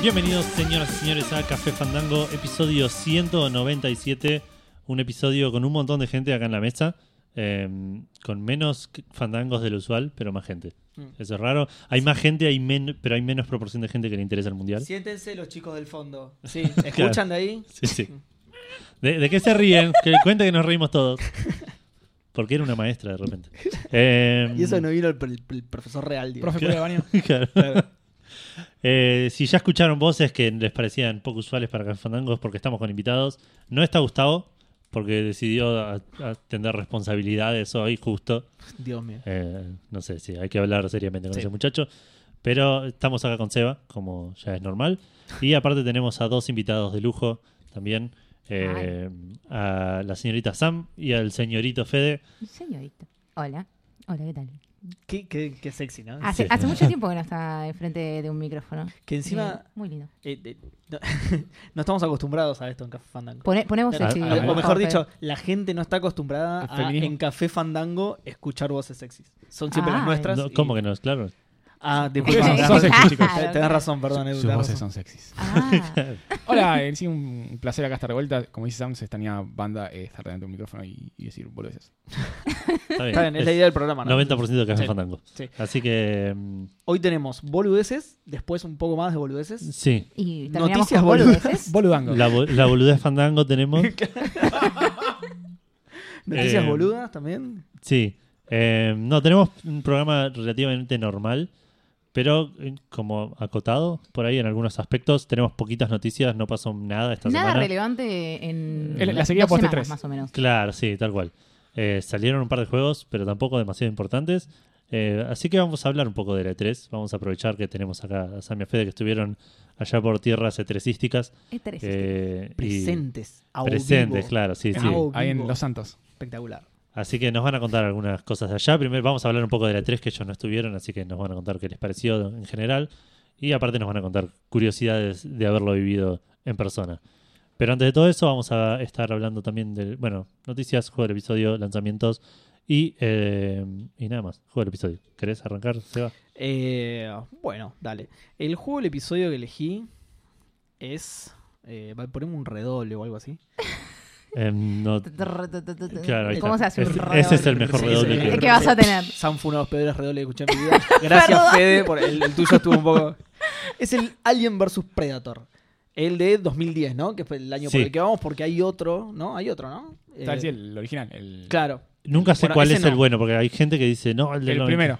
Bienvenidos, señoras y señores, a Café Fandango, episodio 197. Un episodio con un montón de gente acá en la mesa. eh, con menos que- fandangos del usual, pero más gente. Mm. Eso es raro. Hay más gente, hay men- pero hay menos proporción de gente que le interesa el mundial. Siéntense los chicos del fondo. Sí, ¿escuchan de ahí? Sí, sí. ¿De, de qué se ríen? Que cuente que nos reímos todos. Porque era una maestra de repente. Eh, Y eso no vino el, el- el profesor real, digo. Profe, ¿puede baño? Claro. Eh, si ya escucharon voces que les parecían poco usuales para Café Fandango es porque estamos con invitados. No está Gustavo, porque decidió a- atender responsabilidades hoy justo. Dios mío. Eh, no sé si hay que hablar seriamente con Sí. ese muchacho. Pero estamos acá con Seba, como ya es normal. Y aparte tenemos a dos invitados de lujo también. eh, a la señorita Sam y al señorito Fede. Señorita. Hola. Hola, ¿qué tal? Qué, qué- qué sexy, ¿no? Hace, Sí. hace mucho tiempo que no estaba enfrente de, de un micrófono. Ah, Que encima- Eh, muy lindo. Eh, eh, no, no estamos acostumbrados a esto en Café Fandango. Pone- ponemos Ah, sexy. ah, por ah, o favor, mejor Fede. dicho, la gente no está acostumbrada Al a, feminismo. en Café Fandango escuchar voces sexys. Son siempre las Ay. nuestras. No, y- ¿Cómo que no? Claro. Ah, Ah. Son- disculpa. tenés razón. son sexy, chicos. Claro, Tenés claro. razón, perdón, Edu, Sus tenés voces razón. son sexys. Ah, Hola, eh, sí, un placer acá estar de vuelta. Como dice Sam, se extrañaba banda eh, estar delante de un micrófono y, y decir boludeces. Está bien. Está bien, es la idea del programa. ¿no? 90% de Café Sí, Fandango. sí. Así que. mm, Hoy tenemos boludeces, después un poco más de boludeces. Sí. y terminamos Noticias con boludeces. Boludango. La, bo- la boludez Fandango tenemos. Noticias Eh, boludas también. Sí. Eh, no, tenemos un programa relativamente normal, pero eh, como acotado por ahí en algunos aspectos. Tenemos poquitas noticias, no pasó nada esta Nada semana. relevante en. El- la seguida dos poste semanas, tres. Más o menos. Claro, sí, tal cual. Eh, salieron un par de juegos, pero tampoco demasiado importantes. Eh, así que vamos a hablar un poco de la E3. Vamos a aprovechar que tenemos acá a Sam y a Fede que estuvieron allá por tierras etresísticas. Es E tres. eh, y- Presentes. a Presentes, vivo. claro, sí, sí. Ah, oh. Ahí en vivo. Los Santos. Espectacular. Así que nos van a contar algunas cosas de allá. Primero vamos a hablar un poco de la 3 que ellos no estuvieron, así que nos van a contar qué les pareció en general. Y aparte nos van a contar curiosidades de haberlo vivido en persona. Pero antes de todo eso vamos a estar hablando también de, bueno, noticias, juego del episodio, lanzamientos y, eh, y nada más. Juego del episodio. ¿Querés arrancar, Seba? Eh, bueno, dale. El juego, el episodio que elegí es. Eh, va- poneme un redoble o algo así. Em, no- Claro, ahí ¿Cómo se está. hace un Ese- redoble? ese es el mejor Sí, redoble sí. que- ¿Qué vas a tener? Sam fue uno de los peores redobles que escuché en mi vida. Gracias, Perdón. Fede. Por el, el tuyo estuvo un poco. Es el Alien vs Predator. El de 2010, ¿no? Que fue el año Sí. por el que vamos, porque hay otro, ¿no? Hay otro, ¿no? Está Eh, así el original. El, Claro. Nunca sé Bueno, cuál ese es el no. bueno, porque hay gente que dice, no, el el del 90. primero.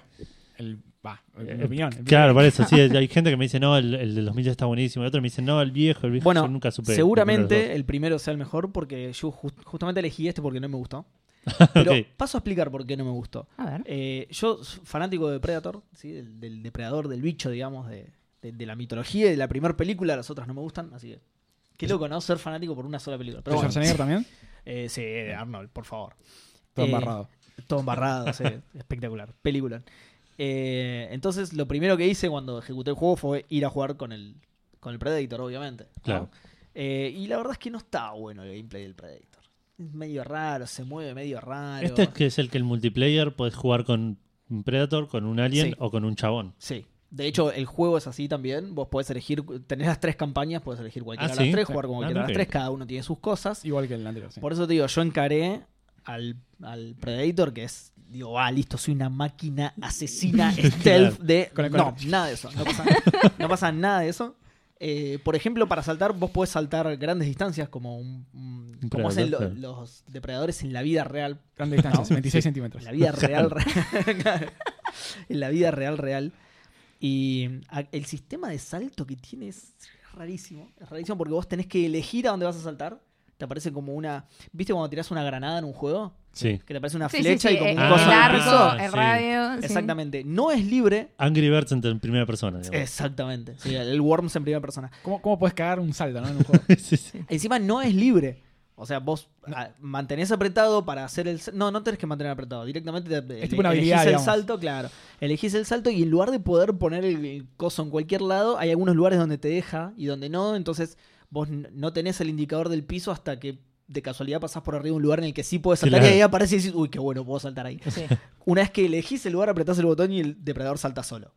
El, va, mi Eh, opinión. el Claro, primero. por eso, sí. Hay gente que me dice, no, el, el del 2010 está buenísimo. Y otro me dice, no, el viejo, el viejo. Bueno, yo nunca supe. seguramente el primero sea el mejor porque yo ju- justamente elegí este porque no me gustó. Pero Ok. paso a explicar por qué no me gustó. A ver. Eh, yo, s- fanático de Predator, ¿sí? del, del depredador, del bicho, digamos, de, de- de la mitología y de la primera película, las otras no me gustan, así que. Qué loco, ¿no? Ser fanático por una sola película. Pero ¿De bueno, Schwarzenegger también? eh, sí, Arnold, por favor. Todo Eh, embarrado. Todo embarrado, sí, espectacular. Película. Eh, entonces, lo primero que hice cuando ejecuté el juego fue ir a jugar con el, con el Predator, obviamente. ¿no? Claro. Eh, y la verdad es que no estaba bueno el gameplay del Predator. Es medio raro, se mueve medio raro. Este es, que es el que el multiplayer puedes jugar con un Predator, con un Alien Sí. o con un chabón. Sí. De hecho, el juego es así también. Vos podés elegir, tenés las tres campañas, podés elegir cualquiera Ah, de sí. las tres, Sí. jugar como Ah, cualquiera de las mira. tres, cada uno tiene sus cosas. Igual que el anterior, sí. Por eso te digo, yo encaré al, al Predator, que es, digo, ah, listo, soy una máquina asesina stealth de... Con la- con no, la- nada de eso. No pasa, no pasa nada de eso. Eh, por ejemplo, para saltar, vos podés saltar grandes distancias como, un, un- Un como hacen lo- predador, los depredadores en la vida real. Grande distancia, 26 centímetros. En la vida real, real. Claro. en la vida real, real. Y a- el sistema de salto que tiene es rarísimo. Es rarísimo porque vos tenés que elegir a dónde vas a saltar. Te aparece como una. ¿Viste cuando tirás una granada en un juego? Sí. Que te aparece una Sí, sí, flecha sí, eh, y como un el coso en el Ah, arco, piso. el sí. radio. sí. Exactamente. No es libre. Angry Birds en, en primera persona. digamos. Exactamente. Sí, el Worms en primera persona. ¿Cómo, ¿Cómo puedes cagar un salto ¿no? en un juego? Sí, sí. Encima no es libre. O sea, vos ah, mantenés apretado para hacer el... sa- No, no tenés que mantener apretado. Directamente te, ele- tipo una elegís habilidad, el digamos. salto, claro. Elegís el salto y en lugar de poder poner el, el coso en cualquier lado, hay algunos lugares donde te deja y donde no. Entonces vos n- no tenés el indicador del piso hasta que de casualidad pasás por arriba de un lugar en el que sí puedes saltar Claro. y ahí aparece y decís, uy, qué bueno, puedo saltar ahí. Sí. Una vez que elegís el lugar, apretás el botón y el depredador salta solo.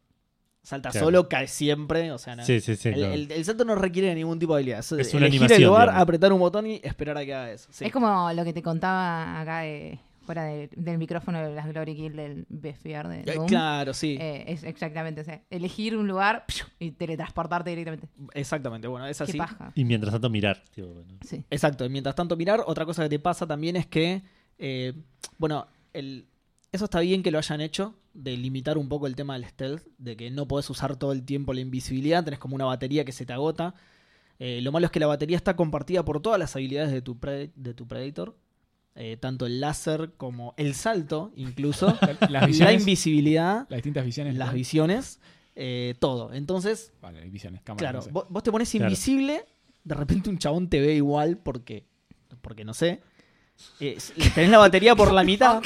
Salta Claro. solo, cae siempre. O sea, no- Sí, sí, sí. el, claro. el- el salto no requiere ningún tipo de habilidad. Es, Es una elegir el animación, lugar, digamos. apretar un botón y esperar a que haga eso. Sí. Es como lo que te contaba acá de- fuera de- del micrófono de las Glory Kill del BFR de Eh, Doom. Claro, sí. Eh, es exactamente, o sea, elegir un lugar ¡piu! y teletransportarte directamente. Exactamente. Bueno, es Qué así. paja. Y mientras tanto mirar. tipo, bueno. Sí. Exacto. Y mientras tanto, mirar, otra cosa que te pasa también es que, eh, bueno, el, eso está bien que lo hayan hecho, de limitar un poco el tema del stealth, de que no podés usar todo el tiempo la invisibilidad, tenés como una batería que se te agota. Eh, lo malo es que la batería está compartida por todas las habilidades de tu, pre- de tu Predator, eh, tanto el láser como el salto, incluso, Las la visiones. invisibilidad, las distintas visiones. las visiones, eh, todo. Entonces, Vale, las visiones, cámara. Claro, no sé. vos, vos te pones Claro. invisible, de repente un chabón te ve igual porque, porque no sé. Eh, s- tenés la batería por la mitad.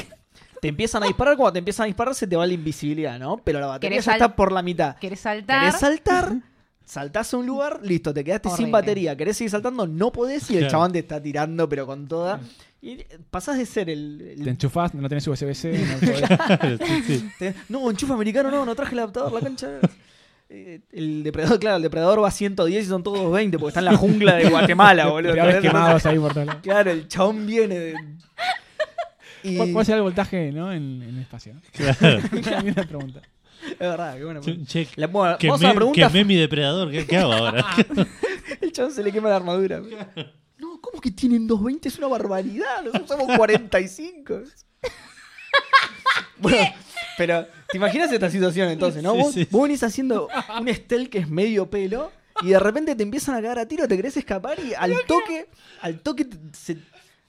Te empiezan a disparar, cuando te empiezan a disparar se te va la invisibilidad, ¿no? Pero la batería ¿Querés ya sal- está por la mitad. ¿Querés saltar? ¿Querés saltar? Saltás a un lugar, listo, te quedaste sin Horrible. batería. ¿Querés seguir saltando? No podés y el Claro. chabón te está tirando, pero con toda. Y eh, pasás de ser el- el Te enchufás, no tenés USB-C, no podés- sí, sí. Te- No, enchufe americano, no, no traje el adaptador, la cancha. Eh, El depredador, claro, el depredador va a 110 y son todos 20 porque está en la jungla de Guatemala, boludo. Te habés ¿entendés? quemados ahí por todos lados. Claro, el chabón viene de... Y- ¿Cuál, cuál será el voltaje ¿no? en, en el espacio? ¿no? Claro. Una pregunta. Es verdad, qué bueno. pues. Che, La- bueno, quemé, vamos a la pregunta. quemé mi depredador. ¿Qué, qué hago ahora? El chabón se le quema la armadura. No, ¿cómo que tienen 220? Es una barbaridad. Nosotros somos 45. bueno, pero ¿te imaginas esta situación entonces, no? Sí, vos, sí. vos venís haciendo un stealth que es medio pelo y de repente te empiezan a cagar a tiro, te querés escapar y al toque, al toque te- se,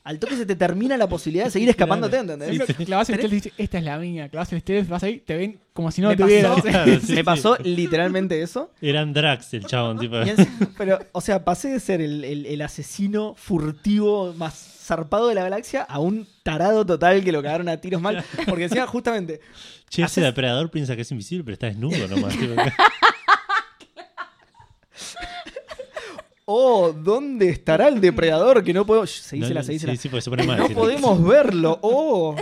al toque se te termina la posibilidad de seguir escapándote, ¿entendés? Primero Clavás el stealth y dices, esta es la mía. Clavás el stealth, vas ahí, te ven como si no Me te pasó. hubieras. Claro, sí, Me sí. pasó literalmente eso. Eran Drax el chabón. Tipo. Y encima- pero, o sea, pasé de ser el, el- el asesino furtivo más zarpado de la galaxia a un tarado total que lo cagaron a tiros mal. Porque encima, justamente, Che, ese haces- depredador piensa que es invisible, pero está desnudo nomás. tipo. oh, ¿dónde estará el depredador? Que no puedo. Shh, Seguísela, No, seguísela. Sí, sí, porque se pone mal. No sí, podemos verlo. Oh,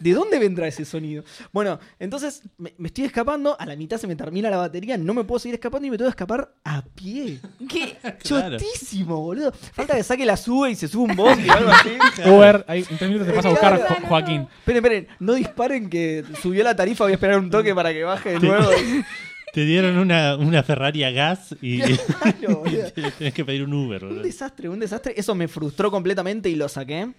¿de dónde vendrá ese sonido? Bueno, entonces me, me estoy escapando. A la mitad se me termina la batería. No me puedo seguir escapando y me tengo que escapar a pie. ¿Qué? Claro. Chotísimo, boludo. Falta que saque la sube y se suba un bosque o algo así. Uber, ahí, en tres minutos te pasa a buscar Claro. Jo- Joaquín. Esperen, esperen, no disparen que subió la tarifa, voy a esperar un toque para que baje de nuevo. Te dieron una, una Ferrari a gas y, Claro, boludo. y tenés que pedir un Uber. un boludo. desastre, un desastre. Eso me frustró completamente y lo saqué.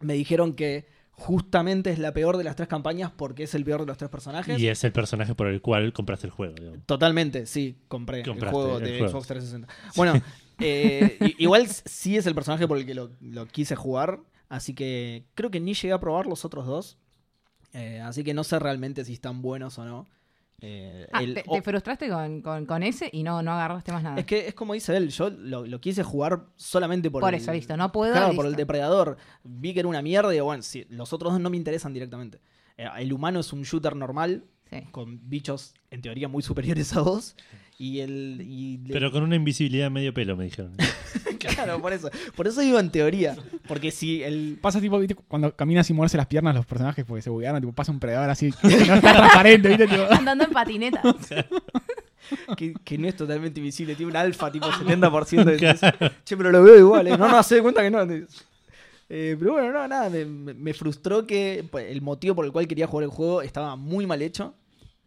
Me dijeron que justamente es la peor de las tres campañas porque es el peor de los tres personajes. Y es el personaje por el cual compraste el juego. digamos. Totalmente, sí, compré el Compraste juego el de juego. Xbox 360. Bueno, eh, i- igual sí es el personaje por el que lo, lo quise jugar, así que creo que ni llegué a probar los otros dos. Eh, así que no sé realmente si están buenos o no. Eh, Ah, el- te, te o- frustraste con, con- con ese y no, no agarraste más nada. Es que es como dice él, yo lo, lo quise jugar solamente por, por el- eso, listo, no puedo. Claro, listo. por el depredador. Vi que era una mierda y digo, bueno, sí, los otros dos no me interesan directamente. Eh, El humano es un shooter normal, Sí. con bichos en teoría muy superiores a vos. Y el. y le- Pero con una invisibilidad medio pelo, me dijeron. claro, por eso. Por eso digo en teoría. Porque si el. Pasa tipo, viste, cuando caminas sin moverse las piernas los personajes porque se buguearon, tipo, pasa un predador así, que no está transparente, viste, tipo. Andando en patineta. Que, que no es totalmente invisible, tiene un alfa tipo 70% de. Che, pero lo veo igual, ¿eh? No, no, se da cuenta que no. Eh, pero bueno, no, nada, me, me- me frustró que pues, el motivo por el cual quería jugar el juego estaba muy mal hecho.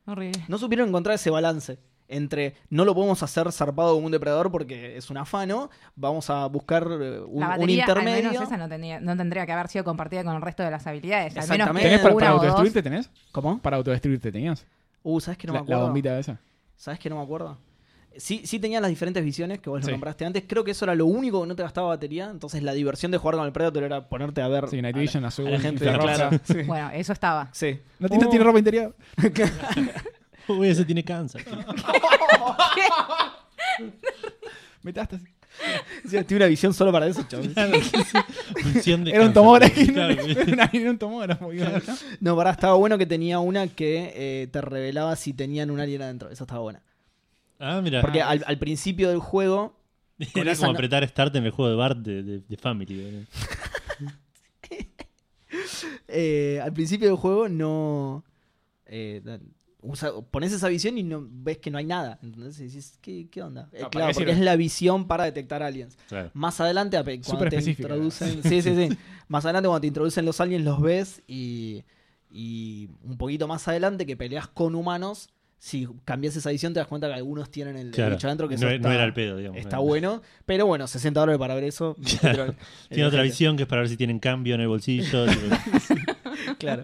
Horrible. No supieron encontrar ese balance entre no lo podemos hacer zarpado como un depredador porque es un afano, vamos a buscar eh, un, la un batería, al intermedio. menos esa no, tenía- no tendría que haber sido compartida con el resto de las habilidades. Al menos Exactamente. ¿Tenés que para, una para o dos. autodestruirte? ¿Tenés? ¿Cómo? Para autodestruirte tenías. Uh, ¿sabes que no la, me la acuerdo? bombita esa. ¿Sabes que no me acuerdo? Sí, sí tenía las diferentes visiones que vos lo Sí. nombraste antes. Creo que eso era lo único que no te gastaba batería. Entonces la diversión de jugar con el Predator era ponerte a ver Sí, a Night la- Vision, azul, a la gente infrarroja. claro. Sí. Bueno, eso estaba. Sí. Uh. No, tiene- no tiene ropa interior. Uy, ese tiene cáncer. Ah, Metástasis. Sí, tiene una visión solo para eso, chavos. Función de Era cáncer. un tomógrafo. Claro, Era era un tomógrafo. digo, ¿no? No, pará, estaba bueno que tenía una que eh, te revelaba si tenían un alien adentro. Esa estaba buena. Ah, mira. Porque al, al principio del juego. con Era esa como no- apretar Start en el juego de Bart de, de- de Family. boludo. eh, al principio del juego no. eh, usa- pones esa visión y no ves que no hay nada. Entonces dices, ¿qué, qué onda? Eh, Ah, ¿para claro, qué porque sirve? es la visión para detectar aliens. Claro. Más adelante, ape- cuando Súper te específica. introducen. Sí, sí, sí. Más adelante, cuando te introducen los aliens, los ves y. Y un poquito más adelante, que peleas con humanos. Si cambias esa visión, te das cuenta que algunos tienen el, el Claro. bicho adentro que no, e, no eso está- era el pedo, digamos. Está bueno, pero bueno, 60 dólares para ver eso. Pero- Tiene otra gente, visión que es para ver si tienen cambio en el bolsillo. tipo, Claro.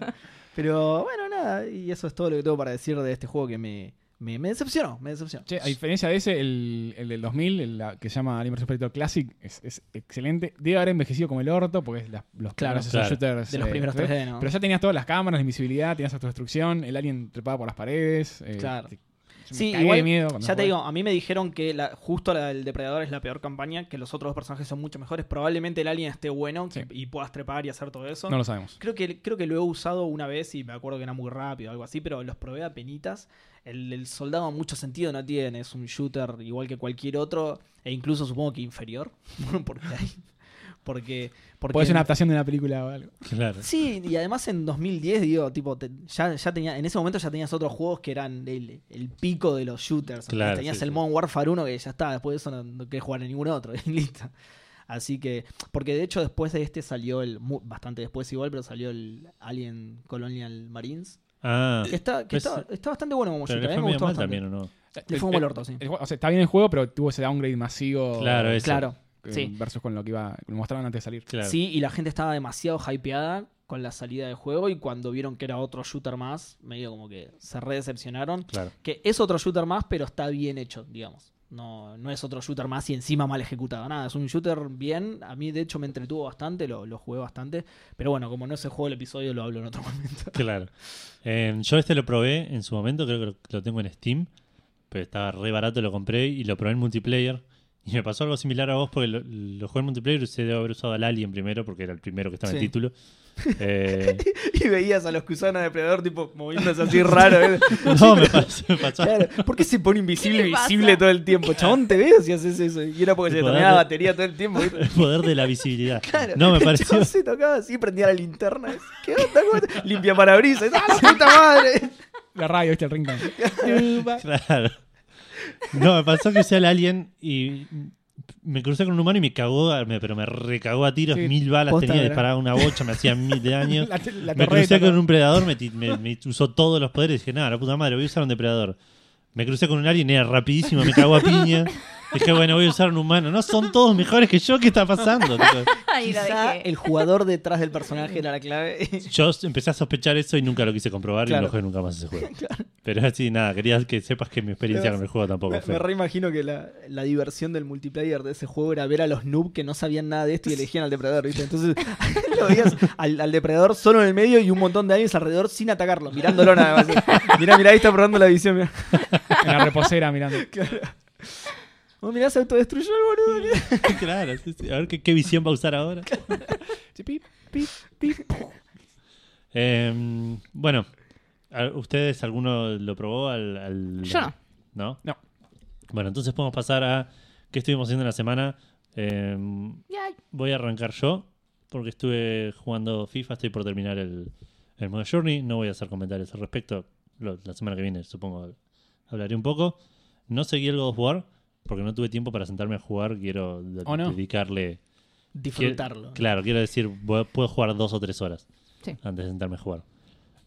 Pero bueno, nada, y eso es todo lo que tengo para decir de este juego que me, me, me decepcionó, me decepcionó. Che, a diferencia de ese, el, el del 2000, el la- que se llama Animal Predator Classic, es, es excelente. Debe haber envejecido como el orto, porque es la- los Claro, primeros claro. shooters, De los eh, primeros 3D, ¿no? Pero ya tenías todas las cámaras, la invisibilidad, tenías autodestrucción, el alien trepaba por las paredes. eh, Claro. te- yo me Sí, cagué igual, de miedo cuando ya te jugué. digo, a mí me dijeron que la- justo la del Depredador es la peor campaña, que los otros dos personajes son mucho mejores. Probablemente el alien esté bueno que- Sí. y puedas trepar y hacer todo eso. No lo sabemos. Creo que, creo que lo he usado una vez y me acuerdo que era muy rápido o algo así, pero los probé a penitas. El, el soldado mucho sentido no tiene, es un shooter igual que cualquier otro, e incluso supongo que inferior. porque hay- porque, porque Puede ser una adaptación de una película o algo. claro. Sí, y además en 2010, digo, tipo, te- ya, ya tenía, en ese momento ya tenías otros juegos que eran el, el pico de los shooters. Claro, Entonces tenías sí, el sí. Modern Warfare 1 que ya está, después de eso no, no querés jugar a ningún otro, y listo. Así que, porque de hecho después de este salió el, mu- bastante después igual, pero salió el Alien Colonial Marines. Ah, Que está, que Pues, está, está bastante bueno como pero shooter, le a fue mí me medio gustó mal bastante. también, ¿o no? Le fue como el orto, sí. el juego- o sea, está bien el juego, pero tuvo ese downgrade masivo. Claro, eso. Claro, eh, sí. Versus con lo que iba, lo mostraron antes de salir. Claro. Sí, y la gente estaba demasiado hypeada con la salida del juego y cuando vieron que era otro shooter más, medio como que se re decepcionaron. Claro. Que es otro shooter más, pero está bien hecho, digamos. No, no es otro shooter más y encima mal ejecutado. Nada, es un shooter bien. A mí, de hecho, me entretuvo bastante, lo, lo jugué bastante. Pero bueno, como no es el juego del episodio, lo hablo en otro momento. Claro. Eh, yo este lo probé en su momento, creo que lo, lo tengo en Steam, pero estaba re barato, lo compré y lo probé en multiplayer. Y me pasó algo similar a vos porque lo, lo jugué en multiplayer y usted debe haber usado al Alien primero porque era el primero que estaba en Sí. el título. Eh, Y veías a los que usaban a depredador, tipo, moviéndose así raro. ¿eh? no, me pasó. Me pasó. Claro, ¿por qué se pone invisible ¿Qué y le pasa? visible todo el tiempo? Chabón, te ves y haces eso. Y era porque se Tipo, le terminaba dale. la batería todo el tiempo. ¿viste? El poder de la visibilidad. Claro, No, me el pareció. chabón se tocaba así, prendía la linterna. es, ¿Qué onda? ¿Cómo te- Limpia parabrisas. ¡Ah, la puta madre! La radio, ¿viste? El ringtone. Claro. No, me pasó que usé al Alien y me crucé con un humano y me cagó, a- me- pero me recagó a tiros. Sí, mil balas posta, tenía, ¿verdad? disparaba una bocha, me hacía mil de daño. La, te- la Me torreta, crucé con todo. un predador, me, ti- me- me usó todos los poderes. Dije, nada, la puta madre, voy a usar un depredador. Me crucé con un alien, era rapidísimo, me cagó a piña. Dije, bueno, voy a usar un humano. No, son todos mejores que yo, ¿qué está pasando? Tipo, Ahí lo Quizá dejé. el jugador detrás del personaje era la clave. Yo empecé a sospechar eso y nunca lo quise comprobar y Claro. no jugué nunca más ese juego. Pero así, nada, quería que sepas que mi experiencia con el juego tampoco Me, fue. me reimagino que la, la diversión del multiplayer de ese juego era ver a los noob que no sabían nada de esto y elegían al depredador, ¿viste? Entonces lo veías al, al depredador solo en el medio y un montón de aliens alrededor sin atacarlo, mirándolo nada más. Mirá, mirá, ahí está probando la visión. Mirá, En la reposera mirando. oh, mirá se autodestruyó el boludo. claro, sí, sí. a ver qué, qué visión va a usar ahora. Sí, pip, pip, pip. Eh, bueno, a- ¿ustedes alguno lo probó? Al, al- Yo no. ¿No? No. Bueno, entonces podemos pasar a qué estuvimos haciendo en la semana. Eh, Ya, voy a arrancar yo, porque estuve jugando FIFA, estoy por terminar el, el modo Journey, no voy a hacer comentarios al respecto. Lo- la semana que viene, supongo, hablaré un poco. No seguí el God of War, porque no tuve tiempo para sentarme a jugar, quiero de- Oh, no. dedicarle... Disfrutarlo. Claro, quiero decir, voy- puedo jugar dos o tres horas Sí. antes de sentarme a jugar.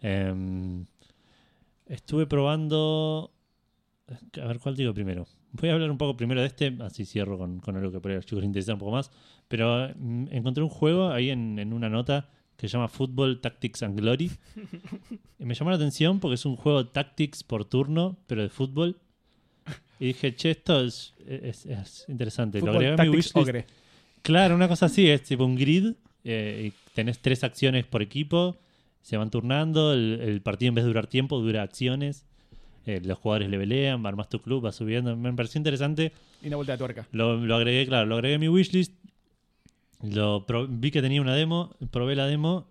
Em, estuve probando. A ver, ¿cuál digo primero? Voy a hablar un poco primero de este, así cierro con, con algo que por ahí a los chicos les interesa un poco más. Pero mm, encontré un juego ahí en, en una nota que se llama Football Tactics and Glory. y me llamó la atención porque es un juego Tactics por turno, pero de fútbol. Y dije, che, esto es, es- es interesante. Lo agregué Fútbol a mi Tactics wishlist. Ogre. Claro, una cosa así, es tipo un grid, eh, y tenés tres acciones por equipo, se van turnando, el, el partido en vez de durar tiempo, dura acciones, eh, los jugadores le pelean, armás tu club, vas subiendo, me pareció interesante, Y una vuelta de tuerca. lo, lo agregué, claro, lo agregué a mi wishlist, lo pro- vi que tenía una demo, probé la demo,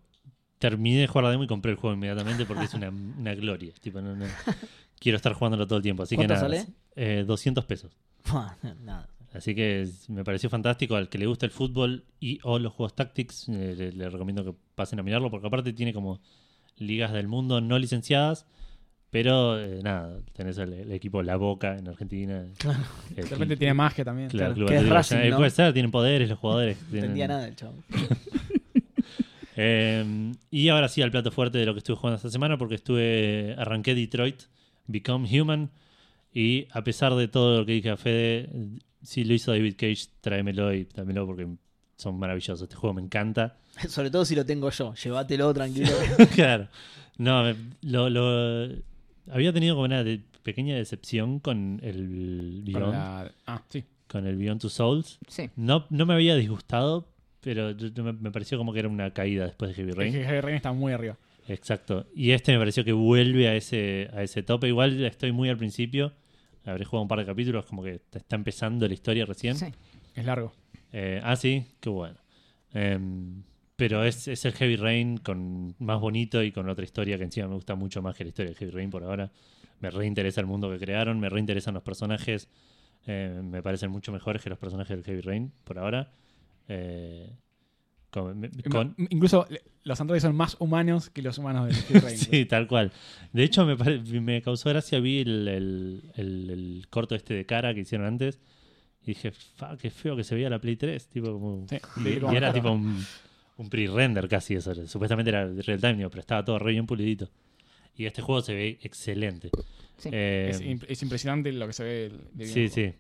terminé de jugar la demo y compré el juego inmediatamente porque es una, una gloria, tipo, no- no- quiero estar jugándolo todo el tiempo, así que ¿Cuánto nada, sale? eh, 200 pesos. Fua, nada. Así que es- me pareció fantástico. Al que le gusta el fútbol y o los juegos Tactics, eh, le, le recomiendo que pasen a mirarlo, porque aparte tiene como ligas del mundo no licenciadas, Pero eh, nada, tenés el, el equipo La Boca en Argentina. Claro. el De repente Club- tiene magia también. claro, el Club que es Atlético Racing, Nacional. ¿no? Puede ser, tienen poderes los jugadores. No entendía tienen- nada del chavo. Eh, y ahora sí, al plato fuerte de lo que estuve jugando esta semana, porque estuve. Arranqué Detroit, Become Human. Y a pesar de todo lo que dije a Fede, eh, si lo hizo David Cage, tráemelo y dámelo porque son maravillosos. Este juego me encanta. Sobre todo si lo tengo yo. Llévatelo tranquilo. claro. No, me- lo, lo- había tenido como una de- pequeña decepción con el Con Beyond, la- Ah, sí. con el Beyond Two Souls. Sí. No, no me había disgustado, pero yo- yo me, me pareció como que era una caída después de Heavy El Rain. jefe Reina está muy arriba. Exacto. Y este me pareció que vuelve a ese, a ese tope. Igual estoy muy al principio. Habré jugado un par de capítulos, como que te está empezando la historia recién. sí. Es largo. Eh, ah, sí, qué bueno. Em, pero es, es el Heavy Rain con más bonito y con otra historia que encima me gusta mucho más que la historia de Heavy Rain por ahora. Me reinteresa el mundo que crearon, me reinteresan los personajes. eh, me parecen mucho mejores que los personajes del Heavy Rain por ahora. Eh, con- me- con, Incluso le- los androides son más humanos que los humanos del jefe Reina. Sí, tal cual. De hecho, me, pare- me causó gracia, vi el, el- el- el corto este de cara que hicieron antes y dije, fa, qué feo que se veía la Play 3. Tipo, como- Sí, y, sí, y como era cara. tipo un, un pre-render casi eso. Supuestamente era real time, digo, pero estaba todo re bien pulidito. Y este juego se ve excelente. Sí. Eh, Es, imp- es impresionante lo que se ve. del- del Sí, videojuego. sí.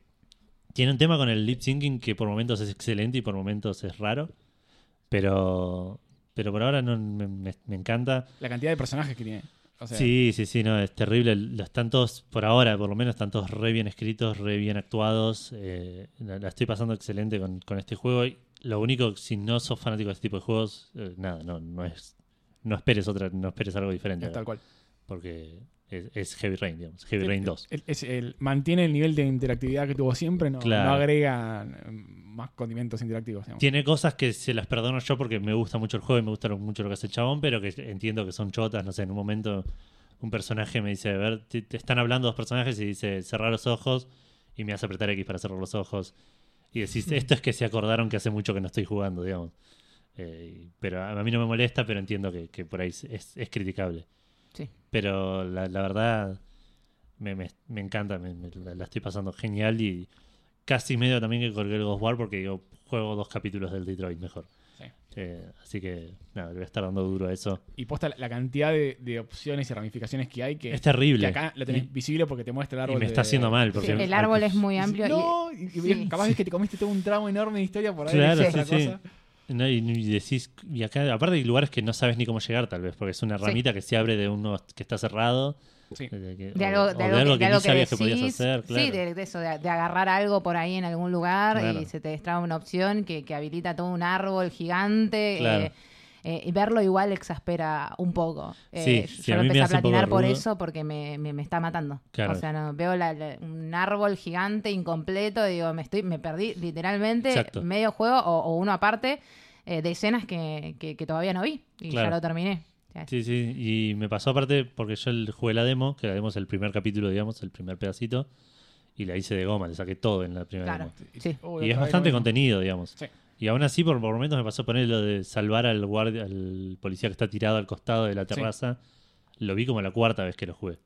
Tiene un tema con el lip syncing que por momentos es excelente y por momentos es raro. Pero, pero por ahora no, me- me- me encanta. La cantidad de personajes que tiene. O sea, Sí, sí, sí, no, es terrible. Lo están todos, por ahora, por lo menos, están todos re bien escritos, re bien actuados. eh, la, la estoy pasando excelente con, con este juego. y Lo único, si no sos fanático de este tipo de juegos, eh, nada, no, no es. No esperes otra, no esperes algo diferente. es tal cual. Porque es, es Heavy Rain, digamos. Heavy Rain 2. El- es el- mantiene el nivel de interactividad que tuvo siempre, no, Claro. no agrega mm, más condimentos interactivos. digamos. Tiene cosas que se las perdono yo porque me gusta mucho el juego y me gusta lo- mucho lo que hace el chabón, pero que entiendo que son chotas. No sé, en un momento un personaje me dice, a ver, te, te están hablando dos personajes y dice, cerrar los ojos y me hace apretar X para cerrar los ojos. Y decís, esto es que se acordaron que hace mucho que no estoy jugando, digamos. Eh, y- pero a a mí no me molesta, pero entiendo que, que por ahí es- es, es criticable. Sí. Pero la, la verdad, me, me- me encanta, me- me- la, la estoy pasando genial y casi medio también que colgué el Ghost War porque digo, juego dos capítulos del Detroit mejor. Sí. Eh, así que, nada, le voy a estar dando duro a eso. Y posta la, la cantidad de, de opciones y ramificaciones que hay que, es terrible. que acá lo tenés Y- visible porque te y muestra el árbol. me está de- haciendo mal porque Sí, el árbol es muy Y dices, amplio. y- no, y- y sí. capaz es que te comiste todo un tramo enorme de historia por ahí. Claro, es otra sí, sí. cosa. No, y, y decís, y acá, aparte hay lugares que no sabes ni cómo llegar, tal vez, porque es una Sí. ramita que se abre de uno que está cerrado. Sí. De, que- de o- algo, o de algo que, algo de que algo ni que sabías que podías decís. hacer, Sí, claro. de, de eso, de, de agarrar algo por ahí en algún lugar Claro. y se te destraba una opción que, que habilita todo un árbol gigante. Claro. eh, eh, y verlo igual exaspera un poco. Sí, Eh, sí, yo a lo mí me empecé a hace un poco platinar por rudo. eso porque me, me- me está matando. Claro. O sea, no, veo la- la- un árbol gigante incompleto, digo, me estoy me perdí literalmente Exacto. medio juego o, o uno aparte eh, de escenas que, que- que todavía no vi y Claro. ya lo terminé. O sea, Sí, sí, y me pasó aparte porque yo el- jugué la demo, que la demo es el primer capítulo, digamos, el primer pedacito, y la hice de goma, le saqué todo en la primera Claro. demo. Sí. Uy, Y es otra vez bastante lo mismo. contenido, digamos. Sí. Y aún así, por, por momentos me pasó poner lo de salvar al guardia, al policía que está tirado al costado de la Sí. terraza. Lo vi como la cuarta vez que lo jugué.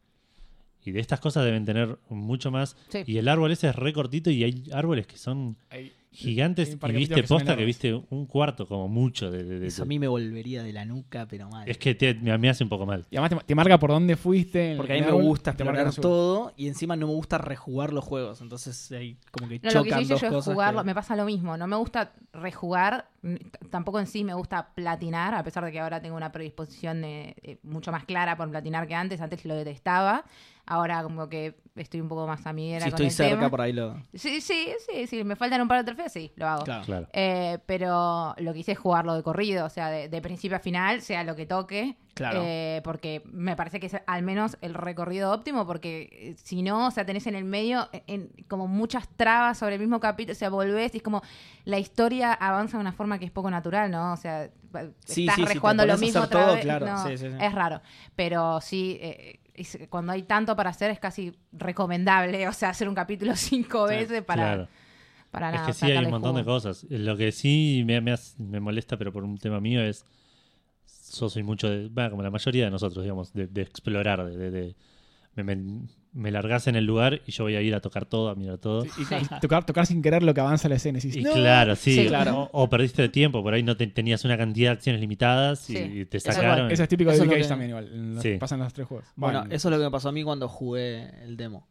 Y de estas cosas deben tener mucho más. Sí. Y el árbol ese es re cortito y hay árboles que son Ahí- Hay gigantes. un par Y de viste capítulos que son posta que enormes. viste un cuarto como mucho. De, de- de- Eso a mí me volvería de la nuca, pero mal. Es que te- me, me hace un poco mal. Y además te, te marca por dónde fuiste. en Porque a el mí me árbol, gusta te marca explorar la sub- todo y encima no me gusta rejugar los juegos. Entonces ahí como que No, lo que yo chocan hice dos yo es cosas. jugarlo, que- me pasa lo mismo, no me gusta rejugar, n- t- tampoco en sí me gusta platinar, a pesar de que ahora tengo una predisposición eh, eh, mucho más clara por platinar que antes, antes lo detestaba, ahora como que estoy un poco más amiguera Si con estoy el cerca, tema. por ahí lo. Sí, sí, sí, sí, me faltan un par de trofeos, sí, lo hago. Claro. Claro. Eh, pero lo que hice es jugarlo de corrido, o sea, de, de principio a final, sea lo que toque. Claro. Eh, porque me parece que es al menos el recorrido óptimo, porque eh, si no, o sea, tenés en el medio e, en- en como muchas trabas sobre el mismo capítulo, o sea, volvés y es como la historia avanza de una forma que es poco natural, ¿no? O sea, pa- Sí, estás sí, sí, te rejugando lo pones a mismo hacer otra todo, vez. claro. no, Sí, sí, sí. Es raro, pero sí... eh, es- cuando hay tanto para hacer es casi recomendable, o sea, hacer un capítulo cinco Sí, veces Eh, para, claro. para Es nada. que sí, hay sacarle un montón de jugo. cosas. Lo que sí me, me hace- me molesta, pero por un tema mío, es. Yo soy mucho de. va, como la mayoría de nosotros, digamos, de, de explorar, de, de- de me, me- me largás en el lugar y yo voy a ir a tocar todo, a mirar todo. Y, y tocar, tocar sin querer lo que avanza la escena. Y decís, Y "No". claro, sí, Sí, claro. O, o perdiste tiempo, por ahí no te- tenías una cantidad de acciones limitadas y, Sí. y te Eso es sacaron. Eso es típico de Eso es David lo que- Cage también, igual. en los- Sí. Pasan los tres juegos. Bueno, eso es lo que me pasó a mí cuando jugué el demo.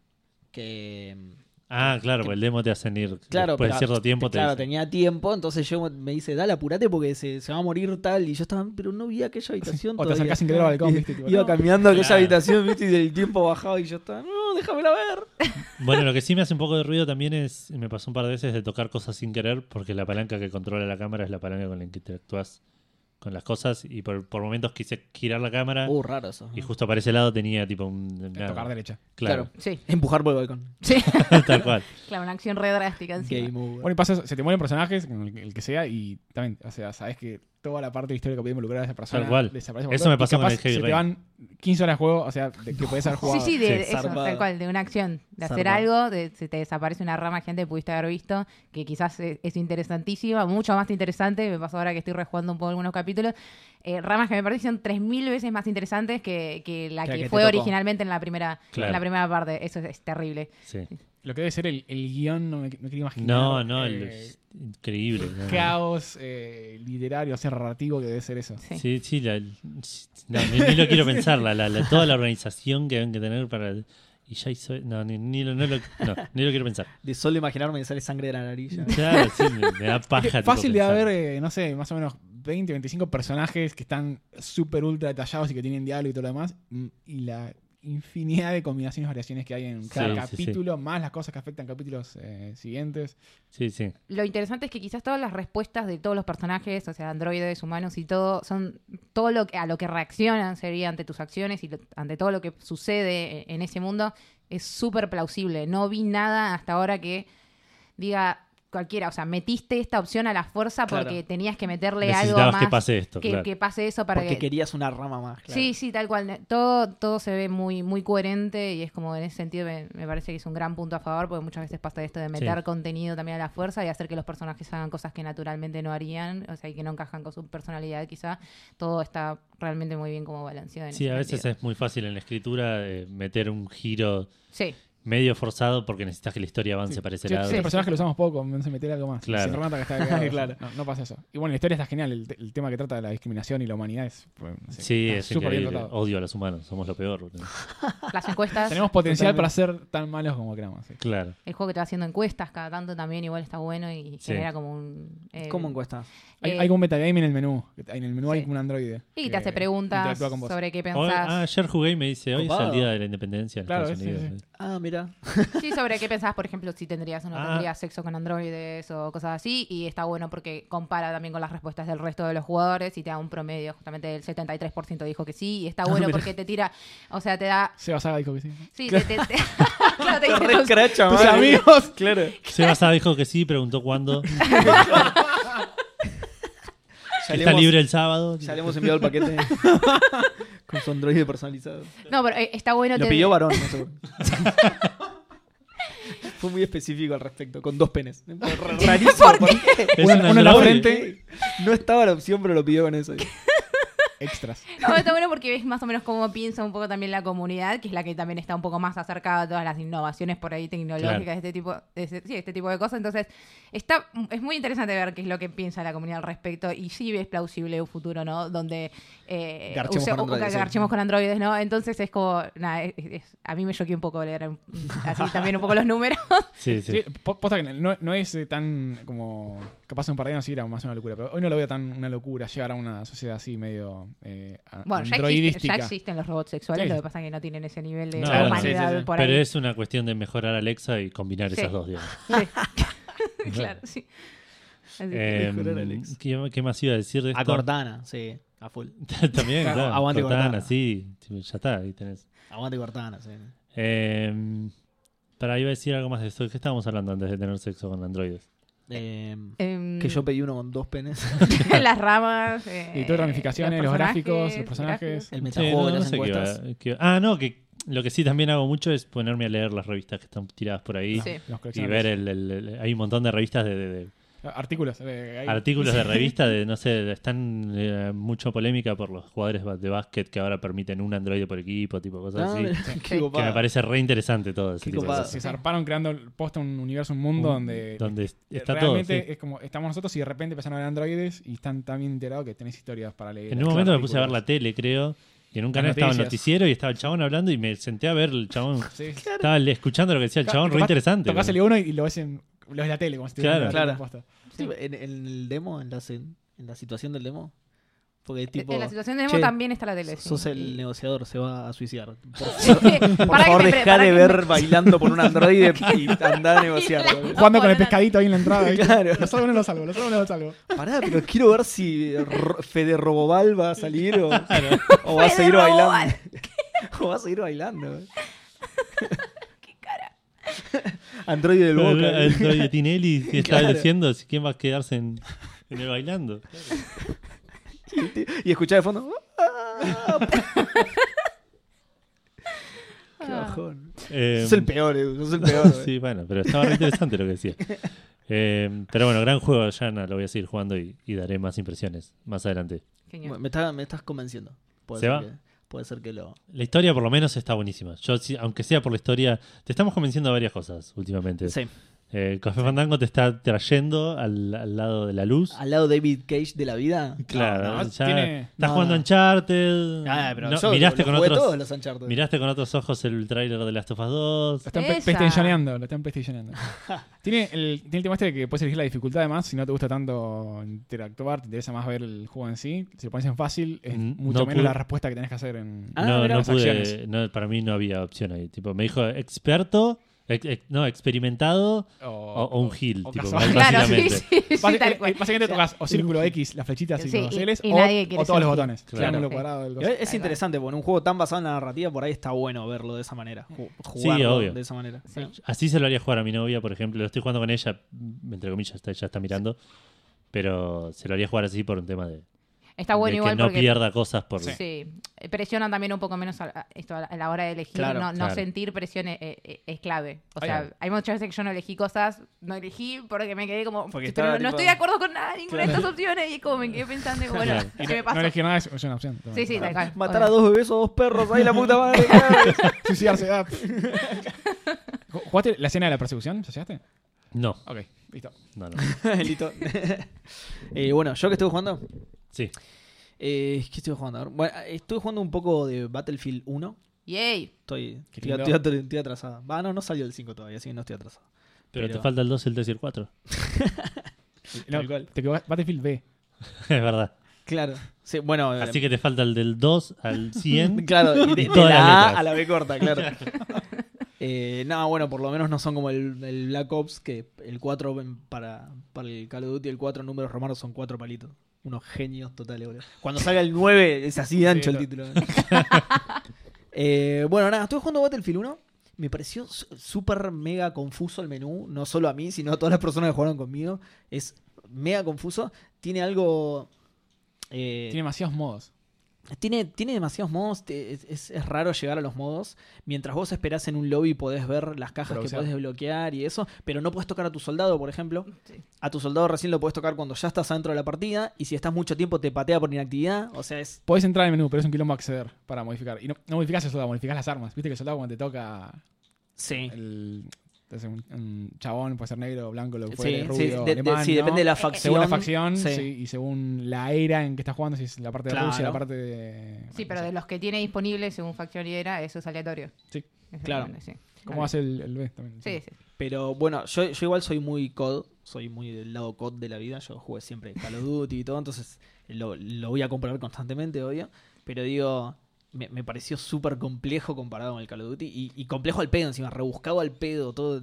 Que. mm, Ah, claro, porque el demo te hacen ir Claro, después de pero- cierto tiempo. Te Claro, dicen. tenía tiempo, entonces yo me dice, dale, apurate porque se, se va a morir tal. Y yo estaba, pero no vi aquella habitación. O te todavía". acercás sin querer al balcón, Y- viste, tipo, Iba no. caminando a aquella Claro. habitación, viste, y el tiempo bajaba y yo estaba, no, déjamela ver. Bueno, lo que sí me hace un poco de ruido también es, me pasó un par de veces de tocar cosas sin querer, porque la palanca que controla la cámara es la palanca con la que interactúas con las cosas, y por, por momentos quise girar la cámara, Uh, raro eso. Ah. y justo para ese lado tenía tipo un... Es nada. eh, tocar derecha. claro, Sí, Empujar por el balcón. sí. tal cual. claro, una acción re drástica encima. Game over. Bueno, y pasa, eso, se te mueren personajes, el, el que sea, y también, o sea, sabes que toda la parte histórica que puede involucrar a esa persona Tal cual. desaparece. por Eso todo, me y pasó con capaz el Heavy se te Rain. van 15 horas de juego, o sea, de- que puedes haber jugado. Sí, sí, de Sí. eso, Zarpado. tal cual, de una acción, de hacer Zarpado. algo, de se te desaparece una rama gente que pudiste haber visto, que quizás e, es, es interesantísima, mucho más interesante, me pasó ahora que estoy rejugando un poco algunos capítulos, eh, ramas que me parecen 3.000 veces más interesantes que, que la Que la que, que te fue tocó. originalmente en la primera Claro. en la primera parte, eso es, es terrible. Sí. Lo que debe ser el, el guión, no me, no quería imaginar. No, no, eh, es increíble. no, no. Caos eh, literario, o sea, narrativo que debe ser eso. Sí. Sí, sí, la- no, ni, ni lo quiero pensar, la, la- la- toda la organización que deben que tener para... Y ya hizo... No, ni, ni lo, no lo- no, ni lo quiero pensar. De solo imaginarme que sale sangre de la nariz. ya. Claro, sí, me, me da Es que paja. tipo, fácil de pensar. haber, eh, no sé, más o menos 20, 25 personajes que están súper ultra detallados y que tienen diálogo y todo lo demás. mm, Y la infinidad de combinaciones, variaciones que hay en cada sí, sí. capítulo, más las cosas que afectan capítulos eh, siguientes. Sí, sí. Lo interesante es que quizás todas las respuestas de todos los personajes, o sea, androides, humanos y todo, son todo lo que, a lo que reaccionan sería ante tus acciones y lo- ante todo lo que sucede e, en ese mundo es súper plausible. No vi nada hasta ahora que diga cualquiera, o sea, metiste esta opción a la fuerza Claro. porque tenías que meterle algo Necesitabas más que pase esto, que- claro. que pase eso para Porque que querías una rama más. claro. Sí, sí, tal cual. Ne- Todo, todo se ve muy, muy coherente y es como en ese sentido me, me parece que es un gran punto a favor porque muchas veces pasa esto de meter Sí. contenido también a la fuerza y hacer que los personajes hagan cosas que naturalmente no harían, o sea, y que no encajan con su personalidad quizá. Todo está realmente muy bien como balanceado. en Sí, ese a veces sentido. es muy fácil en la escritura eh, meter un giro Sí, medio forzado porque necesitas que la historia avance para ese Sí, lado. sí, el personaje lo usamos poco, me hace meter algo más. Claro. Se remata que está cagado. Claro. no, no pasa eso. Y bueno, la historia está genial. El, te- el tema que trata de la discriminación y la humanidad es. bueno, no sé, Sí, está es súper bien increíble. tratado. Odio a los humanos, somos lo peor. boludo. las encuestas, Tenemos potencial Totalmente. para ser tan malos como queramos. sí. Claro. el juego que te va haciendo encuestas cada tanto también igual está bueno y Sí. genera como un... eh, ¿Cómo encuestas? Hay, eh, hay un metagame en el menú. En el menú hay Sí. un androide. Y que te hace preguntas interactúa con vos. sobre qué Hoy- pensás. ah, ayer jugué y me dice, hoy es Copado. el día de la independencia en Claro, Estados sí, Unidos. sí. Ah, mira. Sí, sobre qué pensabas, por ejemplo, si tendrías o no Ah. tendrías sexo con androides o cosas así. Y está bueno porque compara también con las respuestas del resto de los jugadores y te da un promedio. Justamente del 73% dijo que sí. Y está bueno porque te tira, o sea, te da. Seba Saga dijo que sí. Sí, te, te, te- claro, te dice Re tus- escracha, Tus madre. amigos. Claro. Seba Sá dijo que sí, preguntó cuándo. Ya le Está hemos- libre el sábado. Ya le hemos enviado el paquete con su androide personalizado. No, pero eh, está bueno. Lo te- pidió varón, no sé. Fue muy específico al respecto, con dos penes. Rarísimo. ¿por qué? Es Uno, un uno en la androide. frente, No estaba la opción, pero lo pidió con eso. extras. No, está bueno porque ves más o menos cómo piensa un poco también la comunidad, que es la que también está un poco más acercada a todas las innovaciones por ahí tecnológicas, Claro. este tipo, de, ese- sí, este tipo de cosas. Entonces, está, es muy interesante ver qué es lo que piensa la comunidad al respecto y si es plausible un futuro, ¿no? Donde eh, Garchemos use- con o- androides, sí. garchemos con androides, ¿no? Entonces es como, nada, es- es- a mí me choqué un poco leer un- así también un poco los números. Sí, sí. Sí, po- posta que no, no es eh, tan como. Capaz un par de años sí era más una locura, pero hoy no lo veo tan una locura llegar a una sociedad así medio. Eh, a- Bueno, ya, existe- androidística. ya existen los robots sexuales, Sí. lo que pasa es que no tienen ese nivel de No, humanidad bueno, sí, sí, sí. por ahí. Pero es una cuestión de mejorar Alexa y combinar Sí. esas dos, digamos. Sí. claro, sí. Así que- Eh, Mejorar Alexa. ¿qué, qué más iba a decir de esto? A Cortana, sí. A full. También, Claro, claro. aguante Cortana, Cortana. sí. Sí, Ya está, ahí tenés. Aguante Cortana, sí. Eh, para iba a decir algo más de esto. ¿Qué estábamos hablando antes de tener sexo con androides? Eh, Em, que yo pedí uno con dos penes. las ramas. eh, Y todo ramificaciones, los gráficos, los personajes, personajes. El Sí, metajuego no, que te no hacen sé qué iba- encuestas. qué- ah, no, que lo que sí también hago mucho es ponerme a leer las revistas que están tiradas por ahí Sí. Los y coleccionables. ver el, el- el- Hay un montón de revistas de, de- de Artículos. eh, ahí. Artículos de revista de, no sé, están eh, mucho polémica por los jugadores ba- de básquet que ahora permiten un androide por equipo, tipo cosas Ah, así. mira, Sí. qué Que me copado. parece re interesante todo ese Qué tipo de copado. cosas. Se zarparon creando posta un universo, un mundo donde, Donde está todo. realmente sí. es como estamos nosotros y de repente empezaron a ver androides y están tan bien enterados que tenés historias para leer. En un momento me artículos. puse a ver la tele, creo, y en un canal estaba el noticias. noticiero y estaba el chabón hablando y me senté a ver el chabón. Sí, sí. Estaba escuchando lo que decía el chabón, re Capaz interesante. Tocás el uno y lo ves en, lo ves en la tele. Como si te Claro. la tele Claro. posta. Sí, pues, en, en el demo, en la, en la situación del demo. Porque tipo. en la situación de Nemo che, también está la tele. sí. Sos el negociador, se va a suicidar. Por, Sí, favor- sí, por pará que favor, me pre- dejá pará de que ver me- bailando por un androide y andá a negociar. boludo. Jugando con el Bueno, pescadito ahí en la entrada. ¿viste? Claro. Lo salvo, no lo salvo, lo salvo, no lo salvo. Pará, pero quiero ver si eh, Ro- Fede Roboval va a salir o, o va a Fede seguir Roboval. bailando. o va a seguir bailando. eh. ¿Qué cara? Androide del Pero Boca. El el de Tinelli se estaba Claro. diciendo si quién va a quedarse en, en el bailando. y escuchar de fondo. "Ah". Qué bajón. Eh, Sos el peor, Edu, sos el peor. eh. Sí, bueno, pero estaba re interesante lo que decía. Eh, pero bueno, gran juego, ya no, lo voy a seguir jugando y, y daré más impresiones más adelante. Genial. Bueno, Me, está- me estás convenciendo. Puede ¿Se ser va? que- puede ser que lo. La historia por lo menos está buenísima. Yo, si- aunque sea por la historia, te estamos convenciendo de varias cosas últimamente. Sí. Eh, el Café Fandango te está trayendo al, al lado de la luz. Al lado David Cage de la vida. Claro, No, no, ya tiene- estás no, jugando no. Uncharted. Ah, pero no, yo miraste, lo con jugué otros, todos los Uncharted. miraste con otros ojos el tráiler de Last of Us 2. Lo están Esa. pe- pestañoneando, lo están pestañoneando. tiene, el, tiene el tema este de que puedes elegir la dificultad además, si no te gusta tanto interactuar, te interesa más ver el juego en sí. Si lo pones en fácil, es Mm, mucho no menos pude- la respuesta que tenés que hacer en... Ah, no, mirá. no Las pude. acciones. no, para mí no había opción ahí. Tipo, me dijo experto, ex- ex- no, experimentado o, o, o un gil. o tipo, casual. más Claro, sí, básicamente. sí, sí, Basi- tal cual. eh, Básicamente tocas o círculo X, las flechitas y Sí, los y- Ls, y o, nadie quiere o todos los ser gil. botones. Claro. Triángulo Sí. cuadrado. el coso. Es, es interesante, porque en un juego tan basado en la narrativa, por ahí está bueno verlo de esa manera. ju- Jugarlo obvio. de esa manera. Sí. Eh, Así se lo haría jugar a mi novia, por ejemplo. Lo estoy jugando con ella, mm, entre comillas, está, ella está mirando. Pero se lo haría jugar así por un tema de, Está bueno de igual que no porque pierda cosas por... Sí. Sí, eh, presiona también un poco menos a, a- esto, a la- a la hora de elegir. Claro, no no claro. sentir presión e- e- e- es, clave. O Ahí sea, va. hay muchas veces que yo no elegí cosas, no elegí porque me quedé como. Porque "Sí, pero estaba no, tipo- no estoy de acuerdo con nada, ninguna de Claro. estas opciones. Y es como me quedé pensando, y bueno, Claro. ¿qué me No pasó? elegir nada es, es una opción. también. sí, sí, tal cual. Matar a Obvio. dos bebés o dos perros, ahí la puta madre. claro. Suicidarse. ah. Ju- ¿Jugaste la escena de la persecución? ¿Suicidaste? No, Ok, listo. no, no. Listo. Eh, bueno, yo que estuve jugando. Sí. Eh, ¿Qué estuve jugando? A ver, Bueno, estuve jugando un poco de Battlefield 1. Yay. Estoy, Qué estoy, lindo. estoy- estoy- estoy atrasada. Va, no, no salió el 5 todavía, así que no estoy atrasado. Pero, Pero- te falta el 2 y el 3 y el 4. No, Tal cual. te quedó Battlefield B. es verdad. Claro. Sí, bueno, eh, Así que te falta el del 2 al 100. Claro, y de, Y de todas las la letras. A a la B corta, claro. Eh, no, bueno, por lo menos no son como el, el Black Ops, que el 4 en- para, para el Call of Duty, el 4 en números romanos son 4 palitos. Unos genios totales, boludo. Cuando salga el 9 es así de ancho el Sí, título. Eh, bueno, nada, estuve jugando Battlefield 1. Me pareció su- súper mega confuso el menú, no solo a mí, sino a todas las personas que jugaron conmigo. Es mega confuso. Tiene algo... eh, Tiene demasiados modos. tiene, tiene demasiados modos, te- es, es- es raro llegar a los modos. Mientras vos esperás en un lobby podés ver las cajas que Browsear. podés desbloquear y eso, pero no podés tocar a tu soldado, por ejemplo. Sí. A tu soldado recién lo podés tocar cuando ya estás adentro de la partida y si estás mucho tiempo te patea por inactividad. O sea, es... Podés entrar al menú, pero es un quilombo acceder para modificar. Y no, no modificás el soldado, modificás las armas. Viste que el soldado cuando te toca Sí. el. entonces un, un chabón, puede ser negro, blanco, lo que Sí, fuere, sí, rubio, de- de- alemán, sí, ¿no? depende de la Eh, facción. Según la facción sí. sí, y según la era en que estás jugando, si es la parte de Claro. Rusia, la parte de... Sí, bueno, pero no de sé. los que tiene disponible según facción y era, eso es aleatorio. Sí. Es Claro. aleatorio, Sí. ¿Cómo hace el, el B también? Sí, sí. Pero bueno, yo, yo igual soy muy COD, soy muy del lado COD de la vida, yo jugué siempre Call of Duty y todo, entonces lo, lo voy a comprar constantemente, obvio, pero digo, me, me pareció súper complejo comparado con el Call of Duty y, y complejo al pedo encima, rebuscado al pedo, todo...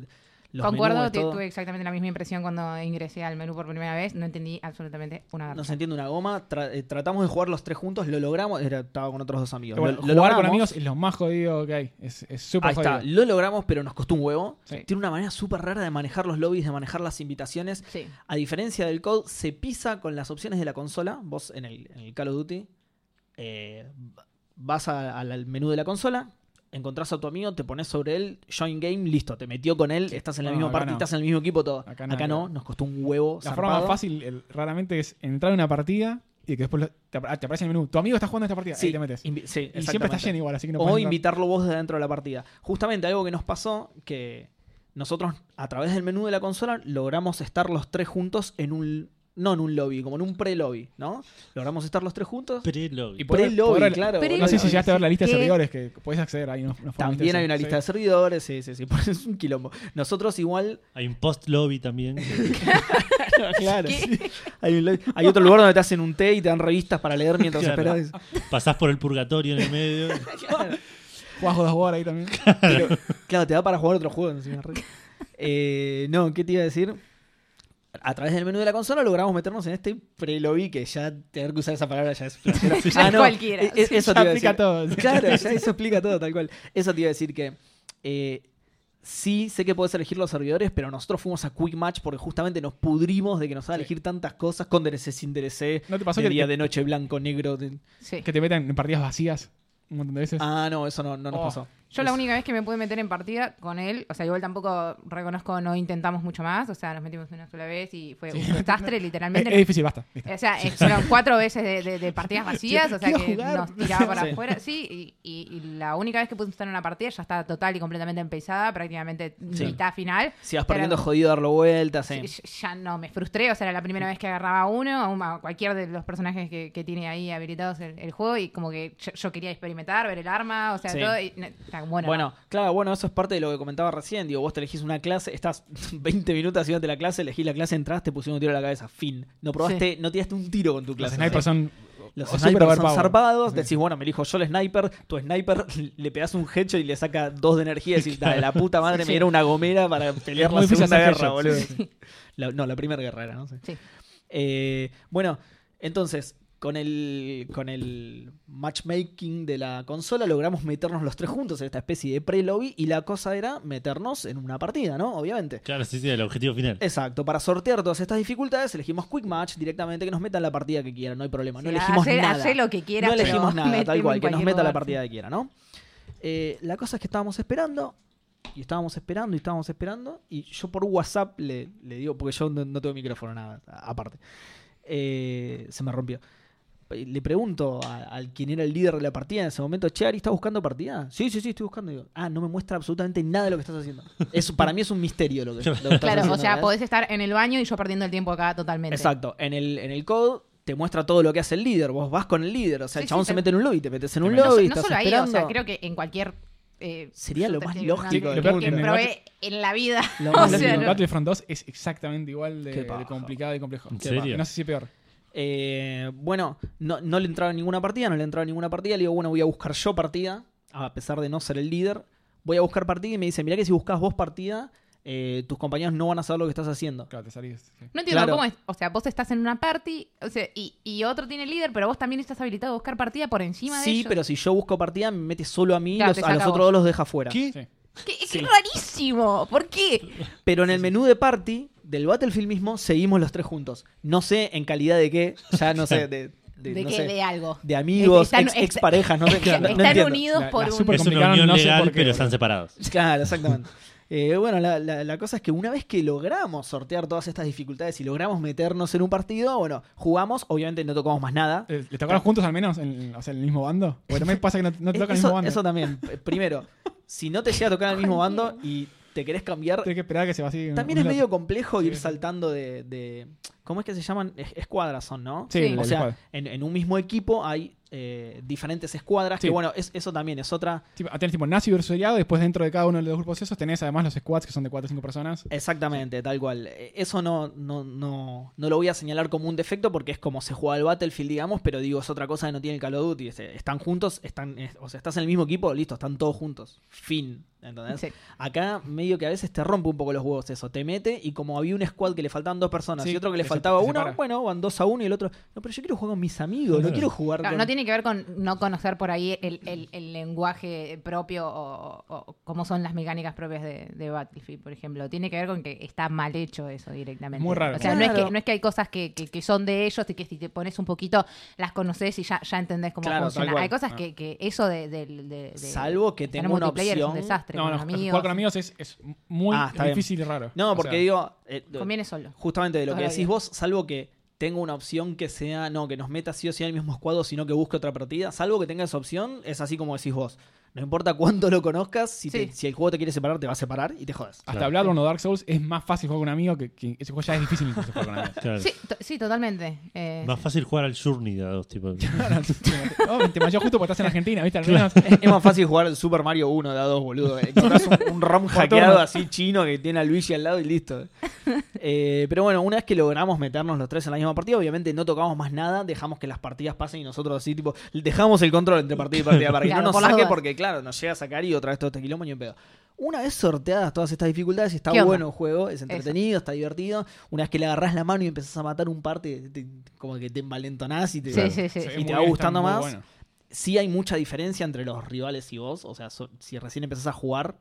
Los Concuerdo, menús, te- todo. tuve exactamente la misma impresión cuando ingresé al menú por primera vez. No entendí absolutamente una No garcha. se entiende una goma, tra- eh, tratamos de jugar los tres juntos, lo logramos, era- estaba con otros dos amigos. Pero bueno, lo, lo jugar logramos, con amigos es lo más jodido que hay. Es es súper Ahí jodido. está, lo logramos, pero nos costó un huevo. Sí. Tiene una manera súper rara de manejar los lobbies, de manejar las invitaciones. Sí. A diferencia del COD, se pisa con las opciones de la consola. Vos en el, en el Call of Duty eh, vas a- al, al menú de la consola, encontrás a tu amigo, te pones sobre él, join game, listo, te metió con él, estás en la No, misma acá partida, no. estás en el mismo equipo, todo. Acá Acá no, no, acá. nos costó un huevo. La zarpado. forma más fácil el- raramente es entrar a una partida y que después lo- te, ap- te aparece en el menú. Tu amigo está jugando esta partida. Sí, ahí te metes. Y, invi- sí, siempre está exactamente. lleno igual, así que no o puedes entrar. invitarlo vos desde dentro de la partida. Justamente algo que nos pasó, que nosotros a través del menú de la consola logramos estar los tres juntos en un... No en un lobby, como en un pre-lobby, ¿no? Logramos estar los tres juntos. Pre-lobby. Y por- Pre-lobby, poder- claro. Pre- No sé si boludo. llegaste a ver la lista de ¿Qué? servidores que puedes acceder ahí. No, no forma También hay una sí. lista de servidores, sí, sí, sí, es un quilombo. Nosotros igual Hay un post-lobby también. Claro, ¿Qué? sí. hay, un lo- hay otro lugar donde te hacen un té y te dan revistas para leer mientras Claro. esperas. Pasás por el purgatorio en el medio. Jugás God of War ahí también. Pero, claro, te da para jugar otro juego encima, re. Eh, no, ¿qué te iba a decir? A través del menú de la consola logramos meternos en este pre-lobby que ya tener que usar esa palabra ya es flashera. Ya es cualquiera. eh, eh, eso Ya te iba a aplica decir. todo. Claro, ya eso explica todo, tal cual. Eso te iba a decir que eh, sí sé que podés elegir los servidores, pero nosotros fuimos a Quick Match porque justamente nos pudrimos de que nos va a Sí. elegir tantas cosas con DLC, sin DLC, ¿No te pasó de que, día, que- de noche, blanco, negro. de- Sí. que te metan en partidas vacías un montón de veces? Ah, no, eso no, no nos Oh. pasó. Yo la Es- única vez que me pude meter en partida con él, o sea, igual tampoco reconozco, no intentamos mucho más, o sea, nos metimos una sola vez y fue Sí. un desastre, es, es literalmente. difícil, basta. Listo. O sea, eh, fueron cuatro veces de, de- de partidas vacías, o sea, Quiero que jugar. nos tiraba para Sí. afuera. Sí, y, y- y la única vez que pude estar en una partida ya estaba total y completamente empezada, prácticamente Sí. mitad final. Si vas Pero- perdiendo jodido darlo vueltas, sí. Ya- Ya no, me frustré, o sea, era la primera vez que agarraba a uno, a, un- a cualquier de los personajes que, que tiene ahí habilitados el, el juego, y como que yo, yo quería experimentar, ver el arma, o sea, Sí. todo. y no- está bueno, Bueno, claro, bueno, eso es parte de lo que comentaba recién. Digo, vos te elegís una clase, estás 20 minutos haciéndote la clase, elegís la clase, entras, te pusieron un tiro a la cabeza, fin. No probaste, no tiraste un tiro con tu Los clase. snipers Sí. son. Los snipers super son overpower. zarpados, Sí. decís, bueno, me elijo yo el sniper, tu sniper le pegas un headshot y le saca dos de energía y decís, "Dale, la puta madre me dieron una gomera para pelear Es la muy difícil segunda hacer guerra, headshot, boludo. sí. La- no, la primera guerra era, ¿no? Sí. Sí. Eh, bueno, entonces, con el, con el matchmaking de la consola logramos meternos los tres juntos en esta especie de pre-lobby y la cosa era meternos en una partida, ¿no? Obviamente. Claro, sí, sí, el objetivo final. Exacto, para sortear todas estas dificultades elegimos Quick Match directamente, que nos metan la partida que quieran, no hay problema, no Sí, elegimos hacé- nada. hacé lo que quieras, no elegimos pero nada, meteme tal en cual, que nos cualquier meta la lugar, partida que quiera, ¿no? Eh, la cosa es que estábamos esperando, y estábamos esperando, y estábamos esperando, y yo por WhatsApp le, le digo, porque yo no, no tengo micrófono, nada, a- aparte. Eh, se me rompió. Le pregunto a- al quien era el líder de la partida en ese momento, che, Ari, ¿estás buscando partida? Sí, sí, sí, estoy buscando. Y digo, ah, no me muestra absolutamente nada de lo que estás haciendo. Eso para mí es un misterio lo que, lo que estás Claro, o haciendo, ¿eh? sea, ¿verdad? podés estar en el baño y yo perdiendo el tiempo acá totalmente. Exacto. En el, en el code te muestra todo lo que hace el líder. Vos vas con el líder. O sea, el Sí, chabón sí, se te- mete en un lobby, te metes en te un metes. No, so- lobby. no estás solo ahí, o esperando. sea, creo que en cualquier. eh, Sería lo shooter más que- lógico que, del mundo. que En el probé en la vida. Lo o más sea, lógico. no- Ah, Battlefront 2 es exactamente igual de, Qué de paja. complicado y complejo. ¿En Qué paja. serio? No sé si peor. Eh, bueno, no, no le entraba en ninguna partida, no le entraba en ninguna partida. Le digo, bueno, voy a buscar yo partida, a pesar de no ser el líder. Voy a buscar partida y me dice, mirá que si buscas vos partida, eh, tus compañeros no van a saber lo que estás haciendo. Claro, te salís. sí. No entiendo Claro. cómo es. O sea, vos estás en una party o sea, y, y otro tiene líder, pero vos también estás habilitado a buscar partida por encima de Sí, ellos. pero si yo busco partida, me mete solo a mí, Claro, los- te a los saca otros vos. dos los deja fuera. ¿Qué? Sí. ¿Qué, es Sí. que es rarísimo. ¿Por qué? Pero en el menú de party del Battlefield mismo seguimos los tres juntos. No sé en calidad de qué, ya no sé, de, de- De, no que sé, de algo. de amigos, Están- ex, está- parejas, no sé. Claro. no- no Están entiendo. unidos La- por la un. super- Es una complicaron, unión no sé legal, por qué, pero boludo. están separados. Claro, exactamente. Eh, bueno, la, la- la cosa es que una vez que logramos sortear todas estas dificultades y logramos meternos en un partido, bueno, jugamos, obviamente no tocamos más nada. Eh, ¿Le tocaron juntos al menos? En, o sea, en el mismo bando. Porque también pasa que no, no te tocan el mismo eso, bando. eso también. Eh, Primero, si no te llega a tocar el mismo bando y te querés cambiar, Tienes que esperar a que se vacíe. uno- también es uno del medio otro. complejo ir Sí. saltando de, de- ¿Cómo es que se llaman? Es- Escuadras son, ¿no? Sí, Sí. el- O el sea, cuadro. en, en un mismo equipo hay eh, diferentes escuadras. Sí. Que bueno, es- eso también es otra. Tipo, ah, tenés tipo nazi versus aliado, después dentro de cada uno de los grupos esos tenés además los squads que son de 4 o 5 personas. Exactamente, tal cual. Eh, Eso no, no, no, no lo voy a señalar como un defecto porque es como se juega el Battlefield, digamos, pero digo, es otra cosa que no tiene el Call of Duty. Es, eh, Están juntos, están, es- o sea, estás en el mismo equipo, listo, están todos juntos. Fin. ¿Entendés? Sí. Acá medio que a veces te rompe un poco los huevos eso. Te mete y como había un squad que le faltaban dos personas Sí, y otro que le te faltaba sepa- te uno, separa. bueno, van dos a uno y el otro. No, pero yo quiero jugar con mis amigos, no Claro. quiero jugar Claro, con. no tiene que ver con no conocer por ahí el, el- el lenguaje propio o, o- o cómo son las mecánicas propias de, de Battlefield, por ejemplo. Tiene que ver con que está mal hecho eso directamente. Muy raro. O sea, no, es Claro. que, no es que hay cosas que, que- que son de ellos y que si te pones un poquito las conoces y ya, ya entendés cómo Claro, tal funciona. cual. Hay cosas Ah. que, que eso de, del- de- de- Salvo que estar en tenga una multiplayer Es un opción. desastre. No, con no, amigos. jugar con amigos es, es muy Ah, está bien. difícil y raro. No, O porque sea, digo. eh, Conviene solo. Justamente de lo que Todavía. decís vos, salvo que tenga una opción que sea, no, que nos meta sí o sí al mismo escuadro, sino que busque otra partida, salvo que tenga esa opción, es así como decís vos. No importa cuánto lo conozcas, si, te- Sí. si el juego te quiere separar, te va a separar y te jodas. Hasta Claro. hablarlo en Dark Souls es más fácil jugar con un amigo que, que ese juego ya es difícil incluso jugar con amigos. Claro. Sí, to- sí, totalmente. Eh, Más fácil jugar al Journey de a dos, tipo. Oh, te mareó justo porque estás en Argentina, ¿viste? Al menos- es más fácil jugar el Super Mario 1 de a 2, boludo. Eh, Encontrás un, un ROM hackeado turno. así chino que tiene a Luigi al lado y listo. Eh, pero bueno, una vez que logramos meternos los tres en la misma partida, obviamente no tocamos más nada, dejamos que las partidas pasen y nosotros así, tipo, dejamos el control entre partida y partida para que Claro, no nos por las saque dudas. porque, claro, nos llega a sacar y otra vez todo este quilombo ni en pedo. Una vez sorteadas todas estas dificultades, está ¿Qué onda? bueno el juego, es entretenido, está divertido. Una vez que le agarrás la mano y empezás a matar un par, te- te- como que te envalentonás y te, sí, sí, sí, Se ve sí. Y muy te va bien, está gustando muy más. bueno. sí hay mucha diferencia entre los rivales y vos. O sea, so- si recién empezás a jugar,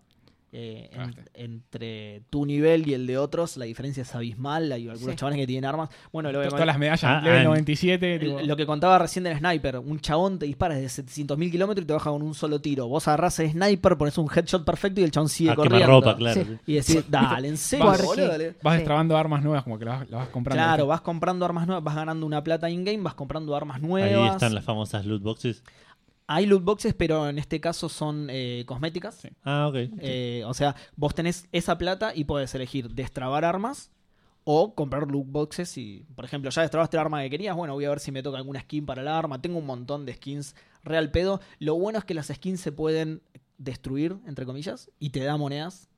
eh, en- Cagaste. entre tu nivel y el de otros, la diferencia es abismal. Hay algunos Sí. chavales que tienen armas. Bueno, lo, que- Todas las medallas, Ah, level ah, 97. tipo- lo que contaba recién del sniper. Un chabón te dispara desde 700.000 kilómetros y te baja con un solo tiro. Vos agarrás el sniper, pones un headshot perfecto y el chabón sigue a corriendo. quemar ropa, claro. Sí. Y decís, dale, en serio, Porque- boludo, dale". Vas Sí. destrabando armas nuevas, como que las vas, las vas comprando. Claro, ¿viste? vas comprando armas nuevas, vas ganando una plata in-game, vas comprando armas nuevas. Ahí están las famosas loot boxes. Hay loot boxes, pero en este caso son eh, cosméticas. Sí. Ah, ok. Eh, o sea, vos tenés esa plata y podés elegir destrabar armas o comprar loot boxes y, por ejemplo, ya destrabaste el arma que querías, bueno, voy a ver si me toca alguna skin para el arma. Tengo un montón de skins real pedo. Lo bueno es que las skins se pueden destruir, entre comillas, y te da monedas.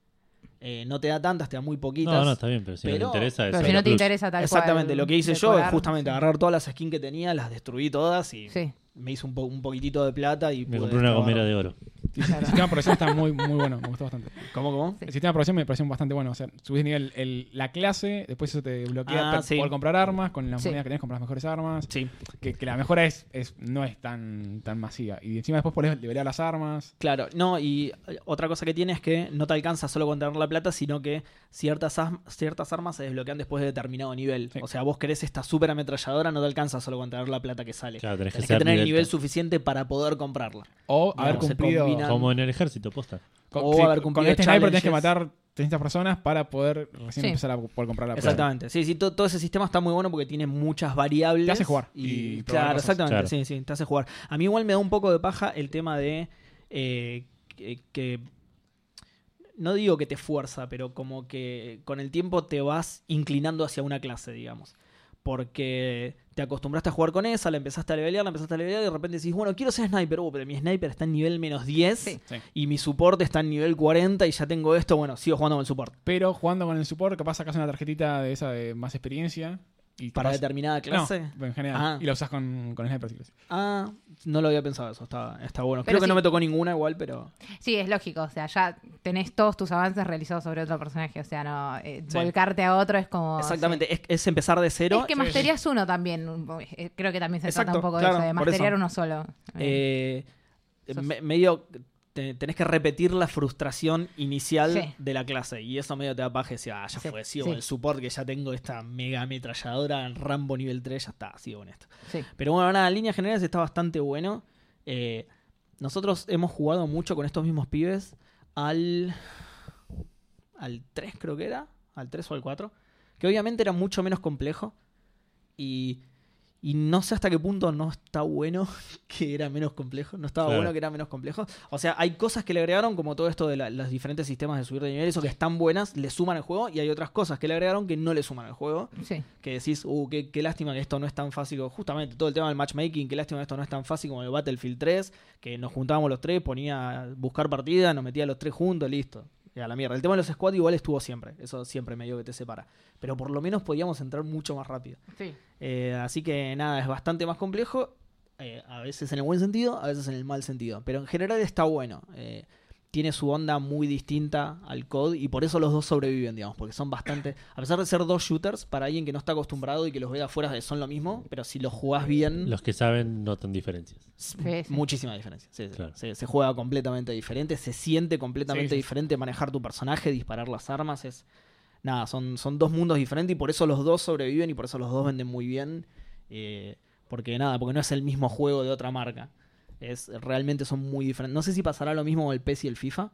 Eh, no te da tantas, te da muy poquitas. No, no, está bien, pero si no Pero- te interesa eso. Pero si no te interesa tal cual Exactamente, lo que hice yo es decorar, justamente sí. agarrar todas las skins que tenía, las destruí todas y Sí. me hice un, po- un poquitito de plata y Me pude compré una destrabar. gomera de oro. El sistema de progresión está muy, muy bueno, me gustó bastante. ¿Cómo, cómo? Sí. El sistema de progresión me pareció bastante bueno. O sea, subís nivel el- la clase, después eso te bloquea Ah, para sí. poder comprar armas, con las Sí. monedas que tenés, compras mejores armas. Sí. Que, que la mejora es, es- no es tan, tan masiva. Y encima después podés liberar las armas. Claro, no, y eh, otra cosa que tiene es que no te alcanza solo con tener la plata, sino que ciertas, as- ciertas armas se desbloquean después de determinado nivel. Sí. O sea, vos querés esta super ametralladora, no te alcanza solo con tener la plata que sale. Claro, tenés que, Tenés que ser tener el nivel nivel tal. suficiente para poder comprarla. O haber Digamos, se cumplido. combina- Como en el ejército, posta. Con, o sí, haber con cumplido este sniper tenés challenges. que matar 300 personas para poder recién Sí. empezar a poder comprar la plata. Exactamente. Sí, sí, to- todo, ese sistema está muy bueno porque tiene muchas variables. Te hace jugar Y, y probar claro, cosas. exactamente. Claro. Sí, sí, te hace jugar. A mí igual me da un poco de paja el tema de eh, que, que- No digo que te fuerza, pero como que con el tiempo te vas inclinando hacia una clase, digamos. Porque te acostumbraste a jugar con esa, la empezaste a levelear, la empezaste a levelear y de repente decís, bueno, quiero ser sniper, uh, pero mi sniper está en nivel menos 10 Sí. Sí. y mi soporte está en nivel 40 y ya tengo esto, bueno, sigo jugando con el soporte. Pero jugando con el support, capaz sacas una tarjetita de esa de más experiencia. Y Para capaz- determinada clase. No, en general. Ah. Y la usás con, con sniper. si querés. Ah, no lo había pensado eso, está, está bueno. Creo Pero que sí. no me tocó ninguna igual, pero... Sí, es lógico. O sea, ya tenés todos tus avances realizados sobre otro personaje. O sea, no eh, Sí. volcarte a otro es como. Exactamente, Ah, sí. es, es empezar de cero. es que masterías uno también. Eh, Creo que también se Exacto, trata un poco claro, de eso, de por masterear eso. uno solo. Eh, Eh, Sos- me- medio te- tenés que repetir la frustración inicial Sí. de la clase y eso medio te da paja y decís, ah, ya Sí, fue, sigo sí. con el support que ya tengo esta mega ametralladora Rambo nivel 3, ya está, sigo con esto. sí. Pero bueno, nada, en líneas generales está bastante bueno. Eh, nosotros hemos jugado mucho con estos mismos pibes al. al 3, creo que era. Al 3 o al 4. Que obviamente era mucho menos complejo. Y. Y no sé hasta qué punto no está bueno que era menos complejo. No estaba Claro. bueno que era menos complejo. O sea, hay cosas que le agregaron, como todo esto de la- los diferentes sistemas de subir de nivel, eso que están buenas, le suman al juego. Y hay otras cosas que le agregaron que no le suman al juego sí. que decís, uh, qué, qué lástima que esto no es tan fácil, como- justamente todo el tema del matchmaking, qué lástima que esto no es tan fácil como el Battlefield 3, que nos juntábamos los tres, ponía a buscar partida, nos metía los tres juntos, listo. Y a la mierda. El tema de los squads igual estuvo siempre, eso siempre medio que te separa. Pero por lo menos podíamos entrar mucho más rápido. Sí. Eh, así que nada, es bastante más complejo, eh, a veces en el buen sentido, a veces en el mal sentido. Pero en general está bueno. Eh, tiene su onda muy distinta al COD y por eso los dos sobreviven, digamos, porque son bastante... A pesar de ser dos shooters, para alguien que no está acostumbrado y que los ve de afuera son lo mismo, pero si los jugás bien, Los que saben notan diferencias. Sí, sí. muchísima diferencia. Sí, sí. Claro. se, se juega completamente diferente, se siente completamente Sí, sí. diferente manejar tu personaje, disparar las armas, es... Nada, son, son dos mundos diferentes y por eso los dos sobreviven y por eso los dos venden muy bien. eh, porque nada, porque no es el mismo juego de otra marca. Es, realmente son muy diferentes. No sé si pasará lo mismo con el PES y el FIFA.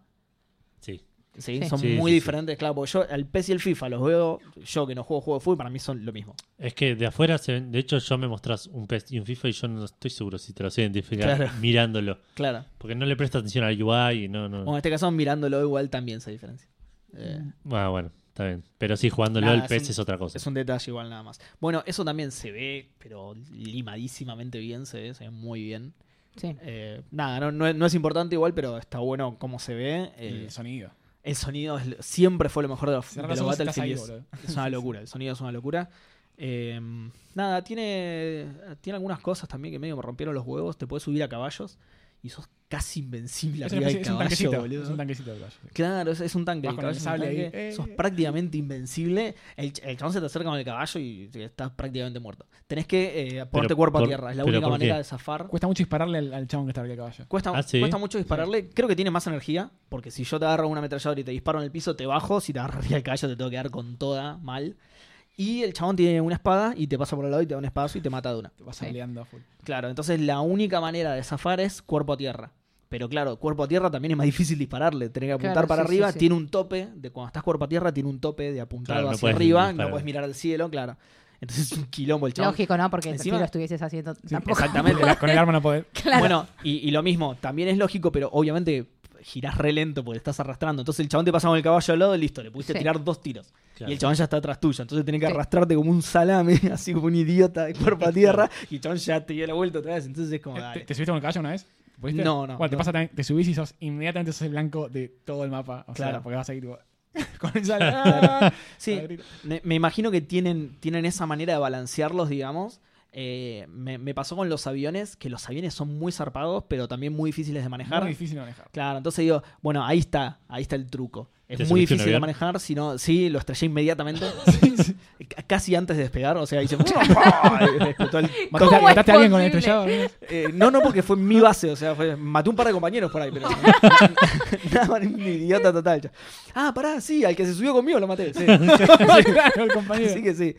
Sí. Sí, Sí. son Sí, muy sí, sí. diferentes, claro, porque yo al PES y el FIFA los veo, yo que no juego juego de fútbol, para mí son lo mismo. Es que de afuera, se ven- de hecho, yo me mostrás un PES y un FIFA y yo no estoy seguro si te lo sé identificar Claro. mirándolo. Claro. Porque no le presta atención al UI y no. no. Bueno, en este caso mirándolo igual también se diferencia. Eh, Ah, bueno, está bien. Pero sí, jugándolo Nada, el es PES un- es, otra cosa. es un detalle igual nada más. Bueno, eso también se ve, pero limadísimamente bien se ve, se ve muy bien. Sí. Eh, nada, no, no es- no es importante igual, pero está bueno cómo se ve. eh, El sonido. el sonido es- siempre fue lo mejor de los, de Cerrá los los ojos y estás Battlefield. ahí, es- boludo. Es una locura, el sonido es una locura. Eh, nada, tiene, tiene algunas cosas también que medio me rompieron los huevos. Te puedes subir a caballos y sos casi invencible Es, arriba una del especie- es un caballo, tanquecito. boludo. Es un tanquecito de caballo. Claro, es, es un tanque. Vas el con caballo el es un sable ahí, tanque, eh. Sos prácticamente invencible. El, ch- el chabón se te acerca con el caballo y estás prácticamente muerto. Tenés que eh, ponerte Pero cuerpo a por- tierra. Es la pero única ¿por qué? manera de zafar. Cuesta mucho dispararle al, al chabón que está arriba del caballo. Cuesta, Ah, sí. cuesta mucho dispararle. Creo que tiene más energía. Porque si yo te agarro una ametralladora y te disparo en el piso, te bajo. Si te agarro arriba del caballo, te tengo que dar con toda mal. Y el chabón tiene una espada y te pasa por el lado y te da un espadazo y te mata de una. Te vas Sí. sableando a full. Claro, entonces la única manera de zafar es cuerpo a tierra. Pero claro, cuerpo a tierra también es más difícil dispararle. Tenés que apuntar Claro, para sí, sí, arriba. sí. Tiene un tope. de Cuando estás cuerpo a tierra, tiene un tope de apuntado Claro, no hacia puedes arriba. disparar. No puedes mirar al cielo, claro. Entonces es un quilombo el chabón. Lógico, ¿no? Porque si Encima- lo estuvieses haciendo tampoco. Exactamente. Con el- Con el arma no podés. Bueno, y, y lo mismo, también es lógico, pero obviamente girás re lento porque estás arrastrando. Entonces el chabón te pasa con el caballo al lado y listo, le pudiste Sí. tirar dos tiros. Claro. Y el chabón ya está atrás tuyo. Entonces tenés que Sí. arrastrarte como un salame, así como un idiota de cuerpo a tierra. y el chabón ya te dio la vuelta otra vez. Entonces es como, ¿Te, dale. te subiste con el caballo una vez? ¿Pudiste? No, no, Bueno, te no. pasa también, te subís y sos inmediatamente sos el blanco de todo el mapa. O Claro. sea, porque vas ahí tipo, con el sal. ¡ah! Sí, Para gritar. me, me imagino que tienen, tienen esa manera de balancearlos, digamos. Eh, me, me pasó con los aviones, que los aviones son muy zarpados, pero también muy difíciles de manejar. Muy difícil de manejar. Claro, entonces digo, bueno, ahí está, ahí está el truco. ¿Te Es muy subiste a un difícil de avión? manejar, si no, sí, lo estrellé inmediatamente, Sí, sí. c- casi antes de despegar, o sea, hice... y explotó el- mató- ¿Mataste, ¿Cómo es mataste a alguien con el posible? estrellado? ¿no? Eh, no, no, porque fue en mi base, o sea, fue, maté un par de compañeros por ahí, pero... nada, más, un idiota total. yo. Ah, pará, sí, al que se subió conmigo lo maté, sí. Claro, el compañero. Así que sí.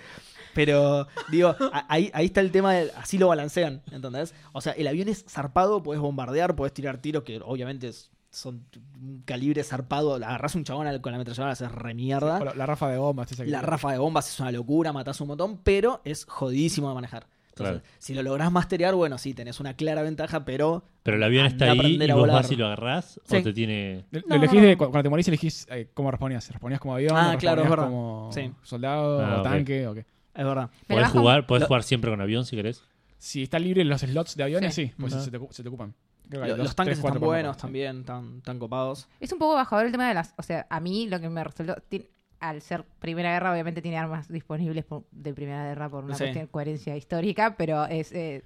Pero, digo, a- ahí, ahí está el tema del. Así lo balancean, ¿entendés? O sea, el avión es zarpado, puedes bombardear, puedes tirar tiros que obviamente es- son un calibre zarpado. Agarrás un chabón al- con la ametralladora, haces re mierda. O la, la rafa de bombas. esa que- La rafa de bombas es una locura, matás un montón, pero es jodidísimo de manejar. Entonces, Claro. si lo lográs masterear, bueno, sí, tenés una clara ventaja, pero Pero el avión Andá está a ahí aprender y a vos volar. vas y lo agarrás Sí. o te tiene. Lo- lo No, elegís no, no. de- cu- cuando te morís elegís eh, cómo respondías. ¿Respondías como avión? Ah, o claro, es respondías verdad. como Sí. soldado Ah, o ok. tanque? o qué. es verdad. Pero Podés baja- jugar, podés lo- jugar siempre con avión si querés. Si están libres los slots de aviones, sí, pues Ajá. se, te, ocu- se te ocupan. Creo que hay Lo- dos, los tanques tres, cuatro están por mapa, buenos sí. también, están tan copados. Es un poco bajador el tema de las. O sea, a mí lo que me resultó. ti- al ser Primera Guerra, obviamente tiene armas disponibles por- de Primera Guerra por una Sí. cuestión de coherencia histórica, pero es. eh,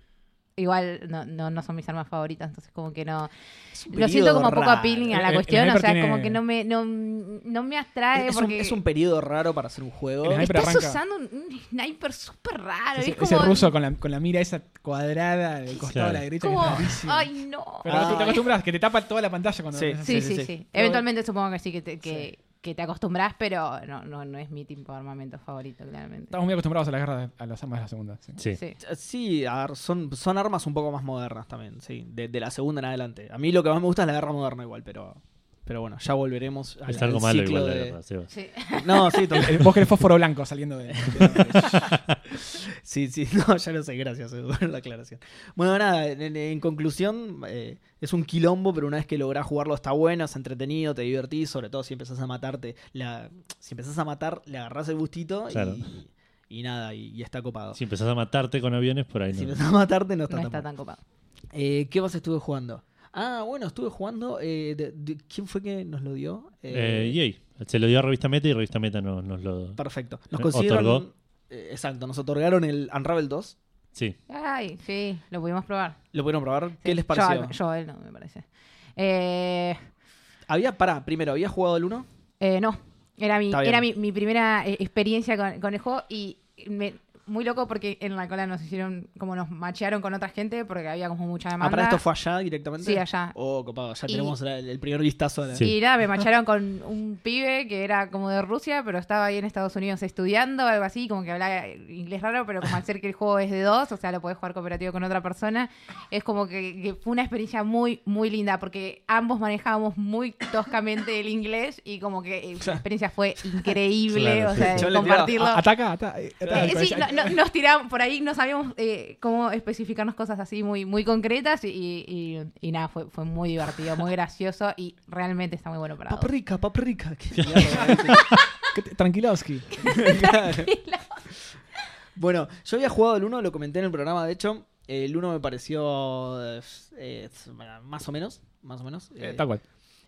Igual no, no, no son mis armas favoritas, entonces como que no... Es un Lo siento como periodo poco raro. appealing a El- la el- el cuestión, o sniper sea, tiene- como que no me, no, no me Es- atrae Es, un, porque... es un periodo raro para hacer un juego. El sniper Estás arranca. usando un, un sniper súper raro. Ese, es como, ese ruso con la, con la mira esa cuadrada del costado Claro. a la derecha que como- es rarísimo. Ay, no. Pero Ah. tú te acostumbras, que te tapa toda la pantalla cuando... Sí. sí, Sí, sí, sí. sí. Eventualmente supongo que sí, que te, que, que te acostumbras, pero no, no, no es mi tipo de armamento favorito, claramente. Estamos muy acostumbrados a la guerra de- a las armas de la segunda. sí. Sí. Sí. Ah, Sí, a ver, son, son armas un poco más modernas también, sí, de, de la segunda en adelante. A mí lo que más me gusta es la guerra moderna igual, pero, pero bueno, ya volveremos al, Es algo al malo ciclo igual la de- guerra, Seba. Sí. No, sí, to- El, Eh, vos querés fósforo blanco saliendo de... sí, sí, no, ya lo sé, gracias Edu, por la aclaración. Bueno, nada, en, en conclusión, eh, es un quilombo, pero una vez que lográs jugarlo está bueno, es entretenido, te divertís, sobre todo si empezás a matarte, la, si empezás a matar, le agarrás el gustito y- Claro. y, nada, y, y está copado. Si empezás a matarte con aviones, por ahí Si no. empezás a matarte no eh, está No tan está bueno. tan copado. Eh, ¿Qué más estuve jugando? Ah, bueno, estuve jugando. eh, de- de- ¿Quién fue que nos lo dio? Eh, Eh, yay. Se lo dio a Revista Meta y Revista Meta no- nos lo. Perfecto. Nos Eh, consiguieron. otorgó. eh, exacto, nos otorgaron el Unravel 2. Sí. Ay, sí, lo pudimos probar. Lo pudieron probar. ¿Qué Sí. les Eh, Yo- pareció? Yo, a él no, me parece. Eh, Había, pará, primero, ¿había jugado el 1? Eh, no, era mi, Está bien. era mi, mi primera eh, experiencia con, con el juego y me- muy loco porque en la cola nos hicieron, como nos machearon con otra gente porque había como mucha demanda. Ah, pará, esto fue allá directamente. Sí, allá. Oh, copado, ya Y- tenemos la- el primer vistazo a la. Sí. Y nada, me macharon con un pibe que era como de Rusia, pero estaba ahí en Estados Unidos estudiando, algo así, como que hablaba inglés raro, pero como al ser que el juego es de dos, o sea, lo podés jugar cooperativo con otra persona, es como que, que fue una experiencia muy, muy linda, porque ambos manejábamos muy toscamente el inglés y como que eh, la experiencia fue increíble, Claro, o sí, sea, sí. Yo le tiraba, compartirlo. A- Ataca, ataca. eh, ataca, Eh, sí, parece- no- no- nos tiramos, por ahí no sabíamos eh, cómo especificarnos cosas así muy, muy concretas y, y- y nada, fue, fue muy divertido, muy gracioso y realmente está muy bueno para dos. Paprika, paprika. Qué mierda, ¿eh? ¿Qué te- Tranquilovsky. Claro. Bueno, yo había jugado el 1, lo comenté en el programa, de hecho. El 1 me pareció eh, eh, más o menos. Más o menos. Eh, eh, Tal cual.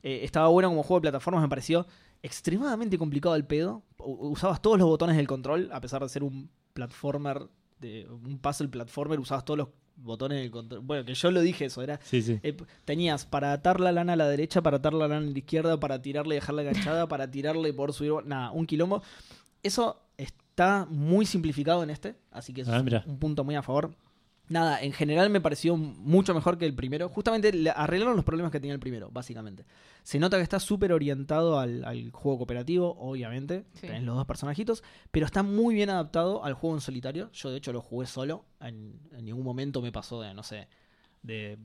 eh, estaba bueno como juego de plataformas, me pareció extremadamente complicado el pedo. U- usabas todos los botones del control, a pesar de ser un platformer, de, un puzzle platformer, usabas todos los botones del control. Bueno, que yo lo dije eso, era Sí, sí. eh, p- tenías para atar la lana a la derecha, para atar la lana a la izquierda, para tirarle y dejarla enganchada, para tirarle y poder subir. Nada, un quilombo. Eso está muy simplificado en este, así que eso Ah, es un- mira. un punto muy a favor. Nada, en general me pareció m- mucho mejor que el primero. Justamente le arreglaron los problemas que tenía el primero, básicamente. Se nota que está súper orientado al, al juego cooperativo, obviamente. Sí. Tenés los dos personajitos, pero está muy bien adaptado al juego en solitario. Yo, de hecho, lo jugué solo. En, en ningún momento me pasó de, no sé, de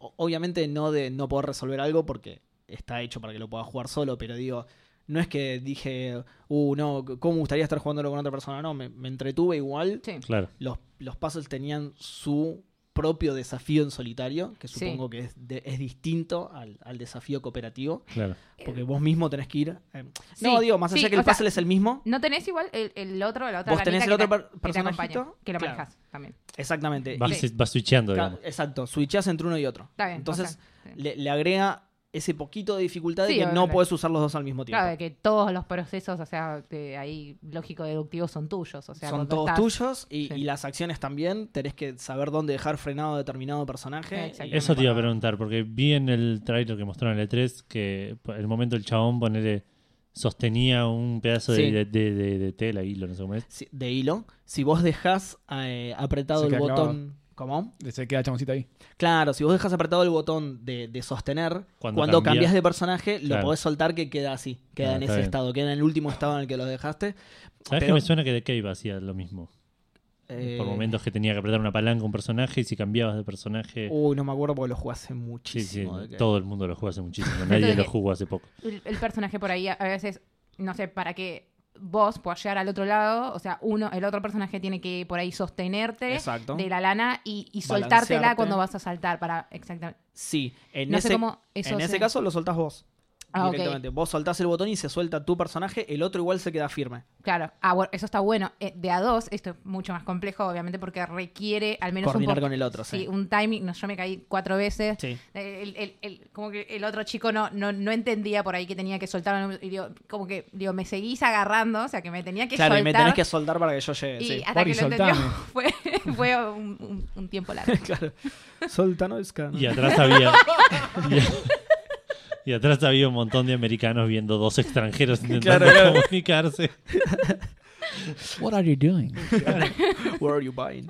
o- obviamente no de no poder resolver algo porque está hecho para que lo pueda jugar solo, pero digo, no es que dije, uh, no, c- ¿cómo me gustaría estar jugándolo con otra persona? No, me, me entretuve igual. Sí. Claro. Los, los puzzles tenían su propio desafío en solitario, que Sí. supongo que es, de- es distinto al, al desafío cooperativo, Claro. porque vos mismo tenés que ir... eh, Eh. Sí, no, digo, más allá sí, que el o sea, puzzle es el mismo, ¿No tenés igual el, el otro, la otra Vos tenés lanita el que otro te- per- que te acompaña, personajito, que lo claro. manejas también. exactamente. Vas, y- Sí. vas switcheando, ca- digamos. exacto, switchás entre uno y otro. Está bien. Entonces, o sea, sí. le, le agrega ese poquito de dificultad de Sí, que no obviamente. puedes usar los dos al mismo tiempo. Claro, de que todos los procesos, o sea, de ahí lógico-deductivos son tuyos. O sea, Son cuando todos estás- tuyos y, Sí. y las acciones también. Tenés que saber dónde dejar frenado a determinado personaje. Exacto. y- Eso te iba a preguntar, porque vi en el trailer que mostraron en el E3 que po- el momento el chabón ponele, sostenía un pedazo de- Sí. de, de- de- de tela, hilo, no sé cómo es. si- de hilo. Si vos dejás eh, apretado Se el queda botón. ¿Cómo? Se queda el chaboncito ahí. Claro, si vos dejas apretado el botón de, de sostener, Cuando cuando, cambia- cambias de personaje, lo Claro. podés soltar que queda así. Queda Ah, en está ese bien. estado, queda en el último estado en el que lo dejaste. ¿Sabes Pero- que me suena que The Cave hacía lo mismo? Eh, Por momentos que tenía que apretar una palanca a un personaje y si cambiabas de personaje. Uy, no me acuerdo porque lo jugué hace sí, sí, Uh, muchísimo. de que- todo el mundo lo jugó hace muchísimo. Nadie Entonces, lo jugó hace poco. el, el personaje por ahí a a veces, no sé, para que vos puedas llegar al otro lado, o sea, uno, el otro personaje tiene que por ahí sostenerte Exacto. ¿Eh? de la lana y, y Balancearte. soltártela cuando vas a saltar para exactamente. Sí, en No ese sé cómo eso en se- ese caso lo soltás vos. Ah, ok. directamente. Vos soltás el botón y se suelta tu personaje, el otro igual se queda firme. Claro, ah, bueno, eso está bueno. Eh, De a dos, esto es mucho más complejo, obviamente, porque requiere al menos Coordinar un po- con el otro, sí. un timing. No, yo me caí cuatro veces. Sí. El- el- el- como que el otro chico no, no, no entendía por ahí que tenía que soltar. Y digo, como que digo, me seguís agarrando, o sea, que me tenía que Claro, soltar. y me tenés que soltar para que yo llegue. Y sí. hasta que Boris, lo entendió soltame. fue, fue un, un- un tiempo largo. claro. Soltanos, Y atrás había. y- Y, atrás había un montón de americanos viendo dos extranjeros intentando Claro, claro. comunicarse. What are you doing? Where are you buying?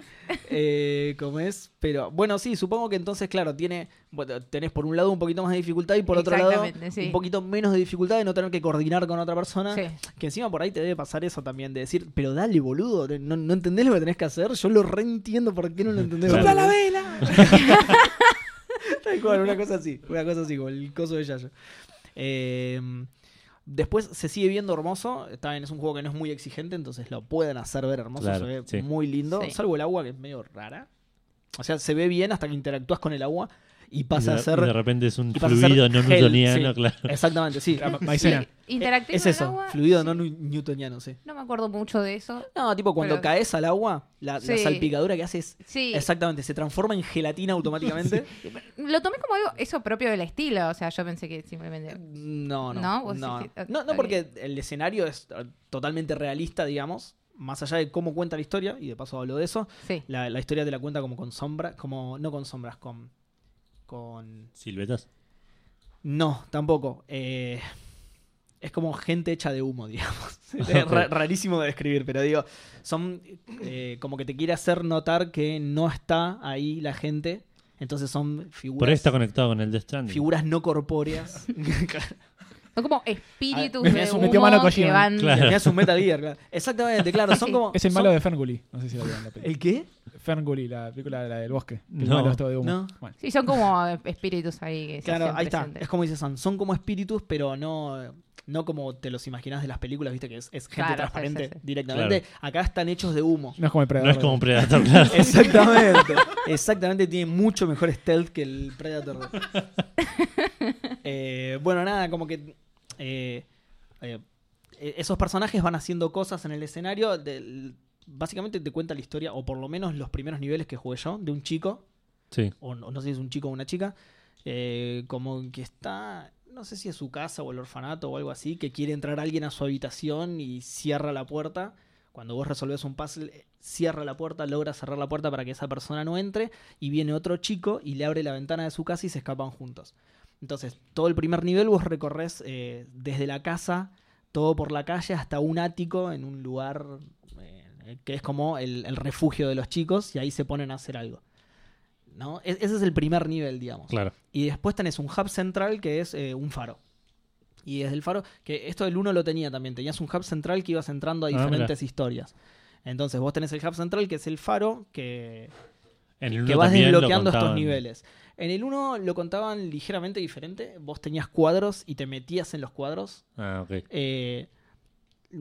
Eh, ¿Cómo es? Pero bueno, sí, supongo que entonces, claro, tiene bueno, tenés por un lado un poquito más de dificultad y por otro lado Exactamente, sí. un poquito menos de dificultad de no tener que coordinar con otra persona. Sí. Que encima por ahí te debe pasar eso también, de decir, pero dale, boludo, no, no entendés lo que tenés que hacer, yo lo reentiendo por qué no lo entendés. Claro. ¡Sopla boludo". la vela! Tal cual, una cosa así, una cosa así, como el coso de Yayo. Eh, Después se sigue viendo hermoso. Está bien, es un juego que no es muy exigente, entonces lo pueden hacer ver hermoso. Claro, se ve sí. muy lindo. Sí. Salvo el agua, que es medio rara. O sea, se ve bien hasta que interactúas con el agua y pasa y de, a ser. y de repente es un y pasa a ser fluido no gel, newtoniano, sí. claro. Exactamente, sí. Maicena. Interactivo es en el eso, agua, fluido sí. no nu- newtoniano, sí. No me acuerdo mucho de eso. No, tipo cuando Pero- caes al agua, la, la Sí. salpicadura que haces. Sí, Exactamente, se transforma en gelatina automáticamente. lo tomé como algo eso propio del estilo, o sea, yo pensé que simplemente... No, no. No, No, vos no. decís que- No, no, ok. porque el escenario es eh, totalmente realista, digamos. Más allá de cómo cuenta la historia, y de paso hablo de eso, Sí, la, la historia te la cuenta como con sombras, como no con sombras, con... con Silvetas. No, tampoco. Eh, es como gente hecha de humo, digamos. Es ra- Ok. rarísimo de describir, pero digo, son eh, como que te quiere hacer notar que no está ahí la gente. Entonces son Por ahí figuras, está conectado con el Death Stranding. figuras no corpóreas. Son como espíritus Ah, me- me de metió humo mano que Kojima. van... Claro. Mirá su Metal Gear, claro. Exactamente, claro. Son como. Es el son- malo de Ferngully. No sé si lo vieron la película. ¿El qué? Ferngully, la película la del bosque. que El No. malo es todo de humo. No. Bueno, Sí, son como espíritus ahí que se Claro, hacen ahí está. presentes. Es como dice San, son como espíritus, pero no, no como te los imaginas de las películas, viste que es, es gente Claro, sí, transparente sí, sí. directamente. Acá están hechos de humo. no es como el No predador. es como un Predator, claro. Exactamente. Exactamente, tiene mucho mejor stealth que el Predator. Eh, bueno, nada, como que. eh, eh, esos personajes van haciendo cosas en el escenario. del- básicamente te cuenta la historia, o por lo menos los primeros niveles que jugué yo, de un chico Sí. o no, no sé si es un chico o una chica, eh, como que está, no sé si es su casa o el orfanato o algo así, que quiere entrar alguien a su habitación y cierra la puerta. Cuando vos resolvés un puzzle, eh, cierra la puerta, logra cerrar la puerta para que esa persona no entre y viene otro chico y le abre la ventana de su casa y se escapan juntos. Entonces, todo el primer nivel vos recorres eh, desde la casa, todo por la calle, hasta un ático en un lugar eh, que es como el, el refugio de los chicos y ahí se ponen a hacer algo. ¿no? E- ese es el primer nivel, digamos. Claro. Y después tenés un hub central que es eh, un faro. Y desde el faro, que esto del 1 lo tenía también, tenías un hub central que ibas entrando a Ah, mirá. diferentes historias. Entonces vos tenés el hub central que es el faro que, En el que uno vas también lo desbloqueando estos contaban. niveles. En el 1 lo contaban ligeramente diferente, vos tenías cuadros y te metías en los cuadros. Ah, ok. Eh,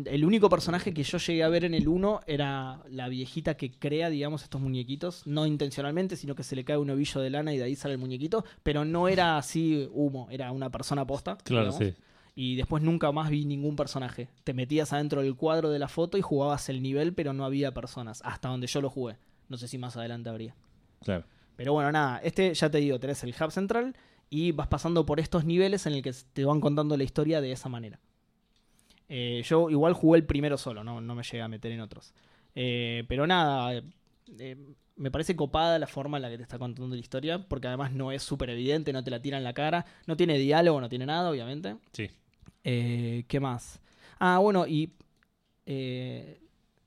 el único personaje que yo llegué a ver en el 1 era la viejita que crea, digamos, estos muñequitos. No intencionalmente, sino que se le cae un ovillo de lana y de ahí sale el muñequito. Pero no era así humo, era una persona posta. Claro, digamos. sí. Y después nunca más vi ningún personaje. Te metías adentro del cuadro de la foto y jugabas el nivel, pero no había personas. Hasta donde yo lo jugué. No sé si más adelante habría. Claro. Pero bueno, nada, este ya te digo, tenés el hub central y vas pasando por estos niveles en el que te van contando la historia de esa manera. Eh, yo igual jugué el primero solo, no, no me llegué a meter en otros. Eh, pero nada, eh, eh, me parece copada la forma en la que te está contando la historia, porque además no es súper evidente, no te la tira en la cara, no tiene diálogo, no tiene nada, obviamente. Sí. Eh, ¿Qué más? Ah, bueno, y eh,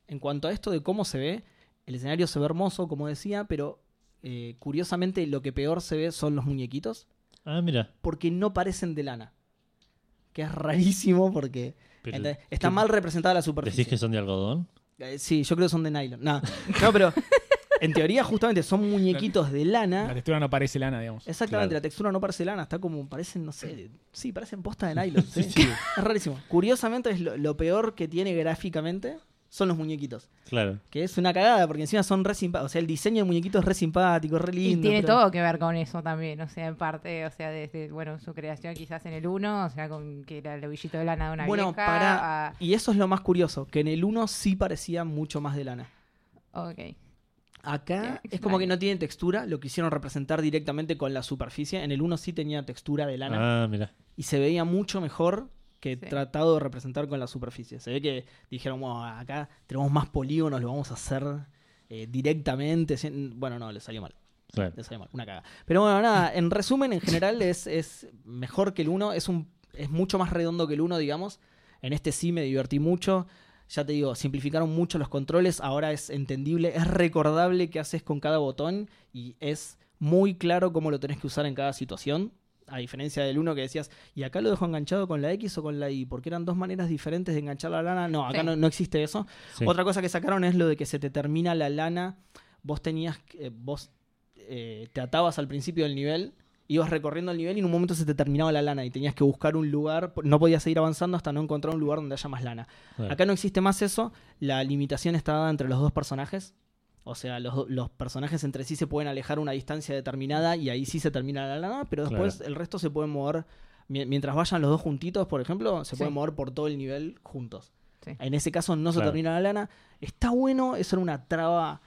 en cuanto a esto de cómo se ve, el escenario se ve hermoso, como decía, pero eh, curiosamente lo que peor se ve son los muñequitos, Ah, mira. porque no parecen de lana. Que es rarísimo porque Pero- ¿entendés? está ¿qué- mal representada la ¿Decís superficie. que son de algodón? Eh, sí, yo creo que son de nylon. No, no, pero en teoría justamente son muñequitos de La lana. textura no parece lana, digamos. Exactamente, Claro. la textura no parece lana, está como, parecen, no sé, de- sí, parecen posta de nylon. ¿sí? Es rarísimo. Curiosamente es lo, lo peor que tiene gráficamente son los muñequitos. Claro. Que es una cagada, porque encima son re simpáticos. O sea, el diseño del muñequito es re simpático, re Y lindo. tiene pero- todo que ver con eso también, o sea, en parte, o sea, desde, bueno, su creación quizás en el 1, o sea, con que era el ovillito de lana de una Bueno, vieja. ah. pará. a- Y eso es lo más curioso, que en el 1 sí parecía mucho más de lana. ah, ok. Acá Qué es como que extraño. no tiene textura, lo quisieron representar directamente con la superficie. En el 1 sí tenía textura de lana. Ah, mira. y se veía mucho mejor que Sí. tratado de representar con la superficie. Se ve que dijeron, bueno, acá tenemos más polígonos, lo vamos a hacer eh, directamente. sin-". Bueno, no, le salió mal, Claro. le salió mal, una caga. Pero bueno, nada, en resumen, en general es, es mejor que el 1, es, un, es mucho más redondo que el 1, digamos. En este sí me divertí mucho. Ya te digo, simplificaron mucho los controles, ahora es entendible, es recordable qué haces con cada botón y es muy claro cómo lo tenés que usar en cada situación. A diferencia del uno que decías, ¿y acá lo dejo enganchado con la X o con la Y? Porque eran dos maneras diferentes de enganchar la lana. No, acá Sí. no, no existe eso. Sí. Otra cosa que sacaron es lo de que se te termina la lana. Vos tenías, que- eh, vos eh, te atabas al principio del nivel, ibas recorriendo el nivel y en un momento se te terminaba la lana y tenías que buscar un lugar, no podías seguir avanzando hasta no encontrar un lugar donde haya más lana. Claro. Acá no existe más eso, la limitación está dada entre los dos personajes. O sea, los, do- los personajes entre sí se pueden alejar una distancia determinada y ahí sí se termina la lana, pero después el resto se pueden mover. mi- Mientras vayan los dos juntitos, por ejemplo, se Sí. pueden mover por todo el nivel juntos. Sí. En ese caso no se Claro. termina la lana. Está bueno, eso era una traba.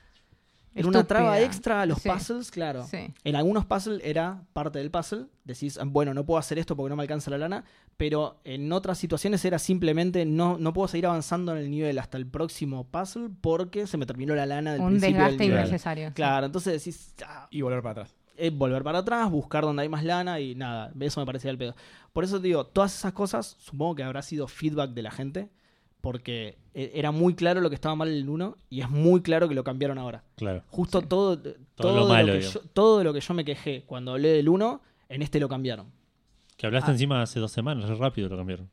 Era Estúpida. una traba extra a los Sí. puzzles, claro. Sí. En algunos puzzles era parte del puzzle. Decís, "Ah, bueno, no puedo hacer esto porque no me alcanza la lana. Pero en otras situaciones era simplemente no, no puedo seguir avanzando en el nivel hasta el próximo puzzle porque se me terminó la lana del Un principio del desgaste nivel. nivel. innecesario. sí. Claro, entonces decís, "Ah, Y volver para atrás. eh, volver para atrás, buscar donde hay más lana y nada, eso me parecía el pedo. Por eso te digo, todas esas cosas supongo que habrá sido feedback de la gente, porque eh, era muy claro lo que estaba mal en el 1 y es muy claro que lo cambiaron ahora. Claro. Justo todo, todo, lo de malo, que digamos. yo, todo de lo que yo me quejé cuando hablé del 1, en este lo cambiaron. Que hablaste Ah. encima hace dos semanas, re rápido lo cambiaron.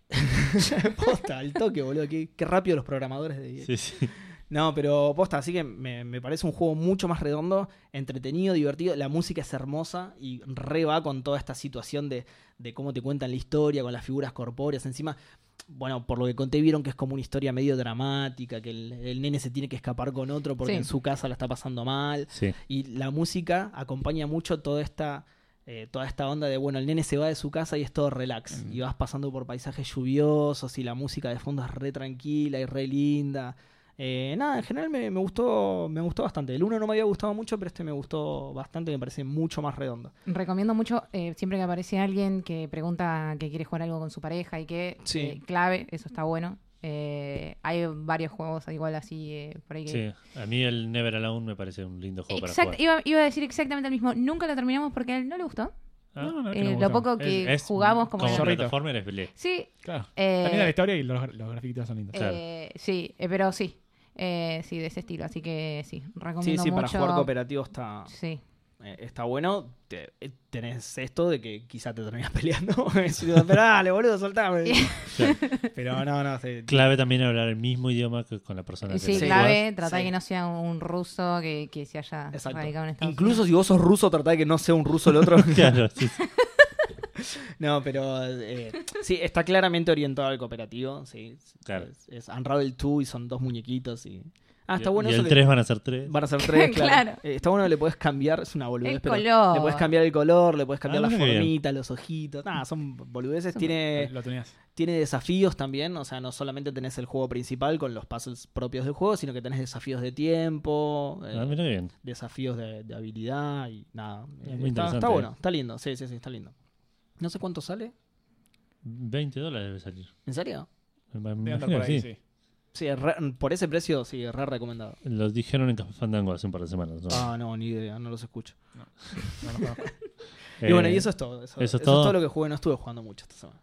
Posta, al toque, boludo, qué, qué rápido los programadores de Sí, sí. No, pero posta, así que me, me parece un juego mucho más redondo, entretenido, divertido. La música es hermosa y re va con toda esta situación de, de cómo te cuentan la historia, con las figuras corpóreas. Encima, bueno, por lo que conté, vieron que es como una historia medio dramática, que el, el nene se tiene que escapar con otro porque Sí. en su casa la está pasando mal. Sí. Y la música acompaña mucho toda esta, eh, toda esta onda de, bueno, el nene se va de su casa y es todo relax. Mm. Y vas pasando por paisajes lluviosos y la música de fondo es re tranquila y re linda. Eh, nada, en general me, me gustó me gustó bastante. El uno no me había gustado mucho, pero este me gustó bastante, me parece mucho más redondo. Recomiendo mucho, eh, siempre que aparece alguien que pregunta que quiere jugar algo con su pareja y que Sí. eh, clave, eso está bueno. Eh, hay varios juegos igual así eh, por ahí que... Sí. A mí el Never Alone me parece un lindo juego para Exact- jugar. iba, iba a decir exactamente lo mismo. Nunca lo terminamos porque a él no le gustó. Ah, No, no, es que eh, no me lo gusta. poco que jugamos como... como Zorrito. plataformer es belé. Sí, Claro. eh, Está linda la historia y los, los grafiquitos son lindos. Claro. eh, sí, eh, pero sí. Eh, sí, de ese estilo. Así que sí, Sí, recomiendo sí, para mucho. jugar cooperativo está, Sí. eh, está bueno. Te- eh, tenés esto de que quizá te terminas peleando. Es tipo, pero dale, boludo, soltame. pero no, no, sí. Clave también hablar el mismo idioma que con la persona que Sí, lo Sí. clave, jugás. trata Sí. que no sea un ruso que, que se haya Exacto. radicado en Estados Incluso si vos sos ruso, tratá de que no sea un ruso el otro. Claro, sí, sí. No, pero eh, sí, está claramente orientado al cooperativo. Sí, Claro. es, es Unravel 2 y son dos muñequitos. Y... Ah, está Y- bueno y eso. el que- 3 van a ser 3. Van a ser tres, claro. Claro. Eh, está bueno que le puedes cambiar, es una boludez, El pero color. le puedes cambiar el color, le puedes cambiar Ah, la mira qué bien. formita, los ojitos. Nada, son boludeces. eh, Tiene, Lo tenías. tiene desafíos también, o sea, no solamente tenés el juego principal con los puzzles propios del juego, sino que tenés desafíos de tiempo, eh, Ah, mira qué bien. desafíos de, de habilidad y nada. Es Eh, muy está, interesante, está eh. bueno, está lindo, sí, sí, sí, está lindo. No sé cuánto sale, 20 dólares debe salir. ¿en serio? Me- me Debe andar imagino por que ahí, sí. sí. Sí, re- por ese precio, sí, re recomendado. Lo dijeron en Café Fandango hace un par de semanas. ¿no? Ah, no, ni idea, no los escucho. No lo conozco. y bueno, Eh, y eso es todo. Eso, ¿eso es eso es todo? todo lo que jugué, no estuve jugando mucho esta semana.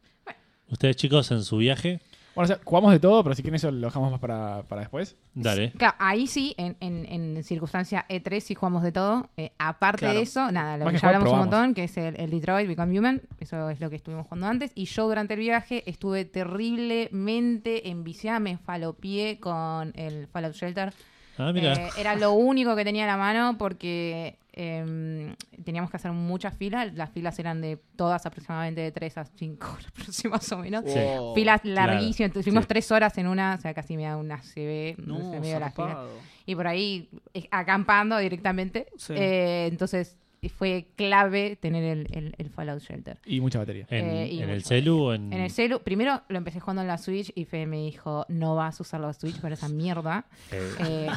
Ustedes, chicos, en su viaje, Bueno, o sea, jugamos de todo, pero si quieren eso lo dejamos más para, para después. dale. Claro, ahí sí, en, en, en circunstancia E3 sí jugamos de todo. Eh, aparte Claro. de eso, nada, lo Más que que ya jugar, hablamos un probamos. montón, que es el, el Detroit Become Human, eso es lo que estuvimos jugando antes. Y yo durante el viaje estuve terriblemente enviciada, me falopié con el Fallout Shelter. Ah, mira. Eh, era lo único que tenía a la mano porque em, teníamos que hacer muchas filas. Las filas eran de todas aproximadamente de 3 a 5 horas pero más o menos. Sí. Wow. Filas larguísimas, Claro, estuvimos sí. tres horas en una, o sea, casi me da una CB, no, sé, No, medio la fila zarpado. y por ahí eh, acampando directamente. Sí. Eh, entonces fue clave tener el, el- el Fallout Shelter. Y mucha batería. ¿En, eh, y en el mucho. celu o en...? En el celu, primero lo empecé jugando en la Switch y Fe me dijo, no vas a usar la Switch para esa mierda. Eh, Eh,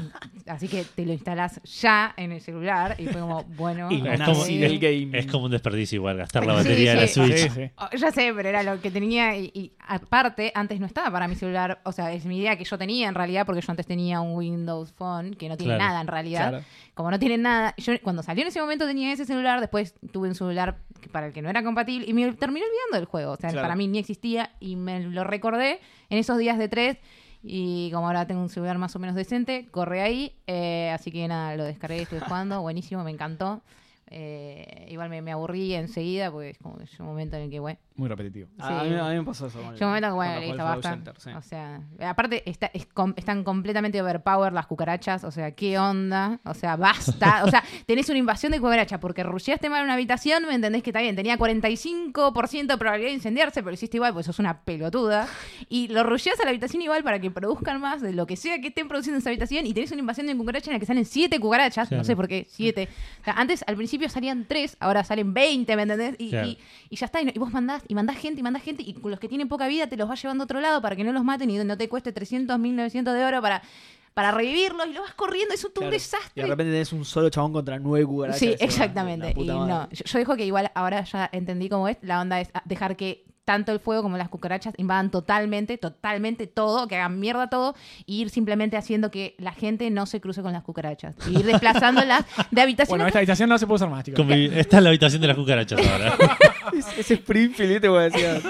así que te lo instalás ya en el celular. Y fue como, bueno, Y ok. es, como, nazi del game. es como un desperdicio igual, gastar la Sí, batería de la sí. Switch. Sí, sí. Oh, Ya sé, pero era lo que tenía y, y aparte antes no estaba para mi celular, o sea, es mi idea que yo tenía en realidad porque yo antes tenía un Windows Phone que no tiene Claro. nada en realidad. Claro. Como no tiene nada, yo cuando salió en ese momento tenía ese celular, después tuve un celular que- para el que no era compatible y me terminé olvidando del juego, o sea, Claro. para mí ni existía y me lo recordé en esos días de tres y como ahora tengo un celular más o menos decente, corre ahí, eh, así que nada, lo descargué, estuve jugando, buenísimo, me encantó. Eh, igual me, me aburrí enseguida porque es como que es un momento en el que, bueno, Muy repetitivo. Ah, a, sí. mí, a mí me pasó eso. con el- yo me meto que, bueno, cuando jugué listo, al Fallout basta. Shelter, sí. O sea, aparte está, es com- están completamente overpowered las cucarachas. O sea, ¿qué onda? O sea, basta. O sea, tenés una invasión de cucaracha porque rusheaste mal en una habitación, ¿me entendés que está bien? Tenía 45% de probabilidad de incendiarse, pero lo hiciste igual porque sos una pelotuda. Y lo rusheas a la habitación igual para que produzcan más de lo que sea que estén produciendo en esa habitación y tenés una invasión de cucaracha en la que salen siete cucarachas. Claro. No sé por qué, siete. O sea, antes, al principio salían tres, ahora salen 20, ¿me entendés? Y- Claro. y y ya está, y, no- y vos mandás, y mandás gente, y mandás gente, y con los que tienen poca vida te los vas llevando a otro lado para que no los maten y no te cueste 300, 1900 de oro para, para revivirlos, y lo vas corriendo, es un, todo un Claro. Y desastre. de repente tenés un solo chabón contra nueve cucarachas. Sí, decís, "Ah, la exactamente. puta Y madre". no, yo, yo digo que igual ahora ya entendí cómo es, la onda es ah, dejar que tanto el fuego como las cucarachas invadan totalmente, totalmente todo, que hagan mierda todo, y ir simplemente haciendo que la gente no se cruce con las cucarachas. Y ir desplazándolas de habitación Bueno, a esta habitación no se puede usar más, chicos. Con mi- esta es la habitación de las cucarachas ahora. Es, es Springfield, ¿viste? Como decía.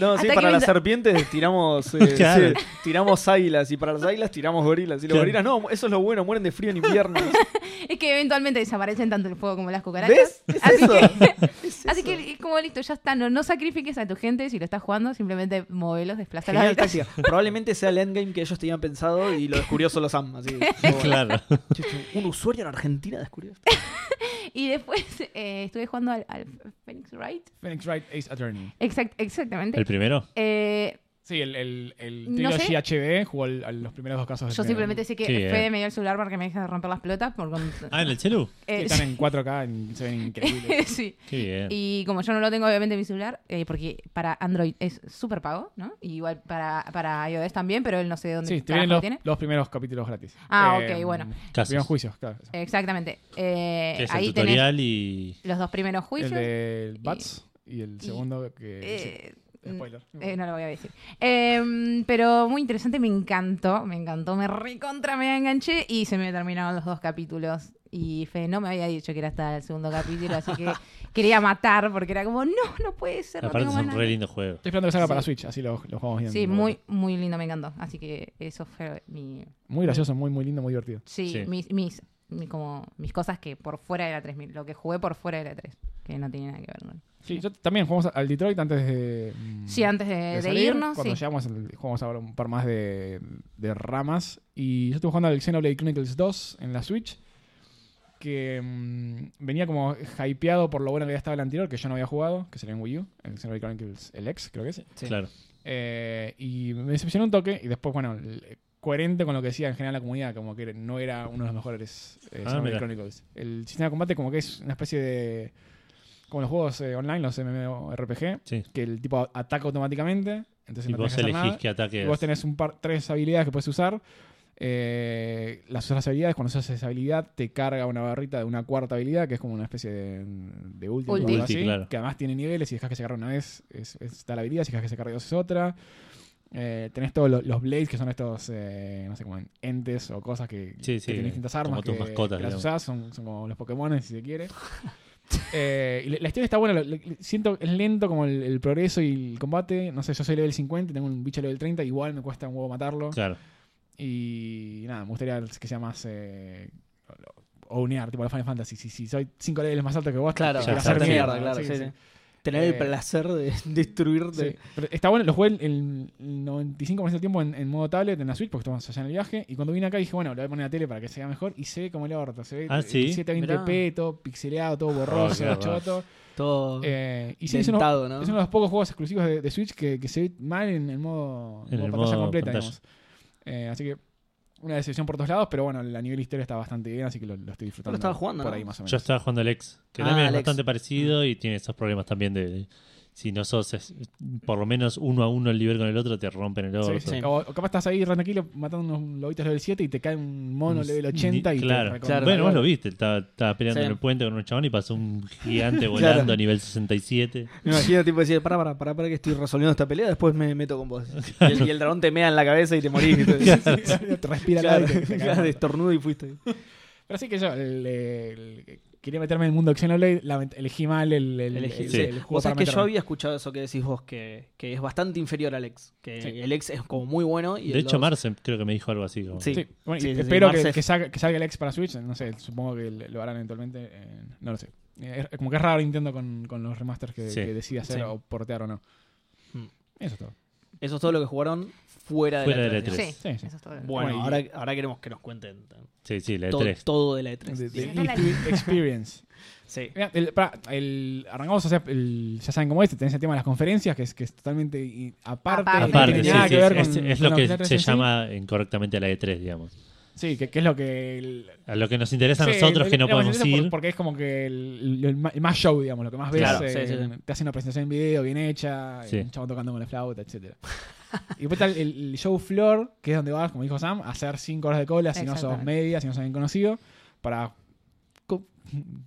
No, sí, Hasta para las que venga- serpientes tiramos, eh, Claro. sí, tiramos águilas y para las águilas tiramos gorilas. Y los Claro. gorilas, no, eso es lo bueno, mueren de frío en invierno. Es que eventualmente desaparecen tanto el fuego como las cucarachas. ¿Ves? Es Así eso. que- Es Así eso. que es como listo, ya está. No, no sacrifiques a tu gente si lo estás jugando, simplemente movelos, desplazalos. Genial táctica. Probablemente sea el endgame que ellos tenían pensado y lo descubrió solo Sam. Así, como- claro. Che, che, Un usuario en Argentina descubrió esto. Y después eh, estuve jugando al, al Phoenix Wright. Phoenix Wright Ace Attorney. Exact- exactamente. El primero. Eh, Sí, el, el, el No Trilogy sé. HD jugó al- a los primeros dos casos. de yo Fede. simplemente sé que Sí, eh. Fede me dio el celular para que me deje de romper las pelotas. Por, con- Ah, en el celu. Sí, eh, Están en 4K y se ven increíbles. sí. Qué bien. Y como yo no lo tengo obviamente en mi celular, eh, porque para Android es súper pago, ¿no? Y igual para, para iOS también, pero él no sé dónde Sí, te carajo vienen lo los, tiene. los primeros capítulos gratis. Eh, Ah, ok, bueno. Casos. Primeros juicios, claro. eso. Exactamente. Eh, Que es el ahí tenés tutorial y. los dos primeros El juicios. de Bats y el y- segundo que... Eh, sí, Spoiler. Eh, no lo voy a decir. Em, pero muy interesante, me encantó, me encantó, me recontra, me enganché y se me terminaron los dos capítulos. Y Fede no me había dicho que era hasta el segundo capítulo, así que quería matar porque era como, no, no puede ser. no Aparte tengo es más un nada". re lindo juego. Estoy esperando que salga Sí. para Switch, así los, los jugamos bien. Sí, muy, muy lindo, me encantó. Así que eso fue mi, Muy gracioso, muy, muy lindo, muy divertido. sí, Sí. Mis, mis, mi- como, mis cosas que por fuera de la 3, lo que jugué por fuera de la 3, que no tiene nada que ver con... Sí, yo también jugamos al Detroit antes de. mm, Sí, antes de, de salir. irnos, Cuando sí. llegamos, al- jugamos ahora un par más de, de ramas. Y yo estuve jugando al Xenoblade Chronicles 2 en la Switch. Que mm, venía como hypeado por lo bueno que había estado el anterior, que yo no había jugado, que sería en Wii U, el Xenoblade Chronicles, el X, creo que es. Claro. Eh, y me decepcionó un toque. Y después, bueno, el- eh, coherente con lo que decía en general la comunidad, como que no era uno de los mejores eh, Ah, Xenoblade mira. Chronicles. El sistema de combate, como que es una especie de. Como los juegos eh, online, los MMORPG, Sí. que el tipo ataca automáticamente. Entonces Y no vos tenés que hacer elegís nada. qué ataque Y vos tenés un par, tres habilidades que puedes usar. Eh, las otras habilidades, cuando usas esa habilidad, te carga una barrita de una cuarta habilidad, que es como una especie de, de ulti, o Ulti. Ulti, algo así, claro. que además tiene niveles. Si dejas que se cargue una vez, es, es tal habilidad. Si dejas que se cargue dos, es otra. Eh, tenés todos lo- los blades, que son estos, eh, no sé, como entes o cosas que, Sí, que sí, tienen distintas como armas tus que, mascotas, que las digamos. usás, son, son como los Pokémon, si se quiere. Eh, y la, la historia está buena, lo- lo- siento es lento como el, el progreso y el combate. No sé, yo soy level 50 y tengo un bicho level 30, igual me cuesta un huevo matarlo. Claro. Y nada, me gustaría que sea más. Eh, ownear, tipo la Final Fantasy. Si, si soy 5 levels más alto que vos, Claro, Ya te quiero está. hacer Sí, mierda, mierda. claro. Sí, sí, sí. sí. Tener el Eh, placer de destruirte. Sí, pero está bueno, lo jugué el, el 95% del tiempo en, en modo tablet en la Switch porque estábamos allá en el viaje. Y cuando vine acá dije, bueno, lo voy a poner en la tele para que se vea mejor. Y se ve como el orto, se ve Ah, eh, sí. Oh, 720p, todo pixeleado, todo borroso, qué horror. choto. Todo Eh, y sí, es uno, sentado, ¿no? es uno de los pocos juegos exclusivos de, de Switch que, que se ve mal en el modo, En modo el pantalla modo completa, pantalla. digamos. Eh, así que una decepción por todos lados, pero bueno, a nivel historia está bastante bien, así que lo, lo estoy disfrutando. estabas jugando, por ¿no? ahí más o menos. Yo estaba jugando al X, que Ah, también es al X. bastante parecido y tiene esos problemas también de. de- si no sos es- por lo menos uno a uno el nivel con el otro, te rompen el otro. Sí, sí. O, o capaz estás ahí re tranquilo matando unos lobitos level 7 y te cae un mono level 80 y te claro. recontra- Claro. Bueno, vos lo viste, estaba, estaba peleando Sí. en el puente con un chabón y pasó un gigante volando Claro. a nivel 67. Me imagino tipo decir, para, para, para, para que estoy resolviendo esta pelea, después me meto con vos. Y el, y el dragón te mea en la cabeza y te morís. ¿viste? te respira el Claro, aire, te cae claro, muerto. estornudo y fuiste. Pero así que yo el, el- quería meterme en el mundo de Xenoblade, lament- elegí mal el, el, Elegí- el- Sí. el juego O sea, para es que yo meterme. había escuchado eso que decís vos, que, que es bastante inferior al ex. Que Sí. el ex es como muy bueno. Y de el hecho, dos- Marce creo que me dijo algo así. como- Sí. Sí, bueno, y Sí, sí, sí, espero que- Marcef. que, salga, que salga el X para Switch. No sé, supongo que lo harán eventualmente. eh, no lo sé. Eh, es- como que es raro Nintendo con, con los remasters que, Sí. que decide hacer Sí. o portear o no. Mm. Eso es todo. Eso es todo lo que jugaron fuera de Fuera la de la E E3. E3. Sí, Sí, sí. eso es todo. Bueno, Bueno, y- ahora, ahora queremos que nos cuenten sí, sí, la E to- E3. todo de la E3. De- de Sí, era la- Expe- Experience. Sí. Mira, el, pará, el- arrancamos, o sea, el- ya saben cómo es, tenés el tema de las conferencias, que es, que es totalmente i- aparte. Aparte. no Aparte, tiene sí, nada sí, que ver es, con- es con lo los E que trailers se en sí. llama incorrectamente la E3, digamos. Sí, que, que es lo que... el- A lo que nos interesa a sí, nosotros el- que no el- podemos por- ir. Porque es como que el, el ma- el más show, digamos, lo que más ves. Claro, eh, sí, sí, sí. Te hacen una presentación en video bien hecha, Sí. un chabón tocando con la flauta, etcétera Y después está el, el show floor, que es donde vas, como dijo Sam, a hacer 5 horas de cola si no sos Exactamente. media, si no sos bien conocido, para co-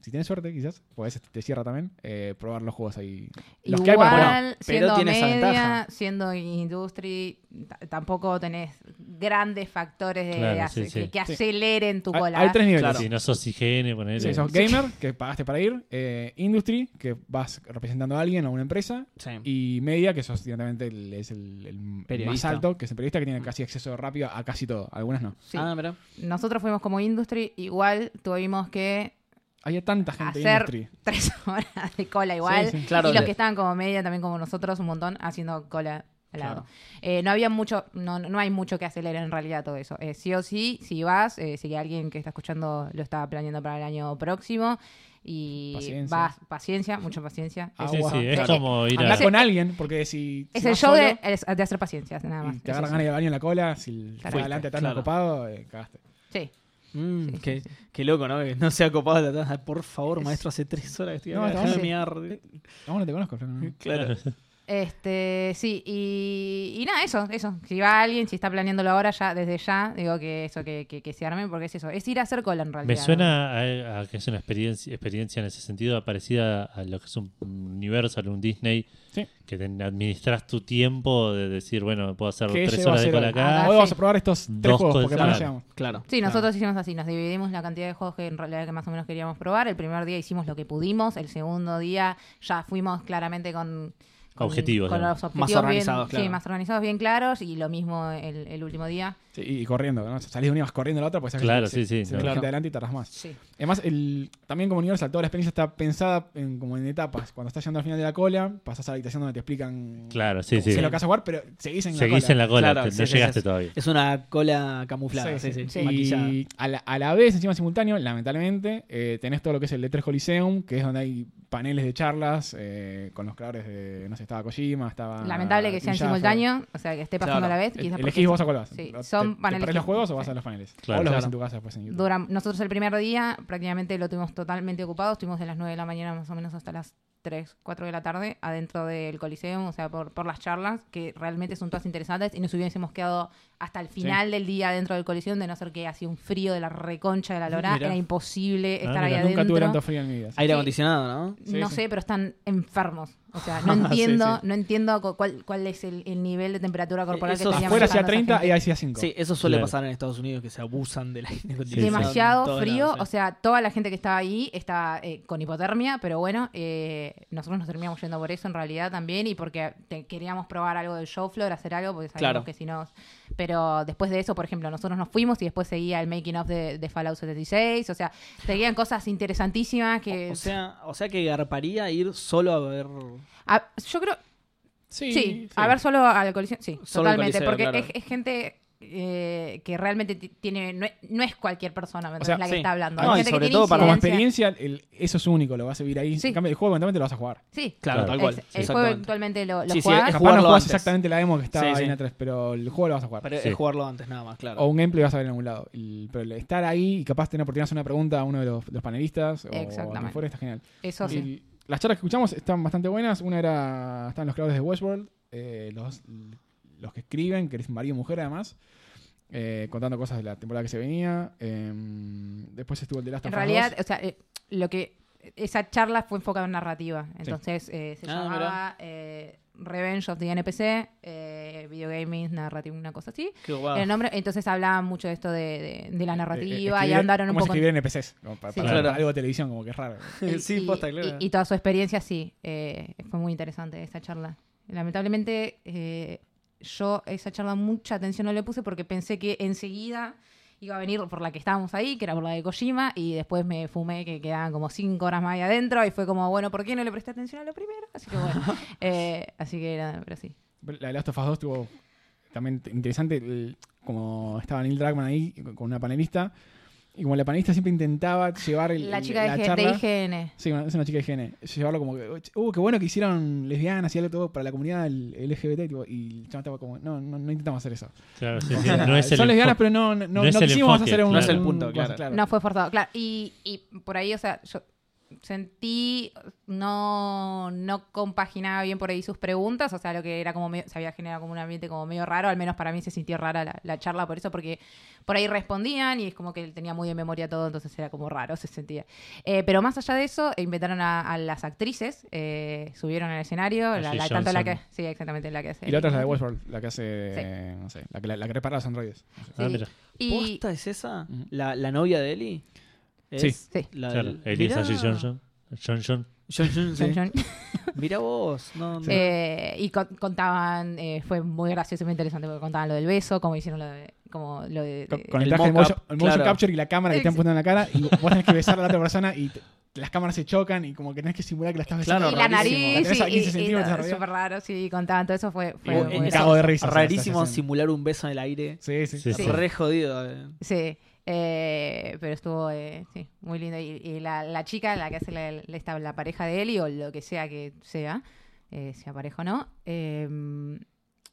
si tienes suerte, quizás, pues te cierra también, eh, probar los juegos ahí. Los que hay para probar. Igual, pero siendo tiene esa media, ventaja. siendo industria, t- tampoco tenés grandes factores de Claro, ace- sí, sí. que- que Sí. aceleren tu Hay- cola. Hay, tres niveles. Claro. Si no sos IGN, ponele. Sí, sos gamer, que pagaste para ir, eh, industry, que vas representando a alguien o una empresa, Sí. y media, que sos directamente el, es el, el más Periodista. alto, que es el periodista que tiene Mm. casi acceso rápido a casi todo, algunas no. Sí. Ah, mira. Nosotros fuimos como industry, igual tuvimos que Había tanta gente de hacer industry. tres horas de cola igual. Sí, sí. Claro, y los de- que estaban como media, también como nosotros, un montón, haciendo cola al lado. Claro. Eh, no había mucho, no, no hay mucho que acelerar en realidad todo eso. Eh, sí o sí, si vas, eh, si alguien que está escuchando lo está planeando para el año próximo y Paciencia. vas, paciencia, mucha paciencia. Ah, Eso Sí, Agua. sí, es Creo como ir a. Andá con alguien, porque si. Es si el vas show solo de, Ah, es- de hacer paciencias, nada y más. te Es agarran eso. ganas de ir al baño en la cola, si Claro. fue adelante tan Claro. ocupado, eh, cagaste. Sí. Mm, Sí, qué, sí, qué loco, ¿no? Que no sea copado de atrás. Ay, Por favor, maestro, hace tres horas que estoy No, acá. está dejame bien. mear. No, no te conozco, Fran, no. Claro. Este, sí, y, y nada, eso, eso. Si va alguien, si está planeándolo ahora, ya desde ya, digo que eso, que, que, que se armen, porque es eso. Es ir a hacer cola en realidad. Me ¿no? suena a, a que es una experiencia, experiencia en ese sentido parecida a lo que es un Universal, un Disney, Sí. que te administras tu tiempo de decir, bueno, puedo hacer Que ese tres va a horas de ser cola el- acá. Ah, Hoy sí. vamos a probar estos tres Dos juegos, cosas. porque más Claro. llegamos. Claro. Sí, nosotros hicimos así, nos dividimos la cantidad de juegos que en realidad que más o menos queríamos probar. El primer día hicimos lo que pudimos, el segundo día ya fuimos claramente con, con- Objetivos, con digamos. los objetivos Más organizados, bien, claro. sí, más organizados, bien claros, y lo mismo el, el último día. Sí, y y corriendo, ¿no? Salís de una y vas corriendo a la otra, pues Claro, sí, sí, Se no. claro. Claro. adelante y tardás más. Sí. Además, el, también como Universal, toda la experiencia está pensada en, como en etapas. Cuando estás llegando al final de la cola, pasás a la habitación donde te explican Claro, sí, cómo sí. se lo que vas a jugar, pero seguís en la Seguís cola. en la cola, Claro, te- sí, no sí, llegaste sí. todavía. Es una cola camuflada, sí, sí, Sí, sí. maquillada. Y a la, a la vez, encima simultáneo, lamentablemente, eh, tenés todo lo que es el E3 Coliseum, que es donde hay paneles de charlas eh, con los creadores de, no sé, estaba Kojima, estaba... Lamentable que sea en Miyazaki. simultáneo, o sea, que esté pasando Claro. a la vez. Eh, Quizás porque Elegís vos a cuál vas. Sí, ¿Te- son te, paneles parás que- los juegos o vas sí. a los paneles? Claro. o los ves Claro. en tu casa después en YouTube. Dura- nosotros el primer día prácticamente lo tuvimos totalmente ocupado, estuvimos de las 9 de la mañana más o menos hasta las 3, 4 de la tarde adentro del Coliseum, o sea, por, por las charlas, que realmente son todas interesantes y nos hubiésemos quedado hasta el final del día dentro del Coliseum, de no ser que hacía un frío de la reconcha de la lora, Mirá. era imposible estar ahí mirá. adentro. Ah, Nunca tuve tanto frío en mi vida. Aire Sí. acondicionado, ¿no? Sí, no sí. sé, pero están enfermos. O sea, no Sí, entiendo, sí. Eh, no entiendo cu- cuál, cuál es el, el nivel de temperatura corporal Eso que teníamos. Afuera hacía cuando esa 30 gente- y ahí hacía 5. Sí, eso suele Claro. pasar en Estados Unidos, que se abusan del aire acondicionado. en demasiado todos frío, lados, sí. o sea, toda la gente que estaba ahí estaba eh, con hipotermia, pero bueno, eh, nosotros nos terminamos yendo por eso en realidad también y porque te- queríamos probar algo del show floor, hacer algo, porque sabíamos Claro. que si no... Pero después de eso, por ejemplo, nosotros nos fuimos y después seguía el making of de, de Fallout 76, o sea, seguían cosas interesantísimas que... O, o sea, o sea que garparía ir solo a ver. Ah, yo creo, sí, Sí, a ver solo a la colisión, sí, Solo al totalmente, Coliseo, porque claro. es, es gente eh, que realmente ti- tiene, no es, no es cualquier persona, ¿me O sea, entendés? la que sí. está hablando. No, Hay y gente que sobre tiene todo para- Como incidencia. experiencia, el- eso es único, lo vas a vivir ahí. Sí. En cambio, el juego eventualmente lo vas a jugar. Sí, Claro, tal tal cual. Es- el juego actualmente lo, lo Sí, sí, jugás. Es Capaz no jugarlo jugás antes. exactamente la demo que está Sí, ahí sí. en atrás, pero el juego lo vas a jugar. Pero Sí. es jugarlo antes, nada más, claro. O un gameplay vas a ver en algún lado. El- pero el estar ahí y capaz tener oportunidad de hacer una pregunta a uno de los, los panelistas o a quien Exactamente. fuera, está genial. Eso sí. Y las charlas que escuchamos están bastante buenas. Una era. Estaban los creadores de Westworld, eh, los, los que escriben, que es marido y mujer además, eh, contando cosas de la temporada que se venía. Eh, después estuvo el de Last En of Us realidad, 2. o sea, eh, lo que esa charla fue enfocada en narrativa. Entonces eh, se Ah, llamaba mirá. eh, Revenge of the NPC, eh, Video Gaming, Narrative, una cosa así. Qué guapo. Era el nombre, entonces hablaban mucho de esto de, de- de la Eh, eh, narrativa y escribir- andaron un cómo es poco. en- escribir NPCs, como para, Sí. para- Claro. para algo de televisión, como que es raro. y- sí, Eh, y- posta, claro. y- y toda su experiencia, sí. eh, fue muy interesante esa charla. Lamentablemente, eh, yo a esa charla mucha atención no le puse porque pensé que enseguida iba a venir por la que estábamos ahí, que era por la de Kojima, y después me fumé que quedaban como cinco horas más ahí adentro, y fue como, bueno, ¿por qué no le presté atención a lo primero? Así que bueno, eh, así que nada, pero sí. La de Last of Us 2 estuvo también t- interesante, el- como estaba Neil Druckmann ahí con una panelista, y como la panelista siempre intentaba llevar el- La el- chica de, G- charla. de IGN. Sí, una- es una chica de GN. Llevarlo como que, uh, qué bueno que hicieron lesbianas y algo todo para la comunidad L- LGBT. tipo, y el chaval estaba como, no, no, no intentamos hacer eso. Claro, sí, sí, no es el Son lesbianas, enfo- pero no, no, no, no es no el quisimos enfoque, hacer un. claro. No es el un- punto, un- claro. No fue forzado, claro. Y, y por ahí, o sea, yo sentí no, no compaginaba bien por ahí sus preguntas, o sea, lo que era como medio- se había generado como un ambiente como medio raro, al menos para mí se sintió rara la, la charla por eso, porque por ahí respondían y es como que él tenía muy en memoria todo, entonces era como raro, se sentía. Eh, pero más allá de eso, invitaron a, a las actrices, eh, subieron al escenario, la, Ashley la- tanto la que... Johnson. Sí, exactamente, la que hace. Y la otra es la de Westworld, la que hace, no sé, la que, la, la que repara los androides. No sé. Ah, Sí. mira. Y- ¿Posta es esa? Ujú. ¿La, la novia de Ellie? ¿Es Sí. Sí. La Claro, del- Elisa Mirá. G. Johnson. Johnson. John John, sí. Johnson. Mirá vos. No, no. Eh, y con- contaban, eh, fue muy gracioso y muy interesante porque contaban lo del beso, como hicieron lo de. Como lo de, Con, de- con el, Eh, el traje de mocap, motion, el motion claro. capture y la cámara que te han Ex- puesto en la cara y vos tenés que besar a la otra persona y te- las cámaras se chocan y como que tenés que simular que la estás besando. Claro, y la rarísimo. La nariz, tenés y, a 15 y- y centímetros todo, arriba. súper raro, sí, contaban todo eso, fue, fue Y Un- un muy un Eh, bueno. cago de risa, Rarísimo sí, sí, sí. simular un beso en el aire. Sí, sí. Sí, sí. Re jodido. eh. Sí, eh, pero estuvo eh, sí, muy lindo. Y, y la, la chica, la que hace la, la- esta- la pareja de Eli o lo que sea que sea, eh, sea pareja o no, eh,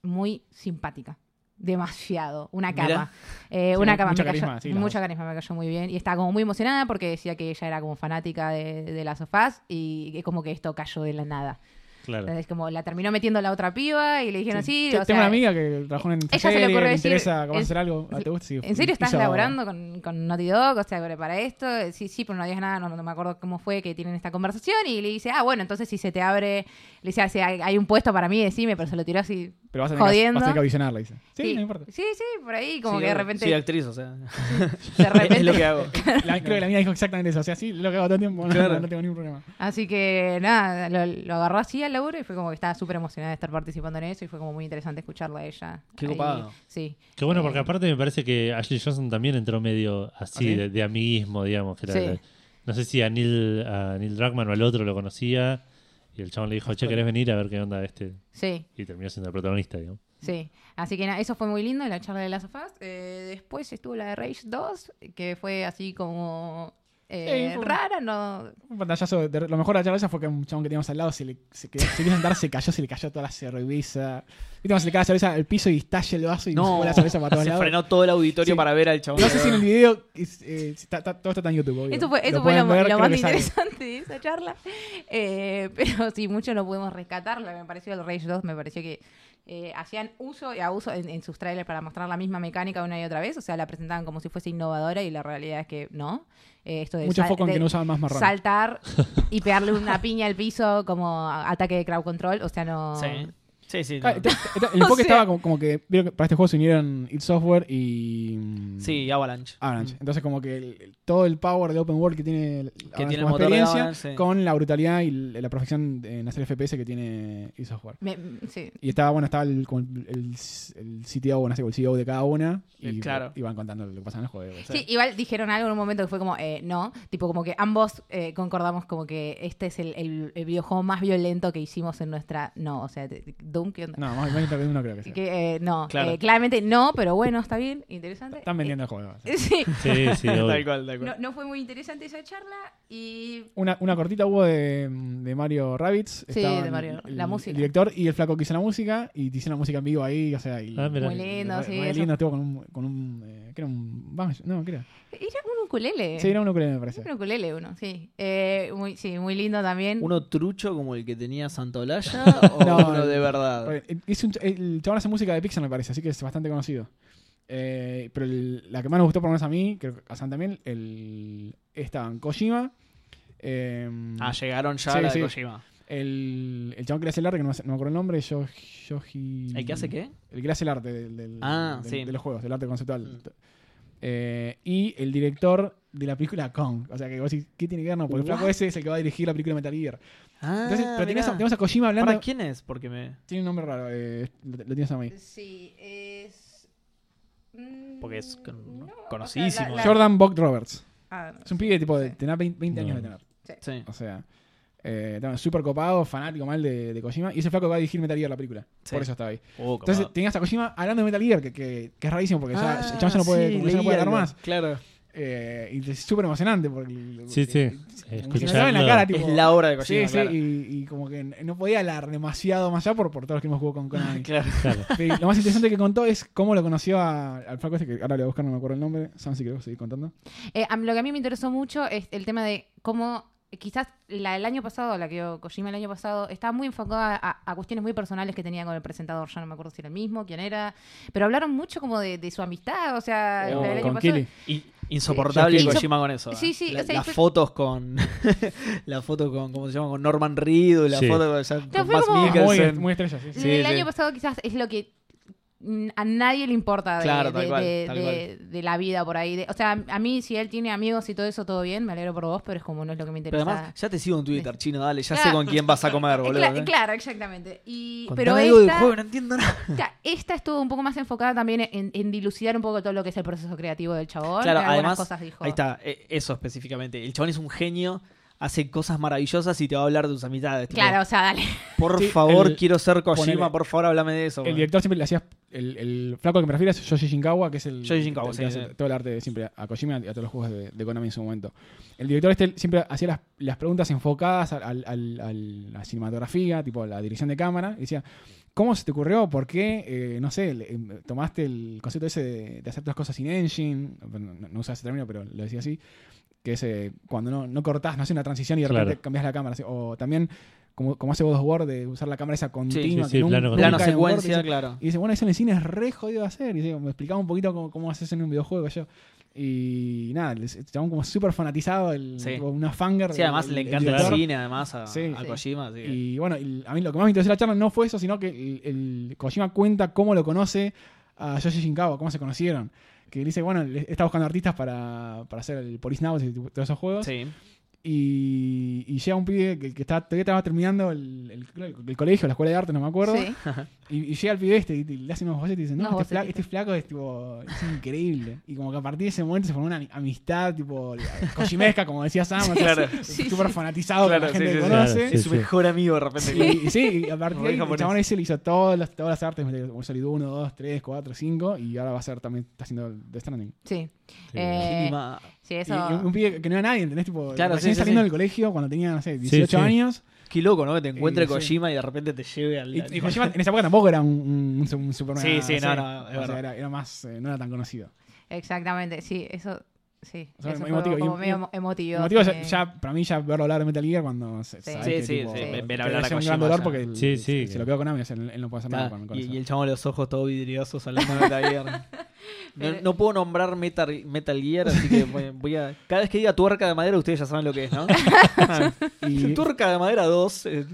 muy simpática. Demasiado. Una Mirá. cama. Eh, Sí, una cama. mucho me cayó- carisma, sí, las mucho dos. carisma, me cayó muy bien. Y estaba como muy emocionada porque decía que ella era como fanática de, de las sofás y que como que esto cayó de la nada. Claro. Entonces, como la terminó metiendo la otra piba y le dijeron, sí, Te- o tengo sea, una amiga que trabajó en ella se le serie, ocurrió le decir, interesa cómo es- hacer algo. Ah, ¿Te gusta? Sí, ¿En serio estás hizo- laborando con, con Naughty Dog? O sea, pero para esto, Eh, sí, sí, pero no digas nada, no, no me acuerdo cómo fue que tienen esta conversación. Y le dice, ah, bueno, entonces si se te abre, le dice, ah, si hay, hay un puesto para mí, decime, pero se lo tiró así. Pero vas a tener, que, vas a Jodiendo. tener que audicionarla, dice. Sí, no importa. Sí, sí, por ahí, como Sí, que de obvio. repente. Soy actriz, o sea. de repente es lo que hago. La- creo que la mía dijo exactamente eso. O sea, sí, lo que hago todo el tiempo. No, Claro. no tengo ningún problema. Así que nada, lo, lo agarró así al laburo y fue como que estaba súper emocionada de estar participando en eso y fue como muy interesante escucharla a ella. Qué ahí. copado. Sí. Qué bueno, porque Eh, aparte me parece que Ashley Johnson también entró medio así, sí? de, de amiguismo, digamos. que la- Sí. no sé si a Neil, a Neil Druckmann o al otro lo conocía. Y el chabón le dijo, che, ¿querés venir a ver qué onda este? Sí. Y terminó siendo el protagonista, digamos. Sí, así que nada, eso fue muy lindo, la charla de Last of Us. Eh, después estuvo la de Rage 2, que fue así como eh, Sí, fue- rara, no... Un pantallazo. de- lo mejor de la charla esa fue que un chabón que teníamos al lado se, le, se, quedó- se quiso sentar, se cayó, se le cayó toda la cerveza. Viste cómo se le cae la cerveza al piso y estalla el vaso y se No, fue la cerveza para todos se lados. frenó todo el auditorio Sí. para ver al chabón. No sé si en el video es- eh, está- está- todo está en YouTube. obvio. Eso fue, eso lo fue lo, pueden ver, lo creo más que sale. interesante de esa charla. Eh, pero sí, mucho no pudimos rescatarla. Me pareció el Rage 2, me pareció que eh, hacían uso y abuso en, en sus trailers para mostrar la misma mecánica una y otra vez. O sea, la presentaban como si fuese innovadora y la realidad es que no. Eh, esto de Mucho sal- foco en de- que no usaban más marrón. saltar y pegarle una piña al piso como ataque de crowd control. O sea, no. Sí, sí. sí, Ah, no. esta- esta- El O enfoque sea- estaba como, como que vieron que para este juego se unieron id Software y mm, Sí, Avalanche. Avalanche. Mm. Entonces como que el- el- todo el power de open world que tiene, el- Avalanche tiene el como motor de experiencia Avalanche, sí. con la brutalidad y l- la perfección en hacer FPS que tiene id Software. Me- mm, sí. Y estaba bueno, estaba el, como el, el- el CTO, no sé, el CEO de cada una y Eh, claro. iban contando lo que pasa en el juego. o sea. Sí, igual dijeron algo en un momento que fue como, eh, no, tipo como que ambos eh, concordamos como que este es el, el- el videojuego más violento que hicimos en nuestra... No, o sea, te- te- Doom, ¿qué onda? No, más bien que uno creo que sí. Que, eh, no, Claro. eh, claramente no, pero bueno, está bien, interesante. Están vendiendo el juego. o sea. Eh, sí, Sí, sí, obvio. Tal cual, tal cual. no, no fue muy interesante esa charla y... Una, una cortita hubo de, de Mario Rabbits. Sí, Estaban de Mario, el- la música. El director y el flaco que hizo la música y te hicieron la música en vivo ahí, o sea. Y, Ah, mirá. Muy lindo, re- sí, re eso. lindo, estuvo con un. Con un eh, ¿Qué era un. banjo? No, ¿qué era? Era un ukulele. Sí, era un ukulele, me parece. Un ukulele uno, sí. Eh, muy, sí, muy lindo también. ¿Uno trucho como el que tenía Santolaya o No, uno de verdad? Re- Eh, es un ch- el chabón hace música de Pixar, me parece, así que es bastante conocido. Eh, pero el- la que más nos gustó, por lo menos a mí, creo que a Sam también, el, estaban Kojima. eh, Ah, llegaron ya Sí, la de sí. Kojima. el, el chabón que le hace el arte, que no, me- no me acuerdo el nombre, Yo- Yoji. ¿El que hace qué? El que le hace el arte del, del- Ah, del- sí. de los juegos, del arte conceptual. Mm. Eh, y el director de la película Kong. O sea, que vos decís, ¿qué tiene que ver? No, porque el flaco What? ese es el que va a dirigir la película Metal Gear. Ah, Entonces, pero tenés a, mirá. tenemos a Kojima hablando. ¿Para quién es? Porque me... Tiene un nombre raro, eh, lo, lo tienes a mí. Sí, es... Porque es Mm, con- no, o sea, la- conocidísimo. la- Jordan Buck Roberts. Ah, Es un pibe tipo de. Sí. Tendrá 20, 20 años No. de tener. Sí, O sea, eh, estaba súper copado, fanático mal de, de Kojima. Y ese flaco que va a dirigir Metal Gear la película. Sí. Por eso estaba ahí. Oh, Entonces copado. tenías a Kojima hablando de Metal Gear, que, que- que es rarísimo porque ya, Ah, el chabón ya no puede, sí, como que ya no puede leí hablar algo. más. Claro. Eh, y es súper emocionante porque. Sí, sí. como que se me daba en la cara, tipo. es la obra de sí, Kojima, sí, claro. y, y como que n- no podía hablar demasiado más allá por, por todos los que hemos jugado con Konami. Ah, Claro. Claro. Sí, lo más interesante que contó es cómo lo conoció a- al flaco este, que ahora le voy a buscar, no me acuerdo el nombre. Sam, si creo seguir contando. Eh, a mí- lo que a mí me interesó mucho es el tema de cómo quizás la del año pasado, la que dio Kojima el año pasado, estaba muy enfocada a, a cuestiones muy personales que tenía con el presentador. Ya no me acuerdo si era el mismo, quién era. Pero hablaron mucho como de, de su amistad, o sea, Ah, Oh, la del año con pasado. Kili. Y- insoportable Sí, sí. Kojima con eso. ¿eh? Sí, sí, La- o sea, las fue- fotos con. la foto con. ¿Cómo se llama? Con Norman Reedus. La Sí. foto con, ya- con fue Mads como- Es Ah, muy, Mikkelsen. muy estrella, sí. Sí, el sí. año pasado quizás es lo que mm, a nadie le importa de, Claro, tal de- cual, de- tal de- de la vida por ahí. De- o sea, a mí si él tiene amigos y todo eso, todo bien, me alegro por vos, pero es como no es lo que me Pero interesa. además, ya te sigo en Twitter, chino, dale, ya sé Claro. con quién vas a comer, Eh, boludo. cla- ¿eh? Claro, exactamente. Y, Contame pero algo del esta, juego, no entiendo nada. Esta, esta estuvo un poco más enfocada también en, en dilucidar un poco todo lo que es el proceso creativo del chabón. Claro, que algunas además, cosas dijo. Ahí está, e- eso específicamente. El chabón es un genio, hace cosas maravillosas y te va a hablar de tus amistades. tipo, Claro, o sea, dale. por Sí, favor, el- quiero ser Kojima, ponele. por favor, háblame de eso. El boludo. director siempre le hacía. El, el flaco al que me refiero es Yoshi Shinkawa, que es el. Yoshi Shinkawa, el sí, que hace sí. Todo el arte de siempre a Kojima y a todos los juegos de, de Konami en su momento. El director este siempre hacía las, las preguntas enfocadas al- al- al- al- a la cinematografía, tipo a la dirección de cámara, y decía. ¿Cómo se te ocurrió? ¿Por qué? eh, no sé, le- em, tomaste el concepto ese de, de hacer todas cosas sin engine. Bueno, No, no usaba ese término, pero lo decía así. Que es eh, cuando no, no cortás, no haces una transición y de repente Claro. cambias la cámara. así. O también, como, como hace God of War, de usar la cámara esa continua. sí, que sí, nun- plano nunca Plano Nunca engorda, y secuencia, dice- claro. y dice, bueno, eso en el cine es re jodido de hacer. Y dice, me explicaba un poquito cómo, cómo haces eso en un videojuego yo. Y nada, les- el chabón como súper fanatizado, el, Sí. tipo una fanger. Sí, además el- le el encanta el director. cine, además, a, Sí. a Sí. Kojima. así que- y bueno, y a mí lo que más me interesó de la charla no fue eso, sino que el, el Kojima cuenta cómo lo conoce a Yoshi Shinkawa, cómo se conocieron. Que le dice, bueno, le- está buscando artistas para, para hacer el Police Now y todos esos juegos. sí. Y, y llega un pibe que, que está, todavía estaba terminando el, el- el colegio, la escuela de arte, no me acuerdo. Sí. Y, y llega el pibe este y, te- le hace unos bocetes y dice, no, Unos este, fla- bocetitos. este flaco es tipo es increíble. Y como que a partir de ese momento se formó una ami- amistad, tipo la- Kojimesca, como decía Sam, o sea, claro. es- Sí, súper sí. fanatizado Claro, con la gente sí, que sí, sí. conoce. Claro, Es su mejor amigo de repente. Y, y sí, y a partir Como de ahí dijo el Bonet. chabón ese le hizo todas las, todas las artes, le salió 1, 2, 3, 4, 5 y ahora va a ser también, está haciendo The Stranding. Sí. Sí. Eh, Kojima, sí, Y, eso. y un pibe que no era nadie, ¿entendés? Tipo, Claro, recién sí, sí, saliendo sí. del colegio cuando tenía, no sé, 18 sí. años. Qué loco, ¿no? Que te encuentre Y- sí. Kojima y de repente te lleve al. Y, y Kojima en esa época tampoco era un, un, un Superman. Sí, sí, no, así. no, es O sea, verdad. era, era más, eh, no era tan conocido. Exactamente, sí, eso. Sí, O sea, eso fue emotivo, como y- medio y- emo- emotivo. El motivo es, eh. ya, para mí, ya verlo hablar de Metal Gear cuando se, Sí. sabes Sí, que, sí, tipo, sí, ver que hablar a es un Kojima gran dolor ya. porque el- Sí, sí. se lo quedó con Konami, o sea, él, él no puede hacer nada Claro, con, con y, eso. y el chabón de los ojos todos vidriosos hablando de Metal Gear. No, Pero- no puedo nombrar Metal, Metal Gear, así que voy, voy a. Cada vez que diga tuerca de madera, ustedes ya saben lo que es, ¿no? Y- El tuerca de madera 2. eh,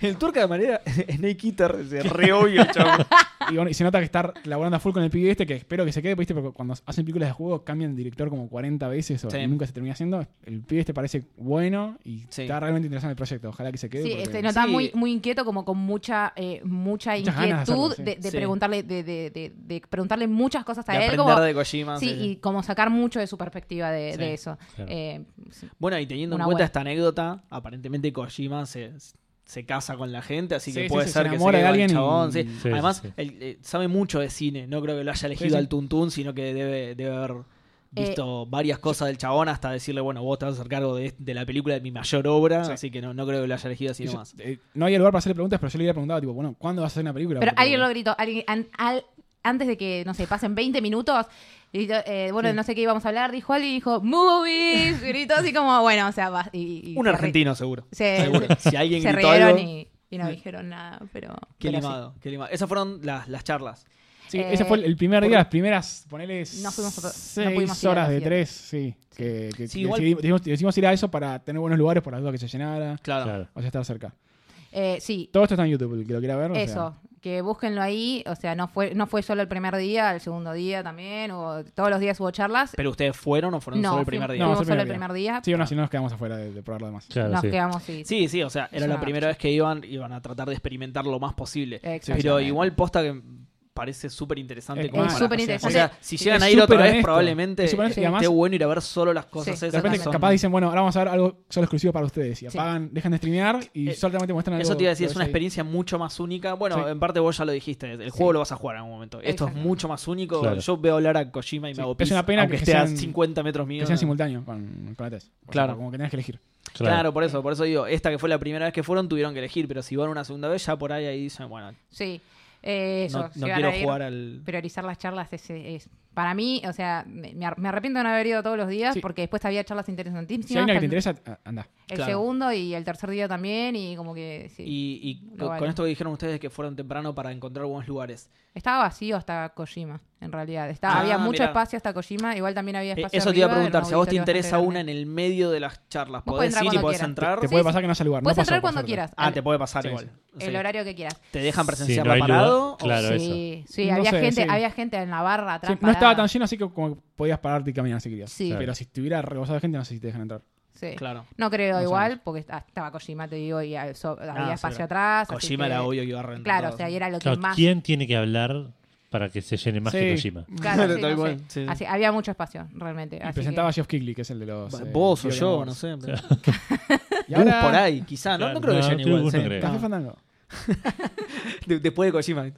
El, tuerca de madera Snake Eater, es re obvio, chabón. Y, bueno, y se nota que está laburando a full con el pibe este, que espero que se quede, ¿viste? porque cuando hacen películas de juego cambian de director como 40 veces o Sí. y nunca se termina haciendo. El pibe este parece bueno y Sí. está realmente interesante el proyecto. Ojalá que se quede. Sí, este porque- se notaba Sí. muy, muy inquieto, como con mucha eh, mucha Muchas ganas de inquietud hacerlo, sí. de, de Sí. preguntarle de, de- de- de preguntarle muchas cosas De a él. aprender Como, de Kojima. sí, sí, sí. y como sacar mucho de su perspectiva de, Sí, de eso. claro. Eh, sí. Bueno, y teniendo en Una cuenta buena. esta anécdota, aparentemente Kojima se, se casa con la gente, así que Sí, sí, puede sí, ser se que se enamora quede de con el alguien y- chabón. sí. Sí, sí, Además, sí. él, eh, sabe mucho de cine, no creo que lo haya elegido Sí, sí. al tuntún, sino que debe, debe haber Eh, visto varias cosas del chabón hasta decirle, bueno, vos te vas a hacer cargo de, de la película de mi mayor obra, Sí. así que no, no creo que lo haya elegido así Y yo- nomás. eh, no había lugar para hacerle preguntas, pero yo le había preguntado, tipo, bueno, ¿cuándo vas a hacer una película? Pero Porque- alguien lo gritó, alguien, an- al- antes de que, no sé, pasen 20 minutos, gritó, eh, bueno, no sé qué íbamos a hablar, dijo alguien y dijo, movies, gritó así como, bueno, o sea, va- y, y Un se ri- argentino, seguro. Se, Seguro. Si alguien se gritó rieron algo. y, y no dijeron nada, pero... Qué pero sí. limado, qué limado. Esas fueron las, las charlas. Sí, Eh, ese fue el- el primer por- día, las primeras, ponele No fuimos a to- no pudimos seis ir a horas la de fiesta. tres, sí. Que, que Sí, igual- decidimos, decidimos- decidimos ir a eso para tener buenos lugares por las dudas que se llenara, Claro. Claro. o sea, estar cerca. Eh, sí, Todo esto está en YouTube, el que lo quiera ver. o sea, Eso, que búsquenlo ahí, o sea, no fue no fue solo el primer día, el segundo día también, hubo- todos los días hubo charlas. ¿Pero ustedes fueron o fueron no, solo el fui- primer día? No, fuimos fue solo el primer día. sí, o no, si no nos quedamos afuera de, de probar lo demás. Claro, nos sí. quedamos, sí. Sí, sí, o sea, era Es la una primera vez garcha. que iban, iban a tratar de experimentar lo más posible. Exactamente. Pero igual posta que parece súper interesante. Es como es para- súper O interesante. sea, si Es llegan a ir otra súper vez, honesto. probablemente Es súper honesto, y esté además- bueno ir a ver solo las Sí. cosas De esas. De repente, que son- capaz dicen, bueno, ahora vamos a ver algo solo exclusivo para ustedes. Y Sí. apagan, dejan de streamear y Eh, solamente muestran algo. Eso te iba a decir, es una ahí. experiencia mucho más única. Bueno, Sí. en parte vos ya lo dijiste, el juego lo vas a jugar en algún momento. Esto es Exacto. mucho más único. Claro. Yo veo hablar a Kojima y Sí. me hago Es pis, una pena aunque que esté a sean- 50 metros mío. Que sea en simultáneo con, con la test. O sea, Claro. como que tenés que elegir. Claro. por eso, por eso digo, esta que fue la primera vez que fueron, tuvieron que elegir, pero si van una segunda vez, ya por ahí ahí dicen, bueno, Sí. Eh, eso, No, no llegar quiero a ir, jugar al. Priorizar las charlas es, es- Para mí, o sea, me, me ar- me arrepiento de no haber ido todos los días Sí. porque después había charlas interesantísimas. Si hay una que te tanto- interesa, a- anda. El Claro. segundo y el tercer día también, y como que sí. Y, y No con- con vale. esto que dijeron ustedes que fueron temprano para encontrar buenos lugares. Estaba vacío hasta Kojima, en realidad. Estaba- Ah, había mucho mirá. espacio hasta Kojima, igual también había Eh, espacio. eso te iba a arriba, era un preguntar, si a vos te auditorio bastante interesa una grande. en el medio de las charlas, Vos podés podés ir y entrar podés cuando entrar. Te Sí, puede sí. pasar que no haya lugar. Puedes no pasó, entrar por cuando suerte. quieras. Ah, al- te puede pasar Sí, igual. sí. O el sea, horario que quieras. ¿Te dejan presenciar no hay lugar, parado? o- claro. sí, sí, No había, sé, gente, sí. había gente en la barra atrás. Sí, no estaba parada. tan lleno, así que como que podías pararte y caminar si querías. Sí, Claro. Pero si estuviera rebosado de gente, no sé si te dejan entrar. sí. Claro. No creo No igual, sabemos. porque est- estaba Kojima, te digo, y a- so- había Ah, sí, espacio era- atrás. así Kojima que- era obvio que iba a reventar. Claro, todo. o sea, y era lo que Claro, más. ¿Quién tiene que hablar para que se llene más que Sí. Kojima? Claro, Claro, sí, tal no cual, sé. sí. Así, había mucho espacio, realmente. Y así que- presentaba a Geoff Kigley, que es el de los. eh, Vos o Video yo, Game no Awards. sé. pero- Y Gus ahora- por ahí, quizá. No, no creo que No, lleguen creo igual. que sí. no creo. Café No. Fandango. De- Después de Kojima.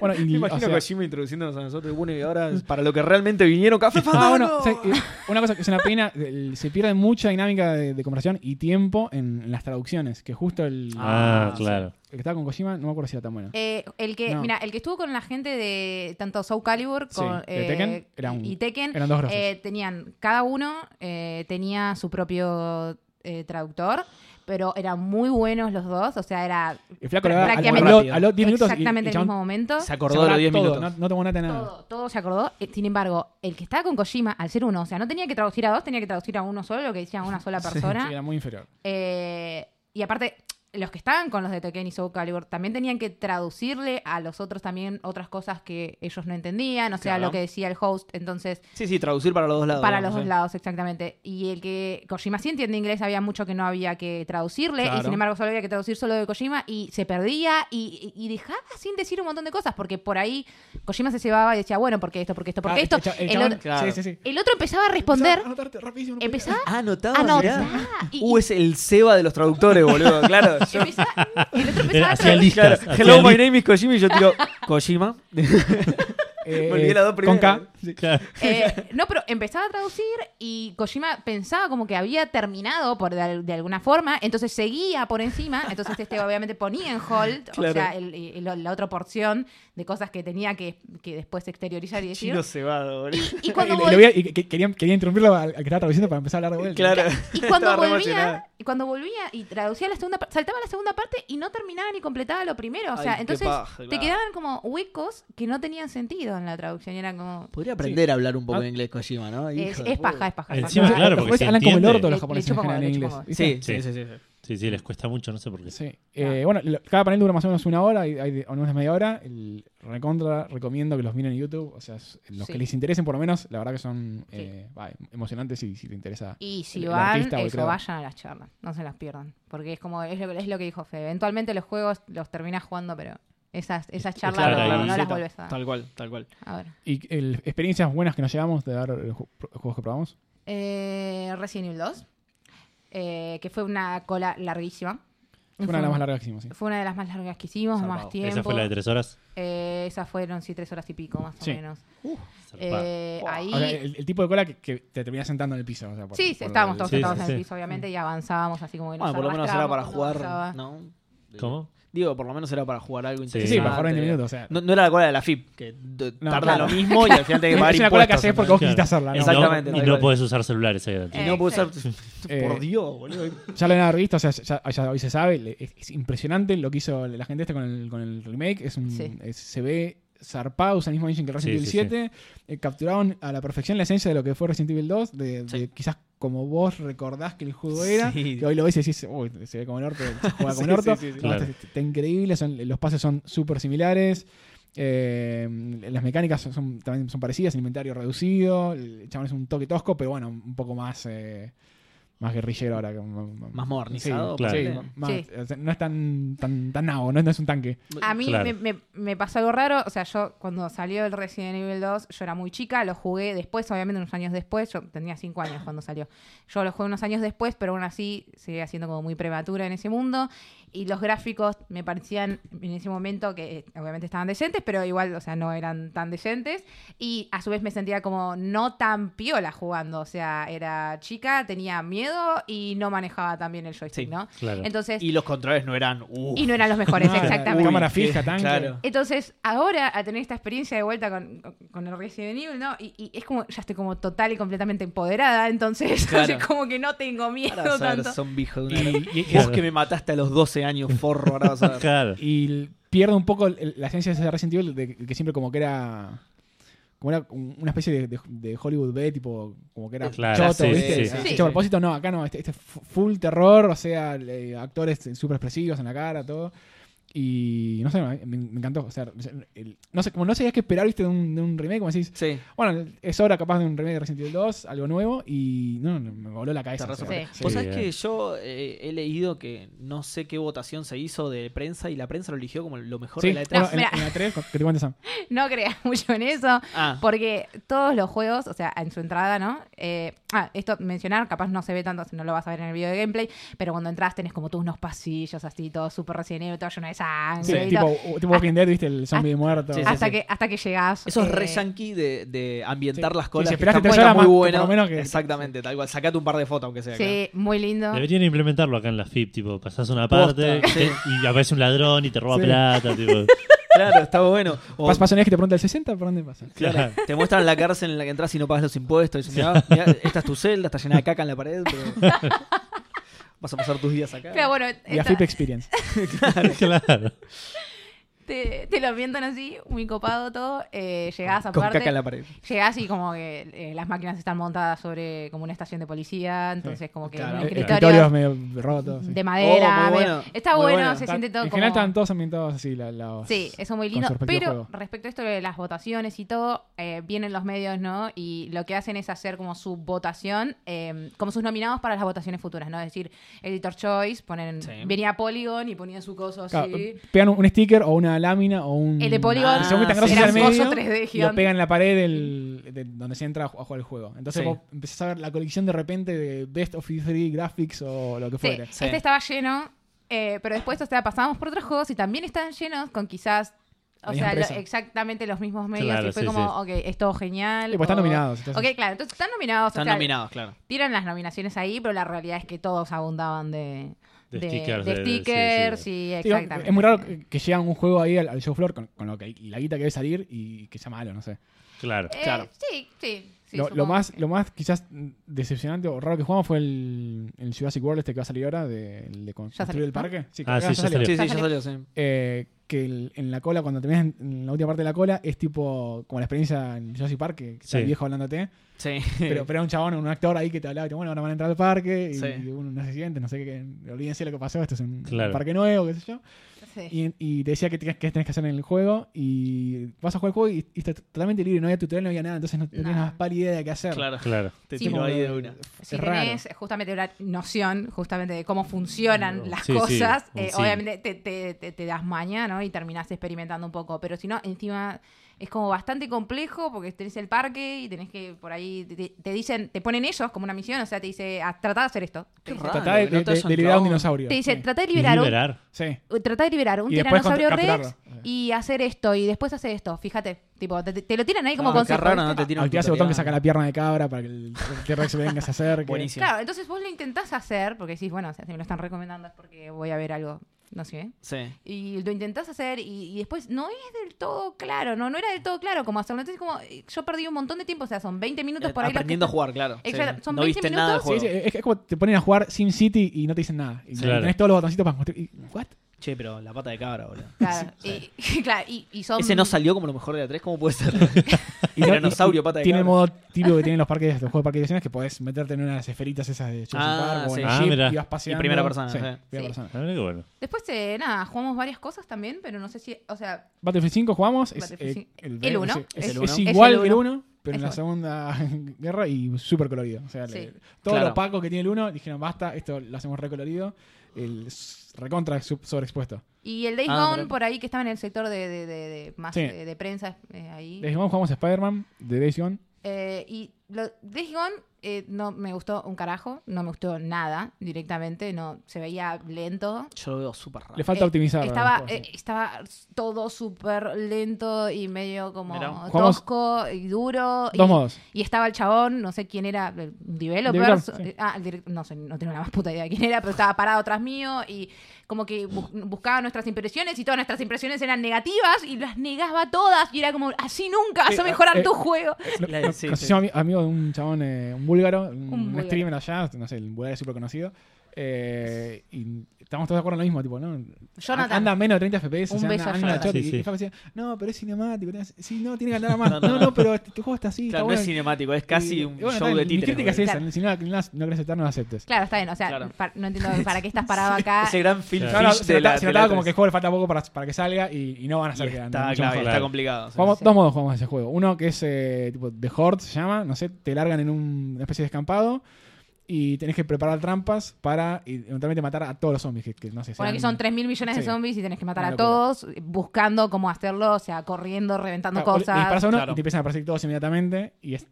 Bueno, y, Me imagino o sea- Kojima introduciéndonos a nosotros. Bueno, y ahora es para lo que realmente vinieron, Café Ah, Fandango. bueno, se- eh, una cosa que es una pena, el- se pierde mucha dinámica de, de conversación y tiempo en, en las traducciones, que justo el, Ah, Ah, claro. el que estaba con Kojima no me acuerdo si era tan bueno. Eh, el que, No. mira, el que estuvo con la gente de tanto Soul Calibur Sí, con, de eh, Tekken, era un- y Tekken Eran dos grosos. eh, tenían, cada uno eh, tenía su propio eh, traductor, pero eran muy buenos los dos, o sea, era el flaco la verdad, prácticamente- habló, habló 10 minutos y- exactamente y, el chabón mismo momento. Se se acordó de los 10 todo, minutos. No, no tomó nota de nada. Todo, todo se acordó. Eh, Sin embargo, el que estaba con Kojima, al ser uno, o sea, no tenía que traducir a dos, tenía que traducir a uno solo, lo que decía una sola Sí, persona. sí, era muy inferior. Eh, y aparte, los que estaban con los de Tekken y Soul Calibur también tenían que traducirle a los otros también otras cosas que ellos no entendían, o sea, Claro. lo que decía el host. Entonces, Sí, sí, traducir para los dos lados. para los digamos, dos sí. lados, exactamente. Y el que Kojima sí entiende inglés, había mucho que no había que traducirle, y Claro. sin embargo solo había que traducir solo de Kojima, y se perdía y, y- y dejaba sin decir un montón de cosas, porque por ahí Kojima se llevaba y decía, bueno, porque esto, porque esto, porque Ah, esto. el cha- el El, chabón- otro, Claro. Sí, sí, sí. el otro empezaba a responder, Empezaba a anotarte rapidísimo, no podía. empezaba Ah, a anotaba, mirá. notar. y- Uh, es el Seba de los traductores, boludo. Claro. y empezaba- el otro Era- empezaba a Hacía traducir. Claro, listas. hacía Hello, my listas. name is Kojima. Y yo tiro Kojima. Eh, Me olvidé las dos Con primeras. K. Claro. Eh, no, pero empezaba a traducir y Kojima pensaba como que había terminado por de, al- de alguna forma, entonces seguía por encima, entonces este obviamente ponía en hold, Claro. o sea, el- el- la otra porción de cosas que tenía que, que después exteriorizar y decir. Chino cebado, boludo. Y Y, cuando, le- vol- le voy a- y que- que- quería, quería interrumpirlo al, al que estaba traduciendo para empezar a hablar de vuelta. Claro. y cuando Estaba re volvía, emocionado. y cuando volvía y traducía la segunda parte, saltaba la segunda parte y no terminaba ni completaba lo primero, o Ay, sea, qué entonces paja, te claro. quedaban como huecos que no tenían sentido en la traducción, y era como Podría aprender a hablar un poco en inglés Kojima, ¿no? es, Hijo de es puta. paja, es paja. es Encima, paja. claro, Los porque japoneses se hablan como el entiende. orto Le- los le japoneses en chupa general huevo, en le inglés. chupa huevo. ¿viste? Sí, Ah. sí, sí, sí. sí. Sí, sí, les cuesta mucho, no sé por qué. Sí. Eh, bueno, lo- cada panel dura más o menos una hora, hay, hay de, o menos media hora. El recontra recomiendo que los miren en YouTube. O sea, s- los Sí. que les interesen por lo menos, la verdad que son Sí. eh, va, emocionantes y si te interesa. Y si el- el van, artista o el eso, creador. vayan a las charlas, no se las pierdan. Porque es como, es lo, es lo que dijo Fede. Eventualmente los juegos los terminás jugando, pero esas, esas charlas Claro, no- ahí. no, Sí, las tal- vuelves a, Tal cual, tal cual. a ver. Y el- experiencias buenas que nos llevamos de ver los ju- pro- juegos que probamos. Eh, Resident Evil 2, eh, que fue una cola larguísima. Fue una de las más largas que hicimos. sí. Fue una de las más largas que hicimos, Zarpado. más tiempo. Esa fue la de tres horas. Eh, esas fueron, sí, tres horas y pico, más Sí. o menos. Zarpada. Eh, ahí... O sea, el, el tipo de cola que, que te terminas sentando en el piso. o sea, por- Sí, sí, por estábamos el- todos Sí, sentados sí, en el sí. piso, obviamente, y avanzábamos así como que nos Bueno, por lo menos era para arrastrábamos cuando avanzaba. jugar, ¿no? ¿Cómo? Digo, por lo menos era para jugar algo Sí, Sí, interesante. sí, para jugar Ah, 20 minutos. O sea, No, no era la cola de la FIP, que d- No, tarda claro. lo mismo y al final te que pagar es una cola que impuestos, haces porque vos Claro. quisiste hacerla. ¿no? Y no- Exactamente, Y tal no cual. podés usar celulares ahí adentro. Y no puedo usar. Eh, Por Dios, boludo. Ya lo deben haber visto, o sea, ya, ya hoy se sabe, le- es, es impresionante lo que hizo la gente esta con el, con el remake, es un, Sí. es- se ve zarpado, usa el mismo engine que Resident Sí, Evil 7, Eh, capturaron a la perfección la esencia de lo que fue Resident Evil 2, de, de Sí. quizás como vos recordás que el juego era, Sí. que hoy lo ves y decís, uy, se ve como el orto, se juega como el Sí, sí, orto, sí, sí. No, Claro. está, está increíble, son- los pases son súper similares, eh, las mecánicas son, son- también son parecidas, el inventario reducido, el chabón es un toque tosco, pero bueno, un poco más... eh, más guerrillero ahora. que- Más modernizado, claro. sí, ponele. más- Sí. o sea, no es tan, tan, tan nabo, no es, no es un tanque. A mí Claro. me, me- me pasó algo raro, o sea, yo cuando salió el Resident Evil 2, yo era muy chica, lo jugué después, obviamente unos años después, yo tenía 5 años cuando salió. Yo lo jugué unos años después, pero aún así seguía siendo como muy prematura en ese mundo y los gráficos me parecían en ese momento que eh, obviamente estaban decentes, pero igual, o sea, no eran tan decentes y a su vez me sentía como no tan piola jugando, o sea, era chica, tenía miedo miedo y no manejaba tan bien el joystick, Sí. ¿no? Claro. Entonces, y, Y los controles no eran. uh, no eran los mejores, No, era- exactamente. Ah, Cámara qué- fija, tanque. Claro. Entonces, ahora a tener esta experiencia de vuelta con, con- con el Resident Evil, ¿no? Y, y es como, ya estoy como total y completamente empoderada, entonces, Claro. así como que no tengo miedo Ahora vas a ver, tanto. zombie hijo de una gran- Y- y- Vos que me mataste a los 12 años, forro, ahora vas a ver. Claro. Y l- pierde un poco el- la esencia de ese Resident Evil de que que siempre como que era como era un- una especie de, de- de Hollywood B, tipo como que era Claro, choto, sí, ¿viste? sí, sí. Hecho a propósito, no, acá no, este, este es fu- full terror, o sea, le- actores super expresivos en la cara, todo. Y no sé, me, me encantó. O sea, el- no sé, como no sabías qué esperar, viste, de un, de un remake, como decís, Sí. bueno, es hora capaz de un remake de Resident Evil 2, algo nuevo, y no, no, me voló la cabeza. Tenés o razón. sea, Sí. Vos Sí, sabés eh. que yo eh, he leído que no sé qué votación se hizo de prensa y la prensa lo eligió como lo mejor Sí, de la bueno, E3. Ah, en, mira. en la 3, que te cuentes Sam. No creas mucho en eso. eh, Ah, Porque todos los juegos, o sea, en su entrada, ¿no? Eh, ah, esto mencionar, capaz no se ve tanto, no lo vas a ver en el video de gameplay, pero cuando entras tenés como todos unos pasillos así, todo súper recién Evil, todo lleno de sangre. Sí, y todo. tipo, tipo Walking Dead, viste, Ah, el zombie muerto. Sí, sí, hasta, Que, hasta que llegás. eso es re eh, yankee de, de ambientar Sí. las Sí, colas. si que esperaste están tres horas muy más, buenas. por lo menos que- Exactamente, tal cual. Sacate un par de fotos, aunque sea. acá. Sí, muy lindo. Deberían implementarlo acá en la FIP, tipo, pasás una Posta, parte sí. y aparece un ladrón y te roba Sí. plata, tipo. Claro, está bueno. O- Pas- pasa una vez que te pregunta el 60, ¿por dónde pasa? claro, te muestran la cárcel en la que entras y no pagas los impuestos. Y dices, mirá, mirá, esta es tu celda, está llena de caca en la pared. pero Vas a pasar tus días acá. Pero bueno, Y a esta- Flip Experience. claro. te, te lo ambientan así, muy copado todo. Eh, llegás con aparte. caca en la pared. Llegás y como que eh, las máquinas están montadas sobre como una estación de policía, entonces como que Claro. un Eh, escritorio Escritorios medio rotos. sí. de madera. Oh, muy medio- bueno, Está muy bueno, bueno. se Está- siente todo en como... general están todos ambientados así. La, la- Sí, eso muy con lindo. su respectivo Pero juego. respecto a esto de las votaciones y todo, eh, vienen los medios, ¿no? Y lo que hacen es hacer como su votación, eh, como sus nominados para las votaciones futuras, ¿no? Es decir, Editor Choice, ponen, Sí. venía Polygon y ponía su coso así. Claro, Pegan un sticker o una lámina o un. El de Polygon Ah, según que tan sí. grosso sea el Era un medio, coso 3D lo gigante. pegan en la pared del, de donde se entra a ju- a jugar el juego. Entonces Sí. vos empezás a ver la colección de repente de Best of E3 Graphics o lo que Sí, fuera. Sí. este estaba lleno, eh, pero después, o sea, pasábamos por otros juegos y también estaban llenos con quizás, o La misma sea, lo- empresa. exactamente los mismos medios. Claro, y fue sí, como, ok, es todo genial. Y pues están o- nominados. entonces- Ok, claro, entonces están nominados. Están o sea, nominados, claro. Tiran las nominaciones ahí, pero la realidad es que todos abundaban de, De stickers, de de- de- sí, stickers, sí. y Digo, exactamente. es muy raro que, que llegan un juego ahí al, al show floor con, con lo que, y la guita que debe salir y que sea malo, no sé. Claro. Eh, Claro. Sí, sí. sí, lo, lo supongo más, que- lo más quizás decepcionante o raro que jugamos fue el, el Jurassic World este que va a salir ahora, de, el de construir salió, el ¿no? parque. Sí, Ah, creo que sí, ya salió. Sí, sí, ya salió. salió, sí. Eh, que el- en la cola, cuando terminas en, en la última parte de la cola, es tipo como la experiencia en Jurassic Park, que está Sí. el viejo hablándote. Sí. Pero, pero era un chabón, un actor ahí que te hablaba, y te, bueno, ahora van a entrar al parque y, Sí. y uno no se siente, no sé qué, olvídense lo que pasó, esto es un, un Claro. parque nuevo, qué sé yo. sí. Y, y te decía que tenías, que tenés que hacer en el juego y vas a jugar el juego y, y estás totalmente libre, no había tutorial, no había nada, entonces no tenías Nah. la más pálida idea de qué hacer. Claro. Claro. Te Sí, tiro como ahí de de- una. pues, si es raro. tenés justamente una noción justamente de cómo funcionan Sí, las sí, cosas, un eh, sí. obviamente te, te- te- te das maña, ¿no? Y terminás experimentando un poco. Pero si no, encima es como bastante complejo porque tenés el parque y tenés que por ahí, te, te dicen, te ponen ellos como una misión, o sea, te dice, "Ah, tratá de hacer esto. ah, Te Qué dice, raro. Tratá de, que no de- te de- hayan de liberar un clavado. dinosaurio. Te dice, sí. tratá de liberar, un, Liberar. Sí. tratá de liberar un Y después tiranosaurio contra- rex capturarlo. y hacer esto y después hace esto, fíjate. Tipo, te, te lo tiran ahí como Ah, qué consejo. raro, ¿viste? no te tiro un Activás el botón que tutorial. saca la pierna de cabra para que el T-Rex venga, se acerque. Buenísimo. Claro, entonces vos lo intentás hacer, porque decís, bueno, o sea, si me lo están recomendando es porque voy a ver algo, no sé. Sí. Y lo intentás hacer y, y después no es del todo claro, no, no era del todo claro cómo hacerlo. Entonces como eh, yo perdí un montón de tiempo, o sea, son 20 minutos por ahí. los Eh, que Aprendiendo a están- jugar, claro. Exacto, Sí. son no 20 viste nada de minutos. juego. Sí, sí, es, es como te ponen a jugar Sim City y no te dicen nada. Y Claro. tenés todos los botoncitos para construir. y- ¿What? Che, pero la pata de cabra, boludo. Claro, y, claro, y, y son... Ese no salió como lo mejor de la 3, ¿cómo puede ser? Y no- Tiranosaurio, y- pata de Tiene el cabra. modo típico que tienen los parques, los juegos de parques de diversiones, que podés meterte en unas esferitas esas de Jurassic Ah, Park o en sí. Ah, Jeep mirá. y vas paseando. Y primera persona, Sí, sí. primera Sí. persona. Ah, mira qué bueno. Después, eh, nada, jugamos varias cosas también, pero no sé si, o sea, Battlefield 5 jugamos. Es, Battlefield eh, cinco. El es- uno. Es, Es el es uno. igual Es el que el uno. 1, pero en Es la el- segunda guerra y súper colorido. O sea, le- Sí. todo Claro. lo opaco que tiene el 1, dijeron basta, esto lo hacemos recolorido. El s- recontra sub- sobreexpuesto. y el Days Ah, Gone mirá. por ahí que estaba en el sector de, de, de- de- más Sí. eh, de, prensa eh, ahí. Desde que jugamos Spider-Man, de Days Gone. Eh, y lo, Days Gone, eh, no me gustó un carajo, no me gustó nada directamente, no se veía lento. Yo lo veo súper raro. Le falta Eh, optimizar. Estaba, las cosas. eh, estaba todo súper lento y medio como Mirá, jugamos tosco y duro. Dos y, modos. y estaba el chabón, no sé quién era, el developer. Developer, so- sí. Ah, el direct- no sé, no tengo la más puta idea de quién era, pero estaba parado atrás mío y como que bu- buscaba nuestras impresiones y todas nuestras impresiones eran negativas y las negaba todas y era como, así nunca vas a Eh, mejorar eh, tu juego. No, La- no, sí, conocí sí. a un ami- amigo de un chabón, eh, un búlgaro, un, un búlgaro. streamer allá, no sé, el búlgaro es súper conocido. eh, y estamos todos de acuerdo en lo mismo, tipo, ¿no? Jonathan. Anda menos de 30 FPS, Un o sea, beso a anda, anda Jonathan. Sí, choto. Y- sí. y Fafa decía, no, pero es cinemático. tenés- Sí, no, tiene que andar más. No, No, no, no, no. pero este, tu juego está así. Claro, está no es bueno. cinemático, es Y- casi un y bueno, show está, de mi crítica títeres. es boludo. esa, Claro. si no, no, no querés aceptar, no la aceptes. Claro, está bien, o sea, Claro. pa- no entiendo para qué estás parado acá. Ese gran film Claro. No, no, fish se de la- notaba, se de la notaba como tres. que el juego le falta poco para, para que salga y, y no van Y a hacer que ande Está, mucho claro, mejor. mejor. está complicado. sí. Jugamos- Sí. Dos modos jugamos ese juego. Uno que es eh, tipo The Horde, se llama. No sé, te largan en un- una especie de escampado y tenés que preparar trampas para y, eventualmente matar a todos los zombies. Que, que no sé, Bueno, sean- aquí son 3 mil millones de Sí. zombies y tenés que matar Una a locura. todos, eh, buscando cómo hacerlo, o sea, corriendo, reventando Claro, le cosas. disparas a uno Claro. Ah, y te empiezan a perseguir todos inmediatamente y es-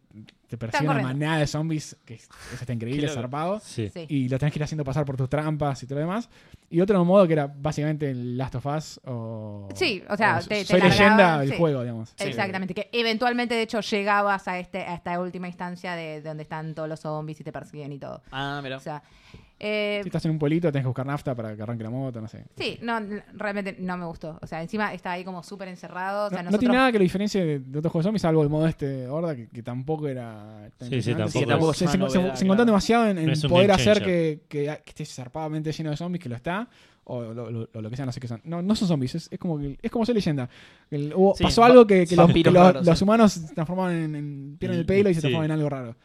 te persigue una corriendo. manada de zombies que es- eso está increíble, Qué loco. zarpado. Sí. Sí. Y los tenés que ir haciendo pasar por tus trampas y todo lo demás. Y otro modo que era básicamente el Last of Us o... Sí, o sea, te- te Soy largaban, leyenda del sí. Eh, juego, digamos. Sí. Exactamente, que eventualmente de hecho llegabas a este a esta última instancia de, de donde están todos los zombies y te persiguen y todo. Ah, mira. O sea, eh, Si estás en un pueblito, tenés que buscar nafta para que arranque la moto, no sé. sí, no, n- realmente no me gustó. O sea, encima está ahí como súper encerrado. O sea, no, no nosotros, tiene nada que lo diferencie de, de otros juegos zombies, salvo el modo este Horda, que, que tampoco era tan Sí, sí, impresionante. tampoco Sí, tampoco es una se, se- novedad, se encontraron claro. demasiado en, en No es un poder game hacer que, changer. que, que esté zarpadamente lleno de zombies, que lo está, o lo, lo- lo- lo que sea, no sé qué son. No, no son zombies, es, es como que- es como ser leyenda. El- hubo- Sí, pasó va- algo que, que los, vampiros que los- raros, los sí. humanos se transforman en, en- pierden el pelo y Sí. se transforman en algo raro.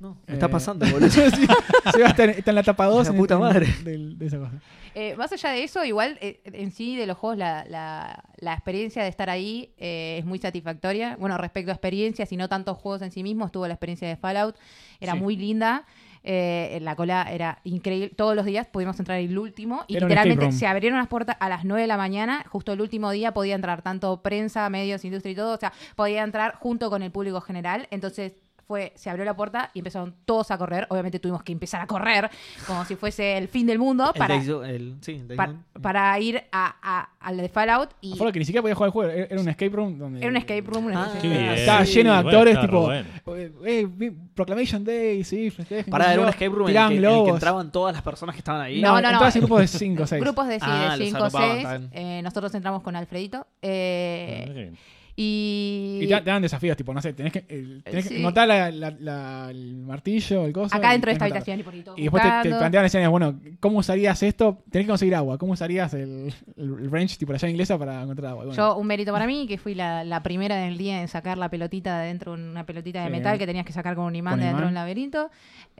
No, Eh, está pasando, boludo. Sí, sí, está, en, está en la tapa 2 La en- puta en- madre. del- de esa cosa. Eh, más allá de eso, igual eh, en sí de los juegos la, la- la experiencia de estar ahí eh, es muy satisfactoria. Bueno, respecto a experiencias y no tantos juegos en sí mismos, estuvo la experiencia de Fallout, era Sí. muy linda. eh, en la cola era increíble. Todos los días pudimos entrar el último y Era un escape literalmente room. se abrieron las puertas a las 9 de la mañana. Justo el último día podía entrar tanto prensa, medios, industria y todo. O sea, podía entrar junto con el público general. Entonces fue, se abrió la puerta y empezaron todos a correr. Obviamente tuvimos que empezar a correr como si fuese el fin del mundo El para, Days Gone- el- sí, el Days para, Gone. para ir a, a- al de Fallout y eh. Afuera que ni siquiera podía jugar el juego, era era un escape room donde... era un escape room. una Ah, especie Qué de- bien. Estaba lleno de Bueno, actores, estaba tipo, re bueno. Eh, eh, vi- Proclamation Day, sí, festejen. Pará, qué sé era yo. un escape room en el, Tiraban que, en el que globos. entraban todas las personas que estaban ahí. No, no, no. Entrabas en grupos de 5 o 6. Grupos de, sí, Ah, de los 5 o agrupaban 6. también. nosotros entramos con Alfredito. Ah, eh, qué bien. y Y te, te dan desafíos, tipo, no sé, tenés que, el- tenés que Sí. notar la, la- la- el martillo, el coso. acá y dentro tenés de esta que notarlo. habitación y por ahí todo Y después te, te buscando. planteaban escenas, bueno, ¿cómo usarías esto? Tenés que conseguir agua. ¿Cómo usarías el, el wrench, tipo la llave inglesa, para encontrar agua? Y bueno, Yo, un mérito para mí, que fui la, la primera del día en sacar la pelotita de dentro, una pelotita de Sí. metal que tenías que sacar con un imán Con de dentro de imán. un laberinto.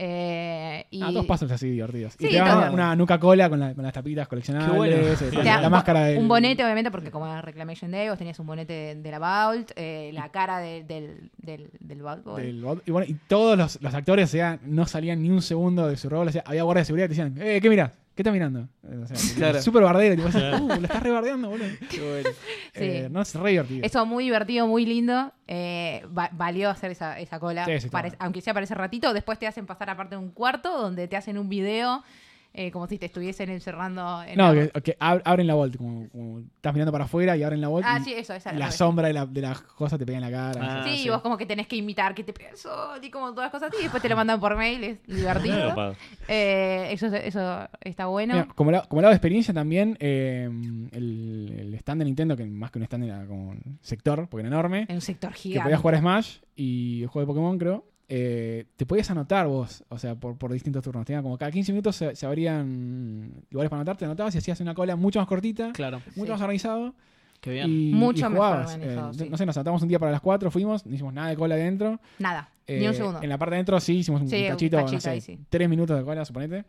eh, y Ah, todos pasos así divertidos. Sí, y te daban todo. una nuca cola con, la- con las tapitas coleccionables. Qué bueno. eh, Te Te la, da la un máscara bo- del. Un bonete, obviamente, porque como era Reclamation Day, vos tenías un bonete de, de la Vault, eh, la cara de- del, del, del Vault Boy. del bot. y, bueno, y todos los, los actores o sea, no salían ni un segundo de su rol. o sea, había guardias de seguridad que te decían, eh, ¿qué mirás? ¿Qué estás mirando? Eh, O sea, tipo, Claro. Súper bardero. Tipo, Claro. uh, lo estás rebardeando, boludo. Qué bueno. Eh, no, es re divertido. Eso muy divertido, muy lindo. Eh, va- valió hacer esa, esa cola, Sí, sí, está Pare- bueno. aunque sea para ese ratito. Después te hacen pasar aparte de un cuarto donde te hacen un video, eh, como si te estuviesen encerrando en no, la- que, que ab- abren la Volt. Como, como estás mirando para afuera y abren la Volt. Ah, y sí, eso, esa la esa- sombra de la, de la cosa te pega en la cara. Ah, Sí, sí. vos como que tenés que imitar que te pega el sol y como todas las cosas así. Y después te lo mandan por mail, es Claro, divertido. pa. Eh, eso, eso está bueno. Mira, como, la, como lado de experiencia también, eh, el, el stand de Nintendo, que más que un stand era como un sector, porque era enorme. En un sector que gigante. podías jugar a Smash y el juego de Pokémon, creo. eh, te podías anotar vos, o sea, por, por distintos turnos. Tenía como cada 15 minutos se, se abrían lugares para anotar, te anotabas y hacías una cola mucho más cortita, Claro, mucho Sí. más organizado. qué bien. Y, Mucho y mejor jugabas. organizado, Eh, sí. No sé, nos anotamos un día para las 4, fuimos, no hicimos nada de cola adentro. Nada, Eh, ni un segundo. En la parte de adentro sí hicimos un Sí, un cachito, cachito no sé, ahí, sí. 3 minutos de cola, suponete.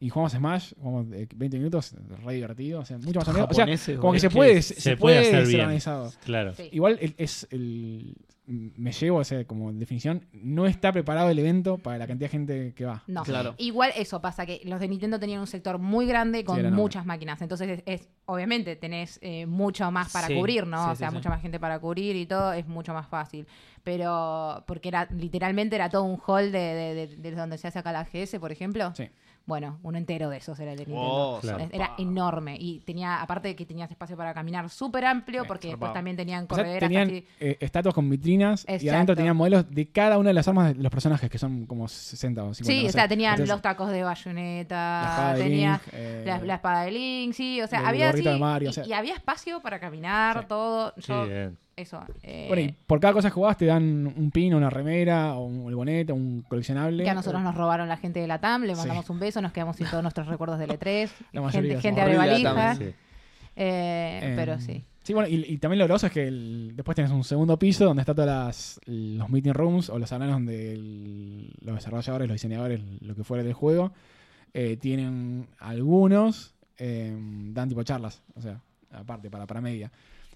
Y jugamos Smash, jugamos eh, 20 minutos, re divertido, o sea, mucho más ameno. O sea, Japoneses, como boludo. que se Es puede, que se, se puede puede, hacer ser bien. organizado. Claro. Sí. Igual el- es el. mm, Me llevo, o sea, como definición, no está preparado el evento para la cantidad de gente que va. No. Claro. Igual eso pasa, que los de Nintendo tenían un sector muy grande con Sí, era enorme. muchas máquinas. Entonces, es, es- obviamente, tenés eh, mucho más para Sí, cubrir, ¿no? sí, o sí, sea, sí. mucha más gente para cubrir y todo, es mucho más fácil. Pero, porque era literalmente era todo un hall de, de- de- de donde se hace acá la GS, por ejemplo. Sí. Bueno, uno entero de esos era el de Nintendo. Nintendo. Claro. Era enorme y tenía, aparte de que tenías espacio para caminar súper amplio, Sí, porque después zarpado. también tenían O sea, correderas tenían así. eh, estatuas con vitrinas y Exacto. adentro tenían modelos de cada una de las armas de los personajes, que son como 60 o 50. Sí, no sé. o sea, tenían Entonces, los tacos de la bayoneta, espada de tenías Link, eh, La, la espada de Link, sí, o sea, del había gorrito así- de Mario, o sea. y, y había espacio para caminar, Sí. todo. Sí, Yo, bien. eso. eh, Bueno, y por cada cosa que jugabas te dan un pin, una remera, o un el bonete, o un coleccionable. que a nosotros nos robaron la gente de la TAM, le Sí. mandamos un beso, nos quedamos sin todos nuestros recuerdos de E3. La mayoría gente son gente abre horrible la valija. Latam, Sí. eh, Eh, pero sí. Sí, bueno, y, y también lo groso es que el- después tenés un segundo piso donde están todas las- los meeting rooms o los salones donde el- los desarrolladores, los diseñadores, lo que fuera del juego, eh, tienen algunos, eh, dan tipo charlas, o sea, aparte, para, para media.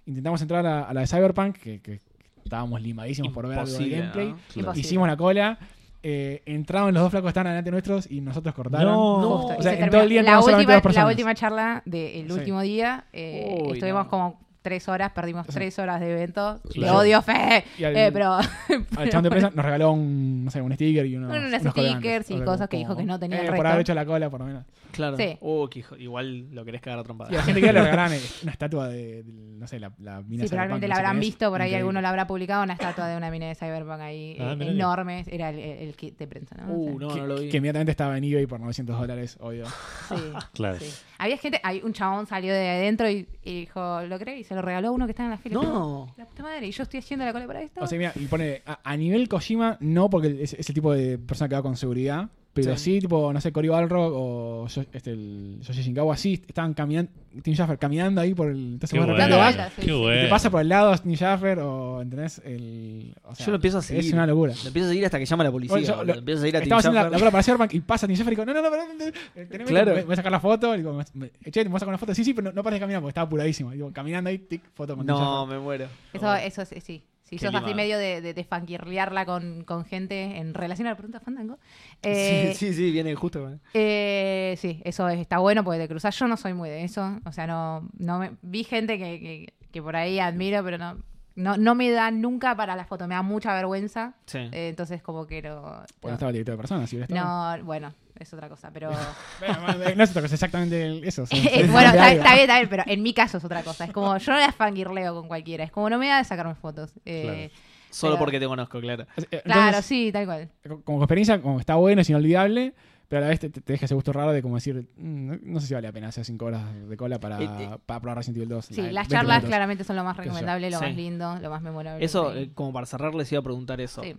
Intentamos entrar a, a la de Cyberpunk, que, que estábamos limadísimos por ver algo de Imposible, gameplay. ¿no? Claro. Imposible. Hicimos la cola. eh, entraron los dos flacos que estaban delante nuestros y nosotros cortaron. No. No. Posta, O sea, y se en terminó. todo el día la, entraron solamente última, dos personas. la última charla del Sí. último día, eh, Uy, estuvimos no. como tres horas, perdimos Sí. tres horas de evento. Te Claro. odio, Fe. Y al- eh, pero Al chabón de prensa nos regaló un, no sé, un sticker y unos, Bueno, unos unos colgantes. stickers y O sea, cosas que como- dijo que no tenía eh, el Por resto. haber hecho la cola, por lo menos. Claro. Sí. Oh, que hijo- igual lo querés cagar a trompada. Y a la gente que le regalaron eh, una estatua de, de- no sé, la, la mina Cyberpunk, Sí, probablemente no la sé habrán quién es. visto, por ahí Increíble. alguno la habrá publicado, una estatua de una mina de Cyberpunk ahí Ah, eh, mirá. enorme, era el, el- el kit de prensa, ¿no? Uh, no, que, no lo vi. que inmediatamente estaba en eBay por 900 dólares, obvio. O sea, sí, Claro. sí. Había gente, hay un chabón salió de adentro y, y dijo, ¿lo crees? Y se lo regaló a uno que estaba en la fila. No. La puta madre, y yo estoy haciendo la cola para esto. O sea, mira, y pone, a, a nivel Kojima, no porque es, es el tipo de persona que va con seguridad, pero sí, Sí. tipo, no sé, Cory Balrog o Yo- este, el Yoshi Shinkawa, sí, estaban caminando, Tim Schafer caminando ahí por el... Entonces, Qué vos de bueno. repente vas, vueltas, sí, Qué sí. bueno. te pasa por el lado Tim Schafer o, ¿entendés? El, o sea, Yo lo empiezo a Es seguir. una locura. Lo empiezo a seguir hasta que llama la policía. Bueno, yo boludo. lo- empiezo a seguir a Tim Estaba haciendo la, Schafer. la cola para Cyberpunk y pasa Tim Schafer y digo, no, no, no, pará, ten- ten- teneme, Claro. voy a sacar la foto. Y digo, me- me- che, te voy a sacar una foto. Sí, sí, pero no, no pares de caminar porque estaba apuradísimo. Y digo, caminando ahí, tic, foto con Tim No, Schafer. me muero. Eso, oh. eso es- eh, sí. Si Qué sos así animal. medio de, de, de fangirlearla con, con gente en relación a la pregunta de Fandango. eh, sí, sí, sí, viene justo. con- Eh, sí, eso es- está bueno porque de cruzar yo no soy muy de eso. O sea, no, no me, vi gente que, que- que por ahí admiro, pero no, no, no me da nunca para la foto, me da mucha vergüenza. Sí. Eh, entonces como que no, Bueno, no, estaba el director de personas, si hubiera estado. no, bueno, es otra cosa, pero Bueno, bueno, no es otra cosa, exactamente el- eso. sí. Eh, Sí, bueno, de está, algo. está bien, está bien, pero en mi caso es otra cosa. Es como, yo no las fangirleo con cualquiera, es como no me da de sacarme fotos. Eh, Solo Pero- porque te conozco, claro. Eh, entonces, Claro, sí, tal cual. co- Como experiencia, como está bueno, es inolvidable. Pero a la vez te, te- te deja ese gusto raro de como decir, mm, no, no sé si vale la pena hacer 5 horas de cola para, Eh, eh. para probar Resident Evil 2. Sí, la- las 20 charlas minutos. claramente son lo más Qué sé yo. recomendable, lo Sí. más lindo, lo más memorable. Eso, Sí. eh, como para cerrar, les iba a preguntar eso. Sí.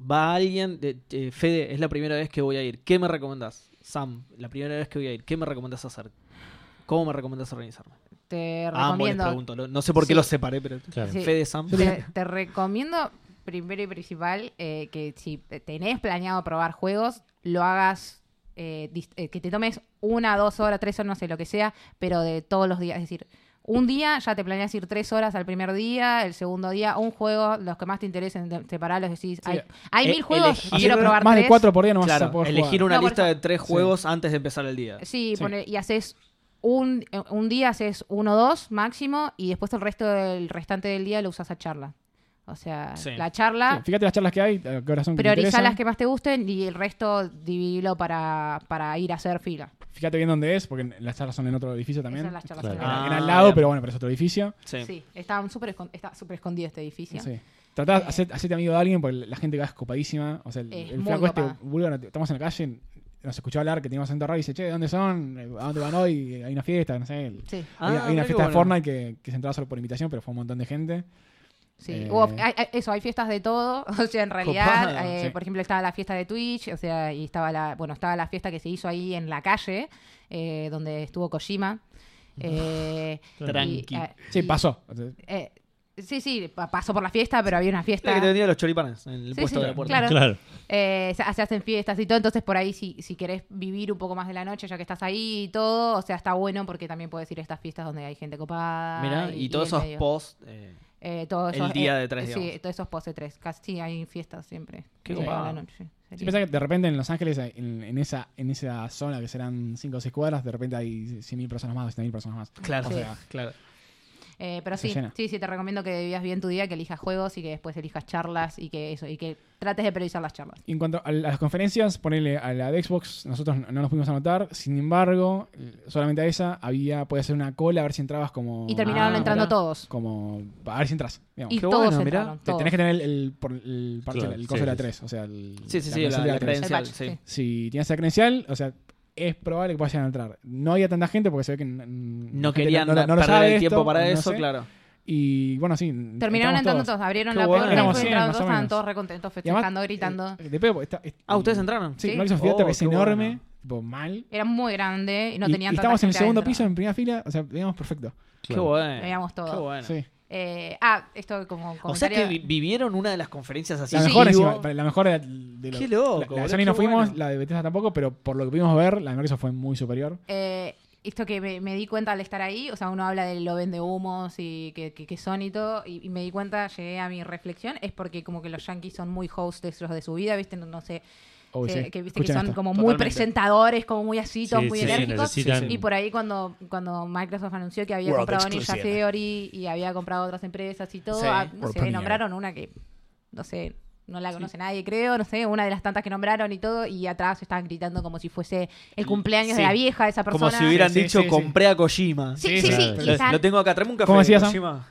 Va alguien, de, eh, Fede, es la primera vez que voy a ir. ¿Qué me recomendás? Sam, la primera vez que voy a ir, ¿qué me recomendás hacer? ¿Cómo me recomendás organizarme? Te Ah, les recomiendo pregunto. lo- No sé por qué Sí. los separé, pero. Claro. Sí. Fede, Sam. Te, te recomiendo, primero y principal, eh, que si tenés planeado probar juegos, lo hagas, eh, dis- eh, que te tomes una, dos horas, tres horas, no sé, lo que sea, pero de todos los días. Es decir, un día ya te planeas ir tres horas al primer día, el segundo día, un juego, los que más te interesen, te- separarlos, decís, hay, hay E- mil juegos, elegir quiero probar eh, Más tres. de 4 por día no vas a Claro, poder elegir jugar. una No, por lista eso- de tres juegos antes de empezar el día. Sí, Sí. pone- y haces un, eh, un día haces uno o dos máximo y después el resto del restante del día lo usas a charla. O sea, Sí. la charla, Sí, Fíjate las charlas que hay, a qué horas son que te Priorizá interesan. las que más te gusten y el resto dividilo para, para ir a hacer fila. Fíjate bien dónde es, porque las charlas son en otro edificio también. Esas son las charlas Claro. generales. Era- Ah, era al lado, bien. pero bueno, pero es otro edificio. Sí. Sí, estaban súper escon- está súper escondido este edificio. Sí. Tratá, Eh. hacete, hacete amigo de alguien, porque la gente que va es copadísima. O sea, el, Es el muy flaco este copada. búlgaro, estamos en la calle, nos escuchó hablar que teníamos acento raro y dice, che, ¿de dónde son? Eh, ¿A dónde van hoy? Hay una fiesta, no sé. el- Sí, hay, Ah, hay una mirá qué fiesta de bueno. Fortnite que, que se entraba solo por invitación, pero fue un montón de gente. sí. Eh. Hubo- hay- hay- eso, hay fiestas de todo. O sea, en realidad, Copado, eh, sí. por ejemplo, estaba la fiesta de Twitch, o sea, y estaba la, bueno, estaba la fiesta que se hizo ahí en la calle, eh, donde estuvo Kojima. Eh, Tranqui. y, eh, Sí, y- pasó. O sea, eh, Sí, sí, pa- pasó por la fiesta, pero había una La fiesta. que te vendía los choripanes en el Sí, puesto sí, de la puerta. claro. Claro. Eh, se, se hacen fiestas y todo, entonces por ahí si, si querés vivir un poco más de la noche, ya que estás ahí y todo, o sea, está bueno porque también puedes ir a estas fiestas donde hay gente copada. Mirá, y, todos el esos medio. posts. eh, Eh, todos el esos- día eh, de tres, Sí, digamos. todos esos post de tres, casi sí, hay fiestas siempre. Qué Sí, a copado. la noche. Sí, Sería- pensá que de repente en Los Ángeles, en, en esa, en esa zona que serán 5 o 6 cuadras, de repente hay 100.000 personas más, 200.000 personas más. claro, O sea, claro. Eh, pero Se sí, llena. sí, sí, te recomiendo que vivas bien tu día, que elijas juegos y que después elijas charlas y que eso, y que trates de priorizar las charlas. Y en cuanto a las conferencias, ponele a la de Xbox, nosotros no nos pudimos anotar. Sin embargo, solamente a esa había, podía hacer una cola a ver si entrabas como. Y terminaron Ah, entrando mirá. todos. Como. A ver si entras. digamos. Y Qué todos bueno, mirá. entraron, Te- todos. Tenés que tener el, el, por- el parche, Claro, el sí, coso de la sí, sí. 3. O sea, el, Sí, sí, sí, credencial la, de la credencial, badge, sí. sí. Si tienes esa credencial, o sea, es probable que puedas llegar a entrar. No había tanta gente porque se ve que. n- n- No la gente querían lo- lo perder sabe el esto, tiempo para no eso, sé. claro. Y bueno, sí. Terminaron entramos entrando todos, abrieron Qué la bueno. puerta, Éramos después cien, entraron más o todos, estaban menos. todos recontentos, Y además, festejando, gritando. eh, de pedo, está- Ah, ¿ustedes entraron? Sí, Sí. Microsoft Oh, Theater es qué bueno. enorme, tipo, mal. Era muy grande y no y, tenían y tanta estábamos en el gente segundo adentro. piso, en primera fila, o sea, veíamos perfecto. Qué claro. bueno. Veíamos todo. Qué bueno. Sí. Eh, ah, esto como O sea comentario. que vi- vivieron una de las conferencias así. La en mejor, vivo. encima, para- la mejor era de los- Qué loco, la- La, boludo, de Sony no qué fuimos, bueno. la de Bethesda tampoco, pero por lo que pudimos ver, la de Microsoft fue muy superior. Eh, esto que me, me di cuenta al estar ahí, o sea, uno habla de lo vende humos y que, que- que son y todo, y, y me di cuenta, llegué a mi reflexión, es porque como que los yankees son muy hosts de, esos de su vida, ¿viste? No, no sé, Oh, se- sí. que viste que Escuchen son esto. como muy Totalmente. presentadores, como muy así, todos Sí, muy sí, sí, enérgicos. necesitan- Y por ahí cuando, cuando Microsoft anunció que había World comprado Ninja exclusive. Theory y había comprado otras empresas y todo, Sí. ah, no World sé, premiere. nombraron una que, no sé, no la conoce nadie, creo, no sé, una de las tantas que nombraron y todo, y atrás estaban gritando como si fuese el cumpleaños Sí. de la vieja de esa persona. Como si hubieran Sí, sí, dicho, sí, sí. compré a Kojima. Sí, sí, Sí, sí. y claro. Lo, están- lo tengo acá, traeme un café. ¿Cómo decía Sam? Kojima.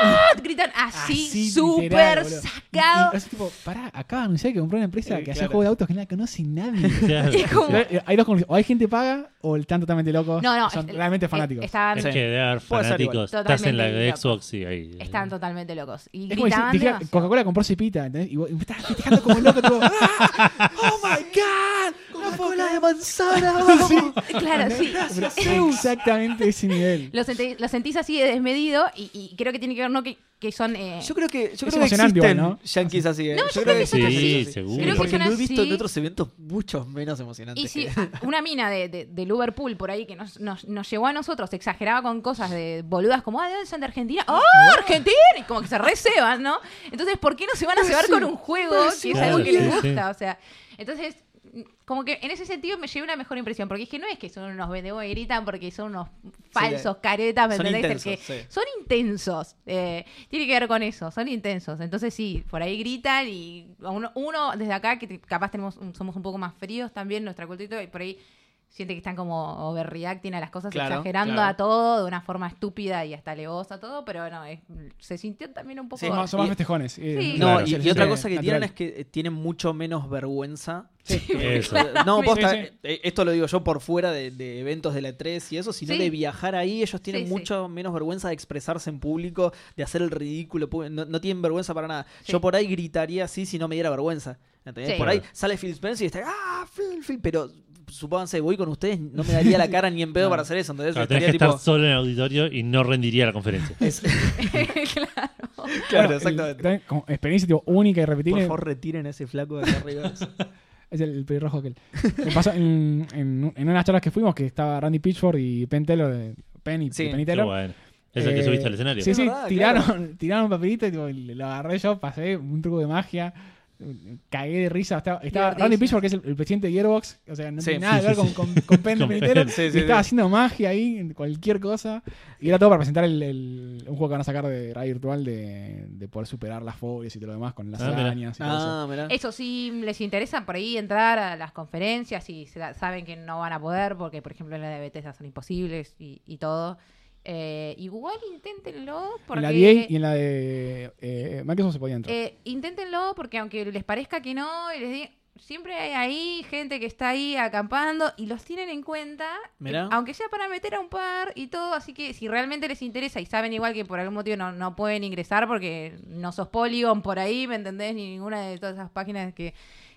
¡Ah! gritan así, Así, literal, súper boludo. sacado. Y- y es tipo, pará, acá anuncié que compró una empresa Eh, que hacía claro. juegos de autos que no la conoce nadie. Claro. Es como- Eh, hay dos conclusiones, o hay gente paga o están totalmente locos. No, no, son es- realmente es- fanáticos. Estaban, Es Sí. que debe haber Puede ser igual. fanáticos. Estás en la Totalmente de Xbox y ahí. estaban totalmente locos. Y Es como si gritaban dijera, demasiado. Coca-Cola compró Cepita, ¿entendés? Y vos y vos estás festejando como loco, tipo, ¡ah! ¡Oh my god! ¡Una cola de manzana! vamos. Claro, sí. Pero Exactamente ese nivel. Lo, sentí- lo sentís así de desmedido y, y creo que tiene que ver, no que, que son... eh, Yo creo que, yo Es creo que existen emocionante igual, ¿no? yankees así. ¿eh? No, yo creo que son existen así. yankees Sí, seguro. Creo que Porque son lo he visto así. en otros eventos muchos menos emocionantes. y si que- a- una mina de, de- de Liverpool por ahí que nos, nos, nos llevó a nosotros, exageraba con cosas de boludas como, ah, ¿de dónde son de Argentina? ¡Oh, Argentina! Y como que se receban, ¿no? Entonces, ¿por qué no se van a cebar con un juego que es Claro, algo que les sí, gusta? sí. O sea, entonces, mm, como que en ese sentido me llevé una mejor impresión, porque es que no es que son unos vendegos y gritan porque son unos falsos caretas, ¿me son entendés? El intensos, que- sí. Son intensos, eh, tiene que ver con eso, son intensos. Entonces sí, por ahí gritan y a uno, uno desde acá, que te- capaz tenemos un- somos un poco más fríos también, nuestra cultura, y por ahí siente que están como overreacting a las cosas, Claro, exagerando claro. a todo de una forma estúpida y hasta levosa, todo, pero no, es- se sintió también un poco... Sí, Son más, son más Y- festejones. eh, Sí. No, Claro, y, se y les otra hace cosa que tienen natural. es que eh, tienen mucho menos vergüenza. Eso. No, posta, Sí, sí. eh, esto lo digo yo por fuera de, de eventos de la 3 y eso, sino Sí. de viajar ahí, ellos tienen Sí, sí. mucho menos vergüenza de expresarse en público, de hacer el ridículo, pu- no, no tienen vergüenza para nada. Sí. Yo por ahí gritaría así si no me diera vergüenza. ¿entendés? Sí. Por ahí sale Phil Spencer y está, ah, Phil, Phil, pero supónganse, voy con ustedes, no me daría la cara ni en pedo para hacer eso, entonces Claro, tenés estaría que tipo... estar solo en el auditorio y no rendiría la conferencia. es- claro. claro, Bueno, el- exactamente. también como experiencia tipo, única y Por repetible. favor, retiren a ese flaco de acá arriba. Es el, el pelirrojo aquel. Me pasó en, en, en unas charlas que fuimos que estaba Randy Pitchford y Penn Taylor. de- Penn y, Sí. y Penny Qué Taylor. bueno. Es el que Eh, subiste al escenario. Sí, Es sí, verdad, tiraron, claro. tiraron un papelito y tipo, lo agarré yo, pasé un truco de magia. Cagué de risa. Estaba, estaba Divertidísimo. Randy Pitchford, que es el, el presidente de Gearbox. O sea, no Sí. tiene nada Sí, que ver sí, con, con, con Penn y Con Penny Penn. Taylor. Sí, sí, y sí. estaba haciendo magia ahí, en cualquier cosa. Y era todo para presentar el, el- un juego que van a sacar de radio virtual de, de poder superar las fobias y todo lo demás con las Ah, mira. arañas y todo eso. ah, mirá. Eso sí, les interesa por ahí entrar a las conferencias y se la- saben que no van a poder porque, por ejemplo, las de Bethesda son imposibles y, y todo. Eh, igual inténtenlo porque... En la DA y en la de eh, Microsoft se podía entrar. Eh, inténtenlo porque aunque les parezca que no, y les diga- siempre hay ahí gente que está ahí acampando y los tienen en cuenta, Mirá. eh, aunque sea para meter a un par y todo, así que si realmente les interesa y saben igual que por algún motivo no, no pueden ingresar porque no sos Polygon por ahí, ¿me entendés? Ni ninguna de todas esas páginas que,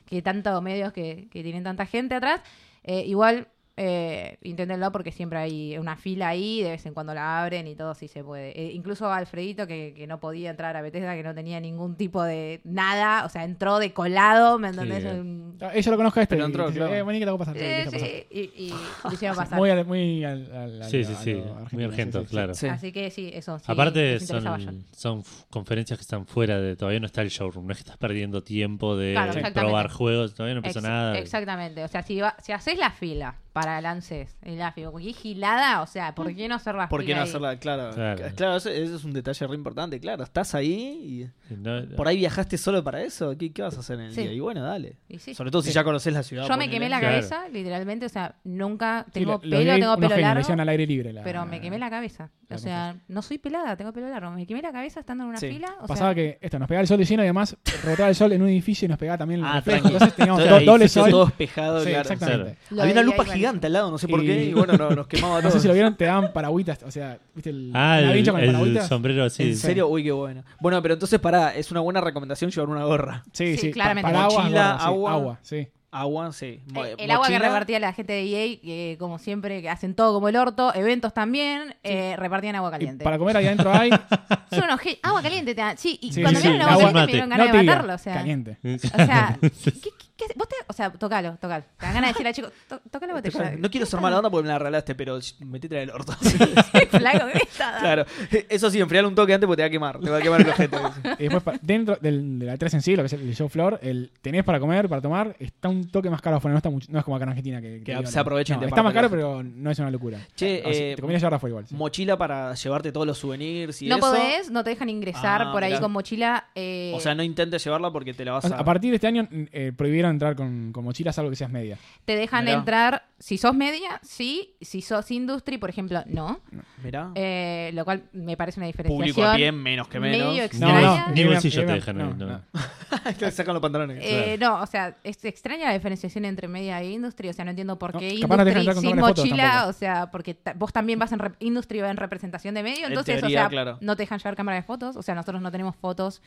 que tantos medios que, que tienen tanta gente atrás, eh, igual... Eh, inténtenlo porque siempre hay una fila ahí, de vez en cuando la abren y todo sí se puede. Eh, incluso Alfredito, que, que no podía entrar a Bethesda, que no tenía ningún tipo de nada, o sea, entró de colado, ¿me entendés? Sí. Un- Ah, Ella lo conozco a este. Pero y entró, dice, claro. eh, vení que te hago pasar. te Eh, dejo pasar. sí, y, y lo hicieron pasar. Muy, al, muy al, al- al- Sí, sí, a sí. lo Muy argentino, argento, sí, sí. claro. Sí. Así que sí, eso. sí, Aparte, les interesa, son, vayan. son f- conferencias que están fuera de. Todavía no está el showroom. No es que estás perdiendo tiempo de Claro, exactamente. probar juegos. Todavía no empezó Ex- nada. Exactamente. O sea, si, va- si haces la fila para el ANSES, el AFI, cualquier gilada, o sea, ¿por qué no hacer la Mm. ¿Por qué fila? no ahí? hacerla? Claro, Claro. claro, eso, eso es un detalle re importante. Claro, estás ahí Y no- y por ahí viajaste solo para eso. ¿Qué, qué vas a hacer en el Sí. día? Y bueno, dale. Y sí. Sobre todo si ya conoces la ciudad. Yo me ponele. quemé la Claro. cabeza, literalmente, o sea, nunca Sí, tengo lo- los pelo, gays, tengo unos pelo genios, le largo, hicieron al aire libre. la- pero me quemé la cabeza. la o sea, no soy pelada, tengo pelo largo. Me quemé la cabeza estando en una Sí. fila. O Pasaba sea, que esto, nos pegaba el sol de lleno y además rebotaba el sol en un edificio y nos pegaba también el Ah, reflejo. tranqui. Entonces teníamos Todo do- doble edificio sol. Todo espejado, Sí, claro. exactamente. lo Había una veía lupa igual. gigante al lado, no sé por Y- qué. Y bueno, no- nos quemaba todo. No sé si lo vieron, te daban paragüitas. O sea, ¿viste el, Ah, la el, bicha con el el paragüitas? sombrero así. ¿En serio? Uy, qué bueno. Bueno, pero entonces pará, es una buena recomendación llevar una gorra. Sí, Sí, sí, pa- claramente. Paraguas, Mochila, gorra, sí, agua. agua, sí. Agua, sí. Mo- Eh, El, el agua que mochila. repartía la gente de EA, que como siempre, que hacen todo como el orto, eventos también, eh, repartían agua Y caliente. para comer ahí adentro hay. Son unos ge- Agua caliente, te dan- sí, y Sí, cuando sí, vieron sí. la agua Agua caliente me dieron ganas no de tibia, matarlo, o sea. Caliente. O sea, ¿qué, qué- qué- vos te- o sea, tocalo, tocalo. Te dan ganas de decirle al chico, "To- toca la botella. No quiero ser mala onda porque me la regalaste, pero sh- metete la del orto. Flaco, ¿qué me está dando? claro. Eso sí, enfriar un toque antes porque te va a quemar. Te va a quemar el ojete. Y después, pa- dentro del, de la 3 en sí, lo que es el show floor, el tenés para comer, para tomar, está un toque más caro afuera. No, está mucho- no es como acá en Argentina. Que, Que digo, se no. aprovechan y No, te parten Está más caro, la- pero no es una locura. Che, O sea, eh, te conviene llevarla afuera igual. sí. Mochila para llevarte todos los souvenirs y No eso. podés, no te dejan ingresar Ah, por ahí mirá. con mochila. eh, O sea, no intentes llevarla porque te la vas O sea, a... a partir de este año eh, prohibieron entrar con, con mochilas, salvo que seas media. te dejan mirá. entrar, si sos media, sí, si sos industry, por ejemplo, no. Mirá. Eh, lo cual me parece una Público a diferenciación. pie, menos que menos. medio No, extraña. no, ni bolsillo te dejan, no, no. Te sacan los pantalones. Eh, no, o sea, es extraña la diferenciación entre media e industry. O sea, no entiendo por No, qué capaz no te dejan industry entrar con sin cámara de fotos mochila. tampoco. o sea, porque ta- vos también vas en rep- industry va en representación de medio. En Entonces, teoría, o sea, claro. no te dejan llevar cámara de fotos. O sea, nosotros no tenemos fotos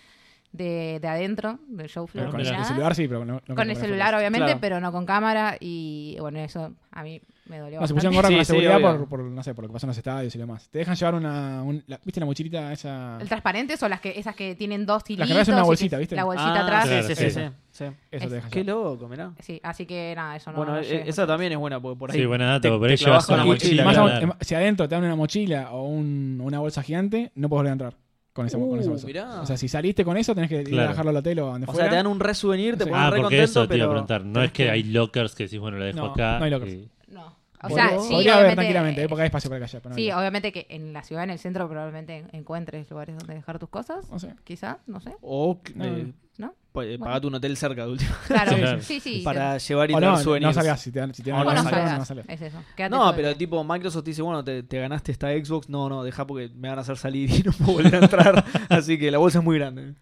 de, de adentro, del show floor. Pero Con ni Mirá. el nada. celular sí, pero no- no con el las celular, fotos. obviamente, Claro. pero no con cámara. Y bueno, eso a mí me dolió. No, se pusieron bastante. gorra con Sí, la sí, seguridad obvio. por, por, no sé, por lo que pasó en los estadios y demás. Te dejan llevar una... un- la- ¿Viste la mochilita esa? ¿El transparentes o las que esas que tienen dos que hilitos? ves en una y que- bolsita, ¿viste? La bolsita Ah, atrás. Claro, Sí, sí, sí. sí. sí, sí. Eso te dejan Qué llevar. loco, mirá. Sí, así que nada, eso no. bueno, no eh, llegué esa mucho. también es buena, porque por ahí. Sí, buena data, te- porque por ahí te llevas clavas con una la Y- y mochila. más claro. aún, em- si adentro te dan una mochila o un- una bolsa gigante, no puedes volver a entrar con esa, con esa Uh, bolsa. mirá. O sea, si saliste con eso, tenés que ir a Claro. dejarlo al hotel o a donde O fuera. sea, te dan un re souvenir, te Sí. ponen Ah, re porque contento, eso te iba a pero- preguntar. No es que hay lockers que decís, bueno, lo dejo No, acá. no hay lockers. y- No. O Podría- sea, sí, podría haber obviamente, tranquilamente, eh, ¿eh? porque hay espacio para callar. Pero no Sí, había. obviamente que en la ciudad, en el centro, probablemente en- encuentres lugares donde dejar tus cosas. No sé. Quizá, no sé, O eh, No. ¿no? pa- eh, pagate un hotel cerca de última. Sí, Claro, claro. sí, sí. para llevar y O traer no, no, souvenirs. salgas. Si te dan, si te dan O O algo, no no salgas. no salgas. Es eso. Quédate No, todo el pero día. tipo Microsoft te dice, bueno, te, te ganaste esta Xbox, no, no, deja porque me van a hacer salir y no puedo volver a entrar. Así que la bolsa es muy grande.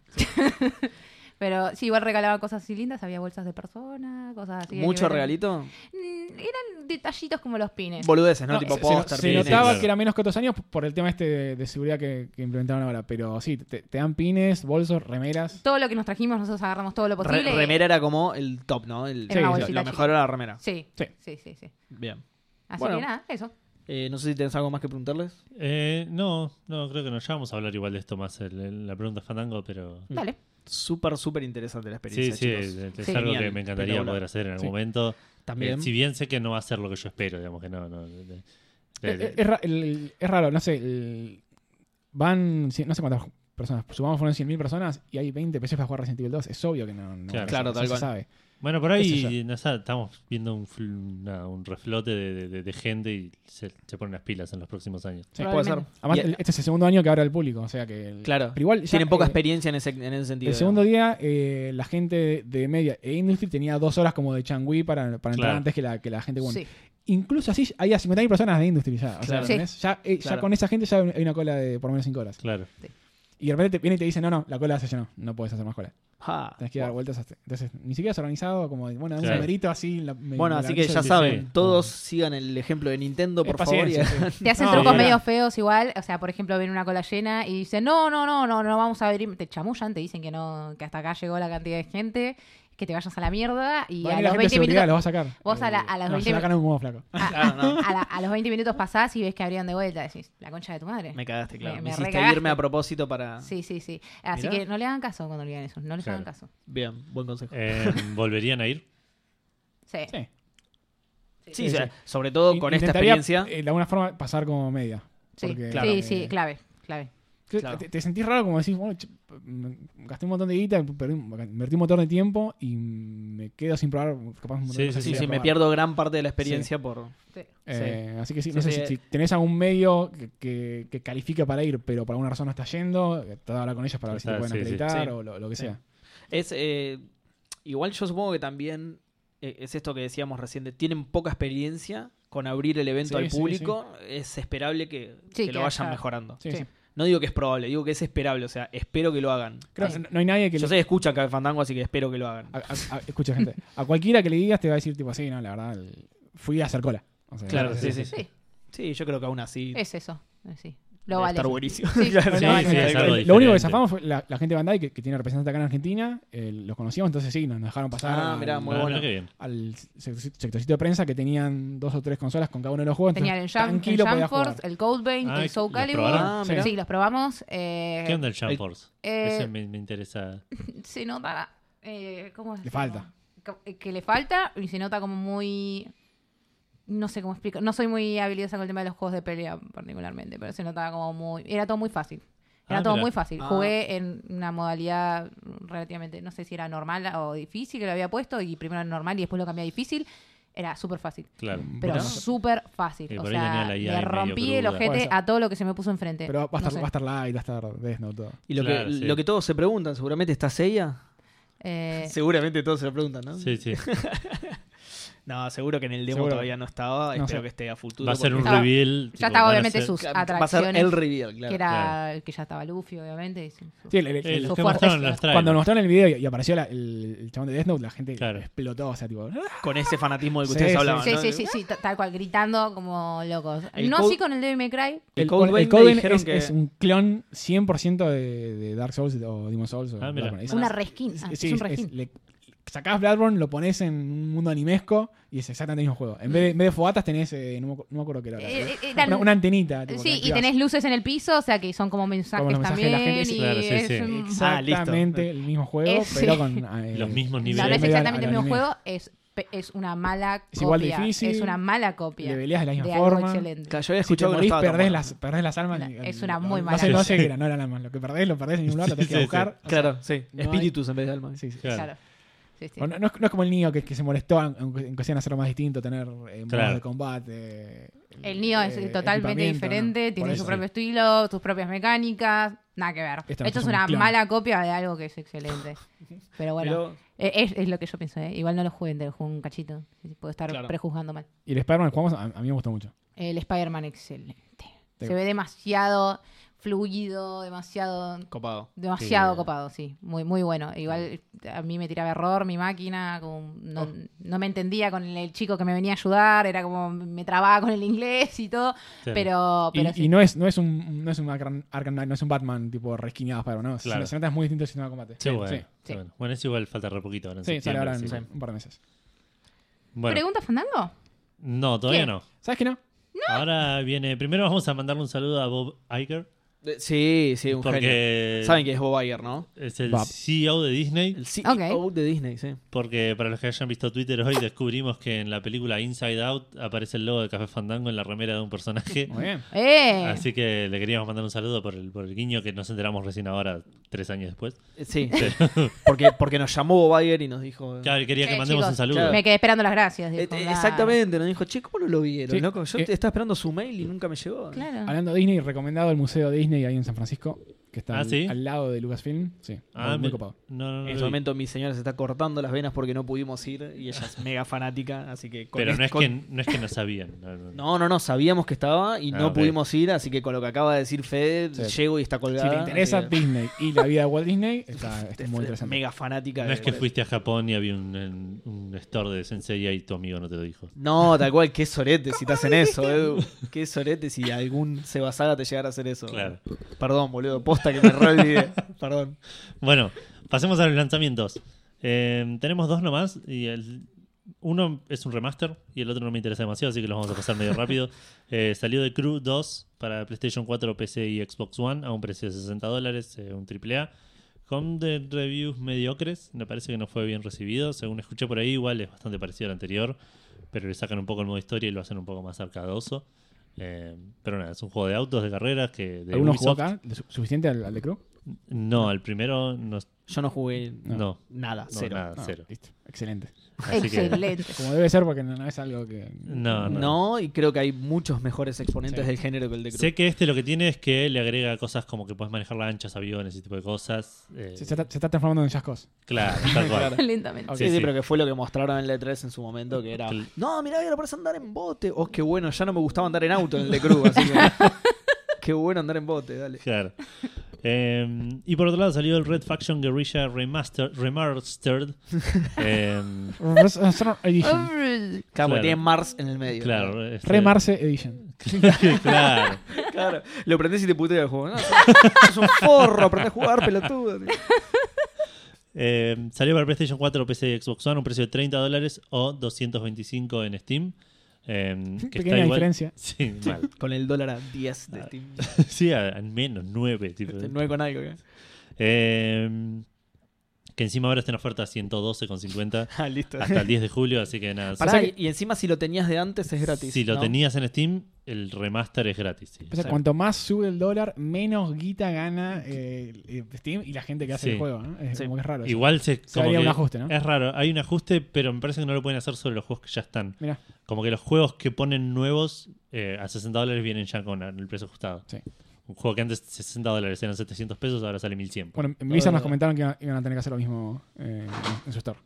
Pero sí, igual regalaba cosas así lindas. Había bolsas de persona, cosas así. ¿Mucho que ver. regalito? Mm, Eran detallitos como los pines. Boludeces, ¿no? No, tipo se- póster, se, se pines. notaba claro. que era menos que otros años por el tema este de, de seguridad que, que implementaron ahora. Pero sí, te, te dan pines, bolsos, remeras. Todo lo que nos trajimos, nosotros agarramos todo lo Re- posible. remera era como el top, ¿no? El, Era una lo- bolsita lo mejor era la remera. Sí, Sí. sí, sí, sí. Bien. Así Bueno. que nada, eso. Eh, no sé si tenés algo más que preguntarles. Eh, no, no, creo que no. Ya vamos a hablar igual de esto más en, en la pregunta Fandango, pero. Mm. Dale. Súper, súper interesante la Sí, experiencia. sí, eh, chicos. es, es Sí. algo que Genial, me encantaría espectacular. poder hacer en algún Sí. momento. También. Eh, si bien sé que no va a ser lo que yo espero, digamos que no. no de- de- de- Eh, eh, Es, ra- el- es raro, no sé. el- van, sí, no sé cuántas personas. Supongamos fueron 100.000 personas y hay 20 pesos para jugar Resident Evil 2. Es obvio que no. no- Claro. no Claro, se- tal no se cual. sabe. bueno, por qué sé ahí no sé, estamos viendo un, fl- una- un reflote de, de- de- de gente y se, se ponen las pilas en los próximos años. Sí, puede ser. Además, Y- el- este es el segundo año que abre al público, o sea que. el- Claro. Pero igual ya, Tienen poca eh, experiencia en ese, en ese sentido. El segundo día, eh, la gente de media e industry tenía dos horas como de changui para, para entrar Claro. antes que la, que la gente común. Sí. Incluso así, había 50.000 personas de industry ya. O sea, Claro. Sí. ¿entendés? ya, eh, ya Claro. con esa gente ya hay hay una cola de por lo menos 5 horas. Claro. Y de repente te viene y te dice, no, no, la cola se llenó, no puedes hacer más cola. Ja. Tenés que dar vueltas hasta. Entonces, ni siquiera es organizado, como, bueno, un Claro. numerito así. la- me- Bueno, me así la que hizo ya el- sí, saben, sí. todos sigan el ejemplo del Nintendo, Es por favor. y- paciencia, sí. Te hacen No, trucos sí. medio feos igual, o sea, por ejemplo, ven una cola llena y dicen, no, no, no, no, no vamos a abrir, te chamullan, te dicen que no, que hasta acá llegó la cantidad de gente, que te vayas a la mierda y Va a venir la a los gente de 20 seguridad, minutos. lo va a sacar. Vos a, la- a las No, 20 se la gana un huevo flaco. a- Claro, a la- a los 20 minutos pasás y ves que abrían de vuelta. Decís, la concha de tu madre. Me cagaste, claro. Me- Me, me hiciste recagaste. irme a propósito para. Sí, sí, sí. Así Mirá. que no le hagan caso cuando lean eso. No les Claro. hagan caso. Bien, buen consejo. Eh, ¿Volverían a ir? Sí. Sí. sí, sí, o sea, sí. sobre todo con esta Intentaría, experiencia. eh, de alguna forma pasar como media. Sí, Porque, sí, claro, sí, eh, clave, clave. que- claro. Te, te sentís raro como decís, bueno, che, me- gasté un montón de guita, perdí un- invertí un montón de tiempo y me quedo sin probar capaz un montón Sí, de cosas sí, que sí, quería me probar. pierdo gran parte de la experiencia por. Sí. Eh, Así que sí, Sí, no sé sí, si, eh. si tenés algún medio que, que, que califica para ir, pero por alguna razón no está yendo, eh, te hablar con ellos para ver si te Total, pueden sí, sí. acreditar Sí. o lo, lo que Sí. sea. Es. eh, igual yo supongo que también eh, es esto que decíamos recién: de tienen poca experiencia con abrir el evento Sí, al sí, público. Es esperable que, Sí, que que lo vayan haya- mejorando. Sí, Sí. sí. No digo que es probable, digo que es esperable. O sea, espero que lo hagan. Creo que no- no hay nadie que Yo lo- Ah, sé que escuchan Café Fandango, así que espero que lo hagan. a- a- a- escucha, gente. A cualquiera que le digas te va a decir, tipo, así, no, la verdad, el- fui a hacer cola. O sea, Claro, sí, sí, sí. Sí, Sí, yo creo que aún así. es eso. eh, Sí. Lo debe vale. Estar buenísimo. Sí. Claro, Sí, Bueno, sí, el- es el- algo lo único diferente. que zafamos fue la, la gente de Bandai, que, que tiene representantes acá en Argentina, eh, los conocíamos, entonces sí, nos dejaron pasar Ah, al, mirá, muy Ah, bueno. mirá qué bien. al sec- sectorcito de prensa que tenían dos o tres consolas con cada uno de los juegos. Tenían el, entonces, Jam, el tranquilo podías Jamforce, jugar. el Coldbane, Ah, el Soul ¿los Calibur. probaron? Ah, Sí. mirá. Sí, los probamos. eh, ¿Qué onda el el- Jump Force? eh, Ese me, me interesa. Se nota. eh, ¿Cómo es? Le falta. Que, que le falta y se nota como muy. No sé cómo explico. No soy muy habilidosa con el tema de los juegos de pelea, particularmente, pero se notaba como muy. Era todo muy fácil. Era Ah, todo mira. muy fácil. Ah. Jugué en una modalidad relativamente. No sé si era normal o difícil que lo había puesto, y primero era normal y después lo cambié a difícil. Era súper fácil. Claro. Pero Mirá. súper fácil. Y o por ahí tenía sea, la IA le ahí medio rompí el cruda. ojete Puede ser. a todo lo que se me puso enfrente. Pero va a No estar, sé. va a estar Light, va a estar Death Note, todo. Y lo, Claro, que, sí. lo que todos se preguntan, seguramente está Seiya. Eh, Seguramente todos se lo preguntan, ¿no? Sí, sí. No, seguro que en el demo Seguro. todavía no estaba. No Espero sé. que esté a futuro. Va a ser un porque- Estaba- reveal. tipo, ya estaba van a obviamente ser- sus Va a ser atracciones. el reveal, claro. que era Claro. el que ya estaba Luffy, obviamente. y su- su- Sí, el- el- Eh, el- los sus que fuertes, mostraron en los trailers. cuando nos mostraron el video y, y apareció la- el, el chabón de Death Note, la gente Claro. explotó. O sea, tipo, "Ah". Con ese fanatismo del que Sí, ustedes sí, hablaban. Sí, ¿no? sí, sí, sí, ta- tal cual, gritando como locos. El no Code- así con el Devil May Cry. El el, Code el Vein Code me Vein dijeron es, que- es un clon 100% de, de Dark Souls o Demon Souls. o Ah, mira. Bloodborne. Es- Una sí, reskin. es- Ah, sí, es un es- reskin. le- sacás Bloodborne, lo pones en un mundo animesco y es exactamente el mismo juego. En vez de, en vez de fogatas tenés, eh, no, me acu- no me acuerdo qué era. la Eh, verdad. eh, eran- una, una antenita. tipo, que sí, y activás. tenés luces en el piso, o sea que son como mensajes, Como los mensajes de la también. gente, y sí, claro, sí, es sí. un- Ah, listo. Exactamente el mismo juego, Es- pero sí. con... eh, Los mismos sí, niveles. Claro, es medio al- exactamente al el mismo anime. juego, es, pe- es una mala copia. Es igual difícil, Es una mala copia. leveleás de la misma algo forma. excelente. Claro, yo había Si te escuchado que no morís, estaba tan perdés bueno. las, perdés las almas. Una- y- es una no- muy No mala sé, no cosa. sé qué era, no eran almas. Lo que perdés, lo perdés en ningún lado, lo tenés que Sí, sí. buscar. O sea, Claro, sí. no hay- Espíritus en vez de alma. sí, sí. Claro. Claro. Sí, sí. O No, no es, no es como el niño que, que se molestó en, en que sean hacerlo más distinto, tener eh, modos Claro. de combate. El Nio es eh, totalmente equipamiento, diferente, ¿no? tiene Por su eso. propio estilo, sus propias mecánicas, nada que ver. Esta Esto cosa es es un una clon. mala copia de algo que es excelente. Pero bueno, Pero- eh, es, es lo que yo pienso, ¿eh? Igual no lo jueguen, te lo juego un cachito. sí, Puedo estar Claro. prejuzgando mal. Y el Spider-Man que jugamos, a, a mí me gustó mucho. El Spider-Man, excelente. Te- Se ve demasiado fluido, demasiado Copado. demasiado Sí. copado, sí. Muy muy bueno. Igual a mí me tiraba error mi máquina, como no, Oh. no me entendía con el, el chico que me venía a ayudar, era como me trababa con el inglés y todo, Claro. pero, Y, pero y sí. no es, no es un, no es un Arkham Arkham Knight, no es un Batman tipo resquiñado, pero no. Claro. Se, se nota es muy distinto el sistema de combate. Sí, bueno. sí. sí, bueno. Bueno, eso igual falta re poquito. Ahora en Sí, sale septiembre, ahora así en que- un par de meses. Bueno, ¿Pregunta Fandango? no, todavía ¿Qué? no. ¿Sabes qué no? Ahora viene. Primero vamos a mandarle un saludo a Bob Iger. Eh, Sí, sí, un genio. Porque Saben que es Bob Iger, ¿no? es el Bob. CEO de Disney. El CEO de Disney, sí. Porque para los que hayan visto Twitter hoy, descubrimos que en la película Inside Out aparece el logo de Café Fandango en la remera de un personaje. Muy bien. ¡Eh! Así que le queríamos mandar un saludo por el, por el guiño que nos enteramos recién ahora, tres años después. Eh, Sí, Pero- porque, porque nos llamó Bob Iger y nos dijo... claro, quería que Che, mandemos Eh, chicos, un saludo. claro. Me quedé esperando las gracias. Eh, dijo, eh, claro. Exactamente, nos dijo, che, ¿cómo no lo vieron, Sí, loco? Yo eh, te- estaba esperando su mail y nunca me llegó. Claro. Hablando de Disney, recomendado el Museo Disney ahí en San Francisco, que está Ah, al, ¿sí? al lado de Lucasfilm. Sí, Ah, muy, muy me- copado. No, no, no. En lo este vi. momento mi señora se está cortando las venas porque no pudimos ir y ella es mega fanática, así que... con este Pero no es, con- que, no es que no sabían. No, no, No, no, no, sabíamos que estaba y Ah, no ok. pudimos ir, así que con lo que acaba de decir Fede, Sí. llego y está colgada. Si te interesa así que- Disney y la vida de Walt Disney, está, está es muy interesante. Mega fanática. No de- es que fuiste a Japón y había un, en- un store de Sensei y tu amigo no te lo dijo. No, tal cual, qué sorete si te hacen eso, Edu. Qué sorete si algún Sebasaga te llegara a hacer eso. Claro. Perdón, boludo, posta que me re olvidé. Perdón. Bueno, pasemos a los lanzamientos. Eh, tenemos dos nomás. Y el, uno es un remaster y el otro no me interesa demasiado, así que los vamos a pasar medio rápido. Eh, salió de Crew 2 para PlayStation 4, PC y Xbox One a un precio de 60 dólares, eh, un AAA. Con de reviews mediocres, me parece que no fue bien recibido. Según escuché por ahí, igual es bastante parecido al anterior, pero le sacan un poco el modo historia y lo hacen un poco más arcadoso. Eh, pero nada, es un juego de autos, de carreras, que de ¿Alguno jugó Ubisoft. acá? ¿Lo su- ¿Suficiente al, al de Crew? No, al primero no, Yo no jugué no, no, nada, cero. nada, Ah, cero. Listo. Excelente. Así que- Excelente. Como debe ser, porque no, no es algo que. no, no. No, y creo que hay muchos mejores exponentes Sí. del género que el de Cruz. Sé que este lo que tiene es que le agrega cosas como que puedes manejar lanchas, aviones y tipo de cosas. eh, Se, se está, se está transformando en chascos. Claro, tal cual. Lentamente. Ok. Sí, sí, sí. pero que fue lo que mostraron en el E3 en su momento, que era... Cl- No, mirá, ahora parece andar en bote. Oh, qué bueno, ya no me gustaba andar en auto en el de Cruz, así que... qué bueno andar en bote, dale. Claro. Eh, y por otro lado salió el Red Faction Guerrilla Remaster- Remastered. Eh, Remastered Edition. Claro, porque Uy. Claro. tiene Mars en el medio. claro. este- Remarse Edition. claro. Claro, lo prendés y te putea el juego. No, es un forro, aprendés a jugar, pelotudo. Eh, salió para PlayStation 4, PC y Xbox One a un precio de 30 dólares o 225 en Steam. eh, que está Pequeña igual- diferencia. Sí, mal. Con el dólar a 10 Ah, de Steam. Sí, a- al menos 9. Tipo. Este, No hay con algo, ¿eh? Eh, que encima ahora está en oferta 112,50 Ah, listo. hasta el 10 de julio, así que nada. Pará, que- y, y encima si lo tenías de antes es gratis. si lo ¿no? tenías en Steam, el remaster es gratis. sí. Pasa, Sí. cuanto más sube el dólar, menos guita gana eh, eh, Steam y la gente que hace Sí. el juego. ¿no? Es Sí. como que es raro. eso. Igual se, Se como haría que un ajuste, ¿no? es raro. Hay un ajuste, pero me parece que no lo pueden hacer sobre los juegos que ya están. Mirá. Como que los juegos que ponen nuevos eh, a 60 dólares vienen ya con el precio ajustado. Sí. Un juego que antes 60 dólares eran 700 pesos, ahora sale 1100. Bueno, en Blizzard Ah. nos comentaron que iban iban a tener que hacer lo mismo eh, en su store.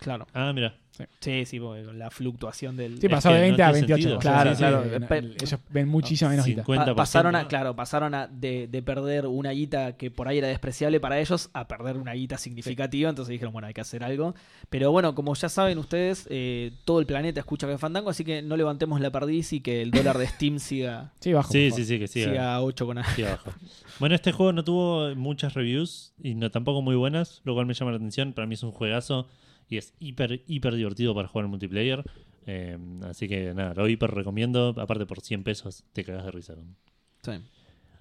Claro. Ah, mira. Sí, sí, porque con la fluctuación del... Sí, Es pasó que de no 20 a tiene 28. sentido. Claro, Sí, sí, claro. sí, en- Pe- en- ellos ven muchísima menos guita. 50%. Pa- pasaron a, ¿no? claro, pasaron a, de, de perder una guita que por ahí era despreciable para ellos a perder una guita significativa, entonces dijeron, bueno, hay que hacer algo. Pero bueno, como ya saben ustedes, eh, todo el planeta escucha que Fandango, así que no levantemos la perdiz y que el dólar de Steam siga, Sí, bajo. Sí, por sí, sí, que sí. siga a 8 con algo. Aquí abajo. Bueno, este juego no tuvo muchas reviews y no tampoco muy buenas, lo cual me llama la atención. Para mí es un juegazo y es hiper, hiper divertido para jugar en multiplayer. Eh, así que nada, lo hiper recomiendo. Aparte por 100 pesos te cagás de risa. Sí.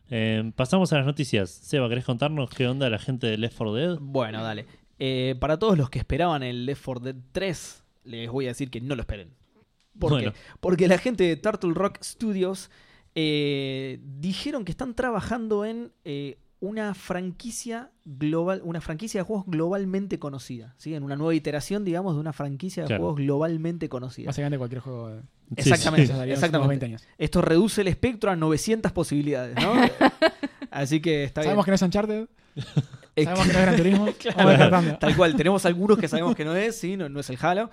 Eh, pasamos a las noticias. Seba, ¿querés contarnos qué onda la gente de Left 4 Dead? Bueno, dale. Eh, para todos los que esperaban el Left 4 Dead 3, les voy a decir que no lo esperen. ¿Por Bueno. qué? Porque la gente de Turtle Rock Studios eh, dijeron que están trabajando en eh, una franquicia global, una franquicia de juegos globalmente conocida, ¿sí? En una nueva iteración, digamos, de una franquicia de Claro. juegos globalmente favor. conocida. Básicamente cualquier juego. de- Exactamente. ya daría los últimos Exactamente. 20 años. Esto reduce el espectro a 900 posibilidades, ¿no? Así que está bien. Sabemos que no es Uncharted, Es sabemos que no es Gran Turismo. Vamos descartando. Tal cual, tenemos algunos que sabemos que no es, sí, no, no es el Halo.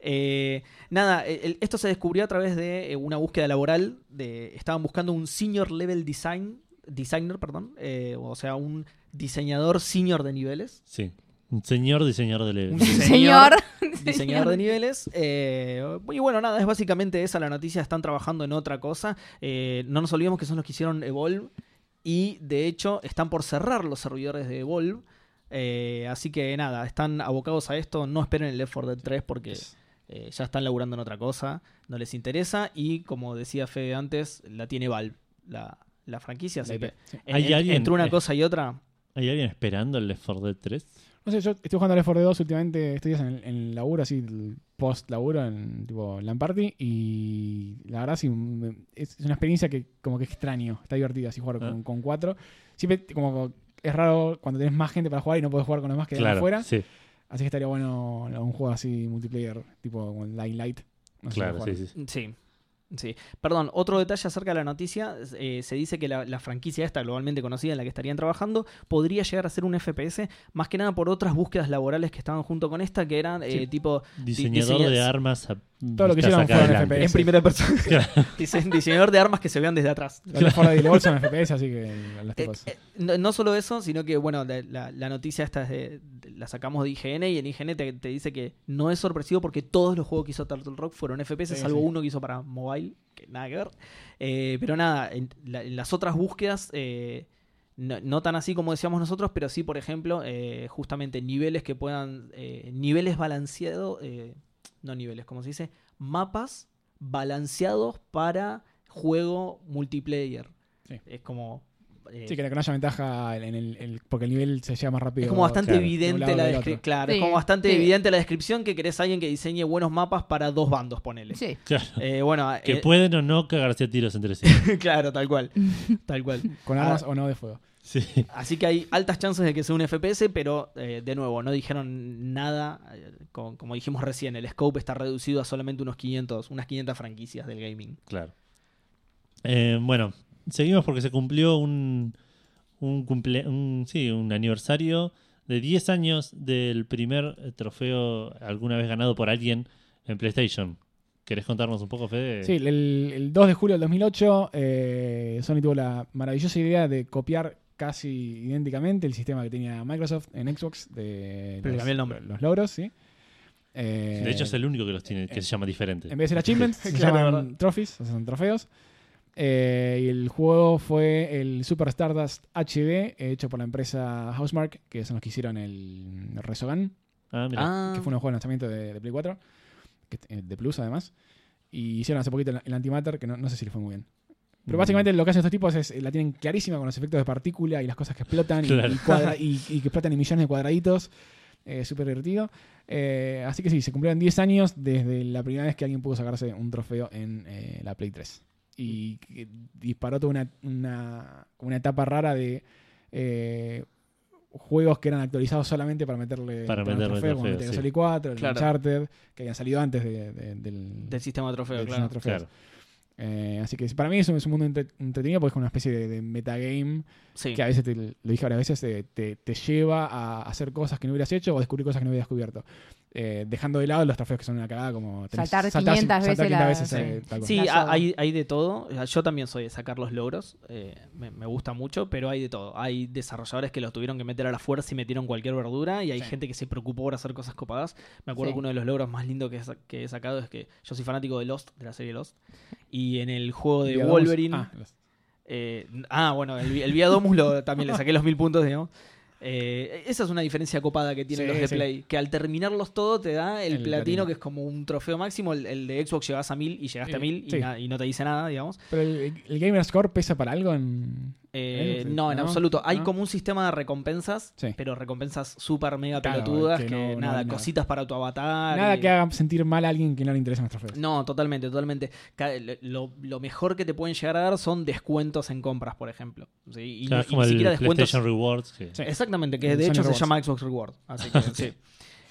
Eh, nada, el- el- esto se descubrió a través de eh, una búsqueda laboral. De, estaban buscando un senior level design, designer, perdón, eh, o sea, un diseñador senior de niveles. Sí. Un señor diseñador de Left Un 4 Dead. Señor. Diseñador de niveles. eh, y bueno, nada, es básicamente esa la noticia. Están trabajando en otra cosa. Eh, no nos olvidemos que son los que hicieron Evolve. Y de hecho, están por cerrar los servidores de Evolve. Eh, así que nada, están abocados a esto. No esperen el Left 4 Dead 3 porque eh, ya están laburando en otra cosa. No les interesa. Y como decía Fede antes, la tiene Valve, la, la franquicia. Así que Sí. en- ¿Hay en- alguien- entre una eh, cosa y otra. ¿Hay alguien esperando el Left 4 Dead 3? No sé, yo estoy jugando al Left 4 Dead 2 últimamente, estos días en, el- en el laburo, así, el post laburo, en tipo LAN Party, y la verdad sí, me- es, es una experiencia que como que extraño, está divertida así jugar Ah. con, con cuatro. Siempre como es raro cuando tenés más gente para jugar y no podés jugar con los más que están Claro. afuera, Sí, así que estaría bueno un juego así multiplayer, tipo como el Dying Light. No sé, claro, jugar. sí, sí. Sí. Sí. Perdón, otro detalle acerca de la noticia. eh, se dice que la, la franquicia esta, globalmente conocida, en la que estarían trabajando, podría llegar a ser un FPS, más que nada por otras búsquedas laborales que estaban junto con esta, que eran eh, Sí. tipo Diseñador diseñas- de armas. a- Todo lo que estás llevan acá fueron adelante. FPS. en primera persona. Claro. Dise- diseñador de armas que se vean desde atrás. Los Left 4 Dead y los Wolves son FPS, así que las Eh, tipas. eh, no, no solo eso, sino que, bueno, la, la- la noticia esta es de- de- la sacamos de IGN y en IGN te, te dice que no es sorpresivo porque todos los juegos que hizo Turtle Rock fueron FPS, Sí, salvo sí. uno que hizo para mobile, que nada que ver. Eh, pero nada, en, la- en las otras búsquedas eh, No, no tan así como decíamos nosotros, pero sí, por ejemplo, eh, justamente niveles que puedan. eh, niveles balanceados. eh, no niveles, como se dice. Mapas balanceados para juego multiplayer. Sí. Es como. eh, Sí, que no haya ventaja en el, el- porque el nivel se llega más rápido. es como bastante claro, de evidente un lado la del otro. descripción. Claro, es Sí, como bastante sí. evidente la descripción que querés a alguien que diseñe buenos mapas para dos bandos, ponele. Sí. Claro. Eh, bueno, Que eh, pueden o no cagarse a tiros entre sí. claro, tal cual. Tal cual. Con armas o no de fuego. Sí. Así que hay altas chances de que sea un FPS, pero eh, de nuevo, no dijeron nada. eh, co- como dijimos recién, el scope está reducido a solamente unos 500, unas 500 franquicias del gaming. Claro. Eh, bueno, seguimos porque se cumplió un, un, cumple, un, sí, un aniversario de 10 años del primer eh, trofeo alguna vez ganado por alguien en PlayStation. ¿Querés contarnos un poco, Fede? Sí, el, el 2 de julio del 2008, eh, Sony tuvo la maravillosa idea de copiar casi idénticamente el sistema que tenía Microsoft en Xbox de Pero le cambió el nombre. los logros, ¿sí? Eh, De hecho, es el único que los tiene, que eh, se llama diferente. En vez de ser achievements, se Claro, llaman ¿verdad? trophies, o sea, son trofeos. Eh, y el juego fue el Super Stardust HD, hecho por la empresa Housemark, que son los que hicieron el Resogan Ah, mira. Ah, que fue un juego de lanzamiento de, de Play 4, que, eh, de Plus además. Y hicieron hace poquito el, el Antimatter, que no, no sé si le fue muy bien. Mm. Pero básicamente lo que hacen estos tipos es eh, la tienen clarísima con los efectos de partícula y las cosas que explotan y- Claro. y, cuadra- y- y que explotan en millones de cuadraditos. Eh, Súper divertido. Eh, así que sí, se cumplieron 10 años desde la primera vez que alguien pudo sacarse un trofeo en eh, la Play 3. Y que disparó toda una, una, una etapa rara de eh, juegos que eran actualizados solamente para meterle, Para meterle meterle trofeos, como Metal sí. Gear Solid 4, el Claro. Uncharted, que habían salido antes de- de- del, del sistema de trofeo, del claro. sistema de trofeos. claro. Eh, así que para mí es un, es un mundo entre- entretenido porque es una especie de, de metagame Sí. que a veces, te, lo dije varias veces, te, te- te lleva a hacer cosas que no hubieras hecho o a descubrir cosas que no hubieras descubierto. Eh, dejando de lado los trofeos que son una cagada, como tenés- Saltar saltar 500 cin- saltar veces 500 la- veces, eh, tal cual. Sí, La ha- soga. hay, hay de todo. Eh, Yo también soy de sacar los logros. eh, me, me gusta mucho, pero hay de todo. Hay desarrolladores que los tuvieron que meter a la fuerza y metieron cualquier verdura. Y hay Sí. gente que se preocupó por hacer cosas copadas. Me acuerdo Sí. que uno de los logros más lindos que, he sa- que he sacado es que yo soy fanático de Lost, de la serie Lost. Y en el juego de Biodomus- Wolverine. ah, los- Eh, ah, bueno, el, el Viadomus lo, también le saqué los mil puntos, digamos. Eh, esa es una diferencia copada que tienen Sí, los de sí. Play. Que al terminarlos todo te da el, El platino, platino. que es como un trofeo máximo. El, el de Xbox llegas a mil y llegaste a Sí, mil y, sí. na- y no te dice nada, digamos. Pero el, el Gamer Score pesa para algo en... Eh, Xbox, no, en ¿no? absoluto. Hay ¿No? como un sistema de recompensas, Sí. pero recompensas súper mega Claro, pelotudas. que Que, no- no nada, hay nada. cositas para tu avatar. Nada y- que haga sentir mal a alguien que no le interesan los trofeos. Ah, No, totalmente, totalmente. Ca- Lo, lo mejor que te pueden llegar a dar son descuentos en compras, por ejemplo. ¿sí? Y, Claro, no- es y como ni el siquiera descuentos PlayStation Rewards. que- Sí. Exactamente, que El de Sony hecho Rewards. se llama Xbox Reward. Así que sí.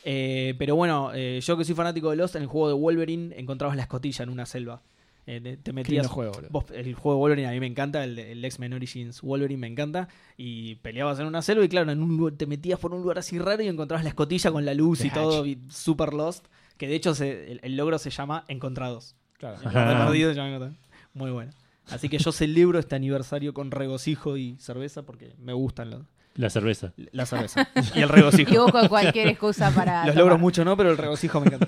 Eh, pero bueno, eh, yo que soy fanático de Lost, en el juego de Wolverine encontrabas la escotilla en una selva. Eh, te- te Qué lindo metías. juego, boludo. vos- el juego de Wolverine a mí me encanta, el, de- el X-Men Origins Wolverine me encanta. Y peleabas en una selva y claro, en un, lu- te metías por un lugar así raro y encontrabas la escotilla con la luz The y todo, y super Lost. Que de hecho se- el, el logro se llama Encontrados. Claro. El logro perdido se llama Encontrados. Muy bueno. Así que yo celebro este aniversario con regocijo y cerveza porque me gustan los, La cerveza. la cerveza y el regocijo. Yo busco cualquier excusa para. Los tomar. logros mucho no, pero el regocijo me encanta.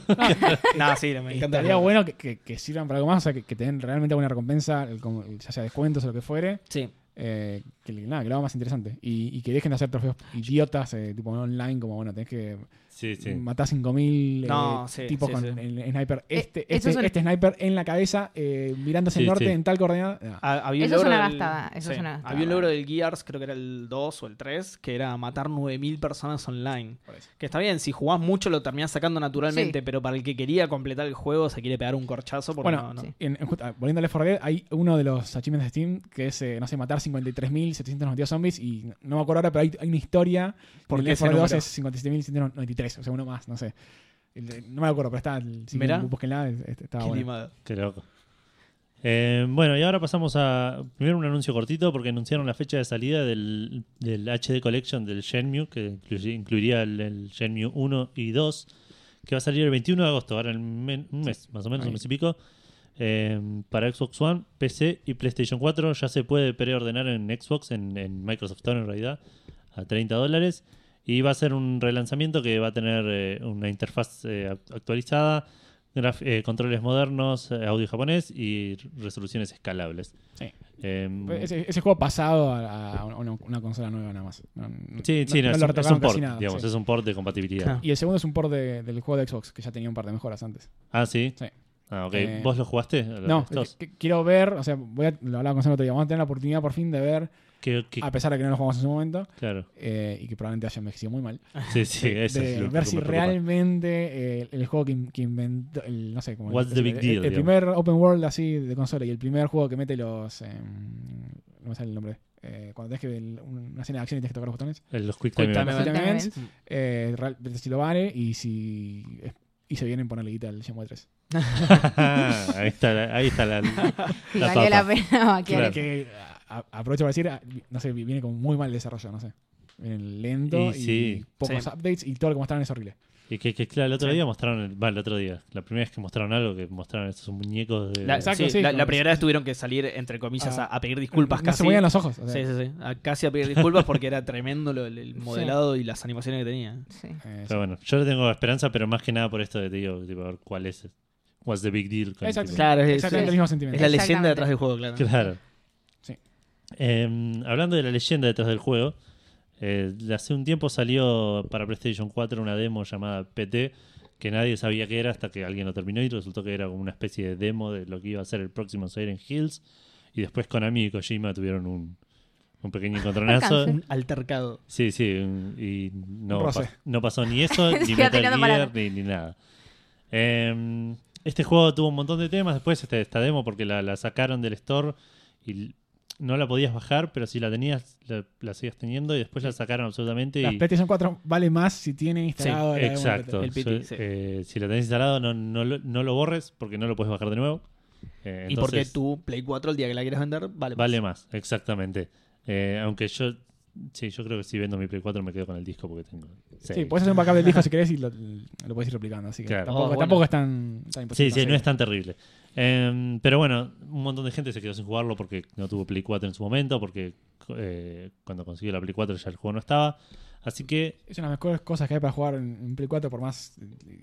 no, sí, me encanta. Estaría bueno que, que- que sirvan para algo más, o sea, que, que tengan realmente alguna recompensa, el- como- el- ya sea descuentos o lo que fuere, Sí, eh, que, le- nada, que lo haga más interesante. Y, y que dejen de hacer trofeos idiotas, eh, tipo online, como bueno, tenés que Sí, sí. matar 5.000 eh, No, sí, tipos sí, con sí. Eh, el el sniper. Este, eso este, es un- este sniper en la cabeza, eh, mirando hacia el Sí, norte sí. en tal coordenada. Ah, Ha- había un Eso es logro una del- gastada, eso es una gastada. Había un logro del Gears, creo que era el 2 o el 3, que era matar 9.000 personas online. por eso. Que está bien, si jugás mucho lo terminás sacando naturalmente, Sí. pero para el que quería completar el juego se quiere pegar un corchazo porque Ah, Bueno, no, no. sí. En, en, justo- ah, volviendo al 4 Dead, hay uno de los achievements de Steam que es, eh, no sé, matar 53.792 zombies. Y no- no me acuerdo ahora, pero hay, hay una historia. ¿Por porque qué el ese 4 Dead número? es 57.793, o sea, uno más, no sé. El de- No me acuerdo, pero está. el- Si Mirá. quieren, búsquenla, es- es- está Qué bueno. limado. Qué loco. Eh, bueno, y ahora pasamos a. Primero un anuncio cortito porque anunciaron la fecha de salida del, del HD Collection del Shenmue, que incluye- incluiría el, el Shenmue 1 y 2, que va a salir el 21 de agosto, ahora en men- un mes, más o menos, Ahí. un mes y pico, eh, para Xbox One, PC y PlayStation 4. Ya se puede preordenar en Xbox, en, en Microsoft Store en realidad, a 30 dólares. Y va a ser un relanzamiento que va a tener eh, una interfaz eh, act- actualizada, graf- eh, controles modernos, eh, audio japonés y resoluciones escalables. Sí. Em, Pues Ese, ese juego pasado a, a una, una consola nueva nada más. No- no- sí, sí, no, no- es, no lo un- es retocaron un casi port, nada, digamos, sí. es un port de compatibilidad. Claro. Y el segundo es un port de- del juego de Xbox, que ya tenía un par de mejoras antes. Ah, sí. Sí. Ah, ok. Eh, ¿Vos lo jugaste? a los No, eh, estos? qu- quiero ver, o sea, voy a, lo hablaba con Sam el otro día, vamos a tener la oportunidad por fin de ver, ¿Qué- qué- a pesar de que no lo jugamos en su momento, Claro. eh, y que probablemente haya envejecido muy mal, Sí, sí, de- eso es de lo que ver me si preocupa. realmente eh, el, el juego que, in- que inventó, el, no sé, como What's el, the big el- deal, el, digamos. primer open world así de consola y el primer juego que mete los... em, no me sale el nombre. eh, cuando tenés que ver el- una escena de acción y tenés que tocar los botones. El- Los quick time Quick time events. event. Time events. Events. eh, real- si lo vale y si y se vienen ponerle guita al Shenmue 3. ahí está la, ahí está la, Y la valió la papa. pena vaquear Claro. eso. Que a- aprovecho para decir, a- no sé, viene con muy mal desarrollo, no sé. Viene lento Y y, sí. pocos Sí. updates y todo lo que mostraron es horrible. Y que, que, claro, el otro Sí. día mostraron, el- va, el otro día, la primera vez que mostraron algo, que mostraron esos muñecos de... La, Exacto, sí, sí, la, con la eso. primera vez tuvieron que salir, entre comillas, Ah. a, a pedir disculpas no casi. se movían los ojos. o sea, Sí, sí, sí. A- casi a pedir disculpas porque era tremendo lo- el, el modelado y las animaciones que tenía. Sí. eh, Pero bueno, yo le tengo esperanza, pero más que nada por esto de, te digo, tipo, a ver cuál es, what's the big deal. con el Exacto. tipo. Claro, es, Exactamente es- el mismo sentimiento. es la leyenda detrás Exactamente. del juego, Claro. claro. Sí. Eh, hablando de la leyenda detrás del juego, eh, hace un tiempo salió para PlayStation 4 una demo llamada PT que nadie sabía qué era hasta que alguien lo terminó y resultó que era como una especie de demo de lo que iba a ser el próximo Siren Hills. Y después Konami y Kojima tuvieron un, un pequeño encontronazo. Alcance. Un altercado. Sí, sí, un- y no, Un roce. pas- no pasó ni eso, Sí, ni iba Metal tirando Gear, palabras. ni, ni nada. Em, este juego tuvo un montón de temas después, este, esta demo, porque la, la sacaron del store y l- no la podías bajar, pero si la tenías, la, la seguías teniendo y después la sacaron absolutamente. Las y- PlayStation 4 vale más si tiene instalado la demo de Exacto. PT. el PT, Yo- sí. eh, si la tenés instalado, no, no, lo, no lo borres porque no lo puedes bajar de nuevo. Eh, y porque entonces- tu Play 4, el día que la quieras vender, vale. más. Vale más, exactamente. Eh, aunque yo, sí, yo creo que si vendo mi Play 4 me quedo con el disco porque tengo. Sí, seis. puedes hacer un backup del disco si querés y lo, lo puedes ir replicando. Así que Claro. tampoco, Oh, bueno. tampoco es tan, tan imposible. Sí, sí, no conseguir. es tan terrible. Eh, pero bueno, un montón de gente se quedó sin jugarlo porque no tuvo Play 4 en su momento, porque eh, cuando consiguió la Play 4 ya el juego no estaba. Así que, Es una de las mejores cosas que hay para jugar en, en Play 4, por más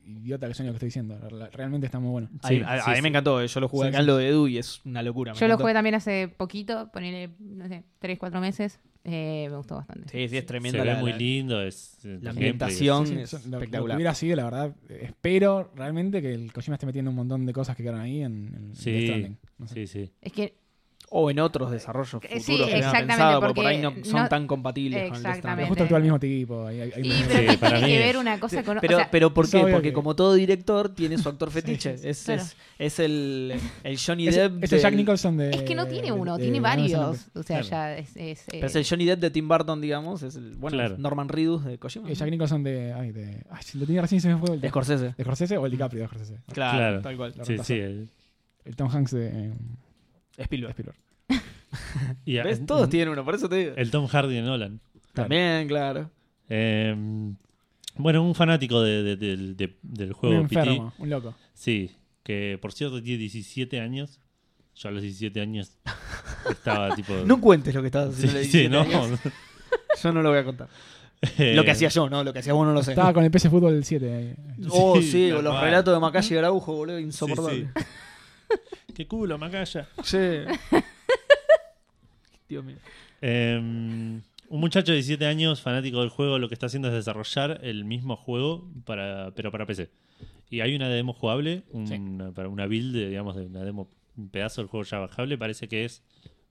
idiota que suene lo que estoy diciendo. Re- Realmente está muy bueno. A, sí, mí- a- sí, a mí sí. me encantó, eh. yo lo jugué Sí, acá sí. en lo de Edu y es una locura. me Yo lo encantó. jugué también hace poquito, ponele, no sé, 3, 4 meses. Eh, me gustó bastante. Sí, sí, es se tremenda ve la, muy la- lindo. Es, eh, la gameplay, ambientación. Sí, sí, es son- lo- Lo, que espectacular. hubiera sido, la verdad, eh, espero realmente que el Kojima esté metiendo un montón de cosas que quedaron ahí en, en Death Sí. Stranding. No sé. Sí, sí. Es que O en otros desarrollos Eh, futuros sí, que hayan exactamente, pensado, porque por porque ahí no son no- tan compatibles con el Death Pero Exactamente. Stranding. Justo actúa el mismo tipo. Hay, hay- hay- Y, hay- pero ¿qué para tiene mí que es- ver una cosa con otra? Pero, O sea, pero ¿por es qué? obvio Porque que- como todo director tiene su actor fetiche. es, claro. es, es el, el Johnny es- Depp. es el Jack del- Nicholson de. es que no eh, tiene de- uno, de- tiene de- varios. O sea, Claro. ya es. es, eh, Pero es el Johnny Depp de Tim Burton, digamos. Es el, bueno, Claro. Norman Reedus de Kojima. Eh, Jack Nicholson de. Ay, de. Ay, si lo tenía recién se me fue el De Scorsese. de Scorsese o el DiCaprio de Scorsese. Claro, Claro. tal cual. La Sí, reemplaza. sí, eh. El Tom Hanks de. eh, de Spielberg. Spielberg. Y a- mm, ¿Ves? Todos tienen uno, por eso te digo. El Tom Hardy de Nolan. También, claro. Eh, bueno, un fanático de- de- del- de- del Un juego PT. enfermo, un loco. Sí, que por cierto tiene 17 años. Yo a los 17 años estaba tipo. No cuentes lo que estabas Sí, haciendo. le sí, diciendo no. Eh, a ellos. Yo no lo voy a contar. Lo que hacía yo, no, lo que hacía vos no lo sé. Estaba con el PC Fútbol eh, 7. ahí. Oh, Sí, sí, tal o los cual. relatos de Macalle y Araujo, boludo, insoportable. Qué culo, Macaya. Sí. Dios mío. Eh, un muchacho de 17 años, fanático del juego, lo que está haciendo es desarrollar el mismo juego, para, pero para PC. Y hay una demo jugable, un- Sí. una, para una build, de, digamos, de una demo, un pedazo del juego ya bajable. Parece que es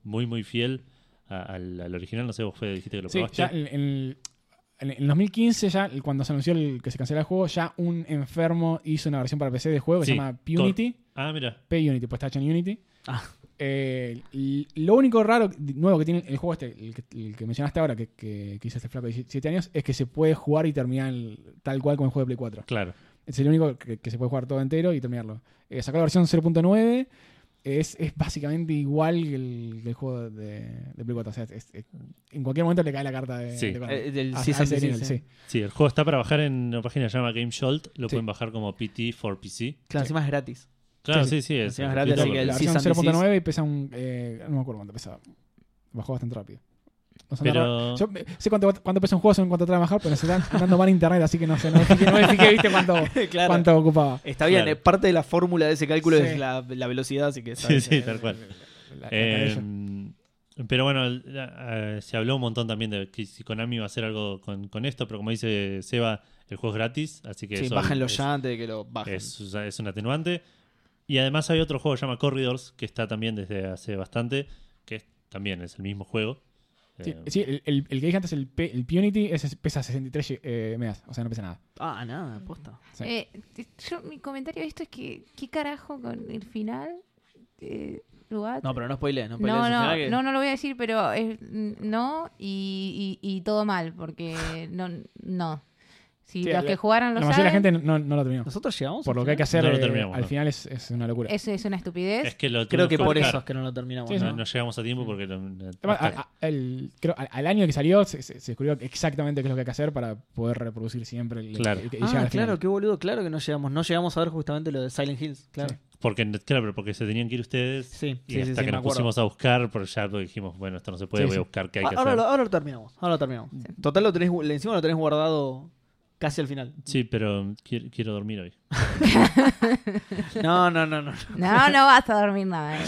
muy, muy fiel a- al, al original. No sé, vos Fede, dijiste que lo Sí, probaste. ya eh. en, en- en- en 2015, ya el- cuando se anunció el, que se cancelaba el juego, ya un enfermo hizo una versión para PC del juego que Sí, se llama Punity. Ah, mira. P-Unity, pues está hecho en Unity. Ah. Eh, l- lo único raro, nuevo que tiene el juego este, el que, el que mencionaste ahora, que, que, que hizo este flaco de 17 años, es que se puede jugar y terminar el- tal cual como el juego de Play 4. Claro. Es el único que, que se puede jugar todo entero y terminarlo. Eh, sacó la versión 0.9. Es, es básicamente igual que el, que el juego de, de Play 4. O sea, es- es- en cualquier momento le cae la carta de, Sí. de Konami. Eh, del A- a Season ese Disease, nivel, sí. sí. Sí, el juego está para bajar en una página que se llama Game Jolt. Lo Sí. pueden bajar como PT for PC. Claro, Sí. encima es gratis. Claro, sí, Sí, sí. es Encima es gratis, gratuito así que por- el La Season versión 0.9 y pesa un. eh, no me acuerdo cuánto pesaba. Bajó bastante rápido. Nos anda Pero- raro. Yo me- sé cuánto, cuánto pesa un juego, sé cuánto trabajar, pero se están andando mal internet, así que no sé. No, me fijé- no me fijé, viste, cuánto, Claro. cuánto ocupaba. Está bien, Claro. eh, parte de la fórmula de ese cálculo Sí. es la, la velocidad, así que está Sí, bien. sí, tal cual. La- la Eh, cabeza. pero bueno, el- la- eh, se habló un montón también de que si Konami va a hacer algo con, con esto, pero como dice Seba, el juego es gratis, así que Sí, eso bájenlo es- ya antes de que lo bajen. es, es un atenuante. Y además hay otro juego que se llama Corridors, que está también desde hace bastante, que es- también es el mismo juego. Sí, Eh, sí, el, el- el que dije antes, el, P- el Punity, ese pesa 63 eh, megas, o sea, no pesa nada. Ah, nada, aposta. Sí. Eh, t- yo, mi comentario de esto es que, ¿qué carajo con el final? Eh, what? No, pero no spoilees, no spoilees. No, al no, final que- no, no lo voy a decir, pero es, n- no y, y- y todo mal, porque no. no. Si Sí, los la- que jugaron La lo mayoría saben, de la gente no, no lo terminó. Nosotros llegamos. Por al lo que hay que final? hacer, No lo eh, terminamos, al no. final es, es una locura. eso es una estupidez. es que lo tuvimos Creo que por buscar. eso es que no lo terminamos. Sí, ¿no? No, no llegamos a tiempo porque... lo- Además, hasta- a- a- el- creo, al, al año que salió se, se- se descubrió exactamente qué es lo que hay que hacer para poder reproducir siempre el, Claro. el- el- y llegar Ah, al final. claro, qué boludo, claro que no llegamos. No llegamos a ver justamente lo de Silent Hills, claro. porque, claro, pero porque se tenían que ir ustedes. Sí, sí, y sí, hasta sí, que me nos acuerdo. Ah, pusimos a buscar, pero ya pues dijimos, bueno, esto no se puede, Sí, voy a sí. buscar qué hay que Ahora hacer. lo, ahora lo terminamos, ahora lo terminamos. Total, lo tenés, gu- encima lo tenés guardado casi al final. Sí, pero mm, quiero, quiero dormir hoy. No, no, no, no. No, no vas a dormir nada.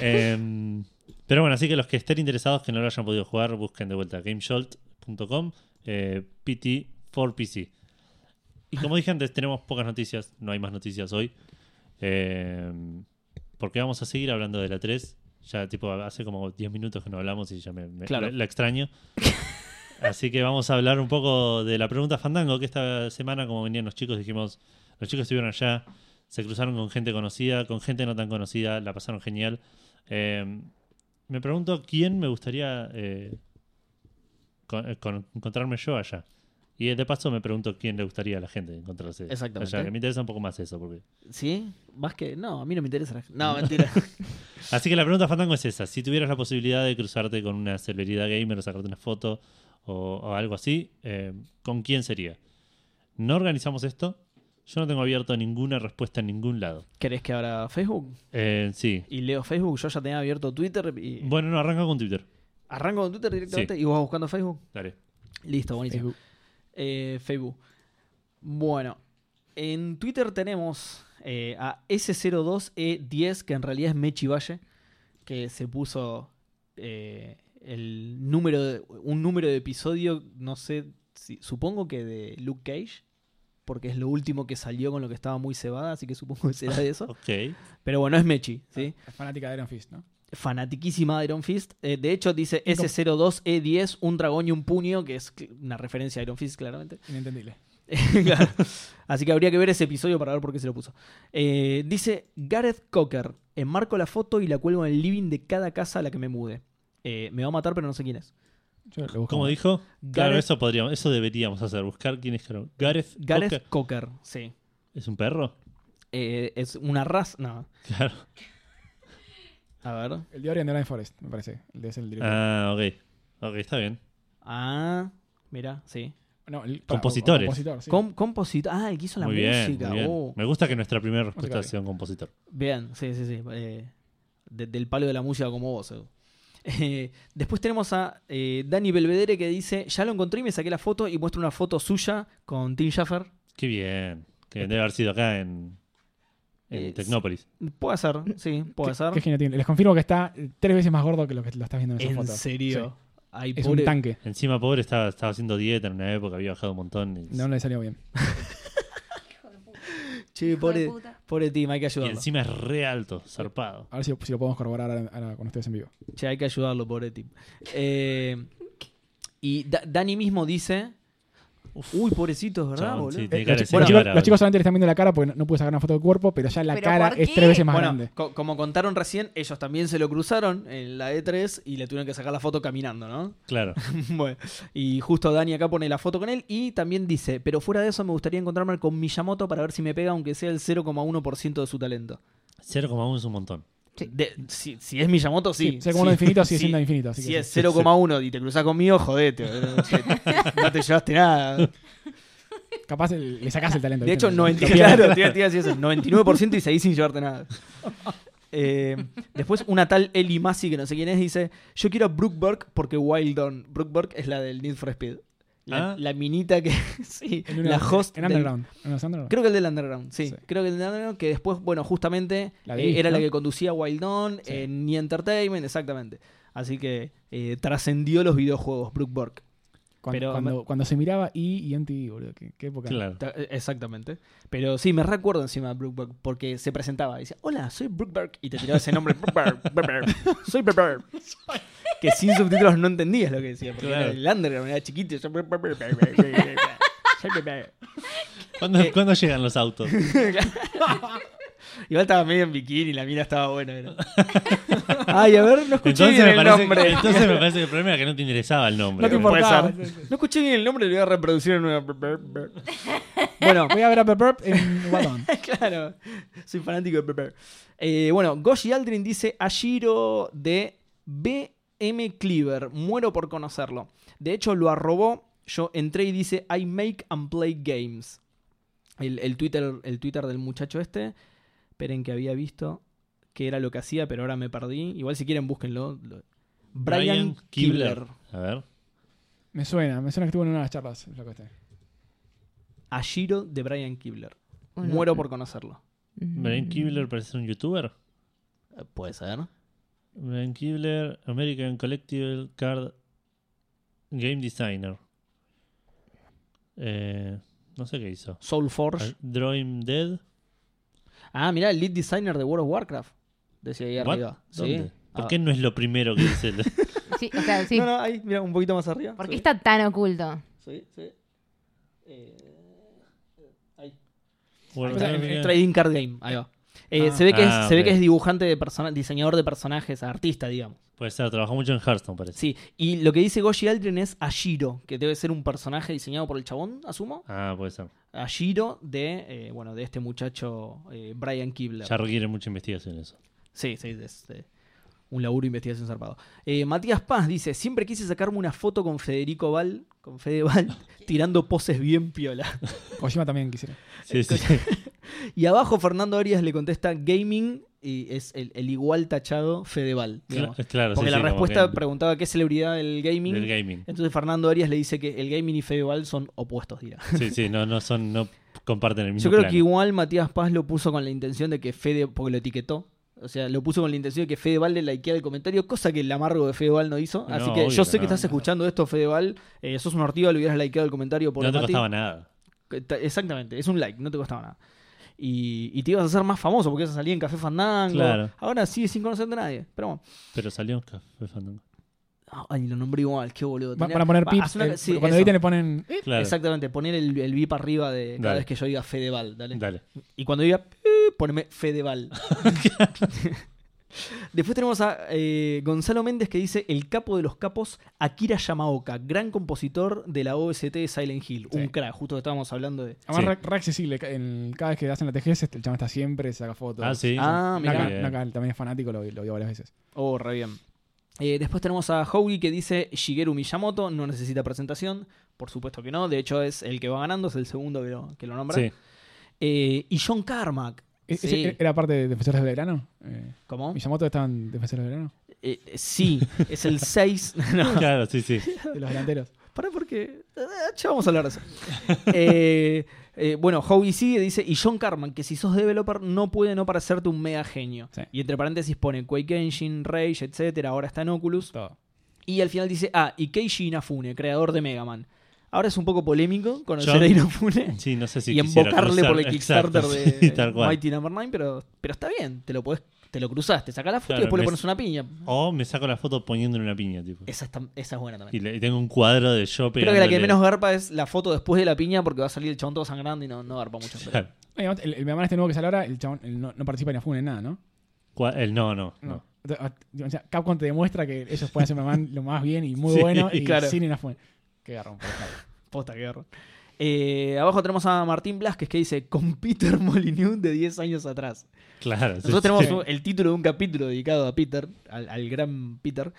eh. Em, pero bueno, así que los que estén interesados que no lo hayan podido jugar, busquen de vuelta gamesholt.com eh, PT for PC. Y como dije antes, tenemos pocas noticias, no hay más noticias hoy. Em, porque vamos a seguir hablando de la 3. Ya tipo hace como 10 minutos que no hablamos y ya me, me- Claro. la, la extraño. Así que vamos a hablar un poco de la pregunta Fandango, que esta semana como venían los chicos dijimos, los chicos estuvieron allá, se cruzaron con gente conocida, con gente no tan conocida, la pasaron genial. Eh, me pregunto quién me gustaría eh, con- eh, con- encontrarme yo allá. Y de paso me pregunto quién le gustaría a la gente encontrarse Exactamente. allá, que me interesa un poco más eso. Porque... ¿Sí? Más que. No, a mí no me interesa. la- No, mentira. Así que la pregunta fandango es esa. Si tuvieras la posibilidad de cruzarte con una celebridad gamer o sacarte una foto o, o algo así, eh, ¿con quién sería? No organizamos esto. Yo no tengo abierto ninguna respuesta en ningún lado. ¿Querés que abra Facebook? Eh, sí. Y leo Facebook. Yo ya tenía abierto Twitter y. Bueno, no, arranca con Twitter. Arranco con Twitter directamente y vos vas buscando Facebook. Dale. Listo, buenísimo. Facebook. Eh, Facebook. Bueno, en Twitter tenemos eh, a S02E10, que en realidad es Mechi Valle, que se puso eh, el número de- un número de episodio, no sé, si- supongo que de Luke Cage, porque es lo último que salió con lo que estaba muy cebada, así que supongo que será de eso. Ok. Pero bueno, es Mechi, ¿sí? Es fanática de Iron Fist, ¿no? fanatiquísima de Iron Fist. Eh, de hecho, dice S02E10, un dragón y un puño, que es cl- una referencia a Iron Fist, claramente. Inentendible. Claro. Así que habría que ver ese episodio para ver por qué se lo puso. Eh, dice Gareth Cocker, enmarco la foto y la cuelgo en el living de cada casa a la que me mude. Eh, me va a matar, pero no sé quién es. Yo lo busco. Como dijo, claro, Gareth- eso podríamos, eso deberíamos hacer, buscar quién es Gareth. Gareth, Gareth Cocker. Cocker, sí. ¿Es un perro? Eh, es una raza. No. Claro. A ver. El diario de Blind Forest, me parece. El de es el director. Ah, ok. Ok, está bien. Ah, mira, sí. No, el- Compositores. compositor, sí. Com- compositor. Ah, el que hizo la Muy bien, música. muy bien. oh. Me gusta que nuestra primera respuesta Música sea un compositor. Bien, sí, sí, sí. eh, de- del palo de la música como vos, Edu. Eh, después tenemos a eh, Dani Belvedere que dice, ya lo encontré y me saqué la foto y muestra una foto suya con Tim Schaffer. Qué bien. Que debe haber sido acá en, en Eh, Tecnópolis. Puede ser, sí, puede ¿Qué, ser. qué genio tiene. Les confirmo que está eh, tres veces más gordo que lo que lo estás viendo en esa en foto. serio. Ay, Sí. Es pobre- un tanque. Encima, pobre, estaba, estaba haciendo dieta en una época, había bajado un montón. y- No le salió bien. Che, Hijo de pobre, puta. pobre Tim, hay que ayudarlo. y encima es re alto, zarpado. A ver si, si lo podemos corroborar ahora, ahora con ustedes en vivo. Che, hay que ayudarlo, pobre Tim. Eh, y Da- Dani mismo dice, uy, pobrecito, es verdad, Chabón, boludo. sí, tiene Eh, cara los, de chi- ser bueno, quebrado. chicos- los chicos solamente le están viendo la cara porque no, no pude sacar una foto del cuerpo, pero ya la ¿Pero cara por es qué? tres veces más Bueno, grande. co- como contaron recién, ellos también se lo cruzaron en la E3 y le tuvieron que sacar la foto caminando, ¿no? Claro. Bueno, y justo Dani acá pone la foto con él y también dice, pero fuera de eso me gustaría encontrarme con Miyamoto para ver si me pega aunque sea el 0,1% de su talento. 0,1 es un montón. Sí. De- si, si es Miyamoto, sí. Sí, sea como uno infinito, sigue siendo infinito, así Si que es 0,1 y te cruzás conmigo, jodete. boludo. Te- No te llevaste nada. Capaz el- le sacás el talento. De ¿viste? hecho, Lo 90, pierdes. claro, te iba- te iba a decir eso, 99% y seguís sin llevarte nada. Eh, después una tal Ellie Massey, que no sé quién es, dice, yo quiero a Brooke Burke porque Wild Dawn. Brooke Burke es la del Need for Speed. La, Ah. la minita que... sí, En una- la host En del- Underground. En los Underground. Creo que el del Underground, sí. Sí. Creo que el del Underground, que después, bueno, justamente La de eh, Is, era la ¿no? que conducía Wild Dawn Sí. en Ni Entertainment, exactamente. Así que eh, trascendió los videojuegos, Brooke Burke. Cuando, pero- cuando, cuando se miraba y, y MTV, boludo. ¿Qué, qué época? Claro. Ta- eh, Exactamente. Pero sí, me recuerdo encima de Brooke Burke porque se presentaba. Decía, hola, soy Brooke Burke. Y te tiraba ese nombre. Brooke Burke, Brooke Burke, soy Brooke Burke. Que sin subtítulos no entendías lo que decía. Porque Claro. era el Underground, era chiquito. Yo, Brooke Burke, Brooke Burke, Brooke Burke, soy Brooke Burke. Eh, ¿Cuándo, cuándo llegan los autos? Igual estaba medio en bikini, la mina estaba buena. era. Ay, a ver, no escuché Entonces bien me, el parece, nombre. entonces me parece que el problema era que no te interesaba el nombre. No te Bueno, Puede importaba. ser. No escuché bien el nombre, lo voy a reproducir en una. Bueno, Bueno, voy a ver a Pepper en Wadon. claro. Soy fanático de Pepper. Eh, bueno, Goshi Aldrin dice Ashiro de BM Cleaver. Muero por conocerlo. De hecho, lo arrobó. Yo entré y dice I make and play games. El, el Twitter, el Twitter del muchacho este. Esperen que había visto que era lo que hacía, pero ahora me perdí. Igual si quieren, búsquenlo. Lo- Brian, Kibler. A ver. Me suena, me suena que estuvo en una de las charlas. el flaco este. Ashiro de Brian Kibler. Bueno. Muero por conocerlo. Mm. Brian Kibler parece un youtuber. Eh, Puede ser. Brian Kibler, American Collectible Card Game Designer. Eh, no sé qué hizo. Soul Forge. Drawing Dead. Ah, mirá, el lead designer de World of Warcraft. Decía ahí What? arriba. ¿Dónde? Sí. ¿Por Ah. qué no es lo primero que dice? el- Sí, o sea, sí. No, no, ahí, mira, un poquito más arriba. ¿Por qué Sí, está tan oculto? Sí, sí. Eh, ahí. World sea, Cup, en- en mira. Trading Card Game, ahí va. Eh, Ah. se, ve que es, Ah, se ve ok. que es dibujante de personajes, diseñador de personajes, artista, digamos. Puede ser, trabajó mucho en Hearthstone, parece. Sí, y lo que dice Goshi Aldrin es Ashiro, que debe ser un personaje diseñado por el chabón, asumo. Ah, puede ser. Ashiro de, eh, bueno, de este muchacho eh, Brian Kibler. Ya requiere mucha investigación eso. Eh, Sí, sí, es eh, un laburo de investigación zarpado. Eh, Matías Paz dice, siempre quise sacarme una foto con Federico Val, con Fede Val, tirando poses bien piola. Kojima también quisiera. Sí, sí. Y abajo Fernando Arias le contesta gaming y es el, el igual tachado Fede Val. digamos. Cla- claro, sí, Porque sí, la como respuesta que- preguntaba qué celebridad del gaming. del gaming. Entonces Fernando Arias le dice que el gaming y Fede Val son opuestos, dirá. Sí, sí, no, no son, no comparten el mismo Yo creo plan. que igual Matías Paz lo puso con la intención de que Fede, porque lo etiquetó. O sea, lo puso con la intención de que Fedeval le likeara el comentario, cosa que el amargo de Fedeval no hizo. Así No, que obvio yo sé que que no. estás escuchando esto, Fedeval. Eh, sos un ortigo, le hubieras likeado el comentario por no te costaba nada. Exactamente, es un like, no te costaba nada. Y, y te ibas a hacer más famoso porque ibas a salir en Café Fandango. Claro. Ahora sí, sin conocer a nadie. Pero bueno. Ah, Pero salió en Café Fandango. Ay, lo nombré igual, qué boludo. Va- Tenía- Van a poner Va, pips. haz una- eh, sí, cuando eso. editen le ponen. ¿Eh? Claro. Exactamente, poner el, el bip arriba de cada Dale. vez que yo diga Fedeval. Dale. Dale. Y cuando diga, "Pi", poneme Fedeval. Después tenemos a eh, Gonzalo Méndez que dice, el capo de los capos, Akira Yamaoka, gran compositor de la OST de Silent Hill. Sí. Un crack, justo que estábamos hablando de... Además, Sí. re, re accesible. ca- en- cada vez que hacen la TGS, este- el chama está siempre, saca fotos. Ah, sí. Ah, Naka, mirá. Bien. Naka también es fanático, lo, lo vio varias veces. Oh, re bien. Eh, después tenemos a Howie que dice Shigeru Miyamoto, no necesita presentación. Por supuesto que no, de hecho es el que va ganando, es el segundo que lo, que lo nombra. Sí. Eh, y John Carmack. ¿E- ese Sí. ¿Era parte de Defensores del Verano? Eh, ¿Cómo? ¿Miyamoto estaba en Defensores del Verano? Eh, eh, sí, es el 6. no, Claro, sí, sí. De los delanteros. Pará porque. eh, Ya vamos a hablar de eso. Eh, eh, bueno, Howie sigue, dice, y John Carman, que si sos developer no puede no parecerte un mega genio. Sí. Y entre paréntesis pone Quake Engine, Rage, etcétera, ahora está en Oculus. Todo. Y al final dice, ah, y Keiji Inafune, creador de Mega Man. Ahora es un poco polémico conocer John- a Inafune Sí, no sé si y quisiera invocarle por el cruzar- Kickstarter Exacto, de sí, tal cual. Mighty Number 9, pero, pero está bien, te lo podés, te lo cruzás, te sacás la foto Claro, y después me- le pones una piña. O me saco la foto poniéndole una piña, tipo. Esa, está- esa es buena también. Y, le- y tengo un cuadro de yo Creo que la que pegándole- menos garpa es la foto después de la piña porque va a salir el chabón todo sangrando y no, no garpa mucho. pero- Claro. No, y además, El, el Mega Man este nuevo que sale ahora, el chabón el no, no participa en Afun en nada, ¿no? Cua- el no, no, no. No. O sea, Capcom te demuestra que ellos pueden hacer Mega Man lo más bien y muy Sí, bueno y claro. sin Inafune. Qué garrón, por favor. Posta, qué garpa. Eh, abajo tenemos a Martín Blasquez que dice con Peter Molyneux de 10 años atrás. Claro. sí, Nosotros sí. tenemos un- el título de un capítulo dedicado a Peter, al, al gran Peter.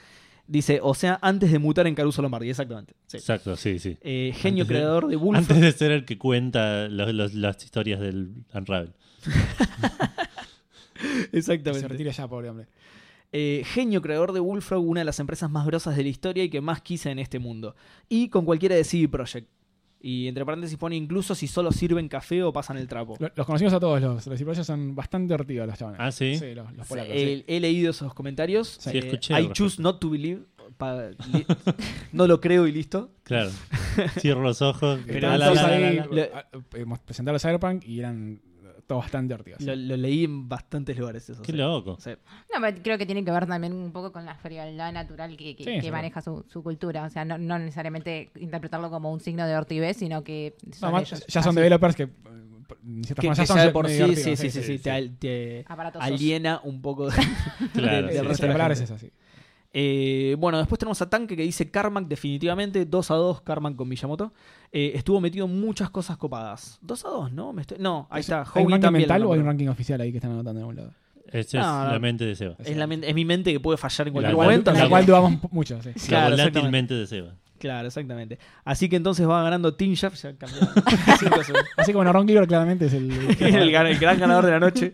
Dice, o sea, antes de mutar en Caruso Lombardi, exactamente. sí. Exacto, sí, sí. Eh, genio Antes de- creador de Wolf. Antes de ser el que cuenta los- los- las historias del Unravel. Que se Exactamente. retire ya, pobre hombre. Eh, genio creador de Bullfrog, una de las empresas más grosas de la historia y que más quise en este mundo. Y con cualquiera de CD Projekt. Y entre paréntesis pone incluso si solo sirven café o pasan el trapo. Lo- Los conocimos a todos los. Los ciprayos son bastante ortidos los chavales. Ah, sí. Sí, los, los polacos. sí. Eh, He leído esos comentarios. Sí, Eh, escuché I al choose not to believe. pa- li- no lo creo y listo. Claro. Cierro los ojos. Pero la, la, todos la, la, ahí, la. la. ah, eh, mos- presentaron a Cyberpunk y eran eh, todos bastante ortidos. Lo, lo leí en bastantes lugares. Eso, Qué sí. loco. Sí. No, pero creo que tiene que ver también un poco con la frialdad natural que, que- Sí, que seguro. maneja su, su cultura. O sea, no, no necesariamente interpretarlo como un signo de Ortibé, sino que No, son más- ellos. Ah, ya son Así. developers que, eh, en cierta Que, forma, que son ya de por medio eh. sí, ortidos, sí, sí, sí, sí, te, al- te Aparatosos. aliena un poco. de- Claro. sí, de- Sí, del sí. resto la la palabra es gente. esa, sí. Eh, bueno, después tenemos a Tanque que dice Carmack definitivamente, 2 a 2, Carmack con Miyamoto. Eh, estuvo metido en muchas cosas copadas. 2 a 2, ¿no? Me estoy- No, ahí está. ¿Hay un Howie ranking también mental lo o hay un nombró. ranking oficial ahí que están anotando en algún lado? Esa es No, no. la mente de Seba. es, la men- es mi mente que puede fallar La en cualquier cual- momento. la así cual que- dudamos mucho, sí. Claro, la volátil exactamente. mente de Seba. Claro, exactamente. Así que entonces va ganando Team Jeff. Ya cambió. Cinco segundos. Así que bueno, Ron Gilbert claramente es el. el, gran, el gran ganador de la noche.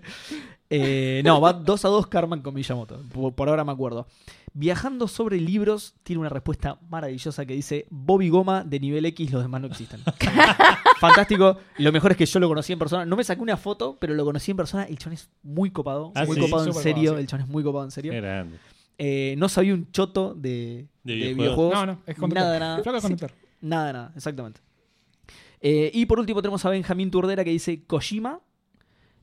Eh, no, va 2 a 2 Carman con Miyamoto. Por, por ahora me acuerdo. Viajando sobre libros, tiene una respuesta maravillosa que dice: Bobby Goma de nivel X, los demás no existen. Fantástico. Lo mejor es que yo lo conocí en persona. No me saqué una foto, pero lo conocí en persona. El chon es muy copado. Ah, muy sí. copado en Súper serio. copado, sí. El chon es muy copado en serio. Qué grande. Eh, no sabía un choto de, De de videojuegos. videojuegos. No, no, es conductor. Nada, nada. Flaco es conductor. Nada, nada, exactamente. Eh, y por último tenemos a Benjamín Turdera que dice Kojima,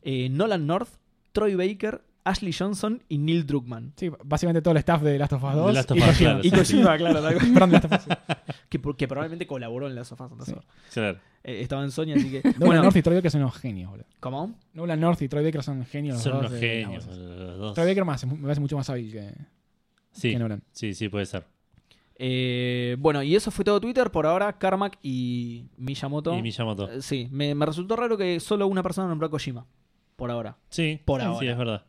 eh, Nolan North, Troy Baker, Ashley Johnson y Neil Druckmann. Sí, básicamente todo el staff de Last of Us 2. De Last of y Us, Kojima. claro, Y sí. Kojima, claro, tal cual. Perdón, de Last of Us. sí. que, por- que probablemente colaboró en las sofás. Sí. Claro. Eh, estaba en Sony, así que... Nolan bueno, North y Troy Baker son unos genios, boludo. ¿cómo? Nolan North y Troy Baker son genios. los Son dos unos de las genios. voces. Los dos. Troy Baker más, es mu- me parece mucho más hábil que, Sí, que Nolan. sí, sí, puede ser. Eh, bueno, y eso fue todo Twitter. Por ahora, Carmack y Miyamoto. Y Miyamoto. Eh, sí, me, me resultó raro que solo una persona nombró a Kojima. Por ahora. Sí, Por sí, ahora. sí, es verdad.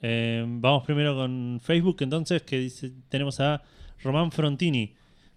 Eh, vamos primero con Facebook, entonces, que dice, tenemos a Román Frontini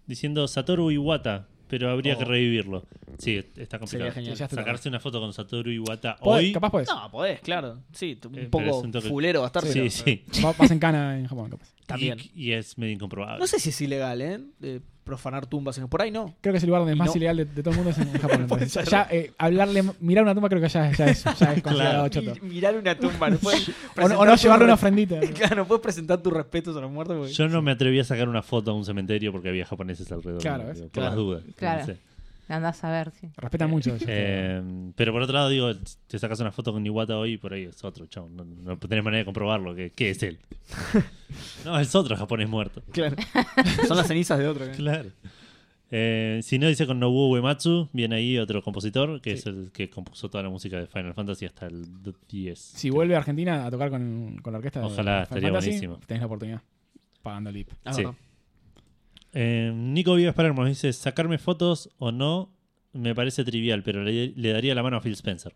diciendo Satoru Iwata, pero habría Oh. que revivirlo. Sí, está complicado. Sería genial. Sí, ya está Sacarse una foto con Satoru Iwata Podés- hoy. Capaz podés. No, podés, claro. Sí, un Eh, pero poco es un toque- fulero va a estar, pero- sí, sí. Va- Vas en cana en Japón, capaz. También. Y, y es medio incomprobable. No sé si es ilegal, ¿eh? De profanar tumbas. Por ahí no. Creo que es el lugar donde Y más no. ilegal de, de todo el mundo es en Japón. entonces. ser. ya, eh, hablarle, mirar una tumba creo que ya, ya es, ya es considerado choto. Mi- Mirar una tumba. No puedes O no, o presentar no tu llevarle una re- ofrendita. Claro, no puedes presentar tus respetos a los muertos. porque- Yo no me atreví a sacar una foto a un cementerio porque había japoneses alrededor. Claro, mío, ¿ves? digo, por Claro. las dudas. Claro. No sé. Andás a ver, sí. Respetan mucho eso. Eh, pero por otro lado, digo, te sacas una foto con Iwata hoy y por ahí es otro, chao. No, no tenés manera de comprobarlo. que ¿Qué es él? no, es otro japonés muerto. Claro. Son las cenizas de otro. ¿eh? Claro. Eh, si no, dice con Nobuo Uematsu, viene ahí otro compositor, que es el que compuso toda la música de Final Fantasy hasta el 10. si vuelve a Argentina a tocar con, con la orquesta de Ojalá, Final estaría Fantasy, buenísimo. Tenés la oportunidad. Pagando el IP. Ah, Sí. verdad. Eh, Nico Vivas Palermo nos dice, sacarme fotos o no me parece trivial, pero le, le daría la mano a Phil Spencer.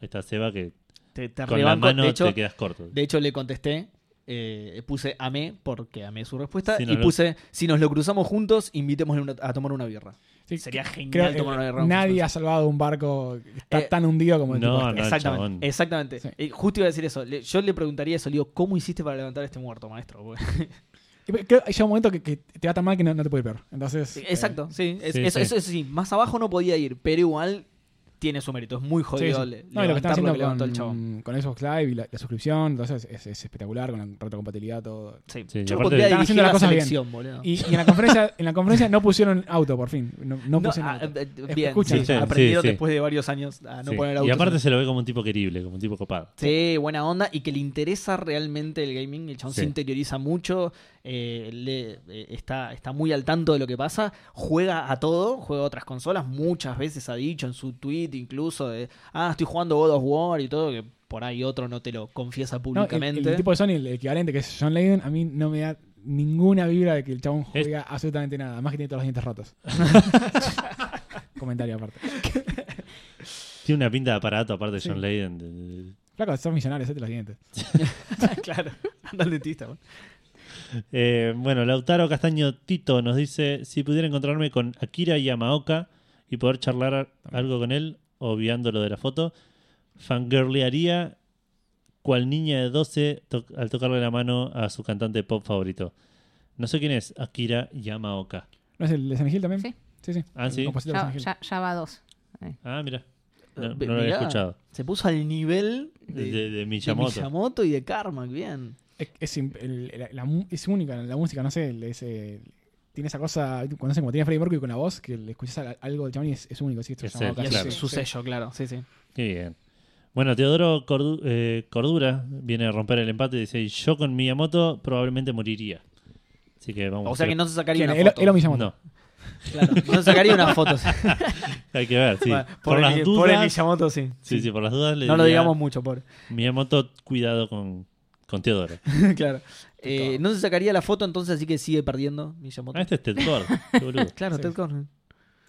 Ahí está Seba que Te, te con la rebanco. mano de, hecho, te quedas corto. de hecho, le contesté. eh, puse amé porque amé su respuesta. Si nos y lo- puse: si nos lo cruzamos juntos, invitémosle una- a tomar una birra. Sí, Sería creo genial que tomar una birra. Nadie ha salvado un barco que está Eh, tan hundido como el no, tipo este. el Exactamente, Ah, chabón. exactamente. Sí. Eh, justo iba a decir eso. Le- yo le preguntaría eso. Le digo, ¿cómo hiciste para levantar a este muerto, maestro? Porque- Y este. Creo que llega un momento que, que te va tan mal que no, no te puede ir peor. Entonces, Sí, eh, Exacto, sí. es- Sí, eso, sí. Eso, eso sí, más abajo no podía ir, pero igual tiene su mérito. Es muy sí, sí. jodido le- No, y lo que están levantar lo haciendo que levantó el chabón. con, con Xbox Live y la, la suscripción, entonces es, es espectacular con la retrocompatibilidad, todo. Sí, Sí, y yo lo aparte pondría están a dirigir haciendo las la cosas bien. selección, boludo. Y, y en la conferencia, en la conferencia no pusieron auto, por fin. No, no No, pusieron ah, auto. eh, bien, Escucha, sí, sí, aprendieron sí, sí. después de varios años a no Sí. poner autos. y aparte se lo ve como un tipo querible, como un tipo copado. Sí, buena onda y que le interesa realmente el gaming. El chabón Sí. se interioriza mucho, eh, le, eh, está, está muy al tanto de lo que pasa, juega a todo, juega a otras consolas. Muchas veces ha dicho en su tweet, incluso, de, ah, estoy jugando God of War y todo, que por ahí otro no te lo confiesa No, el- públicamente. el, tipo de Sony, el equivalente que es John Layden, a mí no me da ninguna vibra de que el chabón Es- juega absolutamente nada. Además que tiene todos los dientes rotos. Comentario aparte. Tiene una pinta de aparato, aparte de Sí. John Layden. de- de- de- Flaco, son millonarios, hacete los dientes. claro, anda al dentista. bueno. Eh, bueno, Lautaro Castaño Tito nos dice: si pudiera encontrarme con Akira Yamaoka y poder charlar algo con él, obviando lo de la foto, fangirlearía cual niña de 12 to- al tocarle la mano a su cantante pop favorito. No sé quién es, Akira Yamaoka. ¿No es el de San Gil también? Sí. Sí, sí. Ah, El sí. compositor de San Ya, Gil. ya- ya va dos. Ah, mira. No, Ve- no lo había mirá, escuchado. Se puso al nivel de, De, de de Miyamoto. Miyamoto. y de Karma, bien. Es, es im- el- la- la mu- es única la música, no sé. el- ese- tiene esa cosa, cuando como tiene Freddie Mercury con la voz, que le escuchas al- algo del chabón y es, es único. Sí, esto Es se llama él, Y Boca. es Claro. su sello, claro. Sí, sí. Qué bien. Bueno, Teodoro Cordu- eh, Cordura viene a romper el empate y dice: Yo con Miyamoto probablemente moriría. Así que vamos O sea a que ver. no se sacaría ¿Quién? una Él, él o foto. Miyamoto. No, Claro, no se sacaría una foto. sí. hay que ver, sí. Bueno, por pobre las Mi- dudas. pobre Miyamoto, sí. Sí, sí, por las dudas le No lo diría, digamos mucho, pobre. Miyamoto, cuidado con, con Teodoro. claro. Eh, no se sacaría la foto, entonces así que sigue perdiendo Miyamoto. Ah, este es Ted Cord, qué boludo. Claro, Sí. Ted Corner. poco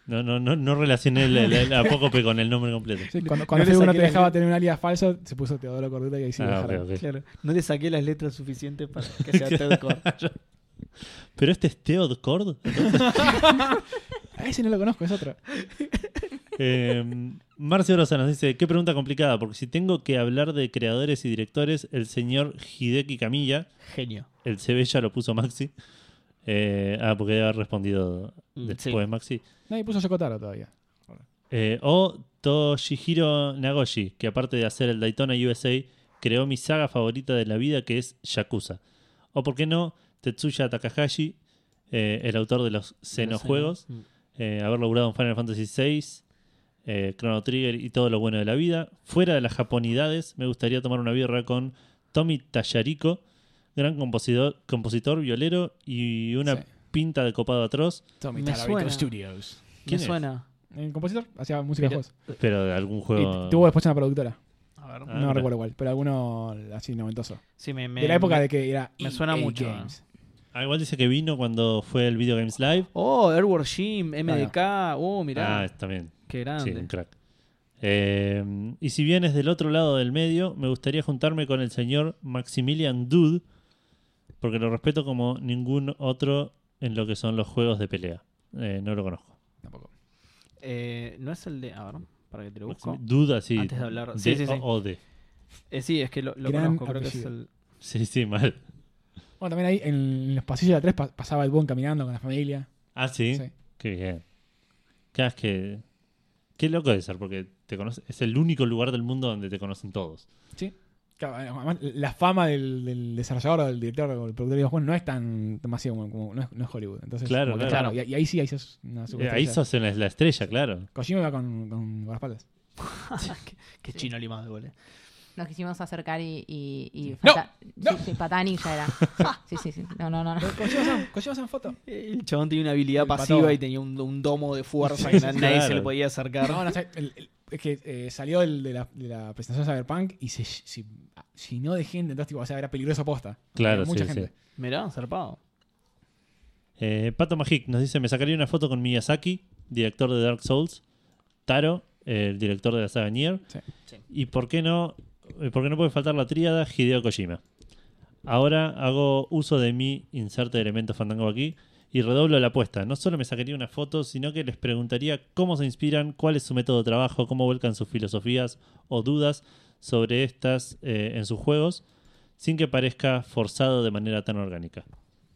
No, no, no, no relacioné el, el- el apócope con el nombre completo. Sí, cuando cuando No le Facebook no te saqué la dejaba tener un alias falso, se puso Teodoro Cordura y ahí sí lo Ah, ok, dejaron. ok. Claro. No le saqué las letras suficientes para que sea Ted Corner. Pero este es Teod Cord. A ese no lo conozco, es otro. Eh, Marcio Rosa nos dice, qué pregunta complicada, porque si tengo que hablar de creadores y directores, el señor Hideki Camilla, Genio. el CV ya lo puso Maxi. Eh, ah, porque debe haber respondido Mm, después sí. Maxi. Nadie puso Yokotaro todavía. Eh, o Toshihiro Nagoshi, que aparte de hacer el Daytona USA, creó mi saga favorita de la vida, que es Yakuza. O por qué no, Tetsuya Takahashi, eh, el autor de los Xenojuegos, Mm. eh, haber logrado en Final Fantasy VI, eh, Chrono Trigger y todo lo bueno de la vida. Fuera de las japonidades, me gustaría tomar una birra con Tommy Tallarico, gran compositor, compositor violero y una Sí. pinta de copado atroz, Tommy Me Tarabito suena. Studios. Me ¿Quién es? suena. El compositor hacía música de Mira. juegos. pero de algún Y juego... tuvo después una productora. A ver. Ah, no mira. recuerdo cuál, pero alguno así noventoso. Sí, me, me- de la época me- de que era. me suena EA mucho. ¿eh? Games. Ah, igual dice que vino cuando fue el Video Games Live. Oh, Edward Jim, MDK. Oh, mirá. Ah, está bien. qué Sí, grande. un crack. Eh, y si bien es del otro lado del medio, me gustaría juntarme con el señor Maximilian Dude, porque lo respeto como ningún otro en lo que son los juegos de pelea. Eh, no lo conozco. Tampoco. Eh, no es el de. A ver, para que te lo busco. Maximi- Dude, así. Antes de hablar- sí, sí, sí. D-O-O-D. Eh, sí, es que lo, lo Gran conozco, creo apellido. que es el. Sí, sí, mal. Bueno, también ahí en los pasillos de atrás pa- pasaba el buen caminando con la familia. Ah, sí. Sí. Qué bien. Claro, es que. Qué loco de ser, porque te conoce, es el único lugar del mundo donde te conocen todos. Claro, además, la fama del, del desarrollador o del director o del productor de los juegos no es tan demasiado como, como- no, es, no es Hollywood. Entonces, Claro, como que, claro. Y, y ahí sí, ahí sos Eh, una ahí superestrella. sos la, la estrella, claro. Kojima va con, con, con las patas. qué, qué chino limado de bola. Nos quisimos acercar y. y, y No, fata- no. Sí, sí, Patani ya era. Sí, sí, sí. No, no, no. no. Kojima en foto. El chabón tenía una habilidad El pasiva patón. y tenía un, un domo de fuerza Sí, que sí, nadie claro. se le podía acercar. No, no sé, el- el- es que eh, salió el de la, de la presentación de Cyberpunk y se ll- si- llenó de gente. Entonces, tipo, o sea, era peligroso posta. Claro, Había mucha sí, gente. sí. Mirá, zarpado. Eh, Pato Magic nos dice: Me sacaría una foto con Miyazaki, director de Dark Souls, Taro, el director de la saga Nier, Sí. Sí. y por qué no, eh, por qué no puede faltar la tríada Hideo Kojima. Ahora hago uso de mi inserte de elementos fandango aquí y redoblo la apuesta. No solo me sacaría una foto, sino que les preguntaría cómo se inspiran, cuál es su método de trabajo, cómo vuelcan sus filosofías o dudas sobre estas eh, en sus juegos, sin que parezca forzado de manera tan orgánica.